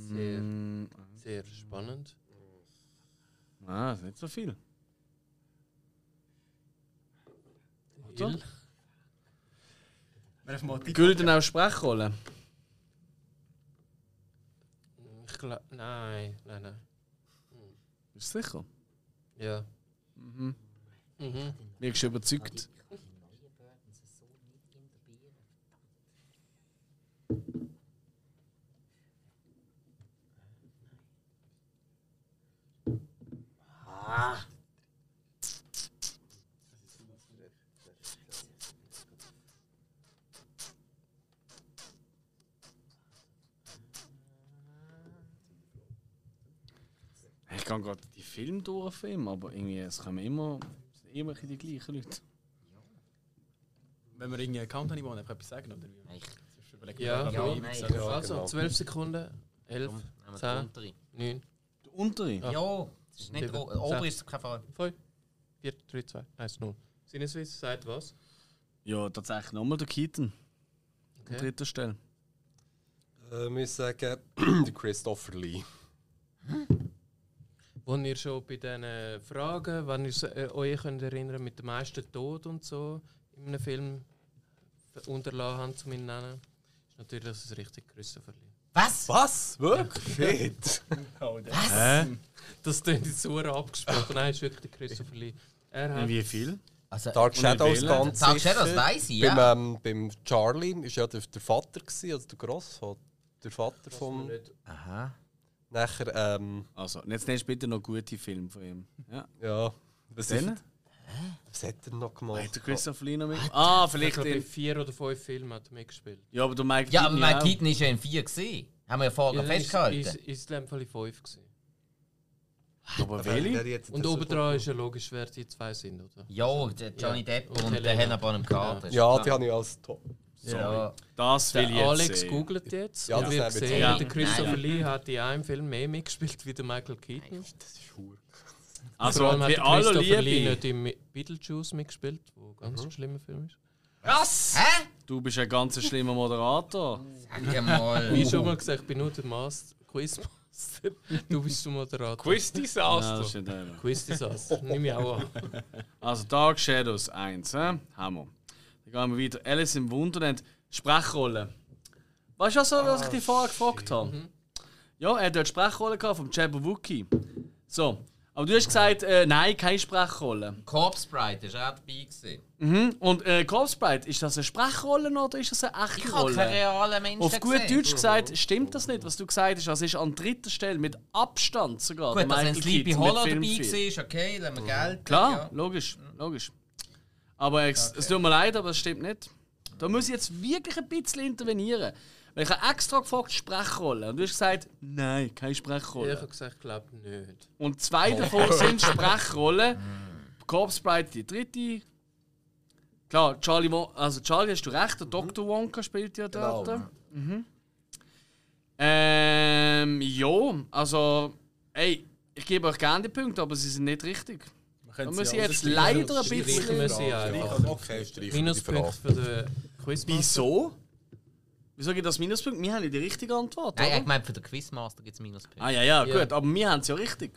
F: Sehr,
A: Mm,
F: sehr spannend.
A: Ah, das ist nicht so viel. Oder?
F: Hill.
G: Wer auf mal tippt,
A: Gülden auch Sprechrolle.
F: Ich glaube, nein, nein, nein.
A: Bist du sicher?
F: Ja.
A: Mhm.
F: Mhm.
A: Wirkst du überzeugt? Ich kann gerade die Filme durchfilmen, aber irgendwie, es kommen immer, es sind immer die gleichen Leute.
G: wenn wir irgendeinen Account haben, wollen, einfach etwas sagen, oder wie?
B: Ich,
G: überlegen.
F: Ja,
B: Ja,
F: nein.
B: nein.
F: Also,
C: genau.
F: 12 Sekunden, 11,
B: Komm, nehmen wir
F: Zehn.
B: den unteren.
F: 9,
A: Der untere?
F: Ah.
B: Ja, das ist nicht
F: Sieben.
B: o- oben ist es kein Fall.
F: 5, 4, 3, 2, 1, 0. Sinneswiss sagt was?
A: Ja, tatsächlich nochmal der Keaton. An
F: Okay.
A: dritter Stelle.
C: Äh, wir sagen der Christopher Lee.
F: Wenn ihr schon bei diesen Fragen, wenn ihr se- äh, euch könnt erinnern mit dem meisten Tod und so in einem Film ver- unterlassen haben, zu mir nennen, ist natürlich das richtig Christopher Lee.
B: Was?
C: Was? Wirklich?
F: Das klingt jetzt so abgesprochen. Nein, ist wirklich der Christopher Lee. Er hat
A: Wie viel?
B: Also,
C: Dark Shadows
A: wählen?
C: ganz
B: Dark
C: sicher.
B: Shadows, nice, ja.
C: Beim, ähm, beim Charlie war ja der, der Vater, gewesen, also der Grossvater. Der Vater vom.
B: Aha.
C: Nachher, ähm,
A: Also, und jetzt nennst du bitte noch gute Filme von ihm. Ja.
C: ja. Was, ist,
A: Dann?
C: was hat er noch
A: Hat
C: gemacht?
A: der Christoph Lee noch mit? Ah,
F: ich
A: vielleicht
F: glaube, in
A: den.
F: vier oder fünf Filmen hat er mitgespielt.
A: Ja, aber du Mike
B: Ja, aber
A: Keaton
B: Mike
A: auch.
B: Keaton war ja in 4 gesehen. Haben wir ja vorher
F: Ist, ist,
B: festgehalten.
F: ist in dem Fall in fünf gewesen.
A: Aber welche?
F: Und obendrauf ist ja logisch, wer die zwei sind, oder?
B: Ja, Genau. der Johnny
F: Ja.
B: Depp
F: Und
B: und, der
F: Helena.
B: Helena Bonham Carter.
C: Ja, die habe ich als Top.
B: Ja.
A: Das will
F: Der
A: ich jetzt
F: Alex
A: sehen.
F: googelt jetzt
C: Ja,
F: und
C: das
F: wir
C: haben wir
F: sehen,
A: gesehen.
F: der Christopher
B: Nein.
F: Lee hat in einem Film mehr mitgespielt wie der Michael Keaton.
C: Das ist schwul.
A: Also,
F: Vor allem hat
A: bei
F: der
A: aller
F: Christopher Lee
A: Liebe,
F: nicht im Beetlejuice mitgespielt, wo ein ganz schlimmer Film ist.
B: Hä?
A: du bist ein ganz schlimmer Moderator.
B: Sag ja mal.
F: Wie schon mal gesagt, ich bin nur der Master, Quizmaster. Du bist der Moderator.
A: Ja, das
D: Quiz-Desaster.
A: ist nicht einer.
F: Quizdesaster, nimm ich auch an.
A: Also Dark Shadows 1, hä? Hammer. Dann gehen wir weiter. Alice im Wunderland, Sprechrolle. Weißt du, was was ich dich vorher gefragt habe?
B: Mhm.
A: Ja, er hat dort Sprechrolle gehabt vom Jabuwuki. So. Aber du hast gesagt, äh, nein, keine Sprechrolle.
B: Corpse Bride, ist auch dabei gewesen.
A: Mhm. Und äh, Corpse Bride, ist das eine Sprechrolle oder ist das eine
B: Ich
A: echte
B: habe keinen
A: Rolle?
B: realen Menschen
A: Auf gut
B: gesehen.
A: Deutsch gesagt, stimmt das nicht, was du gesagt hast. Das ist an dritter Stelle mit Abstand sogar. der
B: Gut, also wenn
A: Michael
B: Sleepy
A: Keaton mit
B: Hollow dabei
A: Film vier.
B: war, ist okay, dann haben wir Geld.
A: Klar,
B: ja.
A: logisch, logisch. Aber es, es tut mir leid, aber es stimmt nicht. Da muss ich jetzt wirklich ein bisschen intervenieren. Weil ich habe extra gefragt, Sprechrolle. Und du hast gesagt, nein, keine
F: Ich
A: Sprechrolle.
F: habe gesagt, ich glaube nicht.
A: Und zwei davon sind Sprechrollen. Corpse Bride, die dritte. Klar, Charlie, Won also Charlie hast du recht, der Dr. Wonka spielt ja dort.
C: Genau.
A: Mhm. Ähm, ja, also, ey, ich gebe euch gerne die Punkte, aber sie sind nicht richtig.
G: Man
A: Da
G: könnte
A: muss
G: sie
A: ich
G: auch-
A: jetzt leider ein
F: Streichen
A: bisschen.
F: wir sie einfach.
C: Okay, streichen wir die
F: Minuspunkt
C: Frage.
F: für den Quizmaster.
A: Wieso? Wieso gibt das Minuspunkt? Wir haben ja die richtige Antwort,
B: Nein, ich
A: oder?
B: meine, für den Quizmaster gibt es Minuspunkte.
A: Ah ja, ja,
F: Ja.
A: gut, aber wir haben es ja richtig.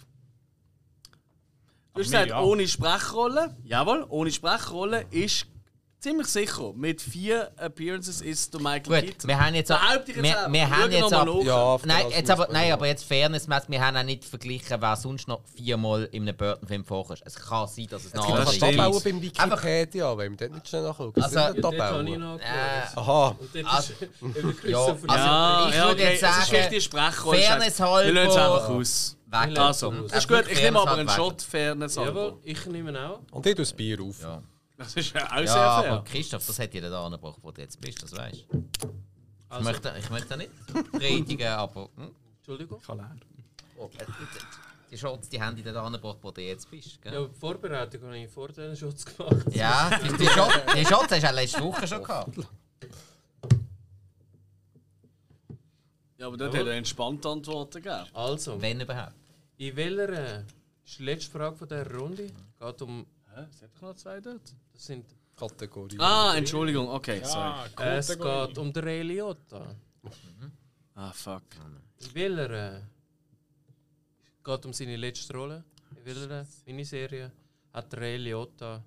A: Du hast
G: wir
A: gesagt,
G: ja.
A: ohne Sprechrolle, jawohl, ohne Sprechrolle ist ziemlich sicher. Mit vier Appearances ist der Michael
B: Gut,
A: Keaton.
B: wir haben jetzt ab.
A: Behaupte ich
B: Wir,
A: jetzt auch.
B: wir haben
A: Schau
B: jetzt
A: noch mal
B: ab.
A: nach.
C: Ja, auf
B: Nein,
C: das
B: jetzt
C: muss
B: aber,
C: man
B: nein,
C: ja.
B: aber jetzt fairnessmäßig, wir haben auch nicht verglichen, wer sonst noch viermal in einem Burton-Film vorkommt. Es kann sein, dass es
C: Du
B: noch
C: kannst
B: ist.
C: Tabellen beim Wikipedia, wenn wir dort nicht schnell nachschauen. Was
B: Also-
C: sind denn
F: Dort habe ich
C: Tabellen?
F: nachgeschaut.
B: Äh,
C: Aha,
F: Und dort
B: Also-
F: ist eben Christopher
B: Ja,
F: Lee.
B: also-
A: Ah,
B: ich
A: ja,
B: würde
A: okay,
B: jetzt
A: es ist
B: sagen,
A: wichtig, Sprechrolle. ist
B: Fairness
A: einfach- Wir lösen es
B: halber-
A: einfach aus.
B: Weg.
A: Also,
B: Mhm.
A: ist gut, ich nehme aber einen
B: Fairness halber.
A: Shot, Fairness halber.
F: Jawohl, ich nehme auch.
C: und ich tue das Bier auf.
B: Ja,
A: Das ist ja auch
B: ja
A: sehr fair.
B: aber Christoph, das hätte jeder da angebracht, wo du jetzt bist, das weißt du. Ich
F: Also,
B: möchte, ich möchte da nicht predigen, aber hm,
F: Entschuldigung.
B: die Shots, die haben die da angebracht, wo du jetzt bist. Gell?
F: Ja, die Vorbereitung habe ich vor diesen Schutz gemacht.
B: Ja, die, die, Shots, die Shots hast du ja letzte Woche schon gehabt.
A: Ja, aber dort
F: Jawohl.
A: hat er entspannte Antworten gegeben.
F: Also,
B: Wenn überhaupt.
F: in welcher äh, ist die letzte Frage von dieser Runde? geht um.
A: Es hat doch noch zwei dort.
F: Das sind,
C: Kategorie.
A: Ah, Entschuldigung, okay, sorry.
D: Ah,
F: äh, es
D: Kategorie.
F: geht um den Ray Liotta.
A: Ah, fuck.
F: In welcher äh, geht um seine letzte Rolle? In welcher Miniserie hat Ray Liotta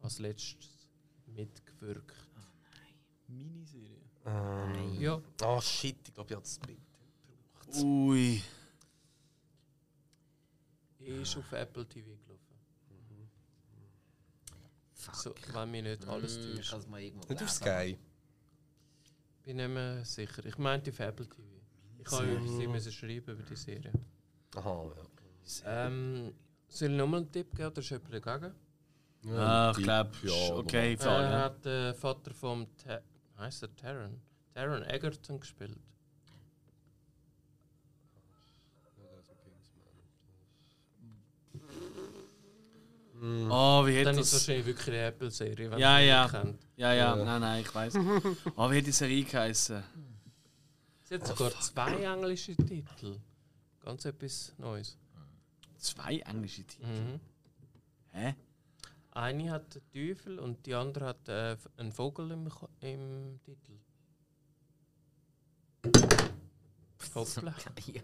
F: als letztes mitgewirkt?
E: Miniserie.
C: Ähm,
F: Ja,
C: Ah, shit, ich glaube, ich habe das Bild.
A: Ui.
F: ist auf Apple TV gelaufen.
B: Fuck.
F: So, wenn mich nicht
C: Mhm.
F: alles
B: Hm, ich
F: täuscht.
B: kann es mal irgendwo
C: Nicht auf
B: lesen.
C: Sky.
F: Bin nicht mehr sicher. Ich meinte auf Apple TV. Ich kann über sie müssen schreiben über die Serie.
C: Aha, ja.
F: Ähm, soll ich nochmal einen Tipp geben oder ist jemand dagegen?
A: Ah, ich glaube,
C: ja,
A: okay,
F: Er
A: Fall, ja.
F: hat den Vater vom Ta heißt er Taron? Taron Egerton gespielt.
C: nochmal.
A: Oh, wie
F: Dann
A: hätte
F: ist es
A: das...
F: wahrscheinlich wirklich eine Apple-Serie, wenn
A: Ja,
F: man die
A: ja.
F: nicht kennt.
A: Ja, ja, nein, nein, ich weiß. Oh, wie hätte die Serie geheißen?
F: Sie hat sogar zwei englische Titel. Ganz etwas Neues.
A: Zwei englische Titel.
F: Mhm.
A: Hä?
F: Eine hat den Teufel und die andere hat äh, einen Vogel im, Ko- im Titel. Hoppla.
B: Ja.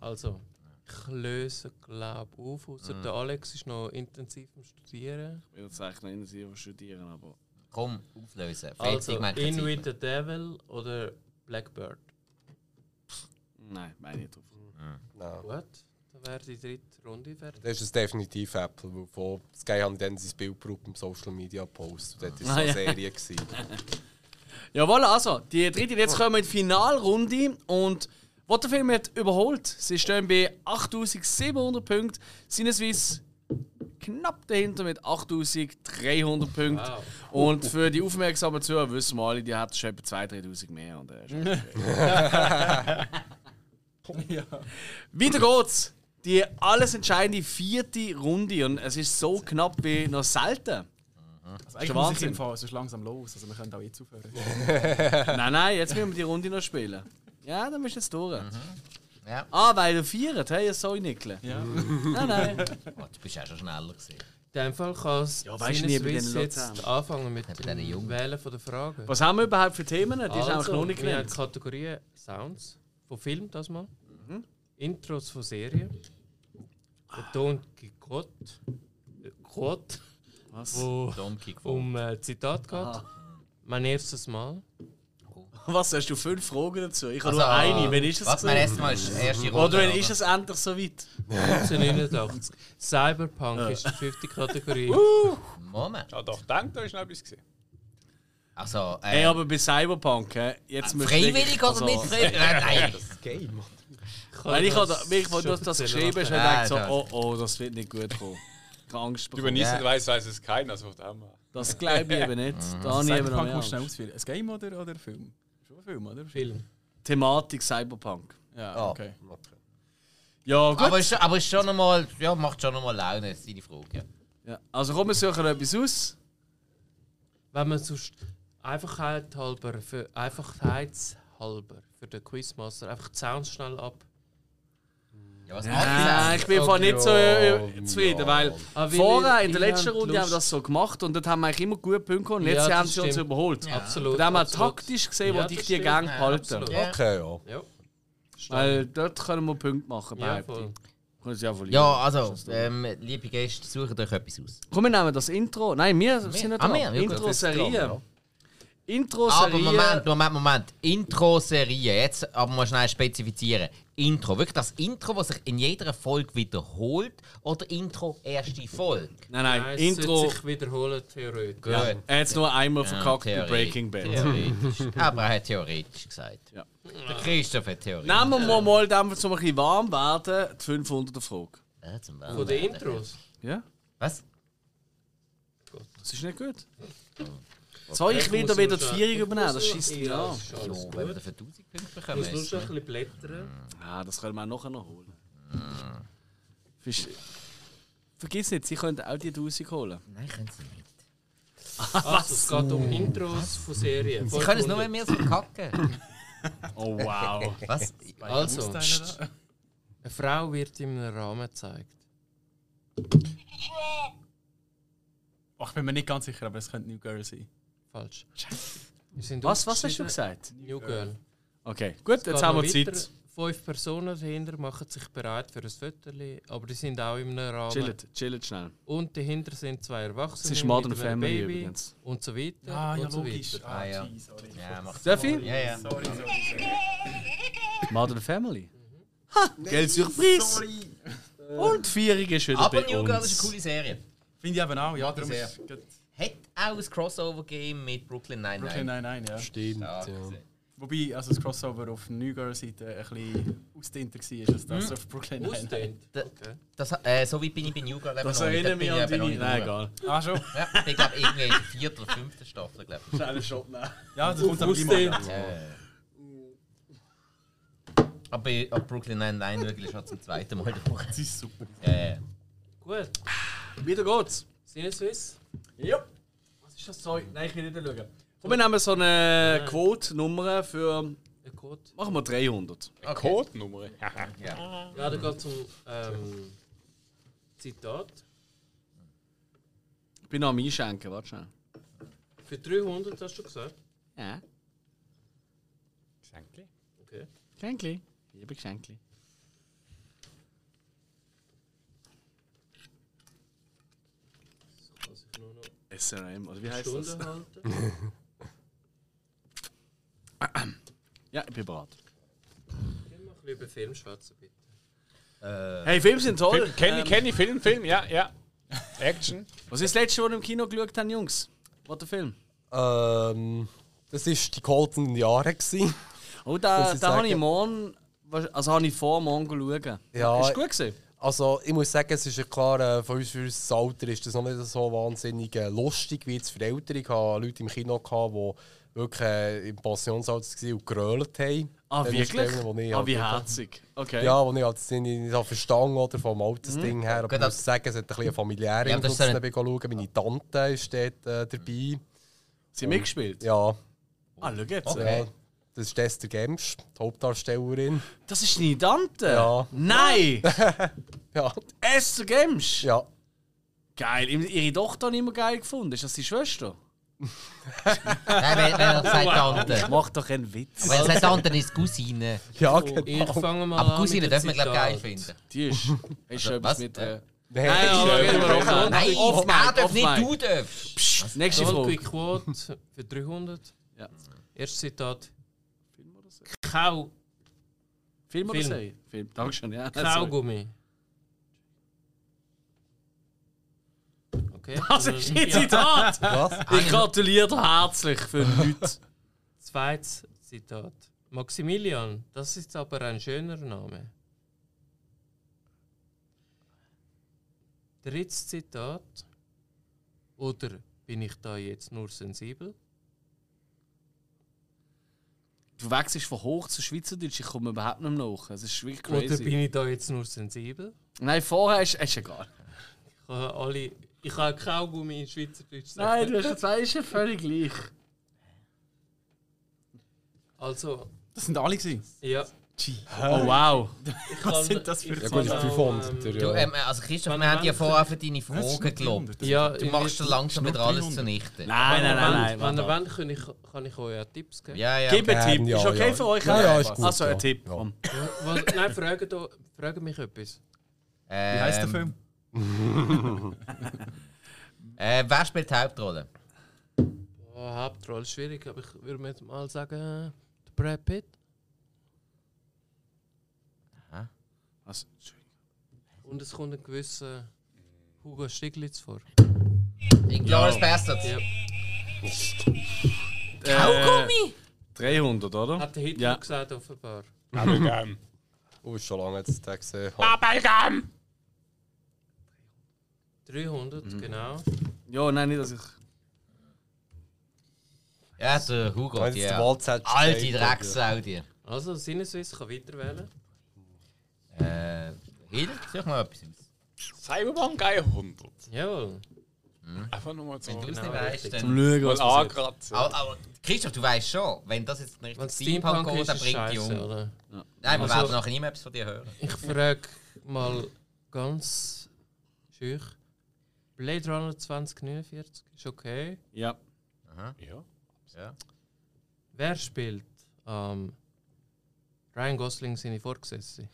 F: Also, ich löse, glaube auf. Außer
A: Mhm.
F: der Alex ist noch intensiv am Studieren.
A: Ich würde es eigentlich noch intensiver studieren, aber.
B: Komm, auflösen. Fertig,
F: Also,
B: mein Prinzip.
F: In with the Devil oder Blackbird.
A: Nein, meine ich drauf. Oh.
C: Nein.
F: Gut, dann wäre die dritte Runde fertig.
C: Das ist es definitiv Apple, weil von Sky haben dann sein Bild gebraucht im Social Media Post. Und dort war so
A: Ah, ja.
C: eine Serie. Gewesen.
A: Jawohl, also, die dritte. Jetzt kommen wir in die Finalrunde und Waterfilm hat überholt. Sie stehen bei 8700 Punkten. Sinneswiss knapp dahinter mit 8300 Punkten. Und für die aufmerksamen Zuhörer wissen wir alle, die hat schon etwa 2000, 3000 mehr. Und, äh, schon-
G: Ja.
A: Weiter geht's. Die alles entscheidende vierte Runde. Und es ist so knapp wie noch selten.
E: Also eigentlich
A: Schon
E: muss ich
A: Wahnsinn.
E: im Fall, es ist langsam los, also wir können auch jetzt aufhören.
A: Nein, nein, jetzt müssen wir die Runde noch spielen. Ja, dann bist du jetzt durch.
B: Mhm. Ja.
A: Ah, weil ihr feiert, hey, ihr soll nickeln.
E: Ja.
A: Nein, nein.
B: Oh, du bist ja schon schneller gewesen.
F: In dem Fall kann es
A: Ja, weisst du nie, bei den
F: Sinneswiss jetzt
A: Luzern.
F: anfangen mit
B: Ja, bei
F: dem
B: diesen Jungen.
F: Wählen von der Frage.
A: Was haben wir überhaupt für Themen? Die ist einfach
F: Also,
A: noch nicht
F: wir haben
A: genannt.
F: Kategorie Sounds von Film das mal.
A: Mhm.
F: Intros von Serien. Der Don Quixote. äh, Quote,
A: Was?
F: wo
B: Donkey
F: um äh, Zitat geht.
A: Ah.
F: Mein erstes Mal.
A: Was, hast du fünf Fragen dazu? Ich habe
B: Also,
A: nur eine. Wann ist das?
B: Was mein
A: gewesen?
B: erstes Mal ist die erste Runde.
A: Oder wann ist es endlich soweit?
F: 1989. Cyberpunk ist die fünfte Kategorie.
B: oder? Moment.
D: Ja, Ah, doch, denkt, da ist noch etwas gesehen.
B: Also, äh,
A: Hey, aber bei Cyberpunk, hä? jetzt müsst ihr
B: freiwillig
A: wirklich-
B: oder
A: also-
B: nicht freiwillig? Nein, nein.
A: Weil ich, habe- mich, wo du das geschrieben hast,
B: Nein,
A: habe ich gedacht,
B: das-
A: so, oh oh, das wird nicht gut kommen. Ich habe Angst
D: Über
A: bekommen.
D: nichts
B: Ja.
D: nicht weiss, weiss es keiner. Also von dem her.
A: Das glaube ich eben nicht. Da habe ich eben noch
E: Cyberpunk
A: mehr
E: musst du schnell
A: Angst.
E: ausführen. Ein Game oder, oder ein Film? Schon ein Film, oder?
F: Film.
A: Thematik Cyberpunk.
E: Ja, okay.
A: Ja, gut.
B: Aber ist, aber ist schon nochmal, ja, macht schon nochmal Laune, ist deine Frage. Ja.
A: ja. Also komm, wir suchen etwas aus.
F: Wenn man sonst Einfachheit halber, für, einfachheitshalber für den Quizmaster einfach die Sounds schnell ab.
B: Ja, was
A: Nein, Äh, ich bin
C: Oh,
A: vorhin nicht so
C: ja,
A: äh, zufrieden,
C: ja.
A: weil
F: Ah, weil
A: vorher
F: ihr-
A: in der
F: ihr
A: letzten
F: habt
A: Runde
F: Lust.
A: haben wir das so gemacht und dort haben wir eigentlich immer gute Punkte gehabt und
F: Ja,
A: jetzt
F: das
A: haben sie uns
F: stimmt.
A: überholt. Ja.
F: Absolut.
A: Von dem her
F: absolut.
A: taktisch gesehen,
F: Ja,
A: wollte ich
F: das
A: die
F: stimmt.
A: Gang
F: Ja,
A: behalten.
F: absolut.
C: Okay, ja.
F: Ja,
A: Weil dort können wir Punkte machen,
F: ja,
A: behaupte
F: voll.
A: ich. Können sie ja verlieren.
B: Ja, also, ähm, liebe Gäste, sucht euch etwas aus.
A: Komm, wir nehmen das Intro. Nein, wir sind nicht
B: Ah,
A: dran.
B: wir? Ja, gut.
A: Intro-Serie.
C: Das ist dran,
B: Aber
A: Intro-Serie.
B: Moment, Moment, Moment. Intro-Serie. Jetzt aber mal schnell spezifizieren. Intro. Wirklich das Intro, das sich in jeder Folge wiederholt? Oder Intro erste Folge?
A: Nein, nein,
F: Nein, es sollte
A: Intro.
F: sich wiederholen, theoretisch.
B: Gut. Ja.
A: Er hat es nur einmal verkackt bei
B: Theorie.
A: Breaking Bad.
B: Theoretisch. Aber er hat theoretisch gesagt.
A: Ja.
B: Der Christoph hat theoretisch.
A: Nehmen wir mal, damit wir ein bisschen warm werden, die 500er Frage.
B: Ah, zum Beispiel.
F: Von den Intros.
A: Ja?
B: Was?
A: Das ist nicht gut. Soll ich wieder, wieder die Vierung übernehmen? Das schießt mich
F: ja.
A: an.
F: ist
B: Ja,
F: alles
B: wenn wir
F: gut.
B: dafür 1000 Punkte
F: Ich muss nur
B: bekommen.
F: schon ein bisschen blättern.
A: Ah, das können wir auch nachher noch holen. Versch- Vergiss nicht, sie können auch die 1000 holen.
B: Nein, können sie nicht.
F: Also, es geht um Intros von Serien.
B: Sie können es nur, wenn wir es verkacken.
A: Oh wow.
B: Was?
F: Also, eine Frau wird in einem Rahmen gezeigt.
E: Ach, ich bin mir nicht ganz sicher, aber es könnte New Girl sein.
F: Falsch. Wir sind
A: Was, was hast du
F: ausgeschieden.
A: gesagt?
F: New Girl.
A: Okay, gut, jetzt
F: Geht
A: haben wir
F: noch
A: Zeit.
F: weiter. Fünf Personen dahinter machen sich bereit für ein Viertel, aber die sind auch in einem Rahmen.
A: Chillet, chillet schnell.
F: Und dahinter sind zwei Erwachsene.
A: Es ist Modern
F: mit einem
A: Family
F: Baby
A: übrigens.
F: Und so weiter.
E: Ah, ja,
F: und so
E: logisch.
F: weiter.
E: Ah,
B: Ah, ja.
E: gee, sorry.
B: Ja, macht's.
A: Sehr viel?
B: Oh, Ja, ja.
E: Sorry, sorry.
A: Modern Family. Ha! Geld Surprise! Und Vierung ist wieder
B: Aber
A: bei
B: New
A: uns.
B: Girl ist eine coole Serie.
E: Finde ich eben auch, nou? ja, darum
B: Sehr.
E: ist es gut.
B: Hätte auch ein Crossover gegeben mit Brooklyn
E: Brooklyn
B: Nine-Nine.
E: Nine-Nine, ja.
C: Stimmt,
B: Ja,
C: ja.
B: gesehen.
E: Wobei also das Crossover auf New Girl-Seite ein bisschen ausdehnter war als das auf Brooklyn Nine-Nine.
F: Ausdehnt.
B: Da- Das, äh, so wie bin ich bei New Girl eben
A: Das
E: Also
B: noch nicht. Da
A: erinnert
B: bin
A: mich
B: ich
A: an
B: eben noch
A: deine...
B: nicht
A: Nein,
B: drüber.
A: egal.
E: Ah, schon?
B: Ja, ich bin glaube irgendwie in der vierten oder fünften Staffel, glaube ich.
A: Schnell Shop nehmen.
E: Ja, das kommt aber immer.
B: Äh. Aber bei- ab Brooklyn Nine-Nine wirklich schon zum zweiten Mal durch.
E: Das ist super.
B: Ja, ja.
F: Gut.
A: Wieder geht's.
F: Sinneswiss?
A: Ja. Was ist das Zeug? Nein, ich will nicht schauen. Komm, wir nehmen so eine Quote-Nummer für.
F: Ein Code?
A: Machen wir 300.
D: Eine Codenummer.
F: Ja, da geht zum ähm, Zitat.
A: Ich bin noch am Einschenken, warte schnell.
F: Für 300 hast du gesagt?
A: Ja.
D: Geschenkli.
F: Okay.
A: Geschenkli. Liebe Geschenkli.
F: So kann sich nur noch eine
A: SRM, oder wie heißt das?
F: Stunde halten.
A: Ja, ich bin bereit.
F: Können wir ein bisschen über Film schwätzen, bitte?
A: Hey, Filme sind toll.
D: Film- Kenn ich, kenn ich, Film, Film, ja, ja. Action.
A: Was ist das letzte, was wir im Kino geschaut haben, Jungs? Was der Film?
C: Ähm, das war die goldenen Jahre. Gewesen.
A: Oh, da,
C: Muss ich
A: da habe
C: sagen.
A: ich morgen. Also habe ich vor, morgen schauen.
C: Ja.
A: Ist gut gewesen.
C: Also, ich muss sagen, es ist ja klar, äh, für uns, für unser Alter ist das noch nicht so wahnsinnig äh, lustig wie jetzt für Ältere. Ich hatte Leute im Kino, gehabt, die wirklich äh, im Pensionsalter waren und gerölt haben.
A: Ah,
C: Dann
A: wirklich?
C: Stellen, die ich
A: ah,
C: halt
A: wie
C: wirklich-
A: herzig. Okay.
C: Ja, wo ich halt nicht, nicht so verstanden oder vom alten Ding her. Aber
B: Gut,
C: ich muss sagen, es hat ein bisschen einen familiären
B: Ja,
C: ja,
B: aber das
C: Einfluss.
B: ist ja
C: wenn ich schaue. Meine Tante ist dort äh, dabei.
A: Sie haben mitgespielt?
C: Ja,
A: Ah, schau jetzt.
C: ja. Das ist Esther Gemsch, die Hauptdarstellerin.
A: Das ist deine Tante?
C: Ja.
A: Nein!
C: Ja,
A: Esther Gemsch!
C: ja.
A: Geil. Ihre Tochter habe ich immer geil gefunden. Ist das die Schwester?
B: Nein, wenn, wenn er sagt Tante.
A: Mach doch einen Witz.
B: Wenn er sagt Tante, dann ist es Cousine.
C: Ja,
F: Ich
C: genau.
F: fange mal
B: Aber
F: an.
B: Cousine
F: mit dem
B: dürfen wir, glaube ich, geil
F: Zitat.
B: finden.
A: Die ist. Hast du etwas
B: Was?
A: mit.
B: Äh,
A: Äh,
C: Nein,
A: Nein, aber reden wir doch mal.
B: Nein,
A: Off
B: er
A: mic,
B: darf
A: off
B: nicht,
A: mic.
B: du darfst.
A: Psst, nächste
F: Don't
A: Frage.
F: Quick Quote für 300.
A: Ja.
F: Erstes Zitat.
A: Kau. Film oder
F: Film.
A: Serie? Film. Dankeschön, ja. sorry.
F: Kaugummi. Okay. also,
A: Das ist ein Zitat!
C: was?
A: Ich gratuliere dir herzlich für nichts.
F: Zweites Zitat. Maximilian, das ist aber ein schöner Name. Drittes Zitat. Oder bin ich da jetzt nur sensibel?
A: Du wechselst von Hoch zu Schweizerdeutsch, ich komme überhaupt nicht mehr nach. Es ist wirklich
F: Oder
A: crazy.
F: bin ich da jetzt nur sensibel?
A: Nein, vorher ist es egal.
F: Ich habe alle. Ich habe Kaugummi in Schweizerdeutsch. sagen.
A: Nein, du hast zwei ist ja völlig gleich.
F: Also,
G: Das sind alle gewesen.
F: ja.
A: Oh wow.
F: Was
G: sind das für
C: Ja, gut, ist 500.
F: Ähm,
C: ja.
B: Du, ähm, also Christoph, wir haben dir vorher für deine Fragen gelobt.
F: ja,
B: Du machst dir langsam wieder alles zunichte.
A: Nein, nein, nein, nein.
F: Wenn ihr
A: warte.
F: wollt, kann ich, kann ich euch auch Tipps geben.
B: Ja, ja.
A: Gib einen
C: Gerne,
A: Tipp.
C: ja,
A: Ist okay
C: ja.
A: für euch?
C: Ja, ja, ist gut,
A: Also,
C: ja.
A: ein Tipp.
C: Ja.
A: komm.
F: Was, nein, frage, da, frage mich etwas.
B: Ähm,
G: Wie heißt der Film?
B: Äh, wer spielt die Hauptrolle?
F: Oh, Hauptrolle ist schwierig, aber ich würde mir jetzt mal sagen, der Brad Pitt
A: Was?
F: und es kommt ein gewisser Hugo Stiglitz vor.
B: In Glorious Bastards.
F: Ja.
A: Äh, Kaugummi? 300, oder?
F: Hat der Hitler
A: Ja.
F: gesagt, offenbar.
D: Bubblegum.
C: Oh, ist schon lange jetzt den gesehen. habe.
D: Bubblegum!
F: 300,
A: Mhm.
F: genau.
A: Ja, nein, nicht, dass ich.
B: Ja, der Hugo,
C: Wenn es der
B: ja.
C: Wahlzettel
B: Alte
C: steht,
B: Drecksau dir.
F: Also, Sinneswiss kann weiterwählen.
B: Äh, Hild, such mal etwas aus.
D: Cyberpunk 100.
F: Jawohl.
D: Einfach nur mal so.
B: Wenn du es
F: Genau,
B: nicht weißt,
F: richtig.
B: dann...
A: Zum Schauen,
D: Mal
A: was passiert.
D: ankratzen.
B: Aber, aber Christoph, du weißt schon, wenn das jetzt nicht
F: Wenn
B: richtig
F: es Steampunk ist,
B: geht,
F: ist
B: dann
F: es
B: bringt die
F: scheiße,
B: um.
F: oder?
B: Nein, wir
F: Also-
B: werden nachher nicht mehr etwas von dir hören.
F: Ich frage mal ganz schüch. Blade Runner 2049 ist okay.
A: Ja.
D: Ja.
F: Wer spielt ähm, Ryan Gosling seine Vorgesetzte?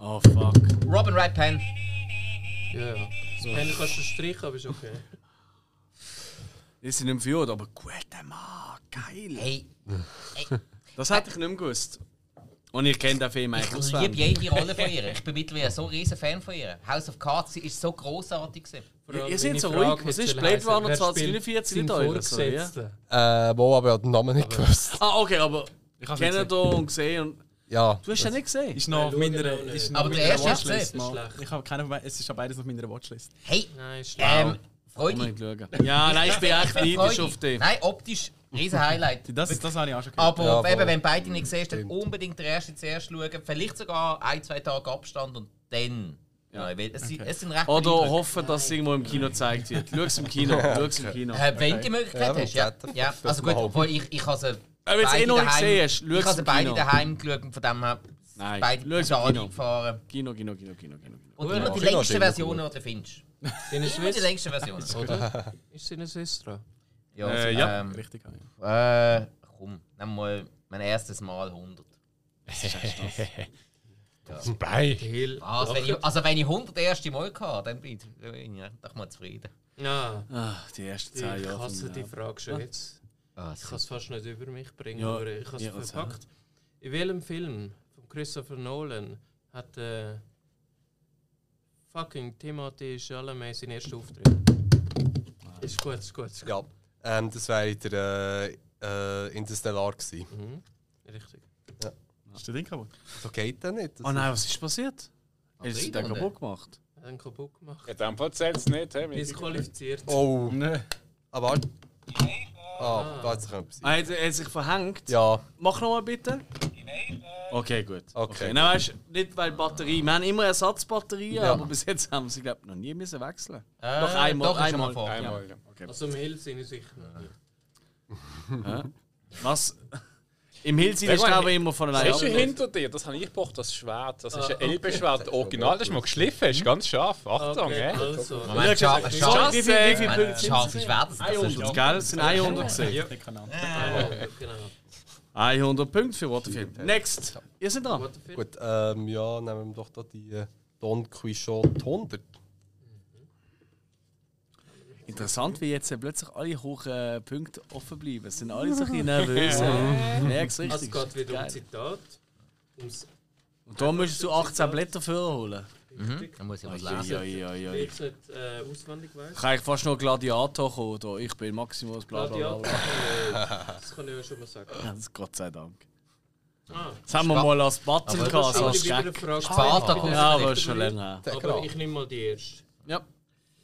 A: Oh fuck.
B: Robin Wright Penn.
F: Ja, ja. Das Penny kannst du streichen, aber ist okay.
A: Das sind nicht mehr Fjord, aber guter Mann, geil.
B: Hey,
A: Das hätte ich nicht mehr gewusst. Und ich kenne den Film
B: Also,
A: eigentlich
B: ich liebe
A: auswendig.
B: jede Rolle von ihr. Ich bin mittlerweile so riesen Fan von ihr. House of Cards, sie ist so großartig gewesen.
F: Vor allem
A: Ihr seid
F: meine
A: so
F: Frage
A: ruhig. Was
F: hätte
A: ist
F: sollen
A: Blade
F: heissen,
A: Runner
F: wer spielt
A: 2049
F: seinen
A: nicht euer, so, ja?
F: Vorgesetzten?
C: Äh, wo, aber ich habe den Namen nicht gewusst.
A: Ah, okay, aber ich
G: hab's
A: kenne
G: nicht
A: da und gesehen und.
C: Ja.
A: Du hast ja nicht gesehen.
G: Ist noch auf meiner
F: auch nicht.
G: ist noch
B: Aber
G: auf
B: der
G: meiner
B: erste hat's
G: Watchlist,
B: gesehen.
G: Mann.
F: Ist schlecht.
G: Ich habe keine, es ist ja beides auf meiner Watchlist.
B: Hey,
F: Nein, schlau.
B: ähm,
A: Mal
B: Freudi.
A: schauen. Ja, nein, ich bin echt
B: Freudi.
A: neidisch auf dich.
B: Nein, optisch, riesen Highlight.
G: Das, das habe ich auch schon gehört.
B: Aber
C: Ja,
B: eben,
C: voll.
B: wenn beide nicht siehst, dann
C: Stimmt.
B: unbedingt den ersten zuerst schauen. Vielleicht sogar ein, zwei Tage Abstand und dann Nein, weil es, sind-
G: Okay.
B: es sind recht
A: Oder
B: beeindruckend.
A: hoffen, dass es irgendwo im Kino gezeigt wird. Schau es im Kino, schau es im Kino.
B: Äh, wenn du die Möglichkeit
C: Ja,
B: hast, ja.
C: das-
B: ja.
C: das
B: Also gut,
C: mal.
B: obwohl ich, ich habe sie
A: Aber wenn du es eh noch nicht gesehen hast, schau
B: ich habe
A: es
B: sie
A: im
B: beide
A: Kino.
B: daheim geschaut und von dem her
A: Nein,
B: beide
A: schau es im
B: brutal
A: Kino.
B: gefahren.
A: Kino, Kino, Kino, Kino, Kino.
B: Und
F: Gut,
B: immer die
C: Kino ist
B: längsten
C: immer
B: Versionen, die du findest.
F: Sind es
B: Immer die
F: Swiss?
B: längsten Versionen.
F: Oder? Ist es in Swiss dran?
B: Ja,
A: Äh,
B: also,
A: ja.
B: ähm,
E: Richtig, ja.
B: äh, komm, nimm mal mein erstes Mal 100.
D: Bei.
F: Hill.
B: Also, wenn ich, also wenn ich 100 erste Mal hatte, dann bin ich, dann bin ich doch mal zufrieden.
F: Ah,
A: Ah, die ersten
F: ich
A: zwei Jahre. vom
F: hasse die
A: Leben.
F: Frage schon jetzt.
B: Ah,
F: Ich kann es fast nicht über mich bringen,
A: Ja,
F: aber ich habe es
A: ja, was
F: verpackt. In welchem Film von Christopher Nolan hat äh, fucking Timothy Chalamet seinen ersten Auftritt? Ist gut, ist gut. Ist gut.
C: Ja, ähm, das wäre der äh, äh, Interstellar gewesen.
F: Mhm. Richtig.
G: Ist der Ding kaputt?
C: So geht der nicht. Das
A: Oh nein, was ist passiert? Hast du den
B: Frieden,
A: kaputt gemacht?
F: Hat ihn kaputt gemacht.
D: In dem Fall zählt es nicht. Hey, mit-
F: Disqualifiziert.
C: ist- Oh,
G: Nö.
C: aber. Ah, da hat sich etwas.
A: Ah, hat er hat sich verhängt?
C: Ja,
A: Mach nochmal bitte. Okay, gut.
C: Okay.
A: Nein, weißt du, nicht weil Batterie. Wir haben immer Ersatzbatterien,
C: Ja.
A: aber bis jetzt haben sie, glaube ich, noch nie müssen wechseln
B: Äh,
A: Noch einmal,
B: doch, ist schon mal
A: einmal.
B: vor.
D: Einmal. ja.
A: Oh.
F: Also im Hill sind ich sicher noch nicht.
A: Was? Im Hillside ist, glaube ich, immer von
D: Das
A: alleine.
D: ist ja
A: abgelaufen.
D: hinter dir, das Ah, habe ich gebraucht, das Schwert. Das ist ein Elbenschwert, original, das ist mal geschliffen, ist ganz scharf. Achtung, hä?
F: also.
B: Moment, Scha- Scha-
A: Wie viel- wie viel
B: Moment,
A: Punkte sind
B: scharfes Schwert, das das ist
A: 100, gell? Es sind 100 gesehen.
G: Der Kanal.
F: Ah, genau.
A: 100 Punkte für Waterfilm. Next. Ihr seid dran.
F: What the fuck?
C: gut. Ähm, ja, nehmen wir doch da die äh, Don Quixote 100.
A: Interessant, wie jetzt äh, plötzlich alle hohen äh, Punkte offen bleiben. Es sind alle so ein bisschen nervös. Merkst
F: Also es
A: richtig.
F: geht wieder um
A: Geil.
F: Zitat. Ums
A: Und da müsstest du 18 Blätter vorholen. Mhm.
F: Richtig.
B: Dann muss ich was lesen.
A: Eieieiei.
F: Ich nicht äh, auswendig weiss.
A: Kann ich fast noch Gladiator kommen? Oder ich bin Maximus, bla bla bla.
F: Gladiator.
A: bla.
F: Das kann ich ja schon mal sagen.
A: Das, Gott sei Dank.
F: Ah,
A: Das haben wir mal als Button
B: Aber-
A: gehabt, so
F: aber
A: als
F: wieder eine
A: Schreck.
F: Frage.
B: Vater kommt
A: Ja, aber
B: direkt.
A: ist schon länger her.
F: Aber ich nehme mal die erste.
A: Ja.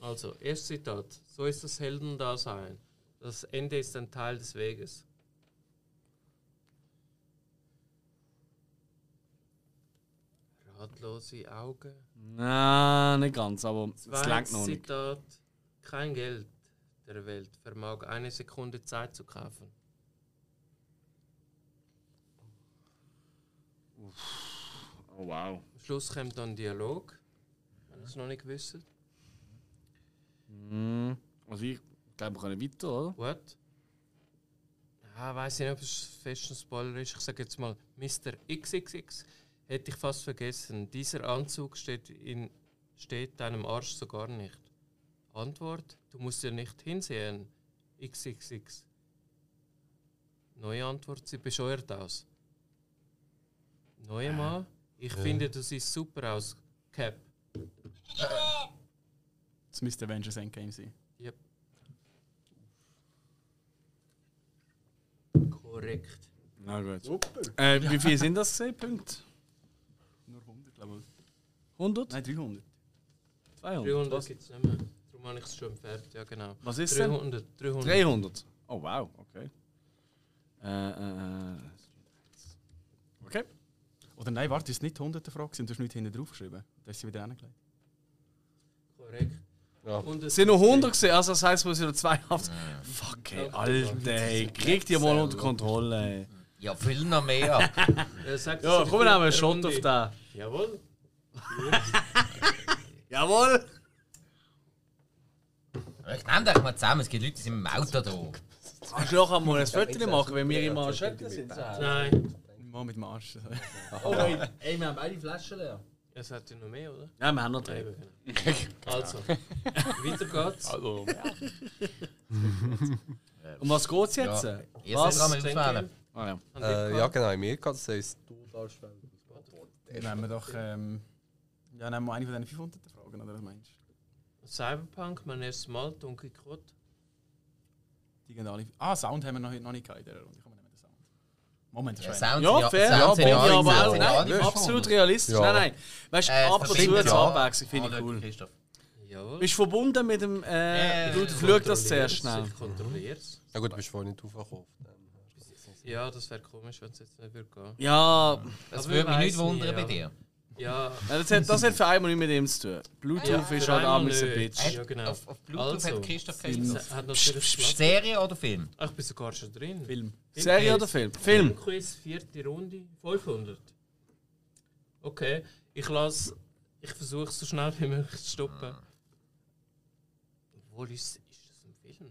F: Also, erstes Zitat. So ist das Heldendasein. Das Ende ist ein Teil des Weges. Ratlose Augen.
A: Nein, nicht ganz, aber es lenkt
F: Zweites
A: noch nicht.
F: Zitat. Kein Geld der Welt vermag eine Sekunde Zeit zu kaufen.
A: Oh wow.
F: Am Schluss kommt dann ein Dialog. Wenn ihr es noch nicht wisst.
A: Mhm. Also ich glaube, wir können weiter, oder?
F: What? Ah, weiß ich nicht, ob es fest ein Spoiler ist. Ich sage jetzt mal, Mr. XXX hätte ich fast vergessen. Dieser Anzug steht, in, steht deinem Arsch so gar nicht. Antwort: Du musst ja nicht hinsehen. XXX. Neue Antwort: Sie bescheuert aus.
A: Äh,
F: Neue Mann: Ich finde, du siehst super aus. Cap.
E: Das müsste Avengers Endgame sein.
F: Yep. Korrekt.
A: Na gut. Äh, wie viele sind das gesehen? Punkte?
E: Nur 100, glaube ich.
A: 100?
E: Nein, 300.
A: 200?
F: 300 gibt es nicht mehr. Darum habe ich es schon entfernt, ja genau.
A: Was ist denn?
F: 300, 300.
A: 300. Oh wow, okay. Äh, äh, äh. Okay.
E: Oder nein, warte, ist es nicht 100 Frage gewesen und du hast nichts hinten drauf geschrieben? Da ist sie wieder hingelegt.
F: Korrekt.
C: Ja.
A: Es sind noch 100 gesehen, also das heisst, wir sind noch 82. Fuck, ey, Alter, ey. krieg die mal unter Kontrolle, ey.
B: Ja, viel noch mehr. ab.
A: Ja, komm, wir nehmen einen Shot auf den.
F: Jawohl.
A: Jawohl!
B: ich nehme dich mal zusammen, es gibt Leute, die sind im Auto da.
A: Kannst du noch einmal ein Foto machen, wenn wir immer ein Schöttchen sind?
F: Nein.
E: Mal mit dem Arsch.
A: Oh, ey, ey, wir haben beide Flaschen leer.
F: Es hat ja noch mehr, oder?
A: Ja, wir haben noch drei.
F: Eben, genau. Also, weiter geht's.
D: Also,
A: Um was geht's jetzt?
B: Ja. Ihr
A: Was?
B: seid dran mit
F: Denke-
B: Aufwählen.
A: Ah, ja.
F: Haben
C: Äh,
F: die
C: ja,
F: gehabt?
C: genau, in mir geht das heisst, du darfst wählen.
E: nehmen wir doch. Ähm, ja, nehmen wir eine von diesen 500 Fragen, oder was meinst du?
F: Cyberpunk, mein erstes Mal, Donkey Quad.
E: Die gehen alle. Ah, Sound haben wir noch, noch nicht gehabt in dieser Runde. Komm, wir nehmen den Sound. Moment,
B: Ja,
E: das
B: Sound
A: Ja,
B: sind ja-
A: fair.
B: Sound
A: Ja,
B: sind ja
A: Bobby,
B: alle-
A: aber
B: Sound
A: auch
B: sind ja alle
A: nein,
B: schon.
A: absolut realistisch.
C: Ja.
A: Nein, nein. Weißt du,
B: Äh,
A: ab und zu
B: verbindet
A: jetzt
B: ja.
A: abwechseln, finde ich
B: Anlöten,
A: cool.
B: Christoph.
F: Jawohl.
A: Bist verbunden mit dem. Äh,
B: Ja,
A: du
B: ja, ja.
A: flüg das sehr
F: Kontrollier's,
A: schnell.
F: Ich kontrollier's.
C: Ja gut, du bist vorhin nicht aufgekommen.
F: Ja, das wäre komisch, wenn es jetzt nicht würde gehen.
A: Ja,
B: Das
F: Aber
B: würde
F: wir
B: mich nicht
F: weissen
B: wundern
F: ja.
B: bei dir.
F: Ja,
A: Ja, das, hat, das hat für einmal nicht mit ihm zu tun. Bluetooth
F: Ja,
A: ist
F: für
A: halt
F: einmal
A: abends ein
F: nicht.
A: Bitch.
F: Ja, genau.
B: Auf, auf Bluetooth
F: Also.
B: hat Christoph keinen Platz.
F: es hat natürlich Platz.
B: Serie oder Film?
F: Ah, Ich bin sogar schon drin.
E: Film.
A: Serie oder Film? Film.
F: Quiz, vierte Runde, 500. Okay, ich lasse, ich versuche so schnell wie möglich zu stoppen.
A: Ah.
F: Obwohl, ist, ist das ein Film?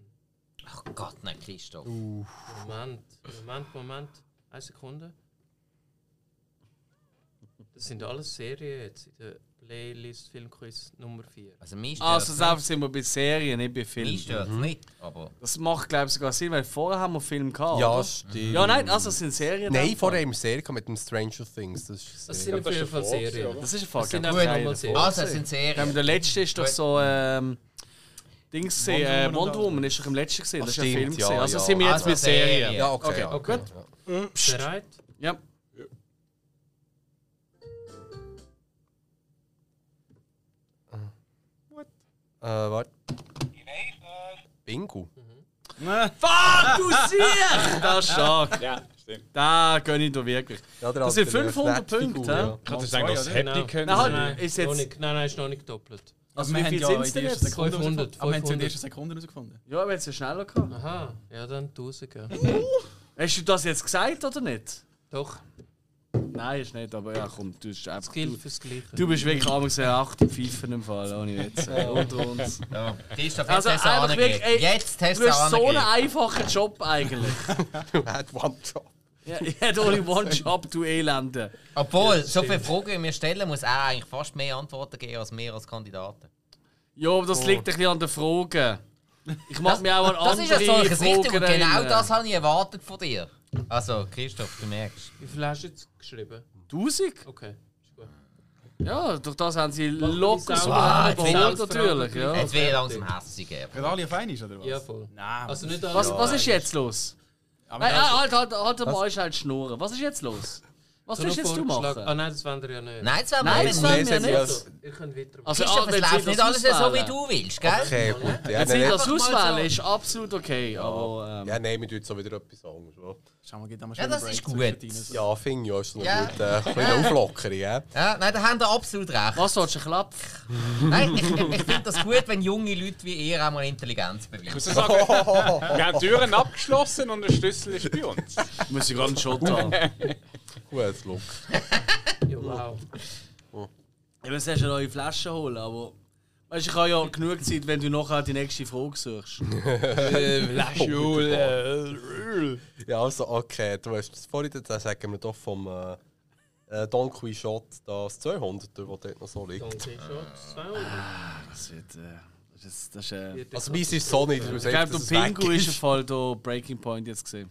B: Ach Gott, nein, Christoph.
F: Moment, Moment, Moment. Eine Sekunde. Das sind alles Serien jetzt in der Playlist Filmquiz Nummer 4.
B: Also, mir
A: Also
B: stört
A: selbst sind wir bei Serien, nicht bei Filmen.
B: es nicht, aber...
A: Das macht, glaube ich, sogar Sinn, weil vorher haben wir Film gehabt.
C: Ja,
A: oder?
C: stimmt.
A: ja nein, also es sind Serien.
C: Nein, ah.
A: dann.
C: vorher haben wir Serie gehabt mit dem Stranger Things. Das ist
F: Das
C: sehr-
F: sind
D: glaub,
F: auf jeden
D: das war
F: Fall
D: davor,
F: Serien.
D: oder?
A: Das ist ein
F: Das
A: Fall.
F: sind
A: glaub
F: einfach
A: ich,
F: nochmal
A: einer.
F: Serien.
B: Also, es sind
A: Ähm,
B: Serien.
A: der letzte ist doch so. Ähm, Dings gesehen. Äh, Wonder Woman ist doch im letzten gesehen.
C: Ach,
A: Das ist ein
C: stimmt,
A: Film
C: ja,
A: gesehen. Also
C: ja.
A: sind wir jetzt
B: Also
A: bei Serien.
B: Serien.
C: ja, okay.
A: Okay,
C: ja.
F: okay.
C: Ja.
F: Bereit?
A: Ja.
C: Äh, warte. Bingo.
A: Fuck, du Sieg! Das ist stark.
D: Ja, stimmt.
A: Da gönne ich dir wirklich.
C: Ja, der
A: Das sind
C: alte
A: 500
C: Reflex-
A: Punkte,
C: Figur, ja.
D: Ich hatte jetzt eigentlich noch das Happy können.
A: Nein, halt.
F: Nein,
A: Ist
F: ist
A: jetzt-
F: noch nicht, nein, nein, ist noch nicht doppelt.
A: Also,
E: wir
A: wie
E: haben
A: viel
E: ja
A: sind
E: in
A: es
E: der
A: denn
E: ersten
A: jetzt?
E: Sekunde
F: 500,
E: herausgefunden. Aber wir haben es in der
F: 500.
E: ersten Sekunde herausgefunden.
A: Ja, wenn es ja schneller gehabt.
F: Aha, ja, dann 1000. ja.
A: Mhm. Hast du das jetzt gesagt oder nicht?
F: Doch,
A: Nein, ist nicht, aber ja, komm, du bist einfach.
F: es gilt
A: Du,
F: fürs Gleiche.
A: du bist wirklich abends eine 8 Pfeifen im Fall, ohne Witz. ey. Unter uns.
B: Ja. Christoph, jetzt
A: Also,
B: hast du
A: einfach
B: angegeben.
A: wirklich, ey,
B: Jetzt hast
A: Du
B: du
A: hast so einen
B: angegeben.
A: einfachen Job eigentlich.
C: Hat One Job.
A: Ja, ich hätte only one job, du Elende.
B: Obwohl, so viele Fragen, wie wir stellen, muss er eigentlich fast mehr Antworten geben als wir als Kandidaten.
A: Ja, aber das liegt ein bisschen an den Fragen. Ich mache mir auch an
B: Das
A: andere
B: ist ja so ein
A: Fragen.
B: Gesicht, und genau
A: erinnern.
B: das habe ich erwartet von dir. Also, Christoph, du merkst.
F: Wie viel hast du jetzt geschrieben?
A: 1000?
F: Okay, ist gut.
A: Ja, durch das haben sie
F: Machen die
A: locker so
F: Sau-
A: überholt,
F: Sau-
A: natürlich.
F: Sau-
A: Ja.
B: Jetzt will ich langsam hässlich geben.
E: Gerade alle auf einmal, oder was?
F: Ja, voll.
E: Nein.
F: Also
E: Also,
F: nicht alle.
A: Was, was ist jetzt los?
E: aber
A: Nein,
B: ah,
E: das,
A: halt, halt, halt mal schnell schnurren. Was ist jetzt los? Was willst jetzt du
F: Ah
A: machen?
F: nein, das wollen wir ja nicht.
B: Nein, das wollen
A: Nein,
B: wir
A: das
B: nicht.
A: wollen wir
C: Nein,
A: nicht.
F: Also, ihr könnt weitermachen.
A: Also,
B: Christoph,
A: ah,
B: es
A: wenn
B: läuft
A: sie
B: nicht
A: das
B: alles so, wie
A: auswählen.
B: du willst, gell?
C: Okay, gut. Ja,
A: Wenn sie
C: nein,
A: das
B: mal so.
A: auswählen, ist absolut okay. Aber ähm,
C: ja, nein, wir tun jetzt so wieder etwas anderes. oder?
E: schau mal, geht da mal
B: Ja,
E: schön
B: das
E: einen
B: ist
E: Break
B: gut.
E: zwischendrin.
C: Ja, finde ich auch schon
B: Ja.
C: eine gute äh, kleine Auflockerung. Ja.
B: Ja, nein, da haben wir absolut recht.
A: was willst du, einen Klapf?
B: Nein, ich, ich ich finde das gut, wenn junge Leute wie ihr auch mal Intelligenz beweisen.
D: Ich muss sagen, wir haben die Türen abgeschlossen und der Schlüssel ist bei uns.
A: Muss ich gerade einen Shot haben.
C: Gutes Look.
F: Ja, wow.
A: Ich muss erst eine neue Flasche holen, aber. Weißt du, ich habe ja genug Zeit, wenn du nachher die nächste Frage suchst.
C: Äh, Schule. Oh, ja, also, okay. Du hast das vorhin, da sagen wir doch vom äh, äh, Don Quixote das 200, der dort noch so liegt.
F: Danke, Schatz. 200.
A: Das wird. Äh, das ist. Das ist äh, ich
C: Also, meins ist so nicht. Ich
A: glaube, der Pingu ist im Fall der Breaking Point jetzt gesehen.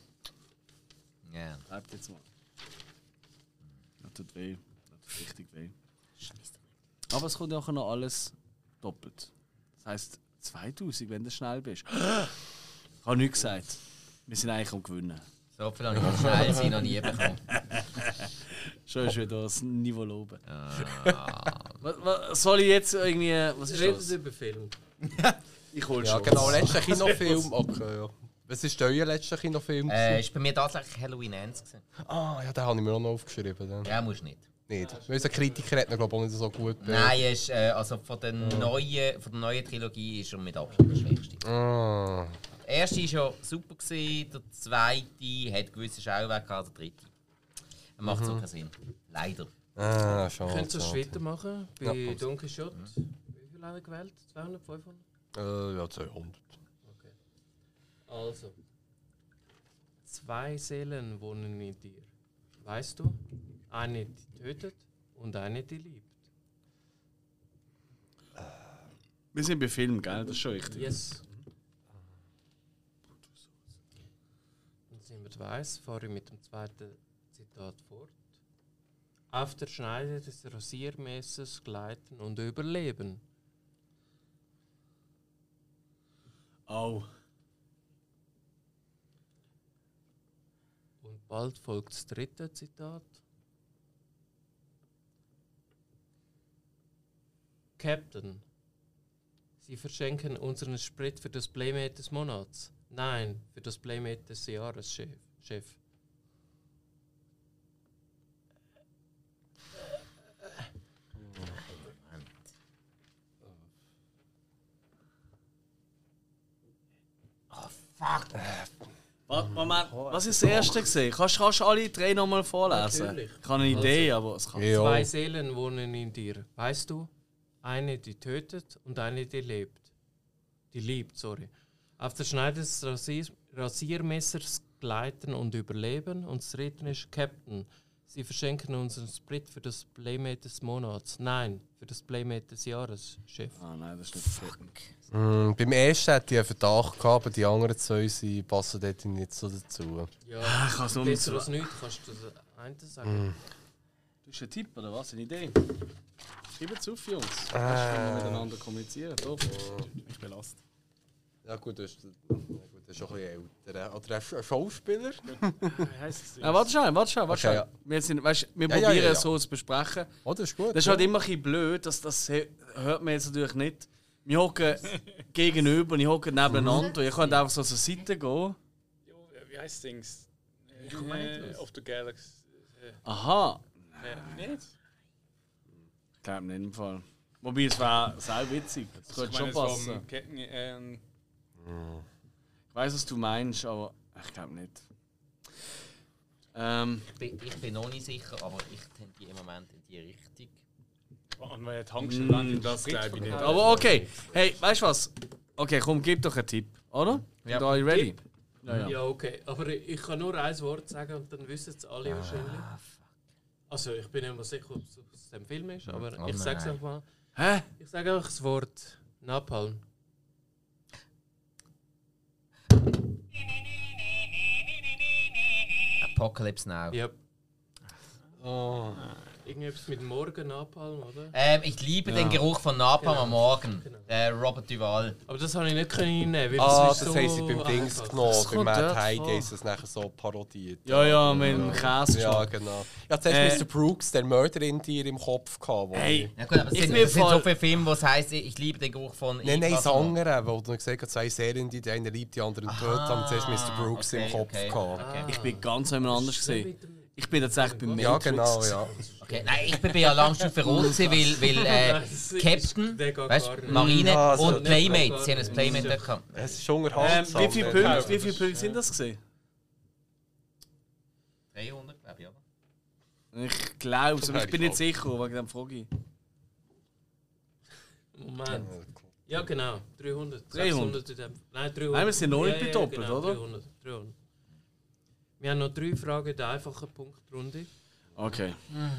B: Ja.
A: Bleibt jetzt mal. Das tut weh. Das tut richtig weh. Aber es kommt nachher noch alles doppelt. Das heisst 2000, wenn du schnell bist. Ich habe nichts gesagt. Wir sind eigentlich am Gewinnen.
B: So viel habe ich vom Schnellsein noch nie bekommen.
A: Schon ist wieder das Niveau loben. was, was soll ich jetzt irgendwie. Was ist
F: Reden
A: das?
F: Sie über Film.
A: Ich hol
C: Ja,
A: schon.
C: genau, letzter Kinofilm. Okay, ja. Was ist euer letzter Kinofilm?
B: äh, ist bei mir tatsächlich Halloween Ends gewesen.
C: ah, ja, den habe ich mir auch noch aufgeschrieben. Den.
B: Ja, musst nicht.
C: Nicht. Weil Unser Kritiker hat ihn, glaube ich, auch nicht so gut be-
B: Nein, er ist, äh, also von der, neuen, von der neuen Trilogie ist er mit Abstand der schlechteste.
C: Ah.
B: Der erste war ja super, gewesen, der zweite hat gewisse Schauweg gehabt, der dritte. Macht so keinen Sinn. Leider.
C: Ah,
F: Wir
C: schade.
F: können es
C: schade.
F: weitermachen. Bei
C: Ja,
F: ja,
C: passt.
F: Don Quixote. Wie viel haben wir gewählt? 200, 500?
C: Äh, ja, 200.
F: Also. Zwei Seelen wohnen in dir. Weißt du? Eine, die tötet und eine, die liebt.
A: Wir sind bei Film, gell? Das ist schon richtig.
F: Yes. Dann sind wir weiß, fahre ich mit dem zweiten Zitat fort. Auf der Schneide des Rasiermessers gleiten und überleben.
A: Au.
F: Und bald folgt das dritte Zitat. Captain, Sie verschenken unseren Sprit für das Playmate des Monats. Nein, für das Playmate des Jahres, Chef. Chef.
A: Wa- Moment, was ist das erste gesehen? Kannst kannst du alle drei nochmal vorlesen?
F: Natürlich.
A: Ich habe eine Idee, aber es kann.
C: Ja.
F: Zwei Seelen wohnen in dir. Weißt du? Eine, die tötet und eine, die lebt. Die liebt, sorry. Auf der Schneide des Rasier Rasiermessers gleiten und überleben. Und das Retten ist Captain. Sie verschenken unseren Split für das Playmate des Monats. Nein, für das Playmate des Jahres, Chef.
A: Ah nein, das ist nicht Fuck.
C: Mm, beim ersten hätte ich einen Verdacht gehabt, aber die anderen zwei sie passen dort nicht so dazu.
F: Ja,
A: Ich kann es nur mit
F: besser
A: so.
F: als nichts, kannst du das eine sagen.
A: Du hast einen Tipp oder was? Eine Idee? Schreib es auf, Jungs. Kannst du miteinander kommunizieren? Doch.
E: Ich bin lost.
C: Ja gut, das ist, ja, gut, das ist schon ein bisschen älter. Oder ein Sch- ein Schauspieler?
A: Nein, warte schnell, warte schnell, warte
C: Okay,
A: schnell.
C: ja.
A: Wir, sind, weißt, wir
C: Ja, ja,
A: probieren
C: ja, ja.
A: es so zu besprechen.
C: Oh, das ist gut.
A: Das ist halt immer ein bisschen blöd, das, das he- hört man jetzt natürlich nicht. Wir hocken gegenüber und ich hocke nebeneinander. Ihr könnt einfach so zur Seite gehen.
D: Wie heißt Dings? Ich komme nicht Auf der Galaxy.
A: Aha.
D: Äh, nicht?
A: Ich glaube nicht im Fall. Wobei, es wäre sehr witzig. Das
D: Ich
A: könnte
D: meine,
A: schon
D: es war
A: passen.
D: am Ketten, ähm,
A: Ich weiß, was du meinst, aber ich glaube nicht. Ähm,
B: Ich bin, ich bin noch nicht sicher, aber ich tendiere im Moment in die Richtung.
A: Oh,
D: an der Tankstelle waren die
A: das
D: Sprit
A: glaube ich nicht.
D: verkauft.
A: Aber okay. Hey, weißt du was? Okay, komm, gib doch einen Tipp, oder? Ja. Da, ready?
F: Ja. okay. Aber ich kann nur ein Wort sagen und dann wissen es alle wahrscheinlich. Also, ich bin nicht mal sicher, ob es aus dem Film ist, aber
B: Oh
F: ich sage es
B: nein.
F: einfach mal.
A: Hä?
F: Ich sage einfach das Wort Napalm.
B: Apocalypse Now.
F: Ja. Ah, Irgendetwas mit Morgen Napalm, oder?
B: Ähm, ich liebe den Geruch von Napalm
F: Genau.
B: am Morgen. Der Robert Duval.
F: Aber das habe ich nicht können reinnehmen, weil
C: Ah,
F: das
C: das
F: ist so
C: haben sie beim Dings
F: einfach.
C: genommen.
A: kommt
C: Beim Mad
A: dort
C: High
A: vor.
C: Days das nachher so parodiert.
A: Ja, ja, mit dem Käse.
C: Ja, genau. Ja, zuerst
A: Äh.
C: Mr. Brooks, der Mörder in dir im Kopf gehabt. wo
A: Hey,
B: Ja gut, aber es
A: Ich
B: sind,
A: bin
B: es sind so
A: voll-
B: viele Filme, wo es heisst, ich liebe den Geruch von...
C: Nein, nein,
B: irgendwas.
C: das andere, wo du gesagt hast, zwei Serien, die einen liebt, die anderen tötet, haben zuerst Mr. Brooks
B: Ah, okay, Ah,
C: im Kopf
B: okay.
C: gehabt.
A: ich bin ganz jemand anders gesehen. Ich bin tatsächlich bei
C: Ja,
A: Matrix.
C: genau, ja.
B: Okay. Nein, ich bin bei Alarmstufe Rot, gewesen, weil, weil äh,
F: das ist-
B: Captain,
F: der geht
B: weißt,
F: gar nicht.
B: Marine
C: Ja, also so
B: und
C: nicht,
B: Playmate,
F: geht
B: sie haben ein Playmate dort gehabt.
C: Es ist unterhaltsam.
A: Ähm, wie viele
C: ne?
A: Punkte, wie viele Punkte sind das gesehen?
B: 300, glaube ich, oder?
A: Ich glaube aber ich bin nicht
C: Ich glaub.
A: sicher, wegen dem Frage. ich.
F: Moment. Ja, genau. 300.
A: 300.
F: 600 in dem- Nein, 300.
A: Nein, wir sind noch nicht bei doppelt,
F: genau,
A: oder?
F: 300, 300. Wir haben noch drei Fragen in der einfachen Punktrunde.
A: Okay.
C: Hm.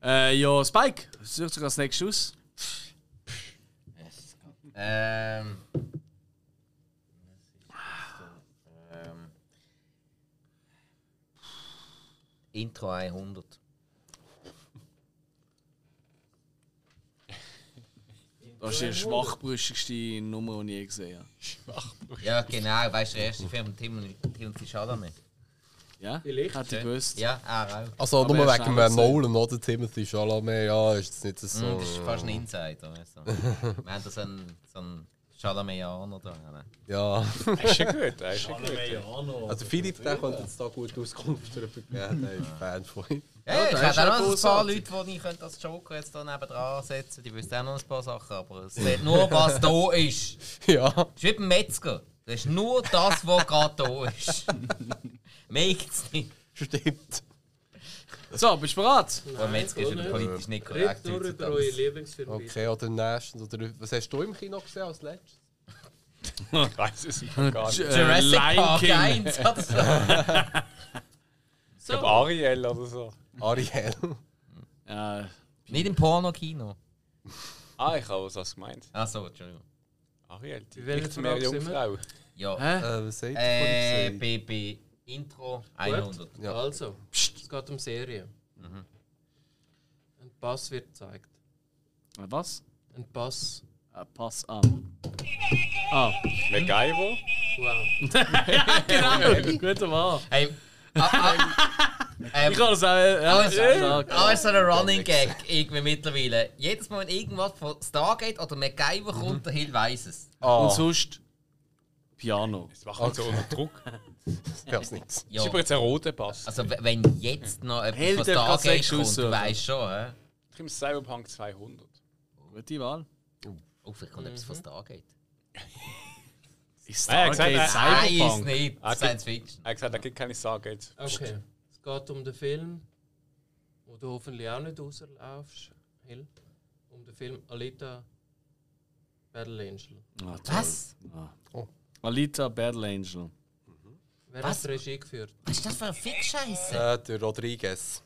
A: Äh, ja, Spike, such sogar das nächste aus.
B: Yes. Ähm... Ähm. Intro 100.
A: Das ist die schwachbrüschigste Nummer, die ich je gesehen habe.
B: Ja, genau, weißt du, der erste Film, Tim und Tim und die Chalamet.
A: Ja?
F: Vielleicht,
A: Hätte ich gewusst.
B: Ja, er auch.
C: Also
A: Aber
C: nur
A: er ist
C: wegen
A: auch
C: dem
A: so.
C: Nolan oder Timothy Chalamet, ja, ist das nicht so.
B: Mm, Das ist fast ein Insider. Weißt du. Wir haben da so einen, so einen Chalamellaner da. drin.
C: Ja.
D: Das ist ja gut, das ist ja gut.
C: Also Philipp, der könnte jetzt da gut Auskunft darüber geben, der ist Fan von ihm.
B: Ja, ich
A: der ist
B: hätte
A: auch
B: auch noch ein paar
A: großartig.
B: Leute, die ich könnte als Joker jetzt hier nebenan setzen Die wüssten auch noch ein paar Sachen, aber es zählt nur, was da ist. Das
C: Ja.
B: ist wie beim Metzger. Das ist nur das, was gerade da ist. Merkt's nicht.
C: Stimmt.
A: So, bist du bereit?
B: Aber Metzger ist ja politisch nicht korrekt.
F: Redet nur über
B: heutzutage.
F: eure Lieblingsfilme.
C: Okay, oder Nations, oder was hast du im Kino gesehen als letztes?
D: Ich weiß es nicht gar nicht.
A: J-
D: Ich
A: äh,
B: Jurassic
A: Lion
B: Park
A: King.
B: 1. hat's da.
D: glaube Ariel oder so.
C: Ariel.
A: Ja,
B: nicht im Porno-Kino.
D: Ah, ich habe was gemeint.
B: Achso, Entschuldigung.
D: Ariel, die
F: Bei welcher
D: nicht mehr
F: Frage sind
D: Jungfrau.
B: Ja.
A: hä?
C: Äh, was sagt
B: Äh,
C: ihr
B: bei, bei Intro 100.
C: Ja.
F: Also, es geht um Serien. Ein Pass wird gezeigt.
A: Was?
F: Ein Pass.
A: Äh, pass an. Ah,
D: MacGyver.
F: Wow.
A: genau, guter Mann.
B: Hey, ah, ah, ähm,
A: Ich kann das auch. Ja,
B: Also,
A: ist stark.
B: ah, ist so ein Running Gag irgendwie mittlerweile. Jedes Mal, wenn irgendwas von Stargate oder MacGyver kommt, der Hill weiß es.
D: Ah.
A: Und sonst. Piano.
D: Das macht mich so unter Druck. Das
C: Ich hab's nichts.
B: Ja.
D: ist übrigens ein roter Pass.
B: Also w- wenn jetzt noch etwas
A: Hill
B: von
A: darf gerade
B: Stargate
A: sechs
B: kommt,
A: aussuchen.
B: du weißt schon, hä?
D: Ich komme Cyberpunk 200.
A: Gute Wahl.
B: Mhm. Oh, vielleicht kommt etwas von Stargate.
A: Ist
D: Ja,
A: Stargate
D: gesagt,
B: Nein, ist
A: Cyberpunk?
B: nicht.
D: Ah,
B: Science Fiction.
D: Er hat gesagt, da gibt keine Stargate.
F: Okay. Es geht um den Film, wo du hoffentlich auch nicht rauslaufst, Hill. Um den Film Alita Battle Angel.
A: Ah, toll.
B: Was?
A: Ah.
C: Oh.
A: Alita Battle Angel.
F: Wer
B: Was?
F: hat die Regie geführt?
B: Was ist das für ein Fick-Scheiße?
C: Äh, der Rodriguez.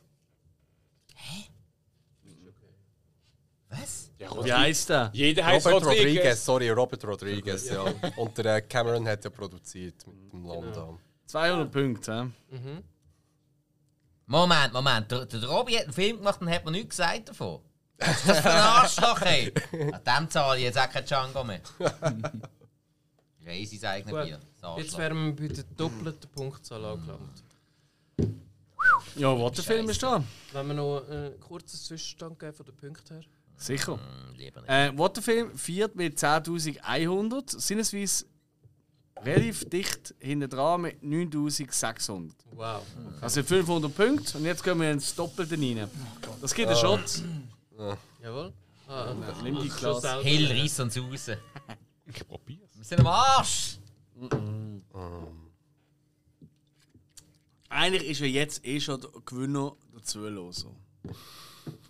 B: Was?
D: Ja,
A: Wie heißt der?
D: Jeder heißt
C: Robert Rodriguez.
D: Rodriguez.
C: sorry, Robert Rodriguez, ja. Und der äh, Cameron hat ja produziert mit dem London.
A: 200 Punkte, hä?
F: Mhm.
B: Moment, Moment. Der, der Robby hat einen Film gemacht und hat mir nichts gesagt davon. Was ist das für ein Arschloch, ey? An dem zahle ich jetzt auch kein Django mehr. Ich weiss sein eigenes
F: Gut.
B: Bier. Das
F: Jetzt
B: Arschloch.
F: wären wir bei der doppelten Punktzahl angelangt.
A: Ja, was der Film ist da?
F: Wenn wir noch einen kurzen Zwischenstand geben von den Punkten her.
A: Sicher.
B: Hm, Lieber nicht.
A: Äh, Waterfilm viert mit 10.100, sinnesweise relativ dicht hinter dran mit 9.600.
F: Wow.
A: Also 500 Punkte und jetzt gehen wir ins Doppelte rein. Das gibt einen Shot.
F: Jawohl. Ah,
A: Nimm die Klasse.
B: Hill, reiss uns raus. Wir
D: Ich probier's.
B: sind am Arsch!
A: Eigentlich ist ja jetzt eh schon der Gewinner dazuloser.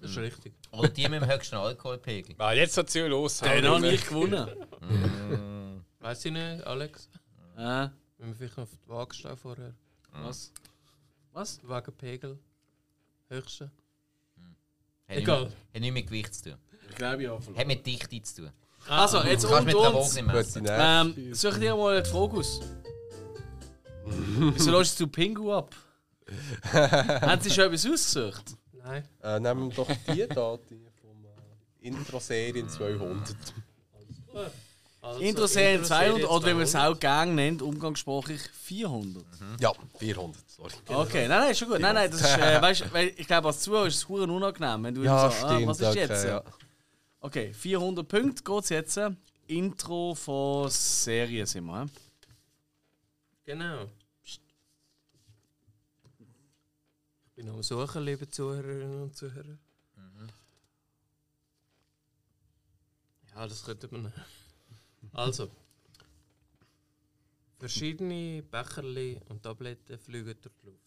F: das ist richtig.
B: Oder die mit dem höchsten Alkoholpegel.
D: Ah, jetzt hat sie los.
A: Den habe ich gewonnen.
F: Weiß ich nicht, Alex.
A: äh,
F: Wenn wir vielleicht noch auf die Waage stehen vorher.
A: was? Was?
F: Wegen Pegel. Höchste.
B: Hat nicht
F: Egal.
B: mit- Hat nicht mit Gewicht zu tun.
A: Ich glaube ja.
B: Hat mit Dichte zu tun.
A: Also, jetzt
B: Du kannst mit
A: unter
B: der
A: uns.
B: Waage nicht
C: Gut, die
B: messen.
C: nächste.
A: Ähm, soll ich dir mal die Fokus? Wieso lässt du Pingu ab? Haben sie schon etwas ausgesucht?
F: Nein.
C: Äh, nehmen wir doch die da, die vom äh, Intro-Serien 200.
F: Also,
A: Interessant 200 oder wie man es
F: 200.
A: auch gang nennt, umgangssprachlich 400.
C: Ja, 400, sorry.
A: Okay, nein, nein, ist schon gut. Nein, nein, das ist, äh, weißt, weil ich glaube, als Zuhörer ist es hure unangenehm, wenn du immer so, ah, was ist
C: okay,
A: jetzt?
C: ja.
A: Okay, 400 Punkte geht's jetzt. Intro von Serie sind wir. hä?
F: Genau. Psst. Ich bin am Suchen, liebe Zuhörerinnen und Zuhörer. Mhm. Ja, das könnte man. Also. Verschiedene Becherli und Tabletten fliegen durch die Luft.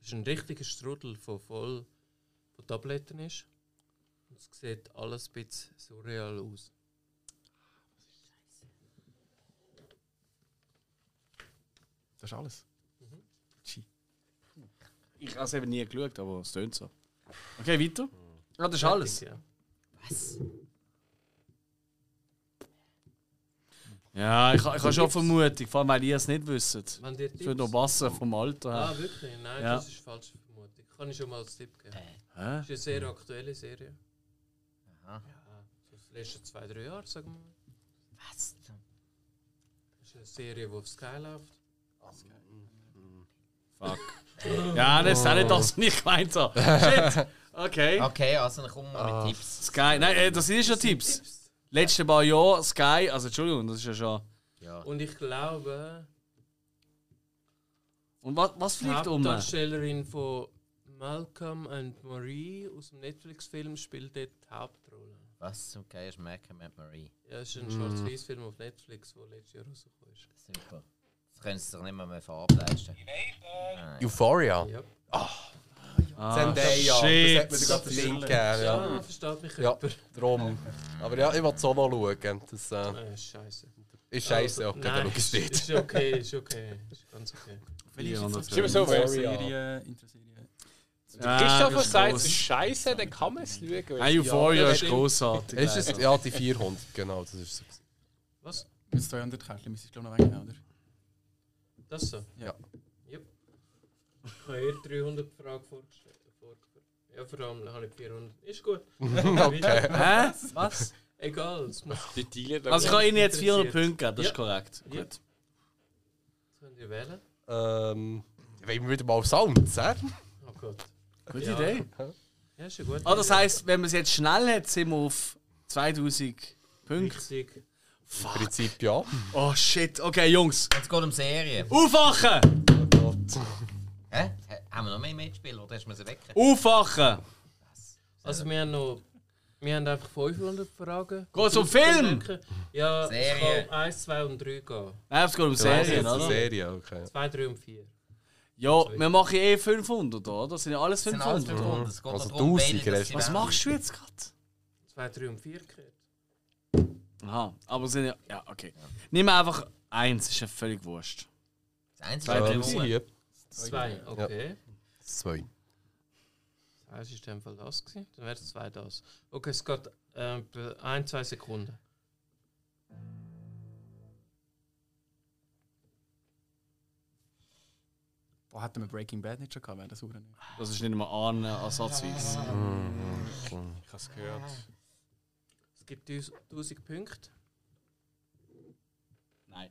F: Es ist ein richtiger Strudel, der voll von Tabletten ist. Und es sieht alles ein bisschen surreal aus.
E: Das ist alles.
A: Ich habe es eben nie geschaut, aber es tönt so. Okay, weiter. Ja, das ist alles.
F: Ja.
A: Ja, ich, ich habe schon Vermutung, vor allem weil ihr es nicht wisst.
F: Wenn dir
A: Ich würde noch
F: Tipps
A: passen vom Alter her.
F: Ah, wirklich? Nein,
A: Ja.
F: das ist falsch Vermutung. Kann ich schon mal als Tipp geben.
A: Hä?
F: Das ist eine sehr aktuelle Serie.
B: Aha.
F: Ja, so aus den letzten zwei, drei Jahren, sagen wir mal.
B: Was?
F: Das ist eine Serie, die auf Sky läuft.
A: Fuck. Ja, das ist auch nicht das, was ich gemeint habe. Shit. Okay.
B: Okay, also dann kommen wir
A: Ah.
B: mit Tipps.
A: Sky, nein, äh, das sind schon Tipps. Letzte paar Jahre Sky, also Entschuldigung, das ist ja schon.
B: Ja.
F: Und ich glaube,
A: Und was, was
F: die
A: fliegt um?
F: Hauptdarstellerin von Malcolm and Marie aus dem Netflix-Film spielt dort die Hauptrolle.
B: Was zum Geier ist Malcolm and Marie?
F: Ja, es ist ein
A: Mm.
F: schwarz-weiß Film auf Netflix, der letztes Jahr rausgekommen ist.
B: Super. Das können sie doch nicht mehr, mehr verableisten.
C: Euphoria.
F: Ja,
A: Ah,
C: Zendaya, dus
A: shit.
C: das hat mir gerade den Link gegeben. Ja.
F: ah, versteht mich
C: Ja,
F: jemand?
C: drum. Aber ja, ich will es auch noch schauen. Das äh,
F: Äh, scheiße. Also,
C: ist scheiße, okay, dann schau
F: nein,
C: ich es
F: ist,
C: nicht.
F: ist okay, ist okay. Ist ganz okay.
D: Schieben wir so weg.
E: Serie, Interserie.
D: Christopher sagt, es
A: gross.
D: ist scheiße, dann kann man es
A: Hey,
D: schauen.
A: Euphoria
F: Ja,
A: ist
F: stimmt.
A: großartig.
C: Ist es, ja, die 400, genau, das ist so.
F: Was?
E: Mit 200 Kärtchen müsste ich glaube ich noch wegnehmen, oder?
F: Das so?
E: Ja.
F: Yep. Ich habe eher 300 Fragen vorgestellt. vorgestellt. Ja, vor allem habe ich 400. Ist gut.
C: Okay.
A: Hä? Was?
F: Egal, es muss
D: Die Dealer da.
A: Also ich kann Ihnen jetzt 400
F: Interessiert.
A: Punkte geben, das ist
F: Ja.
A: korrekt.
F: Ja.
A: Gut.
F: können die wählen.
C: ähm, wollen wir wieder mal auf Sounds, hä?
F: Oh Gott.
A: Gute
F: Ja.
A: Idee.
F: Ja, ist ja gut.
A: Ah, das heisst, wenn man es jetzt schnell hat, sind wir auf 2000 Punkte.
F: Richtig.
C: Im Prinzip ja.
A: Oh shit, okay Jungs,
B: Jetzt geht um Serien.
A: Uh. aufwachen!
B: Hä?
A: Uh.
B: Hä? Haben wir noch mehr Mitspieler oder hast du mir sie weg?
A: Aufwachen!
F: Also wir haben noch Wir haben einfach 500 Fragen.
A: Geht's um
F: Ich kann
A: Film?
F: denken, Ja,
B: Serie.
F: es kann um 1, 2 und 3 gehen.
A: Nein, es geht um Serien,
C: eine
A: oder?
C: Serie, okay.
F: 2, 3 und 4.
A: Ja, wir machen eh 500, oder? Das sind ja alles
B: Das sind alles
A: 500.
B: 500. Es geht
C: Also
B: darum,
C: 1000
B: beide, dass
C: hast
B: sie
C: du.
A: Was
B: wollen.
A: machst du jetzt gerade?
F: 2, 3 und 4 gehört.
A: Aha, aber sind ja. Ja, okay. Nimm einfach eins, ist ja völlig wurscht.
B: Das Einzige,
A: Zwei,
B: was
A: drei,
C: Ehm,
B: wir wollen.
F: 2, okay.
C: Zwei.
F: Das heißt, ist in dem Fall das gewesen. Dann wäre es 2 das. Okay, es geht äh, 1, 2 Sekunden.
E: Boah, hätten wir Breaking Bad nicht schon gehabt, wäre das ne? auch nicht.
A: Das ist nicht mal an ersatzweise.
D: Ich hab's gehört.
F: Es gibt 1000 Punkte.
A: Nein.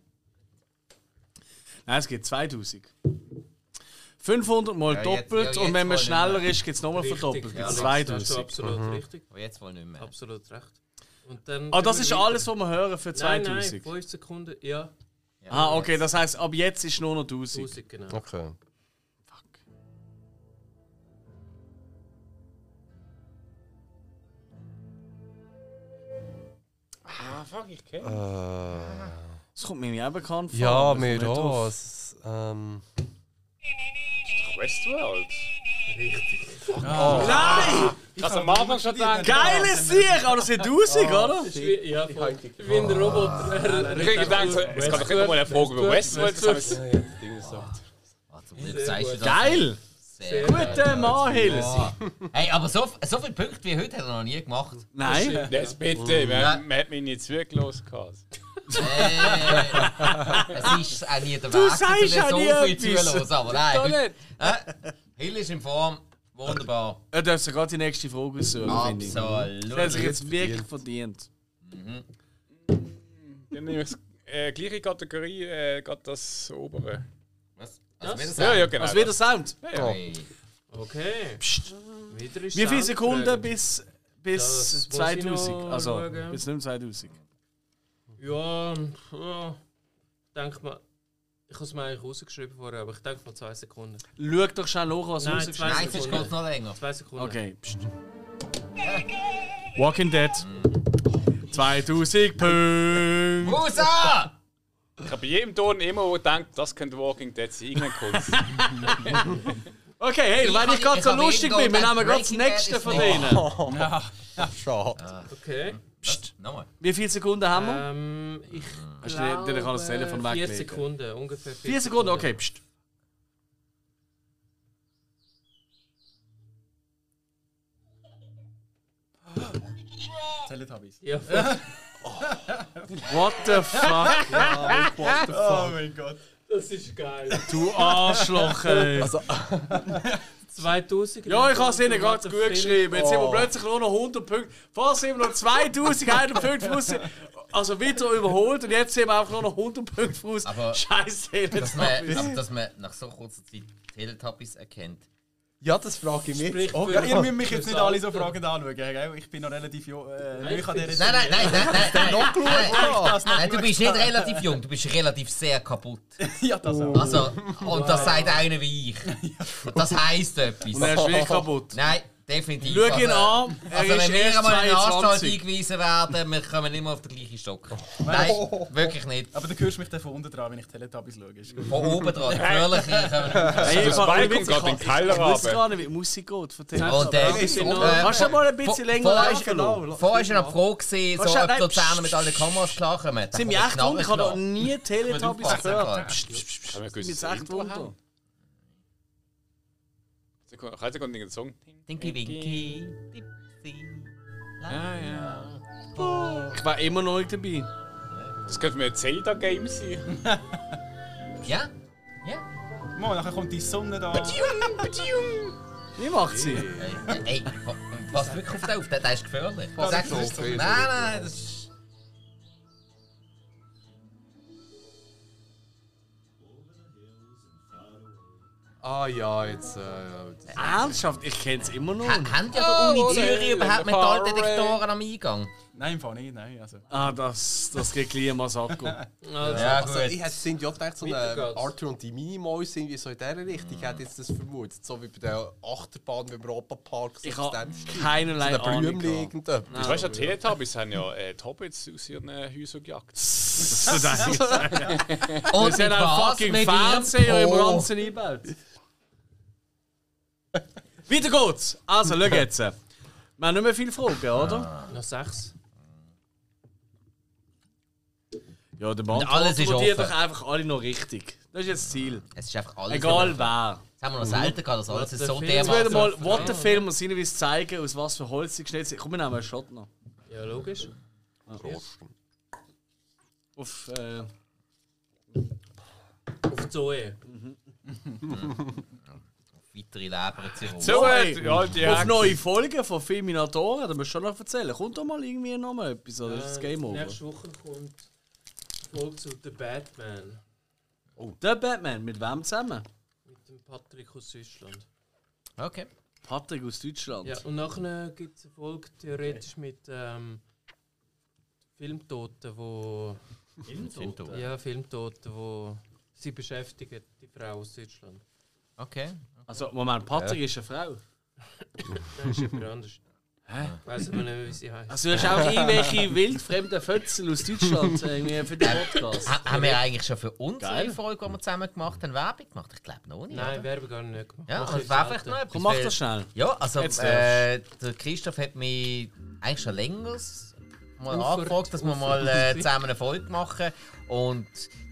A: Nein, es gibt 2000. 500 mal
B: Ja, jetzt-
A: doppelt
B: ja,
A: und wenn man
B: jetzt mal
A: schneller
B: nicht mehr.
A: ist, gibt es nochmal verdoppelt.
F: Richtig,
A: Gibt's
F: Alex, Das ist
A: 2000.
F: absolut richtig.
B: Aber jetzt wohl nicht mehr.
F: Absolut recht. Und dann
A: Ah, das
F: gehen
A: ist
F: wir weiter.
A: alles, was wir hören für
F: Nein, nein,
A: 2000.
F: 5 Sekunden, ja,
B: Ja,
A: Ah,
B: jetzt.
A: okay, das heisst, ab jetzt ist nur noch 1000.
F: 1000 genau.
C: Okay.
A: Fuck.
D: Ah, fuck, Ah. ich kenn.
C: Äh,
A: Das kommt mir nicht bekannt vor.
C: Eh, ja,
A: aber ich
C: mir
A: komme nicht
C: auch.
A: drauf.
C: Es, ähm,
D: Westworld.
A: Nein!
D: Ich hab's am Anfang schon gedacht.
A: Geiles Sieg! Aber das sind 1000, oder?
F: Ah, Das ist wie, ja, voll. wie ein Roboter.
D: Ich hab gedacht, so, jetzt kann doch immer mal eine Frage über Westworld sein.
B: Ah, zum Glück sagst du das.
A: Geil!
B: Sehr
A: Guter Mann, Hill!
B: Ah. Hey, aber so, so viele Punkte wie heute hat er noch nie gemacht.
A: Nein?
D: Jetzt bitte, man, man hat mich nicht zugelassen. gehabt.
B: Äh, es ist auch nie der
A: Du
B: Weg,
A: sagst ja nie
B: so viel
A: etwas.
B: zuhören, aber nein. Äh, Hill ist in Form, wunderbar.
A: Er darf sogar die nächste Frage aussuchen, finde ich. Das hat sich
B: Absolut.
A: jetzt wirklich verdient.
D: Dann nehme ich äh, gleiche Kategorie, äh, geht das obere.
B: Was? Also, wir
D: Ja,
B: sagen-
D: ja, genau.
A: Was wird der Sound?
B: Hey,
A: Oh.
F: Okay. Wieder ist
A: Wie viele
F: Sound
A: Sekunden
F: gefragt.
A: bis, bis
F: Das muss ich
A: 2000?
F: noch
A: Also,
F: schauen.
A: bis nicht mehr 2000.
F: Ja, ja. Denk mal. Ich habe es mir eigentlich rausgeschrieben vorher, aber ich denke mal 2 Sekunden.
A: Schau doch schnell nach, was
F: Nein,
A: rausgeschrieben
B: Nein, sonst geht es noch länger.
F: 2 Sekunden.
A: Okay, pst. Walking Dead.
F: Mhm.
A: 2000 Punkte.
B: Musa!
D: Ich habe bei jedem Ton immer gedacht, das könnte Walking Dead sein, irgendeine Kunst.
A: Okay, hey, weil ich
B: Ich
A: gerade so
B: hab- ich hab
A: lustig
B: eben
A: bin, wir
B: gedacht,
A: nehmen gerade das
B: Breaking Bad
A: nächste
B: ist
A: von
B: noch- Oh,
A: denen.
C: schade.
F: Okay.
B: Was? Nochmal.
A: Wie viele Sekunden haben
B: Äh,
A: wir?
F: Ähm, ich
A: Hast du dir- dir kann das Telefon
F: glaube, vier
A: weglegen.
F: Sekunden, ungefähr. vier
A: Vier Sekunden, okay, pst.
E: Teletubbies.
F: Ja, das
A: What the fuck,
E: Oh mein Gott.
F: ist geil.
A: du Arschloch, ey.
F: 2000.
A: Also, Ja, ich habe es ihnen gerade gut geschrieben. Jetzt
B: Oh.
A: sind wir plötzlich nur noch 100 Punkte. Vorher sind wir noch 2105 raus. Also wieder überholt und jetzt sind wir einfach nur noch 100 Punkte raus.
B: Aber-
A: Scheiße,
B: Dass man, aber dass man nach so kurzer Zeit Teletubbies erkennt.
C: Ja, das frage ich mich.
F: Sprich
C: Oh,
F: für-
C: ja,
E: Ihr müsst mich jetzt
F: Fürs
E: nicht alle so
F: Alter.
E: fragend anschauen, gell? Ich bin noch relativ jung. Äh, neu an dieser
B: Nein, nein, nein, nein, nein, nein, nein, nein,
A: Oh.
E: das noch
B: nein, du bist nicht relativ jung, du bist relativ sehr kaputt.
E: Ja, das auch.
B: Also, und das sagt einer wie ich. Und das heisst
A: Und er
B: etwas.
A: ist wirklich kaputt.
B: Nein, definitiv.
A: Schau ihn
B: Also-
A: an, er
B: Also
A: ist
B: wenn wir
A: erst
B: einmal in eine Anstalt
A: 22.
B: eingewiesen werden, wir kommen immer auf den gleichen Stock. Nein, wirklich nicht.
E: Aber du hörst mich dann von unten dran, wenn ich Teletubbies schaue. Ist gut.
B: Von oben dran, die Fröhliche kommen
A: Hey,
D: das
A: ich hab-
D: Balkon
A: ich
D: geht in den
A: ich-
D: Keller
A: Ich wusste
D: runter.
A: gar nicht, wie die Musik geht. Vertell
B: wir.
A: mir.
B: Und, äh, äh,
A: Kannst du mal ein bisschen
B: vor-
A: länger Genau,
B: vorher-
A: laufen lassen?
B: Vorher ist er noch froh, gewesen, so,
A: Hast du-
B: ob
A: nein,
B: da zusammen
A: pst,
B: mit allen Kameras klarkommen.
A: Sind wir
B: genau,
A: echt runter? Ich habe noch
B: runter?
A: nie Teletubbies
B: Aufpassen,
A: gehört.
B: klar.
A: Psst, psst, psst.
D: Kann
A: Sind
D: man
A: wir
D: gewiss
A: jetzt
D: ein
A: echt runter?
D: Sekunde, eine Sekunde, den Song.
B: Dinky Winky, Dipsy.
A: Ja, ja. Ich war immer noch nicht dabei.
D: Das könnte mir ein Zelda-Game sein.
B: Ja? Ja?
E: Mo, nachher kommt die Sonne da. Nein,
A: Wie macht sie?
B: Äh, Ey, pa- pass wirklich auf den auf, der der ist gefährlich. Sag
C: das
B: das.
C: ist so
B: Nein,
C: gefährlich.
B: nein, das ist...
C: Ah ja, jetzt. Äh, ja, das-
A: Ernsthaft? Ich kenne es immer noch.
B: Ha- Haben ja der Uni Zürich
D: Zürich,
B: überhaupt
D: Fahrrad.
B: Metalldetektoren am Eingang?
G: Nein, im Fall nicht, nein. Also.
A: Ah, das, das geht gleich mal ab.
B: Also,
C: also, ich hätte sind ja auch gedacht, so
F: Weiter
C: eine
F: geht's.
C: Arthur und die Minimoys sind wie so in dieser
A: Mhm.
C: Richtung. Ich hätte jetzt das vermutet. So wie bei der Achterbahn beim Europa-Park. So
A: Ich
C: aus
A: habe
C: dem Stil.
A: keinerlei
C: So eine
A: Ahnung.
C: Blümchen
A: gehabt.
C: irgendetwas.
D: Du weißt ja, die Teletubbies haben ja äh, die Hobbits aus ihren äh, Häusern gejagt.
A: So denke ich.
B: und
A: Sie
B: Oh, mit
A: haben auch
B: was?
A: fucking
B: Mit Oh. ihrem
A: Fernseher im
B: Po.
A: ganzen eingebaut. Weiter geht's. Also, schau jetzt. Wir haben nicht mehr viele Fragen, oder?
F: Noch sechs.
A: Ja, der Mann
B: Alles ist
A: die
B: offen.
A: doch einfach alle noch richtig. Das ist jetzt das Ziel.
B: Es ist einfach alles.
A: Egal wer.
B: Das haben wir noch selten gehabt, das alles ist so
F: Jetzt
A: Jetzt werden
B: dermaßen.
A: wir mal Waterfilm und sinnerweise zeigen, aus was für Holz sie geschnitten sind. Komm, wir nehmen einen Shot noch.
F: Ja, logisch.
A: Auf, äh,
F: Auf Zoe.
B: Weitere Leber zu holen.
D: So,
A: Hey,
D: äh, die alte
A: auf
D: Hexe.
A: neue Folgen von Filminatoren, da musst du schon noch erzählen. Kommt doch mal irgendwie noch mal etwas, oder ist das Game
F: Äh,
A: Over?
F: Nächste Woche kommt die Folge zu The Batman
A: Oh. Der Batman, mit wem zusammen?
F: mit dem Patrick aus Deutschland.
B: Okay.
A: Patrick aus Deutschland.
F: Ja, und nachher gibt es eine Folge theoretisch mit ähm, Filmtoten, wo
B: Filmtoten?
F: ja, Filmtoten, wo sie beschäftigen, die Frau aus Deutschland.
B: Okay.
A: Also, Moment, Patrick ist eine Frau.
F: Nein, ist jemand anders. Hä? Weiß aber nicht, wie sie heißt.
A: Also, du hast auch irgendwelche wildfremden Fötzel aus Deutschland äh, irgendwie für den Podcast.
B: Ha haben wir eigentlich schon für uns
A: Geil.
B: eine Folge, die wir zusammen gemacht haben, Werbung gemacht? Ich glaube noch nicht.
F: Nein,
B: oder?
F: Werbung gar nicht gemacht.
B: ja,
F: Mach
B: das
F: ich
B: wäre
F: selten.
B: vielleicht noch etwas.
A: Komm, mach
B: weil-
A: das schnell.
B: Ja, also
A: Jetzt
B: äh, der Christoph hat mich eigentlich schon länger mal
F: Aufert,
B: angefragt, dass wir
F: aufert.
B: mal äh, zusammen eine Folge machen. Und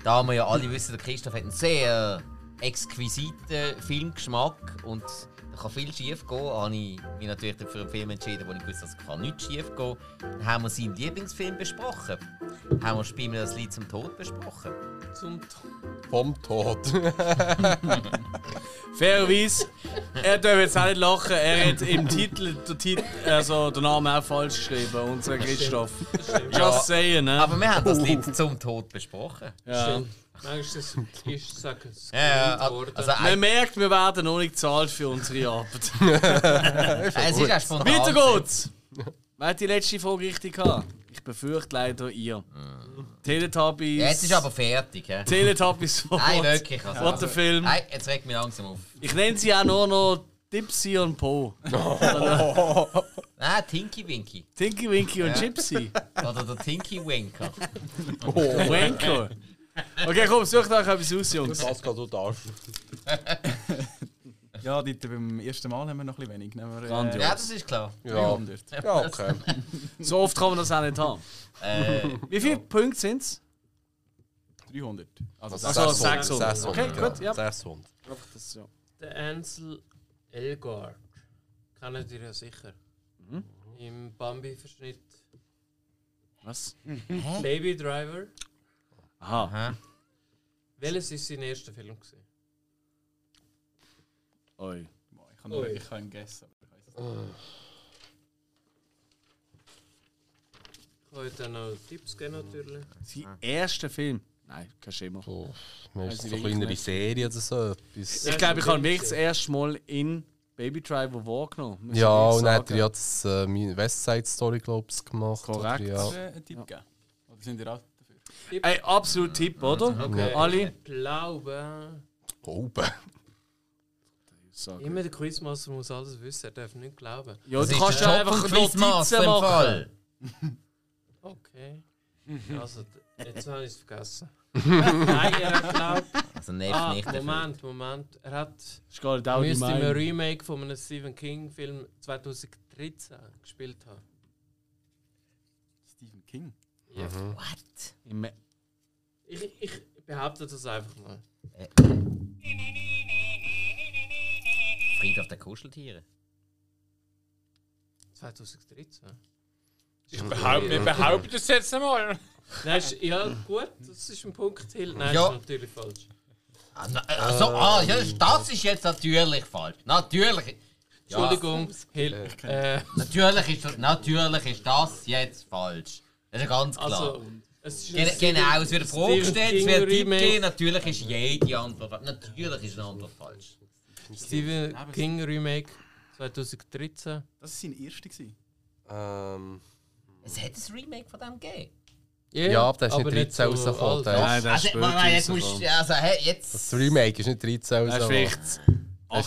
B: da wir ja alle wissen, der Christoph hat einen sehr exquisiten Filmgeschmack und da kann viel schief gehen, habe ich mich natürlich für einen Film entschieden, wo ich wusste, dass kann nicht schief gehen. Dann haben wir seinen Lieblingsfilm besprochen. Haben wir Spiel mir das Lied zum Tod besprochen.
F: Zum Tod.
C: Vom Tod.
A: Fairerweise, er darf jetzt auch nicht lachen, er hat im Titel den, Tit also den Namen auch falsch geschrieben, unser Christoph. Just saying, ne?
B: Aber wir haben das Lied zum Tod besprochen.
A: Ja.
F: Manchmal ist es, ich sage es,
B: Ja, ja,
F: gewollt
B: also,
F: worden.
B: also
A: Man merkt, wir werden noch nicht gezahlt für unsere Arbeit.
B: es ist auch spontan.
A: Weiter geht's! Wer hat die letzte Frage richtig gehabt? Ich befürchte leider ihr. Teletubbies.
B: Ja, jetzt ist aber fertig. hä?
A: Teletubbies von
B: Nein,
A: What,
B: wirklich. Also,
A: What the Film.
B: Nein, jetzt regt mich langsam auf.
A: Ich nenne sie auch nur noch Dipsy und Po.
C: Oh.
B: Nein, Tinky Winky.
A: Tinky Winky und Gypsy.
B: Oder der Tinky Winker.
A: Wanker. Okay, komm, sucht euch etwas aus, Jungs.
C: Pascal, du darfst.
E: Ja, dort beim ersten Mal haben wir noch ein bisschen wenig. Nehmen wir, äh,
A: Grandios.
B: Ja, das ist klar.
C: Ja.
E: 300.
C: ja, okay.
A: So oft kann man das auch nicht haben.
B: Äh,
A: Wie viele Punkte sind es?
E: 300. Also,
A: Also 600.
C: 600.
A: Okay, gut, ja.
C: 600.
F: Der Ansel Elgard. Kennt ihr ja sicher.
A: Mhm.
F: Im Bambi-Verschnitt.
A: Was?
F: Baby Driver.
A: Aha.
B: hä?
F: Welches ist sein erster Film? Gewesen?
A: Oi.
E: ich kann nur
F: Ui.
E: ich kann gegessen.
F: Ich kann euch dann noch Tipps geben, natürlich.
A: Sein erster Film. Nein, kein Schimmer.
C: So, wir
A: Also
C: sind so
A: wirklich
C: kleinere
A: nicht.
C: Serie oder so etwas.
A: Ich glaube, ich habe wirklich das erste Mal in Baby Driver wahrgenommen. muss
C: Ja,
A: ich
C: und dann hat
A: sagen.
C: er ja das äh, meine West Side Story, glaube ich, gemacht.
A: Korrekt.
C: Oder, ja.
E: Hast du Äh, einen Tipp gegeben? Oder sind ihr auch dafür?
A: Ein absoluter Tipp, oder?
F: Okay.
A: Alle?
F: Ich glaube,
C: Oben.
F: immer der Quizmaster muss alles wissen, er darf nicht glauben.
A: Ja,
B: Das
A: du
B: ist
A: kannst
B: der
A: ja
B: Job
A: einfach
B: von
A: Notizen
B: Quizmaster im
A: machen.
B: Fall.
F: Okay.
A: Mhm.
F: Also, d- jetzt habe ich es vergessen. Nein, er hat glaubt.
B: Also, nein,
F: Ah,
B: nicht dafür.
F: Moment, Moment. Er hat
A: Das ist gar nicht auch die
F: müsste im
A: Meinung.
F: Remake von einem Stephen King-Film 2013 gespielt haben.
E: Stephen King.
F: Ja.
B: What?
A: Im-
F: Ich, ich behaupte das einfach mal.
B: Friedhof der Kuscheltiere.
F: 2013?
D: Ich behaupte, wir behaupten das jetzt einmal.
F: Nein, ist, ja, gut, das ist ein Punkt, Hill. Nein,
B: Ja.
F: ist natürlich falsch.
B: Ah, na, also, ah, ja, das- das ist jetzt natürlich falsch. Natürlich. Ja,
F: Entschuldigung, Hill. Äh,
B: Natürlich ist, das- natürlich ist das jetzt falsch. Das ist ja ganz klar.
F: also, es ist ein
B: Gen genau, es wird eine Frage
F: Stephen
B: gestellt, es
F: King
B: wird ein Tipp
F: Remake.
B: gegeben, natürlich ist jede Antwort falsch. Natürlich ist eine Antwort falsch.
F: Stephen
E: Nein, was-
F: King Remake 2013.
E: Das war sein erster. gewesen.
C: Ähm,
B: Es hat ein Remake von dem gegeben.
C: ja, aber das ist nicht 13
F: so
C: rausgekommen.
F: alt.
C: der-
A: Nein, das
B: Also,
A: ist
B: man, man, jetzt
A: später
B: musst du. Also, hey, jetzt.
C: Das Remake ist nicht 13
A: Das ist
C: rausgekommen.
A: vielleicht
C: Das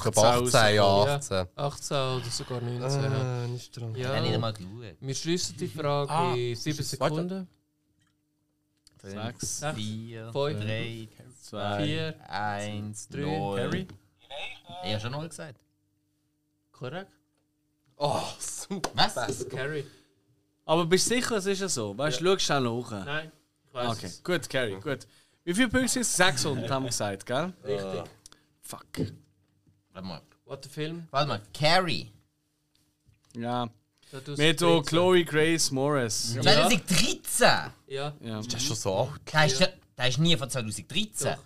C: ist
A: 18
C: glaub 18, ja,
F: rausgekommen,
C: 18.
F: ja. 18 oder sogar 19. ja.
C: Äh, nicht dran.
B: Ich habe nicht
F: ja.
B: einmal geschaut.
F: Wir schließen die Frage
G: Ah,
F: in 7
C: es- warte.
F: Sekunden.
A: Sechs,
B: 4,
F: Fünf.
B: 3,
A: zwei,
F: 4,
B: 1,
F: Drei.
B: 0.
G: Harry?
B: Ich habe schon mal gesagt.
F: korrekt?
C: Oh, super.
B: Was?
F: Carrie?
A: Aber bist du sicher, es ist ja so? Weißt du, schau schnell nach.
F: Nein, ich weiß
A: Okay, gut, Carrie, gut. Wie viele Punkte sind es? 600 haben wir gesagt, gell?
F: Richtig.
A: Fuck.
B: Warte mal.
F: What the Film?
B: Warte mal. Carrie.
A: Ja.
F: 2013.
A: Mit so Chloe Grace Morris.
B: 2013!
F: Ja,
A: Ja.
C: Das ist schon so alt.
B: Da ist, ja- da ist nie von 2013.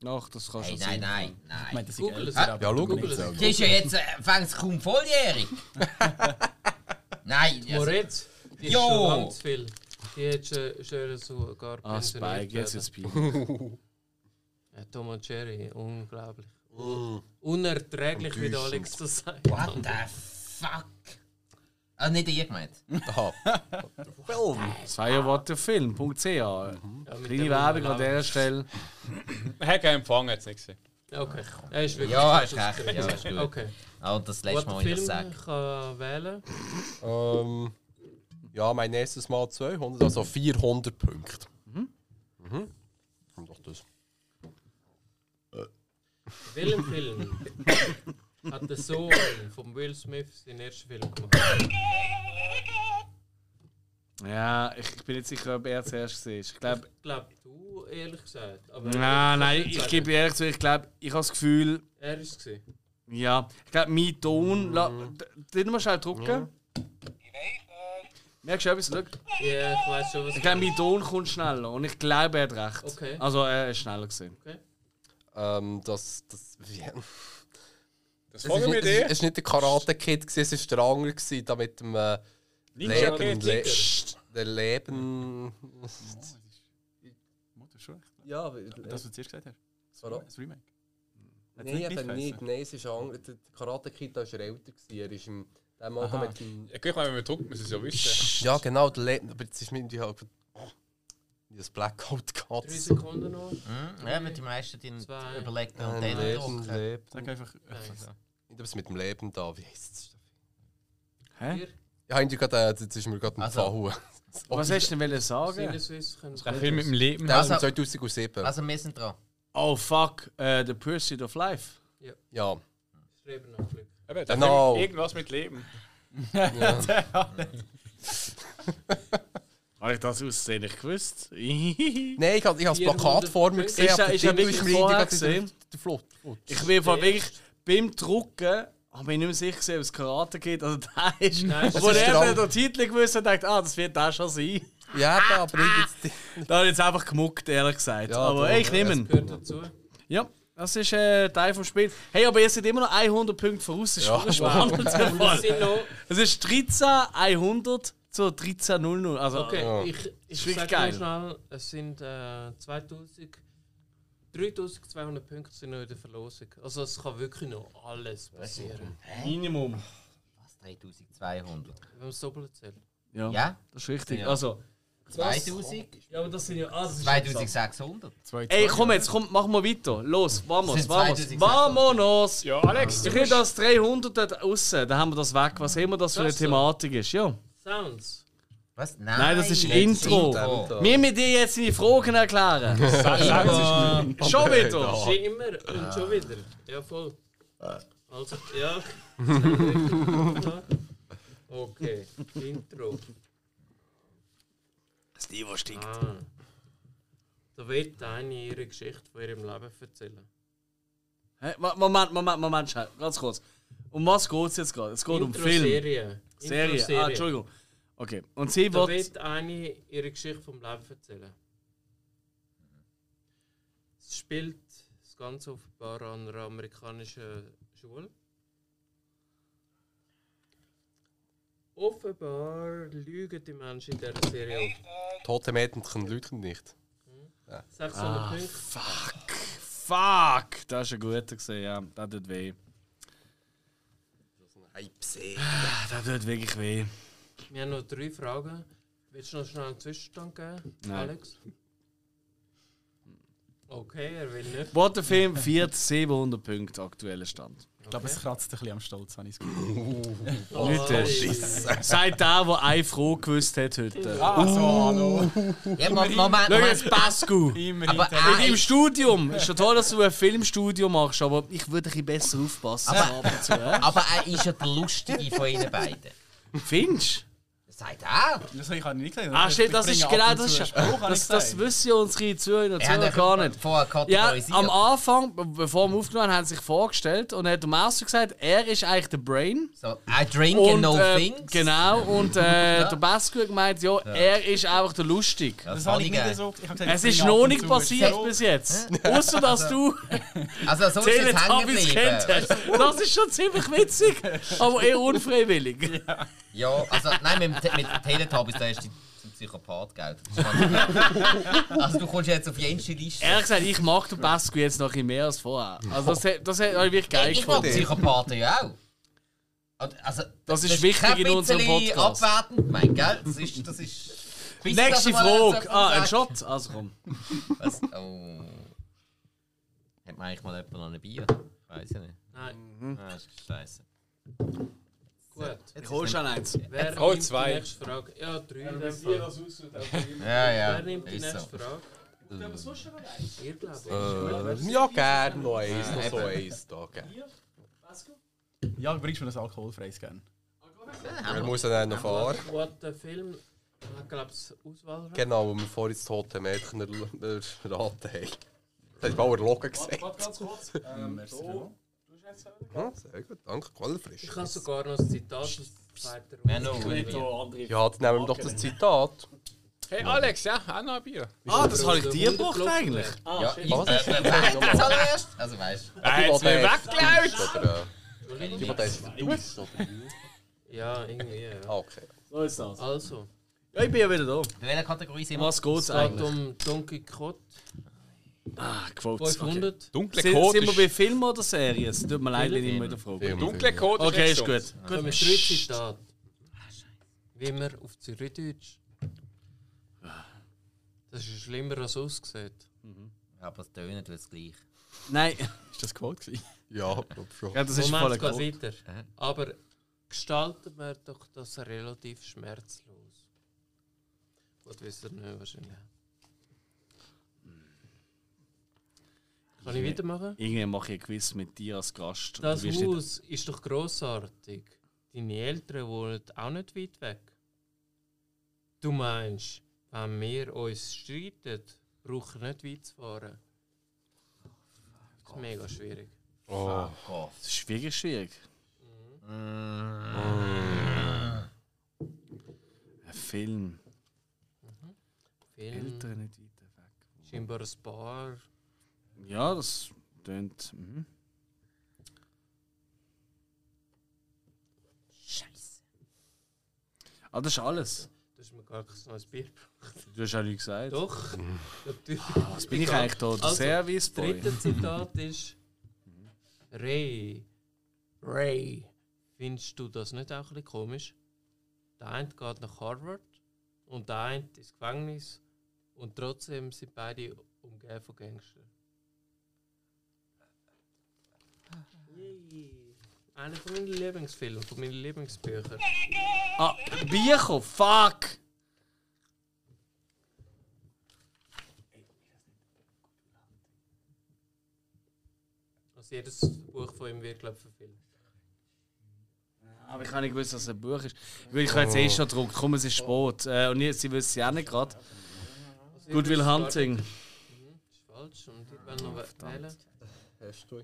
F: Doch.
A: Ach, das kannst du
B: Hey,
A: schon
B: nein,
A: sehen.
B: nein, nein.
E: Ich meine, das ist
F: Google es.
E: älter,
F: Ah,
E: aber
C: Ja, schau
F: Google
C: mal.
F: es.
C: selber.
B: Die ist ja jetzt äh, fängst kaum volljährig. Nein, also,
F: Moritz, die ist
B: Jo!
F: schon lang zu viel. Die hat schon, schon sogar
A: Ah, Spike,
F: pensioniert
A: jetzt
F: werden.
A: ist es peinlich.
F: Ja, Tom und Jerry, unglaublich.
A: Mm.
F: Unerträglich, wie der Alex das sagt.
B: what the fuck? Also nicht ihr gemeint.
C: Aha. Film.
A: Das war ja what the film.ch.
F: Mhm. Ja, mit
A: Kleine
F: dem
A: Werbung an
F: Unglaublich.
A: dieser Stelle.
D: Hat keinen Empfang, jetzt nicht gesehen.
F: Okay, er ist wirklich.
B: Ja, hast recht. Ja, ist gut.
F: Okay,
B: Aber das
F: was
B: letzte Mal,
F: der
B: wo ich das
F: Film
B: sage.
F: kann wählen
C: Ähm, ja, mein nächstes Mal 200, also 400 Punkte. Mhm. Mhm. Doch das.
F: welchen Film hat der Sohn von Will Smith seinen ersten Film gemacht?
A: Ja, ich, ich bin nicht sicher, ob er zuerst war. Ich glaube,
F: Ich glaube, du, ehrlich gesagt. Aber
A: nein, nein,
F: kann's
A: ich
F: nicht
A: gebe ehrlich zu, ich glaube, ich habe das Gefühl,
F: sagen. Er ist es.
A: ja, ich glaube, mein Ton. la- d- Den musst du halt drücken. Merkst du etwas? Schau.
F: Ja, ich weiß schon, was
A: Ich glaube, mein Ton kommt schneller und ich glaube, er hat recht.
F: Okay.
A: Also, er ist schneller gesehen.
C: Ähm, das, das, wie,
D: Das
C: es war
D: folgen wir
C: nicht, es ist-
D: dir.
C: es ist nicht der Karate Kid, gewesen, es war der andere, gewesen, da mit dem äh,
D: Ninja
C: Leben.
D: Kid.
C: Le der Leben.
E: Mutter, schon recht.
C: Ja,
E: Das, was du zuerst gesagt hast. Das
C: Warum?
E: Das Remake. Hat's
C: Nein,
E: nicht
C: eben nicht.
E: geheißen?
C: Nein, es ist andere. Der Karate Kid da war er älter. Gewesen. Er ist im. Dem Alter
E: Aha.
C: mit dem.
D: Ja, guck mal, wenn wir drücken, müssen wir es ja wissen.
C: Ja, genau, der Leben. Aber jetzt ist mit dem. Das Blackout gehabt.
F: 3 Sekunden noch.
B: Hm? Ja, mit den meisten die
F: Zwei.
B: überlegt und
C: Ein
B: den
C: Leben,
B: drucken.
C: Leben.
E: Sag einfach. äh,
F: Nein.
C: Ähm, Nicht etwas mit dem Leben da. Wie heisst es?
A: Hä?
C: Ja, haben die gerade, äh, jetzt ist mir gerade ein
B: Also.
C: Pfahl.
A: Was hast du denn wollen sagen?
F: Sinneswiss können
D: Der Film mit dem Leben.
C: Der
B: Also-
C: ist 2007.
B: Also wir sind dran.
A: Oh fuck, äh, The Pursuit of Life.
C: ja.
F: Streben nach Glück.
D: Eben, der
C: Genau.
D: Film irgendwas mit Leben.
A: Habe ich das aussehen nicht gewusst? ich
C: Nein, ich habe das Plakat vor mir gesehen.
A: Ist er-
C: aber
A: ist er
C: der Titel
A: wirklich
C: mir
A: vorher
C: irgendwie gerade
A: gesehen?
C: Der Flot. Flot.
A: bin von wirklich beim Drucken, aber ich nicht mehr sicher, gewesen, ob es Karate geht. Also, da ist.
F: Nein,
A: Obwohl
C: ist
A: er
C: dran.
A: dann den Titel gewusst hat, dachte, ah, das wird das schon sein.
C: Ja, eben,
A: Ah,
C: aber irgendwie.
A: Da hat jetzt einfach gemuckt, ehrlich gesagt.
C: Ja,
A: aber
C: darum,
A: ey, ich nehme
F: Das
A: ihn.
F: gehört dazu.
A: Ja, das ist äh, Teil vom Spiel. Hey, aber ihr seid immer noch 100 Punkte voraus. Das ist ja, spannend. der
F: Und es
A: Fall.
F: sind noch.
A: Es ist 13 100 zu 13.00. Also,
F: Okay,
C: Ja.
F: ich, ich
A: wirklich
F: sage
A: geil.
F: nur schnell, es sind äh, 2000, 3200 Punkte sind noch in der Verlosung. Also es kann wirklich noch alles passieren.
A: Minimum.
B: Was? 3200?
F: Wenn man es doppelt zählt.
A: Ja,
B: Ja?
A: das ist richtig.
B: Ja.
A: Also,
B: 2000?
A: ja, aber das sind ja.
B: 2600?
A: Ey, komm jetzt, komm, machen wir weiter. Los, vamos,
B: Sind
A: vamos.
B: 2006.
A: Vamonos!
D: Ja, Alex,
A: Ich
D: du
A: will
D: musst...
A: das 300 da draussen, dann haben wir das weg, was immer das für eine
F: Das so.
A: Thematik ist. Ja.
F: Sounds.
B: Was? Nein,
A: Nein, das ist
B: nein,
A: Intro.
C: Ja.
A: Wir mit dir jetzt deine Fragen erklären.
B: Intro.
A: Schon wieder!
F: Schon immer und schon wieder. Ja, voll. Also, ja. okay, Intro.
A: Steve stinkt.
F: Ah. Da wird eine ihre Geschichte von ihrem Leben erzählen.
A: Hä? Mo- Moment, Moment, Moment, schnell, ganz kurz. Um was geht es jetzt gerade? Es geht um Film.
F: Serie.
A: Serie. Ah, Entschuldigung. Okay, und sie
F: Da
A: wird.
F: wird eine ihre Geschichte vom Leben erzählen. Es spielt das Ganze offenbar an einer amerikanischen Schule. Offenbar lügen die Menschen in dieser Serie oft.
C: Tote Mädchen lügen nicht.
A: Ah,
F: 600 Punkte.
A: Fuck, Fuck! Das ist ein guter gesehen, ja. Das tut weh. Ah, Das tut wirklich weh.
F: Wir haben noch drei Fragen. Willst du noch schnell einen Zwischenstand geben,
A: Nein.
F: Alex? Okay, er will nicht.
A: Bottenfilm 4 700 Punkte, aktueller Stand.
E: Ich glaube, es kratzt ein bisschen am Stolz, habe ich das Gefühl.
A: Leute, seid der, der eine Frage gewusst hat heute.
B: Ja, Moment, Moment,
A: Schau jetzt,
B: Moment.
A: Pascu!
B: Aber
E: Ah,
A: Mit
B: er
A: deinem Studium! Ist ja toll, dass du ein Filmstudio machst, aber ich würde ein bisschen besser aufpassen. ab und zu, äh?
B: Aber er ist ja der Lustige von ihnen beiden.
A: Findest
B: Das sagt er.
E: Das habe ich auch nicht gesagt.
A: du? Ah, stimmt, das
E: Ich
A: ist
E: bringe ab
A: genau
E: und
A: das.
E: zu
A: Ist,
E: einen Spruch, habe ich
A: das, das
E: gesagt.
A: wissen ja unsere Zuhörer und
B: Er hat
A: Zuhörer gar nicht.
B: vorher
A: Ja,
B: kategorisiert.
A: am Anfang, be- bevor wir aufgenommen haben, haben sie sich vorgestellt und hat der Master gesagt, er ist eigentlich der Brain.
B: so, I drink
A: Und,
B: and no
A: äh,
B: things.
A: Genau, und äh, der Basco hat gemeint, ja, er ist einfach der Lustig.
B: Das
E: Das
B: kann
E: habe ich
B: ich
E: nicht
B: geben.
E: so. Ich habe gesagt,
A: Es
E: ich
A: ist
E: bringe ab
A: noch
E: und
A: nicht
E: zu
A: passiert
E: einen Spruch.
A: bis jetzt. Außer dass du
B: Also, so ist es hängen
A: Teletubbies kennt
B: geblieben.
A: hast. Das ist schon ziemlich witzig, aber eher unfreiwillig.
B: Ja, also, nein, mit, dem Te- mit dem Teletubbies, da hast du zum Psychopath gelten. Das kann- Also, du kommst jetzt auf jenste Liste.
A: Ehrlich gesagt, ich mag den Basco jetzt noch ein bisschen mehr als vorher. Also das, hat- das hat euch wirklich geil
B: Ich mag
A: gefunden.
B: Psychopathen ja auch. Und, Also,
A: Das ist wichtig
B: kein
A: in unserem
B: bisschen
A: Podcast.
B: abwertend gemeint, gell? Das ist... Das ist Bis
A: Nächste
B: ich das mal
A: Frage.
B: so
A: Ah, ein
B: sage-
A: Shot. Also komm.
B: Was? Oh. Hat man eigentlich mal jemand noch ein Bier? Weiß ich nicht.
F: Nein,
B: Ah, das ist scheiße.
F: gut.
B: Jetzt ist
A: Holst
B: nicht-
A: schon eins.
F: Wer
D: Oh,
F: nimmt
D: zwei.
F: die nächste Frage? Ja, drei. in dem Fall.
B: Ja, ja.
F: Wer nimmt die
B: ist so.
F: nächste Frage? Ihr glaubt.
C: Äh, ja, gerne noch eins, noch so eins. Da, gerne.
E: Ja, du bringst mir das alkoholfreies gerne.
C: Wir müssen dann noch fahren.
F: What the Film? Ich glaube, es Auswahl.
C: Genau, wo wir vorhin das tote Mädchen erl- erraten haben. Das hat Bauer Logan gesagt.
A: Ähm,
C: Ja, sehr gut, danke,
F: Ich
C: qualfrisch.
F: habe sogar noch ein Zitat aus der zweiten
B: Wir haben
F: Runde.
B: noch Uhr.
C: Ja, jetzt nehmen wir doch das Zitat.
D: Hey Alex, ja, auch noch ein Bier.
A: Ah, das habe ich dir gebracht eigentlich.
B: Ja, ich... Äh, Wer hat das allererst? Also, weißt du.
D: Äh, jetzt mir weggelaufen!
C: Oder, äh,
F: Entschuldigung.
C: die, die jetzt aus- oder-
F: Ja, irgendwie. Ja.
C: Ah, okay.
A: So ist das.
F: Also,
A: Ja, ich bin ja wieder da.
B: In welcher Kategorie sind
A: Um
B: wir?
A: was geht
F: es
A: es
F: geht
A: eigentlich?
F: um Donkey Kong
A: Ah, Quotes. Okay.
F: 500.
D: Dunkle
A: Sind, sind wir
D: Code
A: bei
D: ist...
A: Film oder Serie? Es tut mir leid, wenn ich
B: Film.
A: immer wieder frage.
C: Film,
D: Dunkle
C: Film.
D: Code
A: Okay, ist
D: rechts unten.
A: gut.
F: Da haben wir drei Zitate. Wie man auf Zürichdeutsch. Das ist schlimmer als ausgesehen.
B: Ja, aber es tönt es gleich.
A: Nein,
E: Ist das Quote gewesen?
C: Ja, ich glaub schon.
A: ja, das ist voll
F: Moment, es
A: cool.
F: geht weiter. Aber gestalten wir doch das relativ schmerzlos. Gut, wisst ihr nicht wahrscheinlich. Kann ich weitermachen?
A: Irgendwie mache ich ein Quiz mit dir als Gast. und
F: Das
A: du wirst nicht-
F: Haus ist doch grossartig. Deine Eltern wohnen auch nicht weit weg. Du meinst, wenn wir uns streiten, brauchen wir nicht weit zu fahren. Das ist mega schwierig.
C: Oh.
A: Das ist wirklich schwierig.
E: Äh.
A: Ein Film.
F: Film,
A: Eltern nicht weiter weg.
F: scheinbar ein Bar.
A: Ja, das tönt. Mhm.
B: Scheiße.
A: Ah, das ist alles.
F: Du hast mir gar kein neues Bier gebracht.
A: Du hast ja nichts gesagt.
F: Doch, natürlich.
A: Was Ah, bin ich eigentlich da? Der
F: Also, Das
A: Serviceboy.
F: dritte Zitat ist: Ray, Ray, findest du das nicht auch ein bisschen komisch? Der eine geht nach Harvard und der eine ins Gefängnis und trotzdem sind beide umgeben von Gangstern. Yay. Einer von meinen Lieblingsfilmen, von meinen Lieblingsbüchern.
A: Ah, Bierko, fuck!
F: Also jedes Buch von ihm wird, glaube ich, verfilmt.
A: Aber ich habe nicht gewusst, dass es ein Buch ist. Weil ich habe jetzt eh schon gedruckt, komm, es ist Sport. Äh, und jetzt, sie wissen es ja auch nicht gerade.
F: Also
A: Good
F: ihr
A: Will
F: wisst gar
A: Hunting.
F: Das ist falsch und ich will noch wählen.
C: Hast du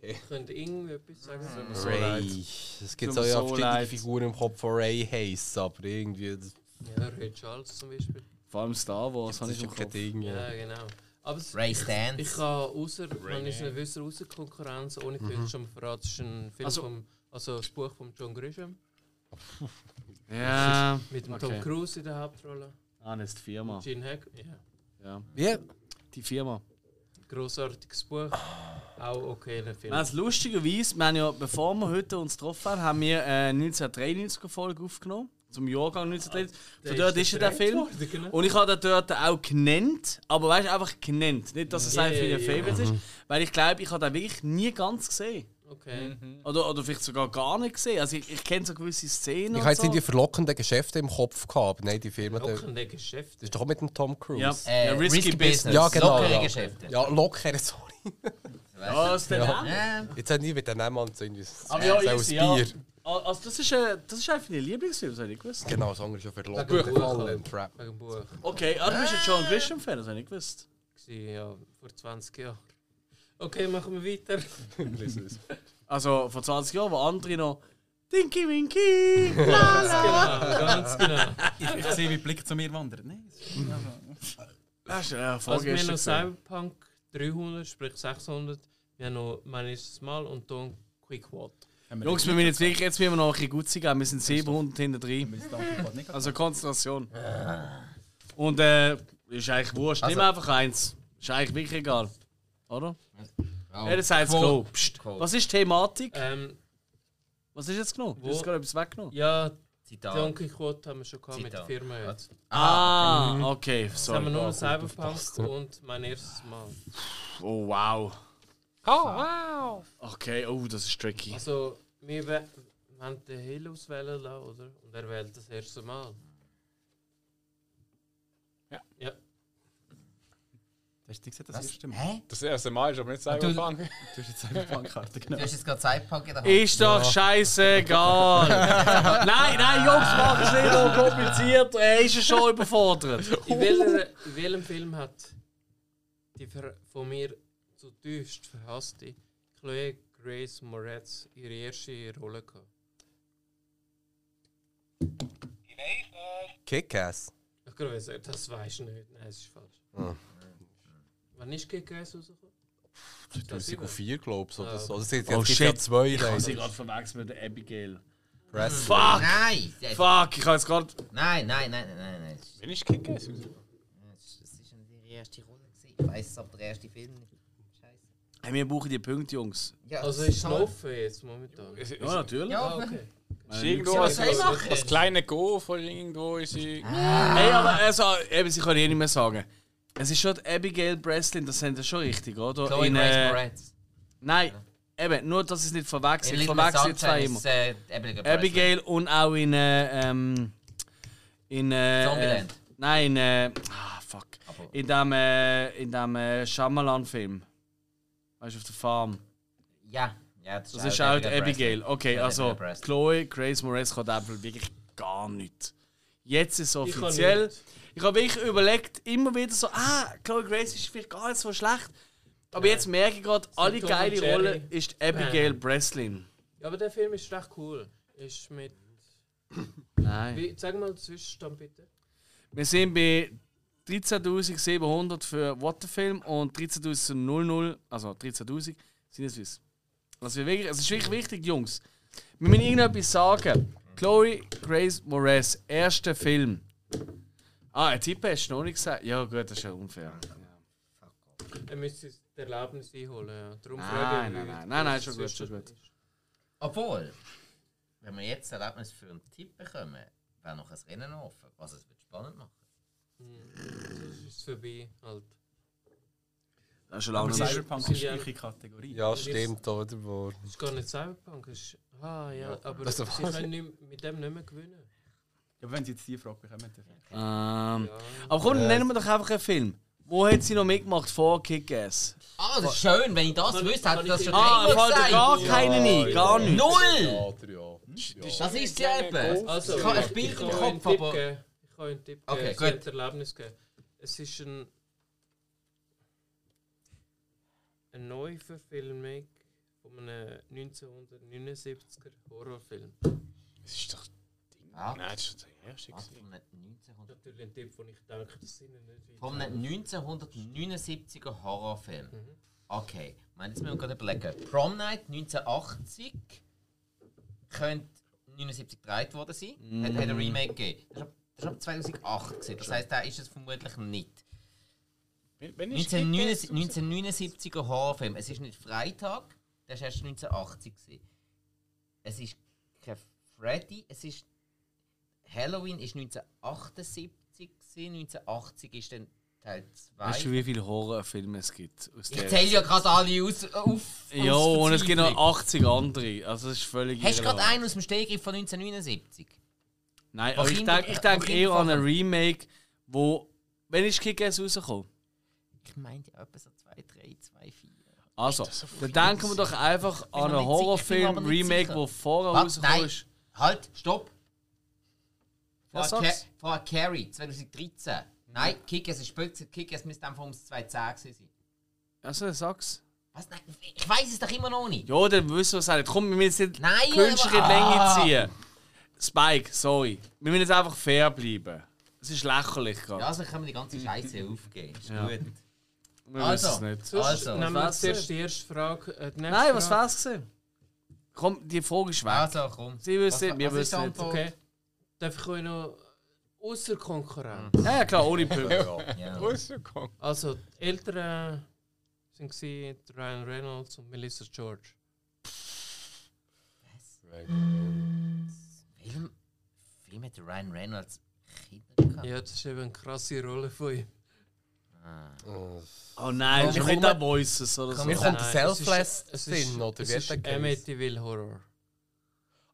F: Ich könnte irgendetwas sagen.
C: Ray. Es
A: Tut
C: gibt so
A: mir
C: ja
A: so
C: verschiedene
A: leid.
C: Figuren im Kopf von Ray Hayes, aber irgendwie. Das
F: Ja, Ray Charles zum Beispiel.
A: Vor allem Star Wars habe
C: das
A: ich
C: ist
A: im
C: ja kein
A: Kopf.
C: Ding.
F: Ja,
C: Ja.
F: genau. Aber es,
B: Ray
F: ich
B: Stans.
F: kann außer, man ist nicht wissen, außer Konkurrenz, ohne mhm. Deutsch schon verraten, ist ein Film
A: Also-
F: vom, also das Buch von John Grisham
A: Ja.
F: mit dem
A: Okay.
F: Tom Cruise in der Hauptrolle.
A: Ah, das ist die Firma.
F: Gene Hack. Ja.
A: Ja.
C: Wie?
A: Die Firma.
F: grossartiges Buch. Auch okay, ein Film.
A: Wir haben es lustigerweise, wir haben ja, bevor wir heute uns getroffen haben, haben wir äh, 1993 Folge aufgenommen. Zum Jahrgang 1993. Von dort ist ja der Film.
F: genau.
A: Und ich habe den dort auch genannt, aber weißt du, einfach genannt. Nicht, dass es
F: Ja,
A: einfach yeah,
F: ja, ja.
A: Favorite ist, weil ich glaube, ich habe den wirklich nie ganz gesehen.
F: Okay.
A: Oder, oder vielleicht sogar gar nicht gesehen. Also ich, ich kenne so gewisse Szenen.
C: Ich
A: und
C: habe jetzt
A: so.
C: nicht die verlockenden Geschäfte im Kopf gehabt, aber nein, die Firma. Der, das
F: Lockende Geschäfte.
C: ist doch auch mit dem Tom Cruise.
A: Ja,
B: Äh,
A: ja risky,
B: risky
A: Business.
B: Business.
C: Ja, genau.
B: Lockere
C: ja.
B: Geschäfte.
C: Ja, locker, sorry.
A: Ja, Ah, ist der Name.
B: Ja.
C: Jetzt hat nie mit dem Namen anzünden.
A: Aber ja,
C: das
A: easy,
C: ist
A: ja.
C: auch ein dus- Bier.
A: Ah, Also das ist, äh, das ist einer meiner Lieblingsfilme, das habe ich nicht gewusst.
C: Genau, das andere ist ja
F: Buch.
C: verlockend. Fallen, Trap.
F: Wegen dem Buch.
A: Okay, ah, du bist ein John Grisham-Fan, das habe ich nicht gewusst.
F: Gewesen, Ja, vor 20 Jahren. Okay, machen wir weiter.
C: Dus
A: Also vor 20 Jahren, wo andere noch Dinky Winky, la la.
F: Ganz genau.
E: Ich sehe, wie Blick zu mir wandert. Nein, es ist-
A: Das ist ja
F: Also wir haben noch
A: vorgestern.
F: Cyberpunk 300, sprich 600. Wir haben noch Managed Mal und dann Quickwater.
E: Haben wir
A: Jungs, wir müssen jetzt wirklich jetzt müssen wir noch ein bisschen gut sein, wir sind 700 hinter drin.
E: das Datenblatt nicht
A: Also Konzentration. Ah. Und äh, ist eigentlich wurscht. Nimm einfach eins. Ist eigentlich wirklich egal. Oder? Ja, das heißt
B: Quo-
A: Klo. Psst. Was ist die Thematik?
F: Ähm,
A: Was ist jetzt genommen? Du
F: Wo-
A: hast gerade etwas weggenommen.
F: ja,
B: Zitat.
F: Donkey Quote haben wir schon gehabt mit der
B: Zitat.
F: Firma.
B: Ja.
F: Jetzt
A: Ah, okay.
F: haben
A: Sorry.
F: wir nur noch Cyberpunk und mein erstes Mal.
A: Oh wow. Okay, oh, das ist tricky.
F: Also, wir we- wir haben den Hill auswählen lassen, oder? Und er wählt das erste Mal.
E: Hast du gesehen, das
B: Was?
E: erste Mal?
B: Hä?
D: Das erste Mal ist aber nicht
B: du-
D: Cyberpunk.
E: Du hast jetzt genau. eine Bankkarte
B: Du
E: genommen.
B: hast jetzt gerade Zeitpack in der Hand.
A: Ist doch scheißegal. nein, nein, Jungs, mach es nicht so kompliziert. Er ist ja schon überfordert.
F: In, welcher, in welchem Film hat die ver- von mir zutiefst verhasste Chloe Grace Moretz ihre erste Rolle gehabt?
C: Kick-Ass.
F: Ich glaube, das weiß ich nicht. Nein, es ist falsch.
C: Ah.
F: Wann ist GKS rausgekommen?
C: Dus 2004, glaube ich, oder
F: Ah.
C: so. Das sind
A: Oh,
C: jetzt gibt's
A: shit.
C: ja zwei. Ich
A: verwechselt mit der Abigail.
C: Press.
A: Fuck!
B: Nein! das-
A: Fuck, ich habe jetzt gerade.
B: Nein, nein, nein, nein, nein, nein. Es ist-
D: Wenn ich kicke, ist
B: Es ist nicht ihre erste Rolle. gewesen. Ich weiß es aber der erste Film nicht. Scheiße.
A: Hey, wir brauchen die Punkte, Jungs.
B: Ja,
F: Also
B: das
F: ist es
B: halt-
F: offen jetzt momentan.
D: es
A: Ja, also natürlich.
B: Ja,
F: Ah,
B: aber-
F: okay.
D: ist
A: Ja,
D: irgendwo
B: was
D: was,
B: soll ich
D: was,
B: machen?
D: was kleine Go von irgendwo ist sie.
B: Ah.
A: Hey, aber also, eben, sie können eh nicht mehr sagen. Es ist schon die Abigail Breslin, das sind sie schon richtig, oder?
B: Chloe
A: In,
B: Grace
A: äh,
B: Moretz.
A: nein, eben, nur dass ich es nicht verwechsel. Ich
B: Little
A: verwechsel
B: Miss
A: jetzt zwei
B: Sunshine
A: immer.
B: ist, äh, Abigail. Breslin.
A: Abigail und auch in. Äh, ähm, in. Äh, äh,
B: Zombieland.
A: nein, in. Äh, ah, fuck.
B: Aber-
A: In dem. Äh, in dem äh, Shyamalan-Film. Weißt du, auf der Farm.
B: Ja, ja,
A: Das ist auch die
B: Breslin.
A: Abigail. Okay,
B: Ja,
A: also
B: Abigail Breslin.
A: Chloe Grace Moretz kann einfach wirklich gar nichts. Jetzt ist es
F: Ich kann
A: offiziell.
F: nicht.
A: Ich habe wirklich überlegt, immer wieder so, ah, Chloe Grace ist vielleicht gar nicht so schlecht.
F: Äh,
A: Aber jetzt merke ich gerade, alle
F: Tom und
A: geile
F: Jerry. Äh.
A: Rollen ist die Abigail
F: Bam.
A: Breslin.
F: Ja, aber der Film ist recht cool. Ist mit.
A: Nein.
F: Wie, sag mal den Zwischenstand bitte.
A: Wir sind bei 13.700 für Waterfilm und 13.000, also 13.000 sind es Swiss. Also wir wirklich, es ist wirklich wichtig, Jungs. Wir müssen irgendetwas sagen. Chloe Grace Moretz, erster Film. Ah, ein Tipp hast du noch nicht gesagt. Ja gut, das ist ja unfair.
F: Er müsste sich die Erlaubnis einholen. Ja. Darum
A: Nein,
F: frage
A: nein,
F: ich, wie-
A: nein. Nein, nein,
F: wie
A: ist schon
F: der
A: gut, schon
F: Zwischenstand
A: gut.
F: ist.
B: Obwohl, wenn wir jetzt Erlebnis für einen Tipp bekommen, wäre noch ein Rennen offen, was es wird spannend machen.
F: Sonst ist es vorbei. Halt.
A: Das ist schon
E: Aber
A: lange nicht.
E: Cyberpunk
F: Sie-
E: ist die gleiche Kategorie.
C: Ja, stimmt, oder? Wo-
F: Das ist gar nicht Cyberpunk. Das ist, ah, ja, aber
C: Das
F: sie
C: ist-
F: können nicht, mit dem nicht mehr gewinnen.
E: Ja, wenn sie jetzt die Frage bekommen dürfen.
A: Ähm,
B: Hm.
F: Ja.
A: aber komm, nennen wir doch einfach einen Film. Wo hat sie noch mitgemacht vor Kick-Ass?
B: Ah, das ist schön, wenn ich das
F: Kann-
B: wüsste, hätte
F: kann
B: ich das
F: ich-
B: schon
A: Ah,
B: dreimal
A: fällt dir gar
B: gesagt.
A: keinen ein, gar nicht.
B: Null!
C: Ja, oder ja. dus-
B: Das ist sie eben.
F: Also,
B: Ich habe ein Bild
F: ich
B: im
F: kann einen
B: Kopf,
F: Tipp
B: aber...
F: geben. Ich kann einen Tipp
B: Okay,
F: geben. Sie
B: gut.
F: haben die Erlaubnis gegeben. Es ist ein. eine neue Verfilmung von einem 1979er Horrorfilm.
D: Es ist doch.
B: Ah,
D: Nein, das ist schon der erste.
B: was,
D: gewesen.
B: von einem 1900
F: Natürlich ein Tipp, von ich denke, das sind nicht
B: Von einem 1979er Horrorfilm.
A: Mhm.
B: Okay, ich meine, jetzt müssen wir gerade überlegen. Prom Night 1980 könnte 79 gedreht worden sein. Hat, hat ein Remake gegeben. Das ist ab- das ist ab 2008 gewesen. Das heisst, da ist es vermutlich nicht.
D: Wenn- wenn ich-
B: 1979 er Horrorfilm. Es ist nicht Freitag, das war erst 1980. gewesen. Es ist kein Freddy, es ist. Halloween ist 1978, gewesen, 1980 ist dann Teil 2.
A: Weißt du, wie viele Horrorfilme es gibt? Aus
B: ich
A: der-
B: zähle ja gerade alle aus, äh, auf. aus
A: ja, und es gibt noch
B: Verzweiflung.
A: 80 andere. Also, das ist völlig
B: Hast du gerade
A: irrelevant.
B: einen aus dem Stegreif von 1979?
A: Nein,
B: Von
A: aber ich
B: Kinder-
A: denke ich
B: von
A: denk eher an ein
B: Kinderfahren.
A: Remake, wo. Wenn ist Kick-Ass rausgekommen?
B: Ich meinte ja etwa so 2, 3, 2, 4.
A: Also, dann denken wir doch einfach
B: bin
A: an
B: mir
A: einen
B: nicht sicher, ich bin mir aber nicht
A: Horrorfilm-Remake,
B: sicher.
A: wo vorher
B: Was?
A: rausgekommen
B: Nein,
A: ist.
B: halt, stopp.
A: Ja,
B: Frau, Ca
A: sag's.
B: Frau Carey, 2013. Nein, Kickers ist spät, Kickers müsste einfach ums 210 gewesen sein.
A: Also, sag's.
B: Was? Nein, ich weiß es doch immer noch nicht.
A: Ja, dann wissen wir es auch nicht. Komm, wir müssen jetzt
B: Nein,
A: nicht künstliche
B: aber-
A: Länge
B: Ah!
A: ziehen. Spike, sorry. Wir müssen jetzt einfach fair bleiben. Es ist lächerlich gerade.
B: Ja, also können wir die ganze Scheiße
F: Mhm.
B: aufgeben. Ist
A: Ja.
B: gut.
A: wir
B: also.
A: wissen es nicht.
B: Also,
F: Nehmen wir
A: was
F: jetzt erst die erste Frage. Äh, die nächste
A: Nein, was
F: Frage.
A: wär's gewesen? Komm, die Frage ist weg.
B: also komm.
A: Sie wissen nicht, wir
B: was ist die
A: wissen nicht.
B: Antwort?
F: Okay. Darf ich euch noch außer
B: Mhm.
F: Konkurrenz?
A: Ja, ja, klar, ohne Punkte.
B: Ja.
D: Wo ist der Kong?
F: Also, die Eltern sind gewesen, Ryan Reynolds und Melissa George.
B: Film, Film hat Ryan Reynolds Kinder gehabt.
F: Ja, das ist eben eine krasse Rolle von ihm.
A: Oh nein, das ist
C: Ich
A: nicht
C: komme-
A: der Voices oder so.
B: Mir
C: kommt
F: Nein,
C: der
F: es ist-
C: Selfless
F: es ist-
C: Sinn, oder
F: Es
C: wie
F: ist
C: hat der geheißen?
F: Amityville Horror.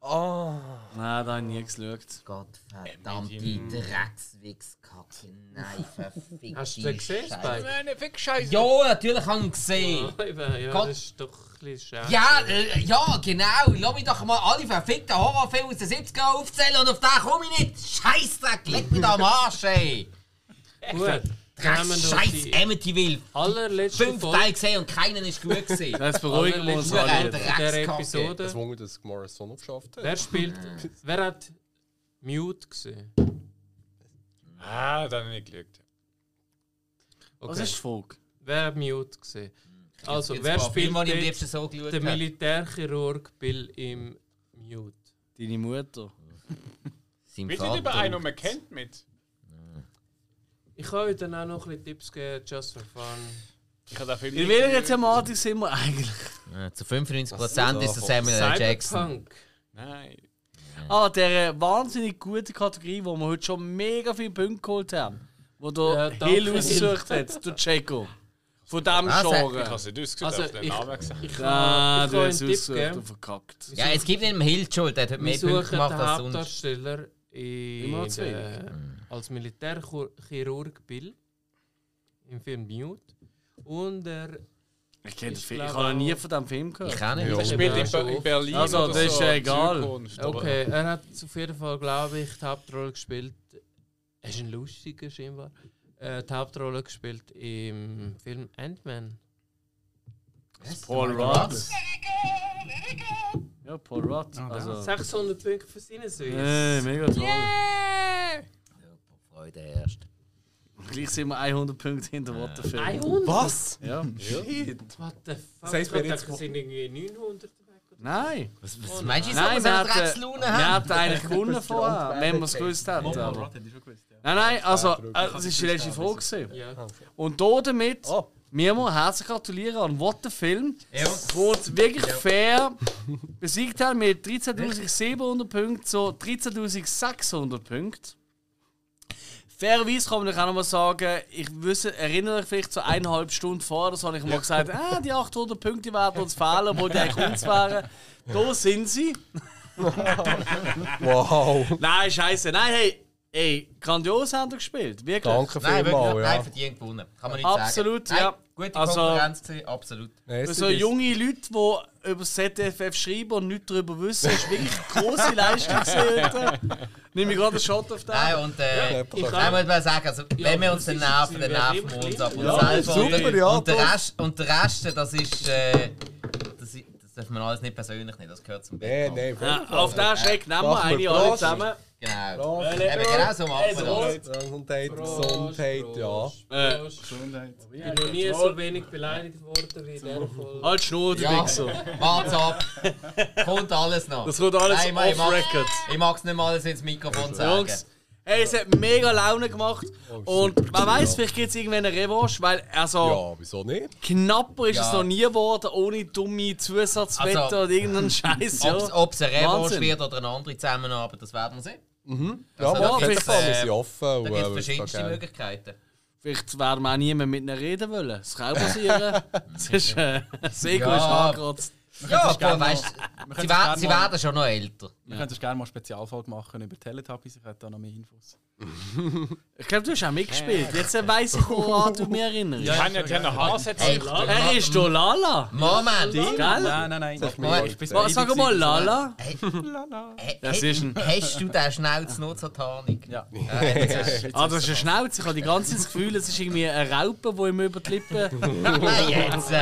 C: Ah.
A: Nein, da habe ich nie geschaut.
B: Gottverdammte Dreckswichskacke. Nein, verfickte
F: Hast du den gesehen,
B: Scheiße.
F: Spike?
B: Ja, natürlich habe ich ihn gesehen.
F: Ja, eben, ja,
B: Gott.
F: das ist doch ein bisschen schade.
B: Ja, äh, ja, genau. Lass mich doch mal alle verfickten Horrorfilme aus den 70ern aufzählen und auf den komme ich nicht. Scheißdreck, leg mich da am Arsch, ey.
F: Gut, dann haben wir
B: Drecks,
F: noch
B: Scheiß,
F: die
B: Amityville.
F: allerletzte
B: Fünf
F: Folge
B: Teile gesehen und keiner ist gut gesehen.
F: Also,
A: Das beruhigen wir uns
F: allerletzte
A: alle.
F: Folge
A: wieder.
F: dieser
B: Dreckskacke.
C: Das
F: Episode.
C: Wunder, dass dus Morrison noch geschafft hat.
F: Wer spielt, wer hat Mute gesehen?
D: Ah, dann habe ich nicht geschaut.
A: Was
F: Okay.
A: ist die Frage?
F: Wer hat Mute gesehen? Also,
B: Jetzt
F: wer
B: ein paar
F: spielt
B: Filme, die ich am
F: dort
B: liebsten so geschaut
F: den
B: habe.
F: Militärchirurg Bill im Mute?
A: Deine Mutter.
B: Sein
D: Willst du nicht über
B: Vater.
D: einen, den man kennt mit?
F: Ich kann euch dann auch noch ein bisschen Tipps geben, just for fun.
D: Ich habe den Film
A: In welcher Thematik sind wir eigentlich?
B: Ja, Zu 95% ist der Samuel L. Jackson.
F: Cyberpunk.
D: Nein.
A: Ah, der wahnsinnig gute Kategorie, wo wir heute schon mega viele Punkte geholt haben. Wo der
F: Ja, danke,
A: Hill
F: Hill.
A: ausgesucht hat, der Checo. Von diesem
B: Was?
D: Ich habe
A: Genre.
D: es nicht ausgesucht,
F: Also,
D: ich habe den
F: ich-
D: Namen gesagt.
A: Ah,
F: Ich
A: du
F: kann, ich kann einen
A: hast
F: Tipp
A: ausgesucht und
F: geben.
A: verkackt.
B: Ja, es gibt nicht mehr Hill Schuld, der hat mehr
F: Wir
B: Punkte
F: suchen den
B: gemacht als sonst.
F: Hauptdarsteller
A: Immer noch
F: in
A: zu wenig.
F: der, als Militärchirurg Bill im Film Mute. Und er
A: Ich kenne den
F: Ich
A: Film. Ich
F: glaube
A: habe noch nie
F: auch-
A: von diesem Film
B: Ich
A: gehört.
B: kann nicht.
D: Er
F: Ja.
D: spielt in,
F: schon
D: Be in
F: oft.
D: Berlin.
A: Also,
D: oder
A: das ist
D: so,
A: ja egal.
D: Zukunft, aber-
F: Okay, er hat auf jeden Fall, glaube ich, die Hauptrolle gespielt. Er ist ein lustiger scheinbar. Äh, die Hauptrolle gespielt im Film Ant-Man.
A: Paul Rudd. Ja, Paul Rudd.
G: Ah,
A: Also,
F: 600 Punkte für seine
A: äh,
F: Suisse.
A: mega toll.
B: Freude erst.
A: Gleich sind wir 100 Punkte hinter Waterfilm.
F: 100?
C: Was?
A: Ja.
F: What the fuck?
C: Das heisst, wir
F: Ich
C: jetzt-
F: dachte, es sind irgendwie 900 weg.
A: Nein.
B: Was, was meinst du, so
A: Nein,
B: was
A: wir
B: eine
A: hatten,
B: Dreckslaune
A: wir
B: haben?
A: hatten eigentlich gewonnen vorher, wenn wir es gewusst hätten.
E: Paul
A: aber-
E: Rudd hätte ich schon gewusst, ja.
A: Nein, nein, also, äh, das war die letzte Frage. gewesen.
F: Ja.
A: Und hier damit,
C: Oh.
A: wir müssen herzlich gratulieren an What the Film,
B: Ja.
A: wo es wirklich fair besiegt haben mit 13.700 Punkten zu 13.600 Punkten. Fairerweise kann man euch auch noch mal sagen, ich wüsste, erinnere mich vielleicht so eineinhalb Stunden vorher, das habe ich mal gesagt, ah, die 800 Punkte werden uns fehlen, obwohl die eigentlich uns wären. Da sind sie.
C: Wow.
A: Nein, scheiße. Nein, hey, hey, grandios haben wir gespielt. Wirklich.
C: Danke
B: Nein, wirklich,
C: vielmals.
B: nein,
C: Ja.
B: verdient gewonnen. Kann man nicht
A: Absolut,
B: sagen.
A: ja.
B: Nein, Gute
A: Also-
B: Konkurrenz gewesen, absolut.
C: Nein,
A: Für
C: es
A: so
C: ist-
A: junge Leute, die über das ZDF schreiben und nichts darüber wissen, ist wirklich eine grosse Leistung. gewesen. Nimm mir gerade einen Shot auf den.
B: Nein, und äh,
C: ich
B: ich
C: kann-
B: kann mal sagen, also, wenn wir uns
F: das
B: den
F: ist-
B: nerven,
F: das
B: dann
F: ist-
B: nerven wir uns ab und
A: Ja,
B: selber.
C: super, ja,
B: und, der
C: doch.
B: Rest, und der Rest, das ist. Äh, das, ist- das darf man alles nicht persönlich nehmen, das gehört zum
C: Nein,
B: Wettkampf.
C: nein,
A: Ja,
C: wirklich.
A: auf den Schreck nehmen wir
C: Mach mal
A: eine alle
C: Prost.
A: zusammen.
B: Genau.
C: Prost.
B: Eben genau so machen wir das.
C: Gesundheit, Gesundheit, ja.
A: Äh,
F: Ich bin noch nie so wenig beleidigt worden wie in dieser Folge.
A: halt Schnur, du
B: Ja,
A: Wichser.
B: wart's ab. Kommt alles noch.
A: Das kommt alles
B: Nein, Mann, ich mach's-
A: off-record.
B: Ich mag es nicht mal alles ins Mikrofon sagen. Oh,
A: Jungs, Hey, es hat mega Laune gemacht. Und man weiß, vielleicht gibt es irgendwann eine Revanche, weil also
C: Ja, wieso nicht?
A: knapper ist es noch nie geworden, ohne dumme Zusatzwetter
B: Also-
A: oder irgendeinen Scheiß. Ja.
B: Ob es eine Revanche
A: Wahnsinn.
B: wird oder eine andere Zusammenarbeit, das werden wir sehen.
C: Ja,
B: Also, da
C: aber auf jeden
B: gibt's,
C: Fall, wir
B: äh,
C: sind offen.
B: Da
C: und,
B: gibt es
C: äh,
B: verschiedenste
C: gerne.
B: Möglichkeiten.
A: Vielleicht werden wir auch niemand mit ihnen reden wollen. Das kann auch passieren. das ist, äh, das Ego
B: Ja.
A: ist angekratzt.
B: Ja,
G: das
B: aber
G: gerne
B: weißt
G: wir
B: sie,
G: können
B: wer-
G: das
B: sie
G: gerne mal-
B: werden schon noch älter.
G: Wir können sonst gerne mal eine Spezialfolge machen über Teletubbies. Ich hätte da noch mehr Infos.
A: Ich glaube, du hast auch mitgespielt. Jetzt äh, weiss ich, woran du mich erinnerst.
D: Ich habe ja gerne Haas jetzt.
B: Hey,
A: Er ist doch Lala.
B: Moment!
A: Gell?
G: Nein, nein, nein.
C: Sag mir
B: Mal-
C: mal,
B: bis-
A: Was, sag mal, Lala?
B: Hey,
A: Das ist ein-
B: Hast du den Schnauz noch zur Tarnung?
G: Ja.
A: Ah, das ist eine Schnauze. Ich habe die ganze Zeit das Gefühl, es ist irgendwie eine Raupe, die ihm über die Lippen.
B: Nein, jetzt! Äh,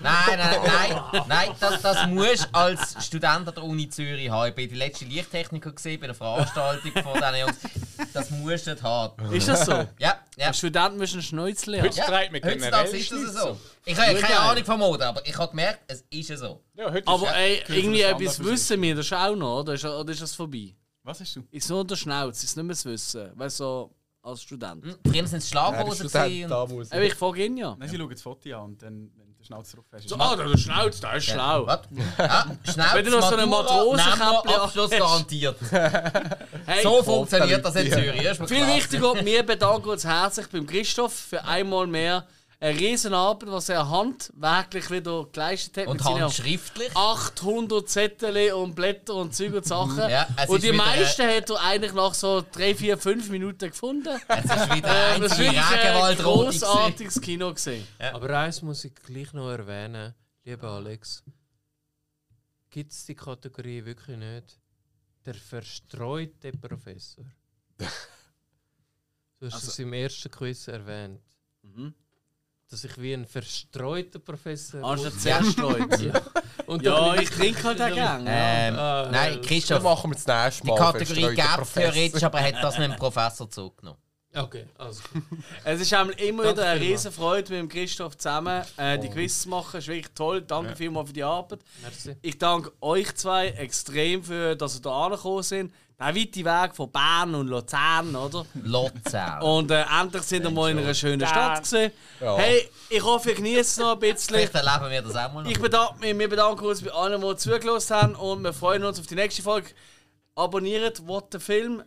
B: nein, nein, nein, nein, das, das musst du als Student an der Uni Zürich haben. Ich bin die letzte Lichttechniker gesehen bei der Veranstaltung von diesen Jungs. Das musst du nicht haben.
A: Ist das so?
B: Ja, ja.
A: Als Student müssen Schnäuzle haben.
D: Heute streit man generell.
B: Heutzutage ist das
D: Schnitzel.
B: so. Ich habe ja
A: Urgeil.
B: keine Ahnung von Mode, aber ich habe gemerkt, es ist so.
D: Ja, heute
A: Aber
D: ist
A: ey, irgendwie
D: Standard
A: etwas
D: für sich.
A: wissen wir, das ist auch noch, oder ist, oder ist das vorbei?
G: Was hast du?
A: Ist nur der Schnauz, ist nicht mehr das Wissen. Weißt du, so als Student.
B: Hm, Früher sind es
C: er ist
B: Schlaghosen.
C: Student,
B: gewesen
C: da
B: und-
C: muss
A: Aber ich frage ihn ja.
G: Nein, sie schauen das Foto an und dann, wenn du schnell drauf hast.
A: So, ah, der Schnauz, der ist schlau.
B: Was? Ah, Schnauz,
A: Wenn du noch so eine
B: Matura,
A: Matrosenkappe
B: nehmen wir Abschluss
A: hast.
B: garantiert.
A: Hey,
B: So funktioniert das in Zürich. ist mir
A: Viel
B: klar.
A: wichtiger, wir bedanken uns herzlich beim Christoph für einmal mehr eine riesen Arbeit, was er handwerklich wieder geleistet hat.
B: Und handschriftlich.
A: Ah. 800 Zettel und Blätter und Zeug und Sachen.
B: Ja, es
A: und
B: ist
A: die
B: wieder- äh,
A: meisten hat er eigentlich nach so 3, 4, 5 Minuten gefunden.
B: Es ist wieder
A: Ähm,
B: ein
A: das ist wirklich ein
B: Regenwaldrote. gewesen.
A: großartiges Kino gesehen.
F: Aber eins muss ich gleich noch erwähnen, lieber Alex. Gibt es die Kategorie wirklich nicht? Der verstreute Professor. du hast es im ersten Quiz erwähnt.
A: Mhm.
F: Dass ich wie ein verstreuter Professor
A: Anstatt zuerst Leute.
F: und
A: Ja, ich trinke halt auch gerne.
B: Ähm,
F: Ah,
B: nein,
C: Dann
B: Christoph,
C: machen wir das nächste
B: die
C: Mal.
B: Kategorie
C: verstreuten
B: gab es
C: Professor.
B: theoretisch, aber er hat das mit dem Professor zurückgenommen.
F: Okay, also gut.
A: Es ist einmal immer
F: Danke
A: wieder eine
F: vielmals.
A: riesen Freude, mit dem Christoph zusammen äh,
B: Oh.
A: die Quiz zu machen. Ist wirklich toll. Danke vielmals für die Arbeit.
F: Merci.
A: Ich danke euch zwei extrem für, dass ihr da angekommen sind. Der weite Weg von Bern und Luzern, oder?
B: Lotzau.
A: Und äh, endlich sind wir mal in einer schönen Stadt gesehen.
C: Ja.
A: Hey, ich hoffe, ihr genießt es noch ein bisschen.
B: Vielleicht erleben wir das auch mal noch.
A: Ich bedanke mich, wir bedanken uns bei allen, die zugelassen haben und wir freuen uns auf die nächste Folge. Abonniert What the Film,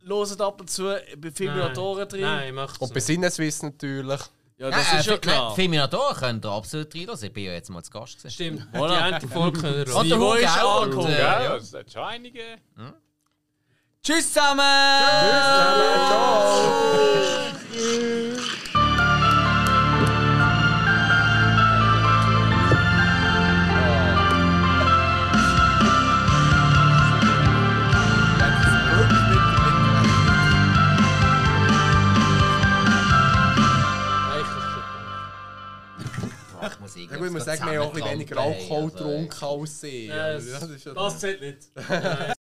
A: loset ab und zu bei Filmatoren drin.
F: Nein, mach
C: Und bei Sinneswiss natürlich.
A: Ja, das
B: Nein,
A: ist
B: äh,
A: schon klar.
B: Feminatoren könnt ihr absolut reinlassen. Ich bin ja jetzt mal zu Gast. Gewesen.
F: Stimmt,
A: Voilà.
F: die eine Folge können wir
A: Und der
B: Niveau
A: Hugo ist
B: ist auch
A: angekommen.
B: und, äh,
D: Ja, ja, das hat schon einige.
A: Tschüss zusammen!
B: Ach, muss ich
C: Ja, eh, gut, ich muss sagen, wir haben auch ein bisschen weniger Alkohol getrunken als sie.
A: Das
C: Das ist ja-
A: Das zählt nicht.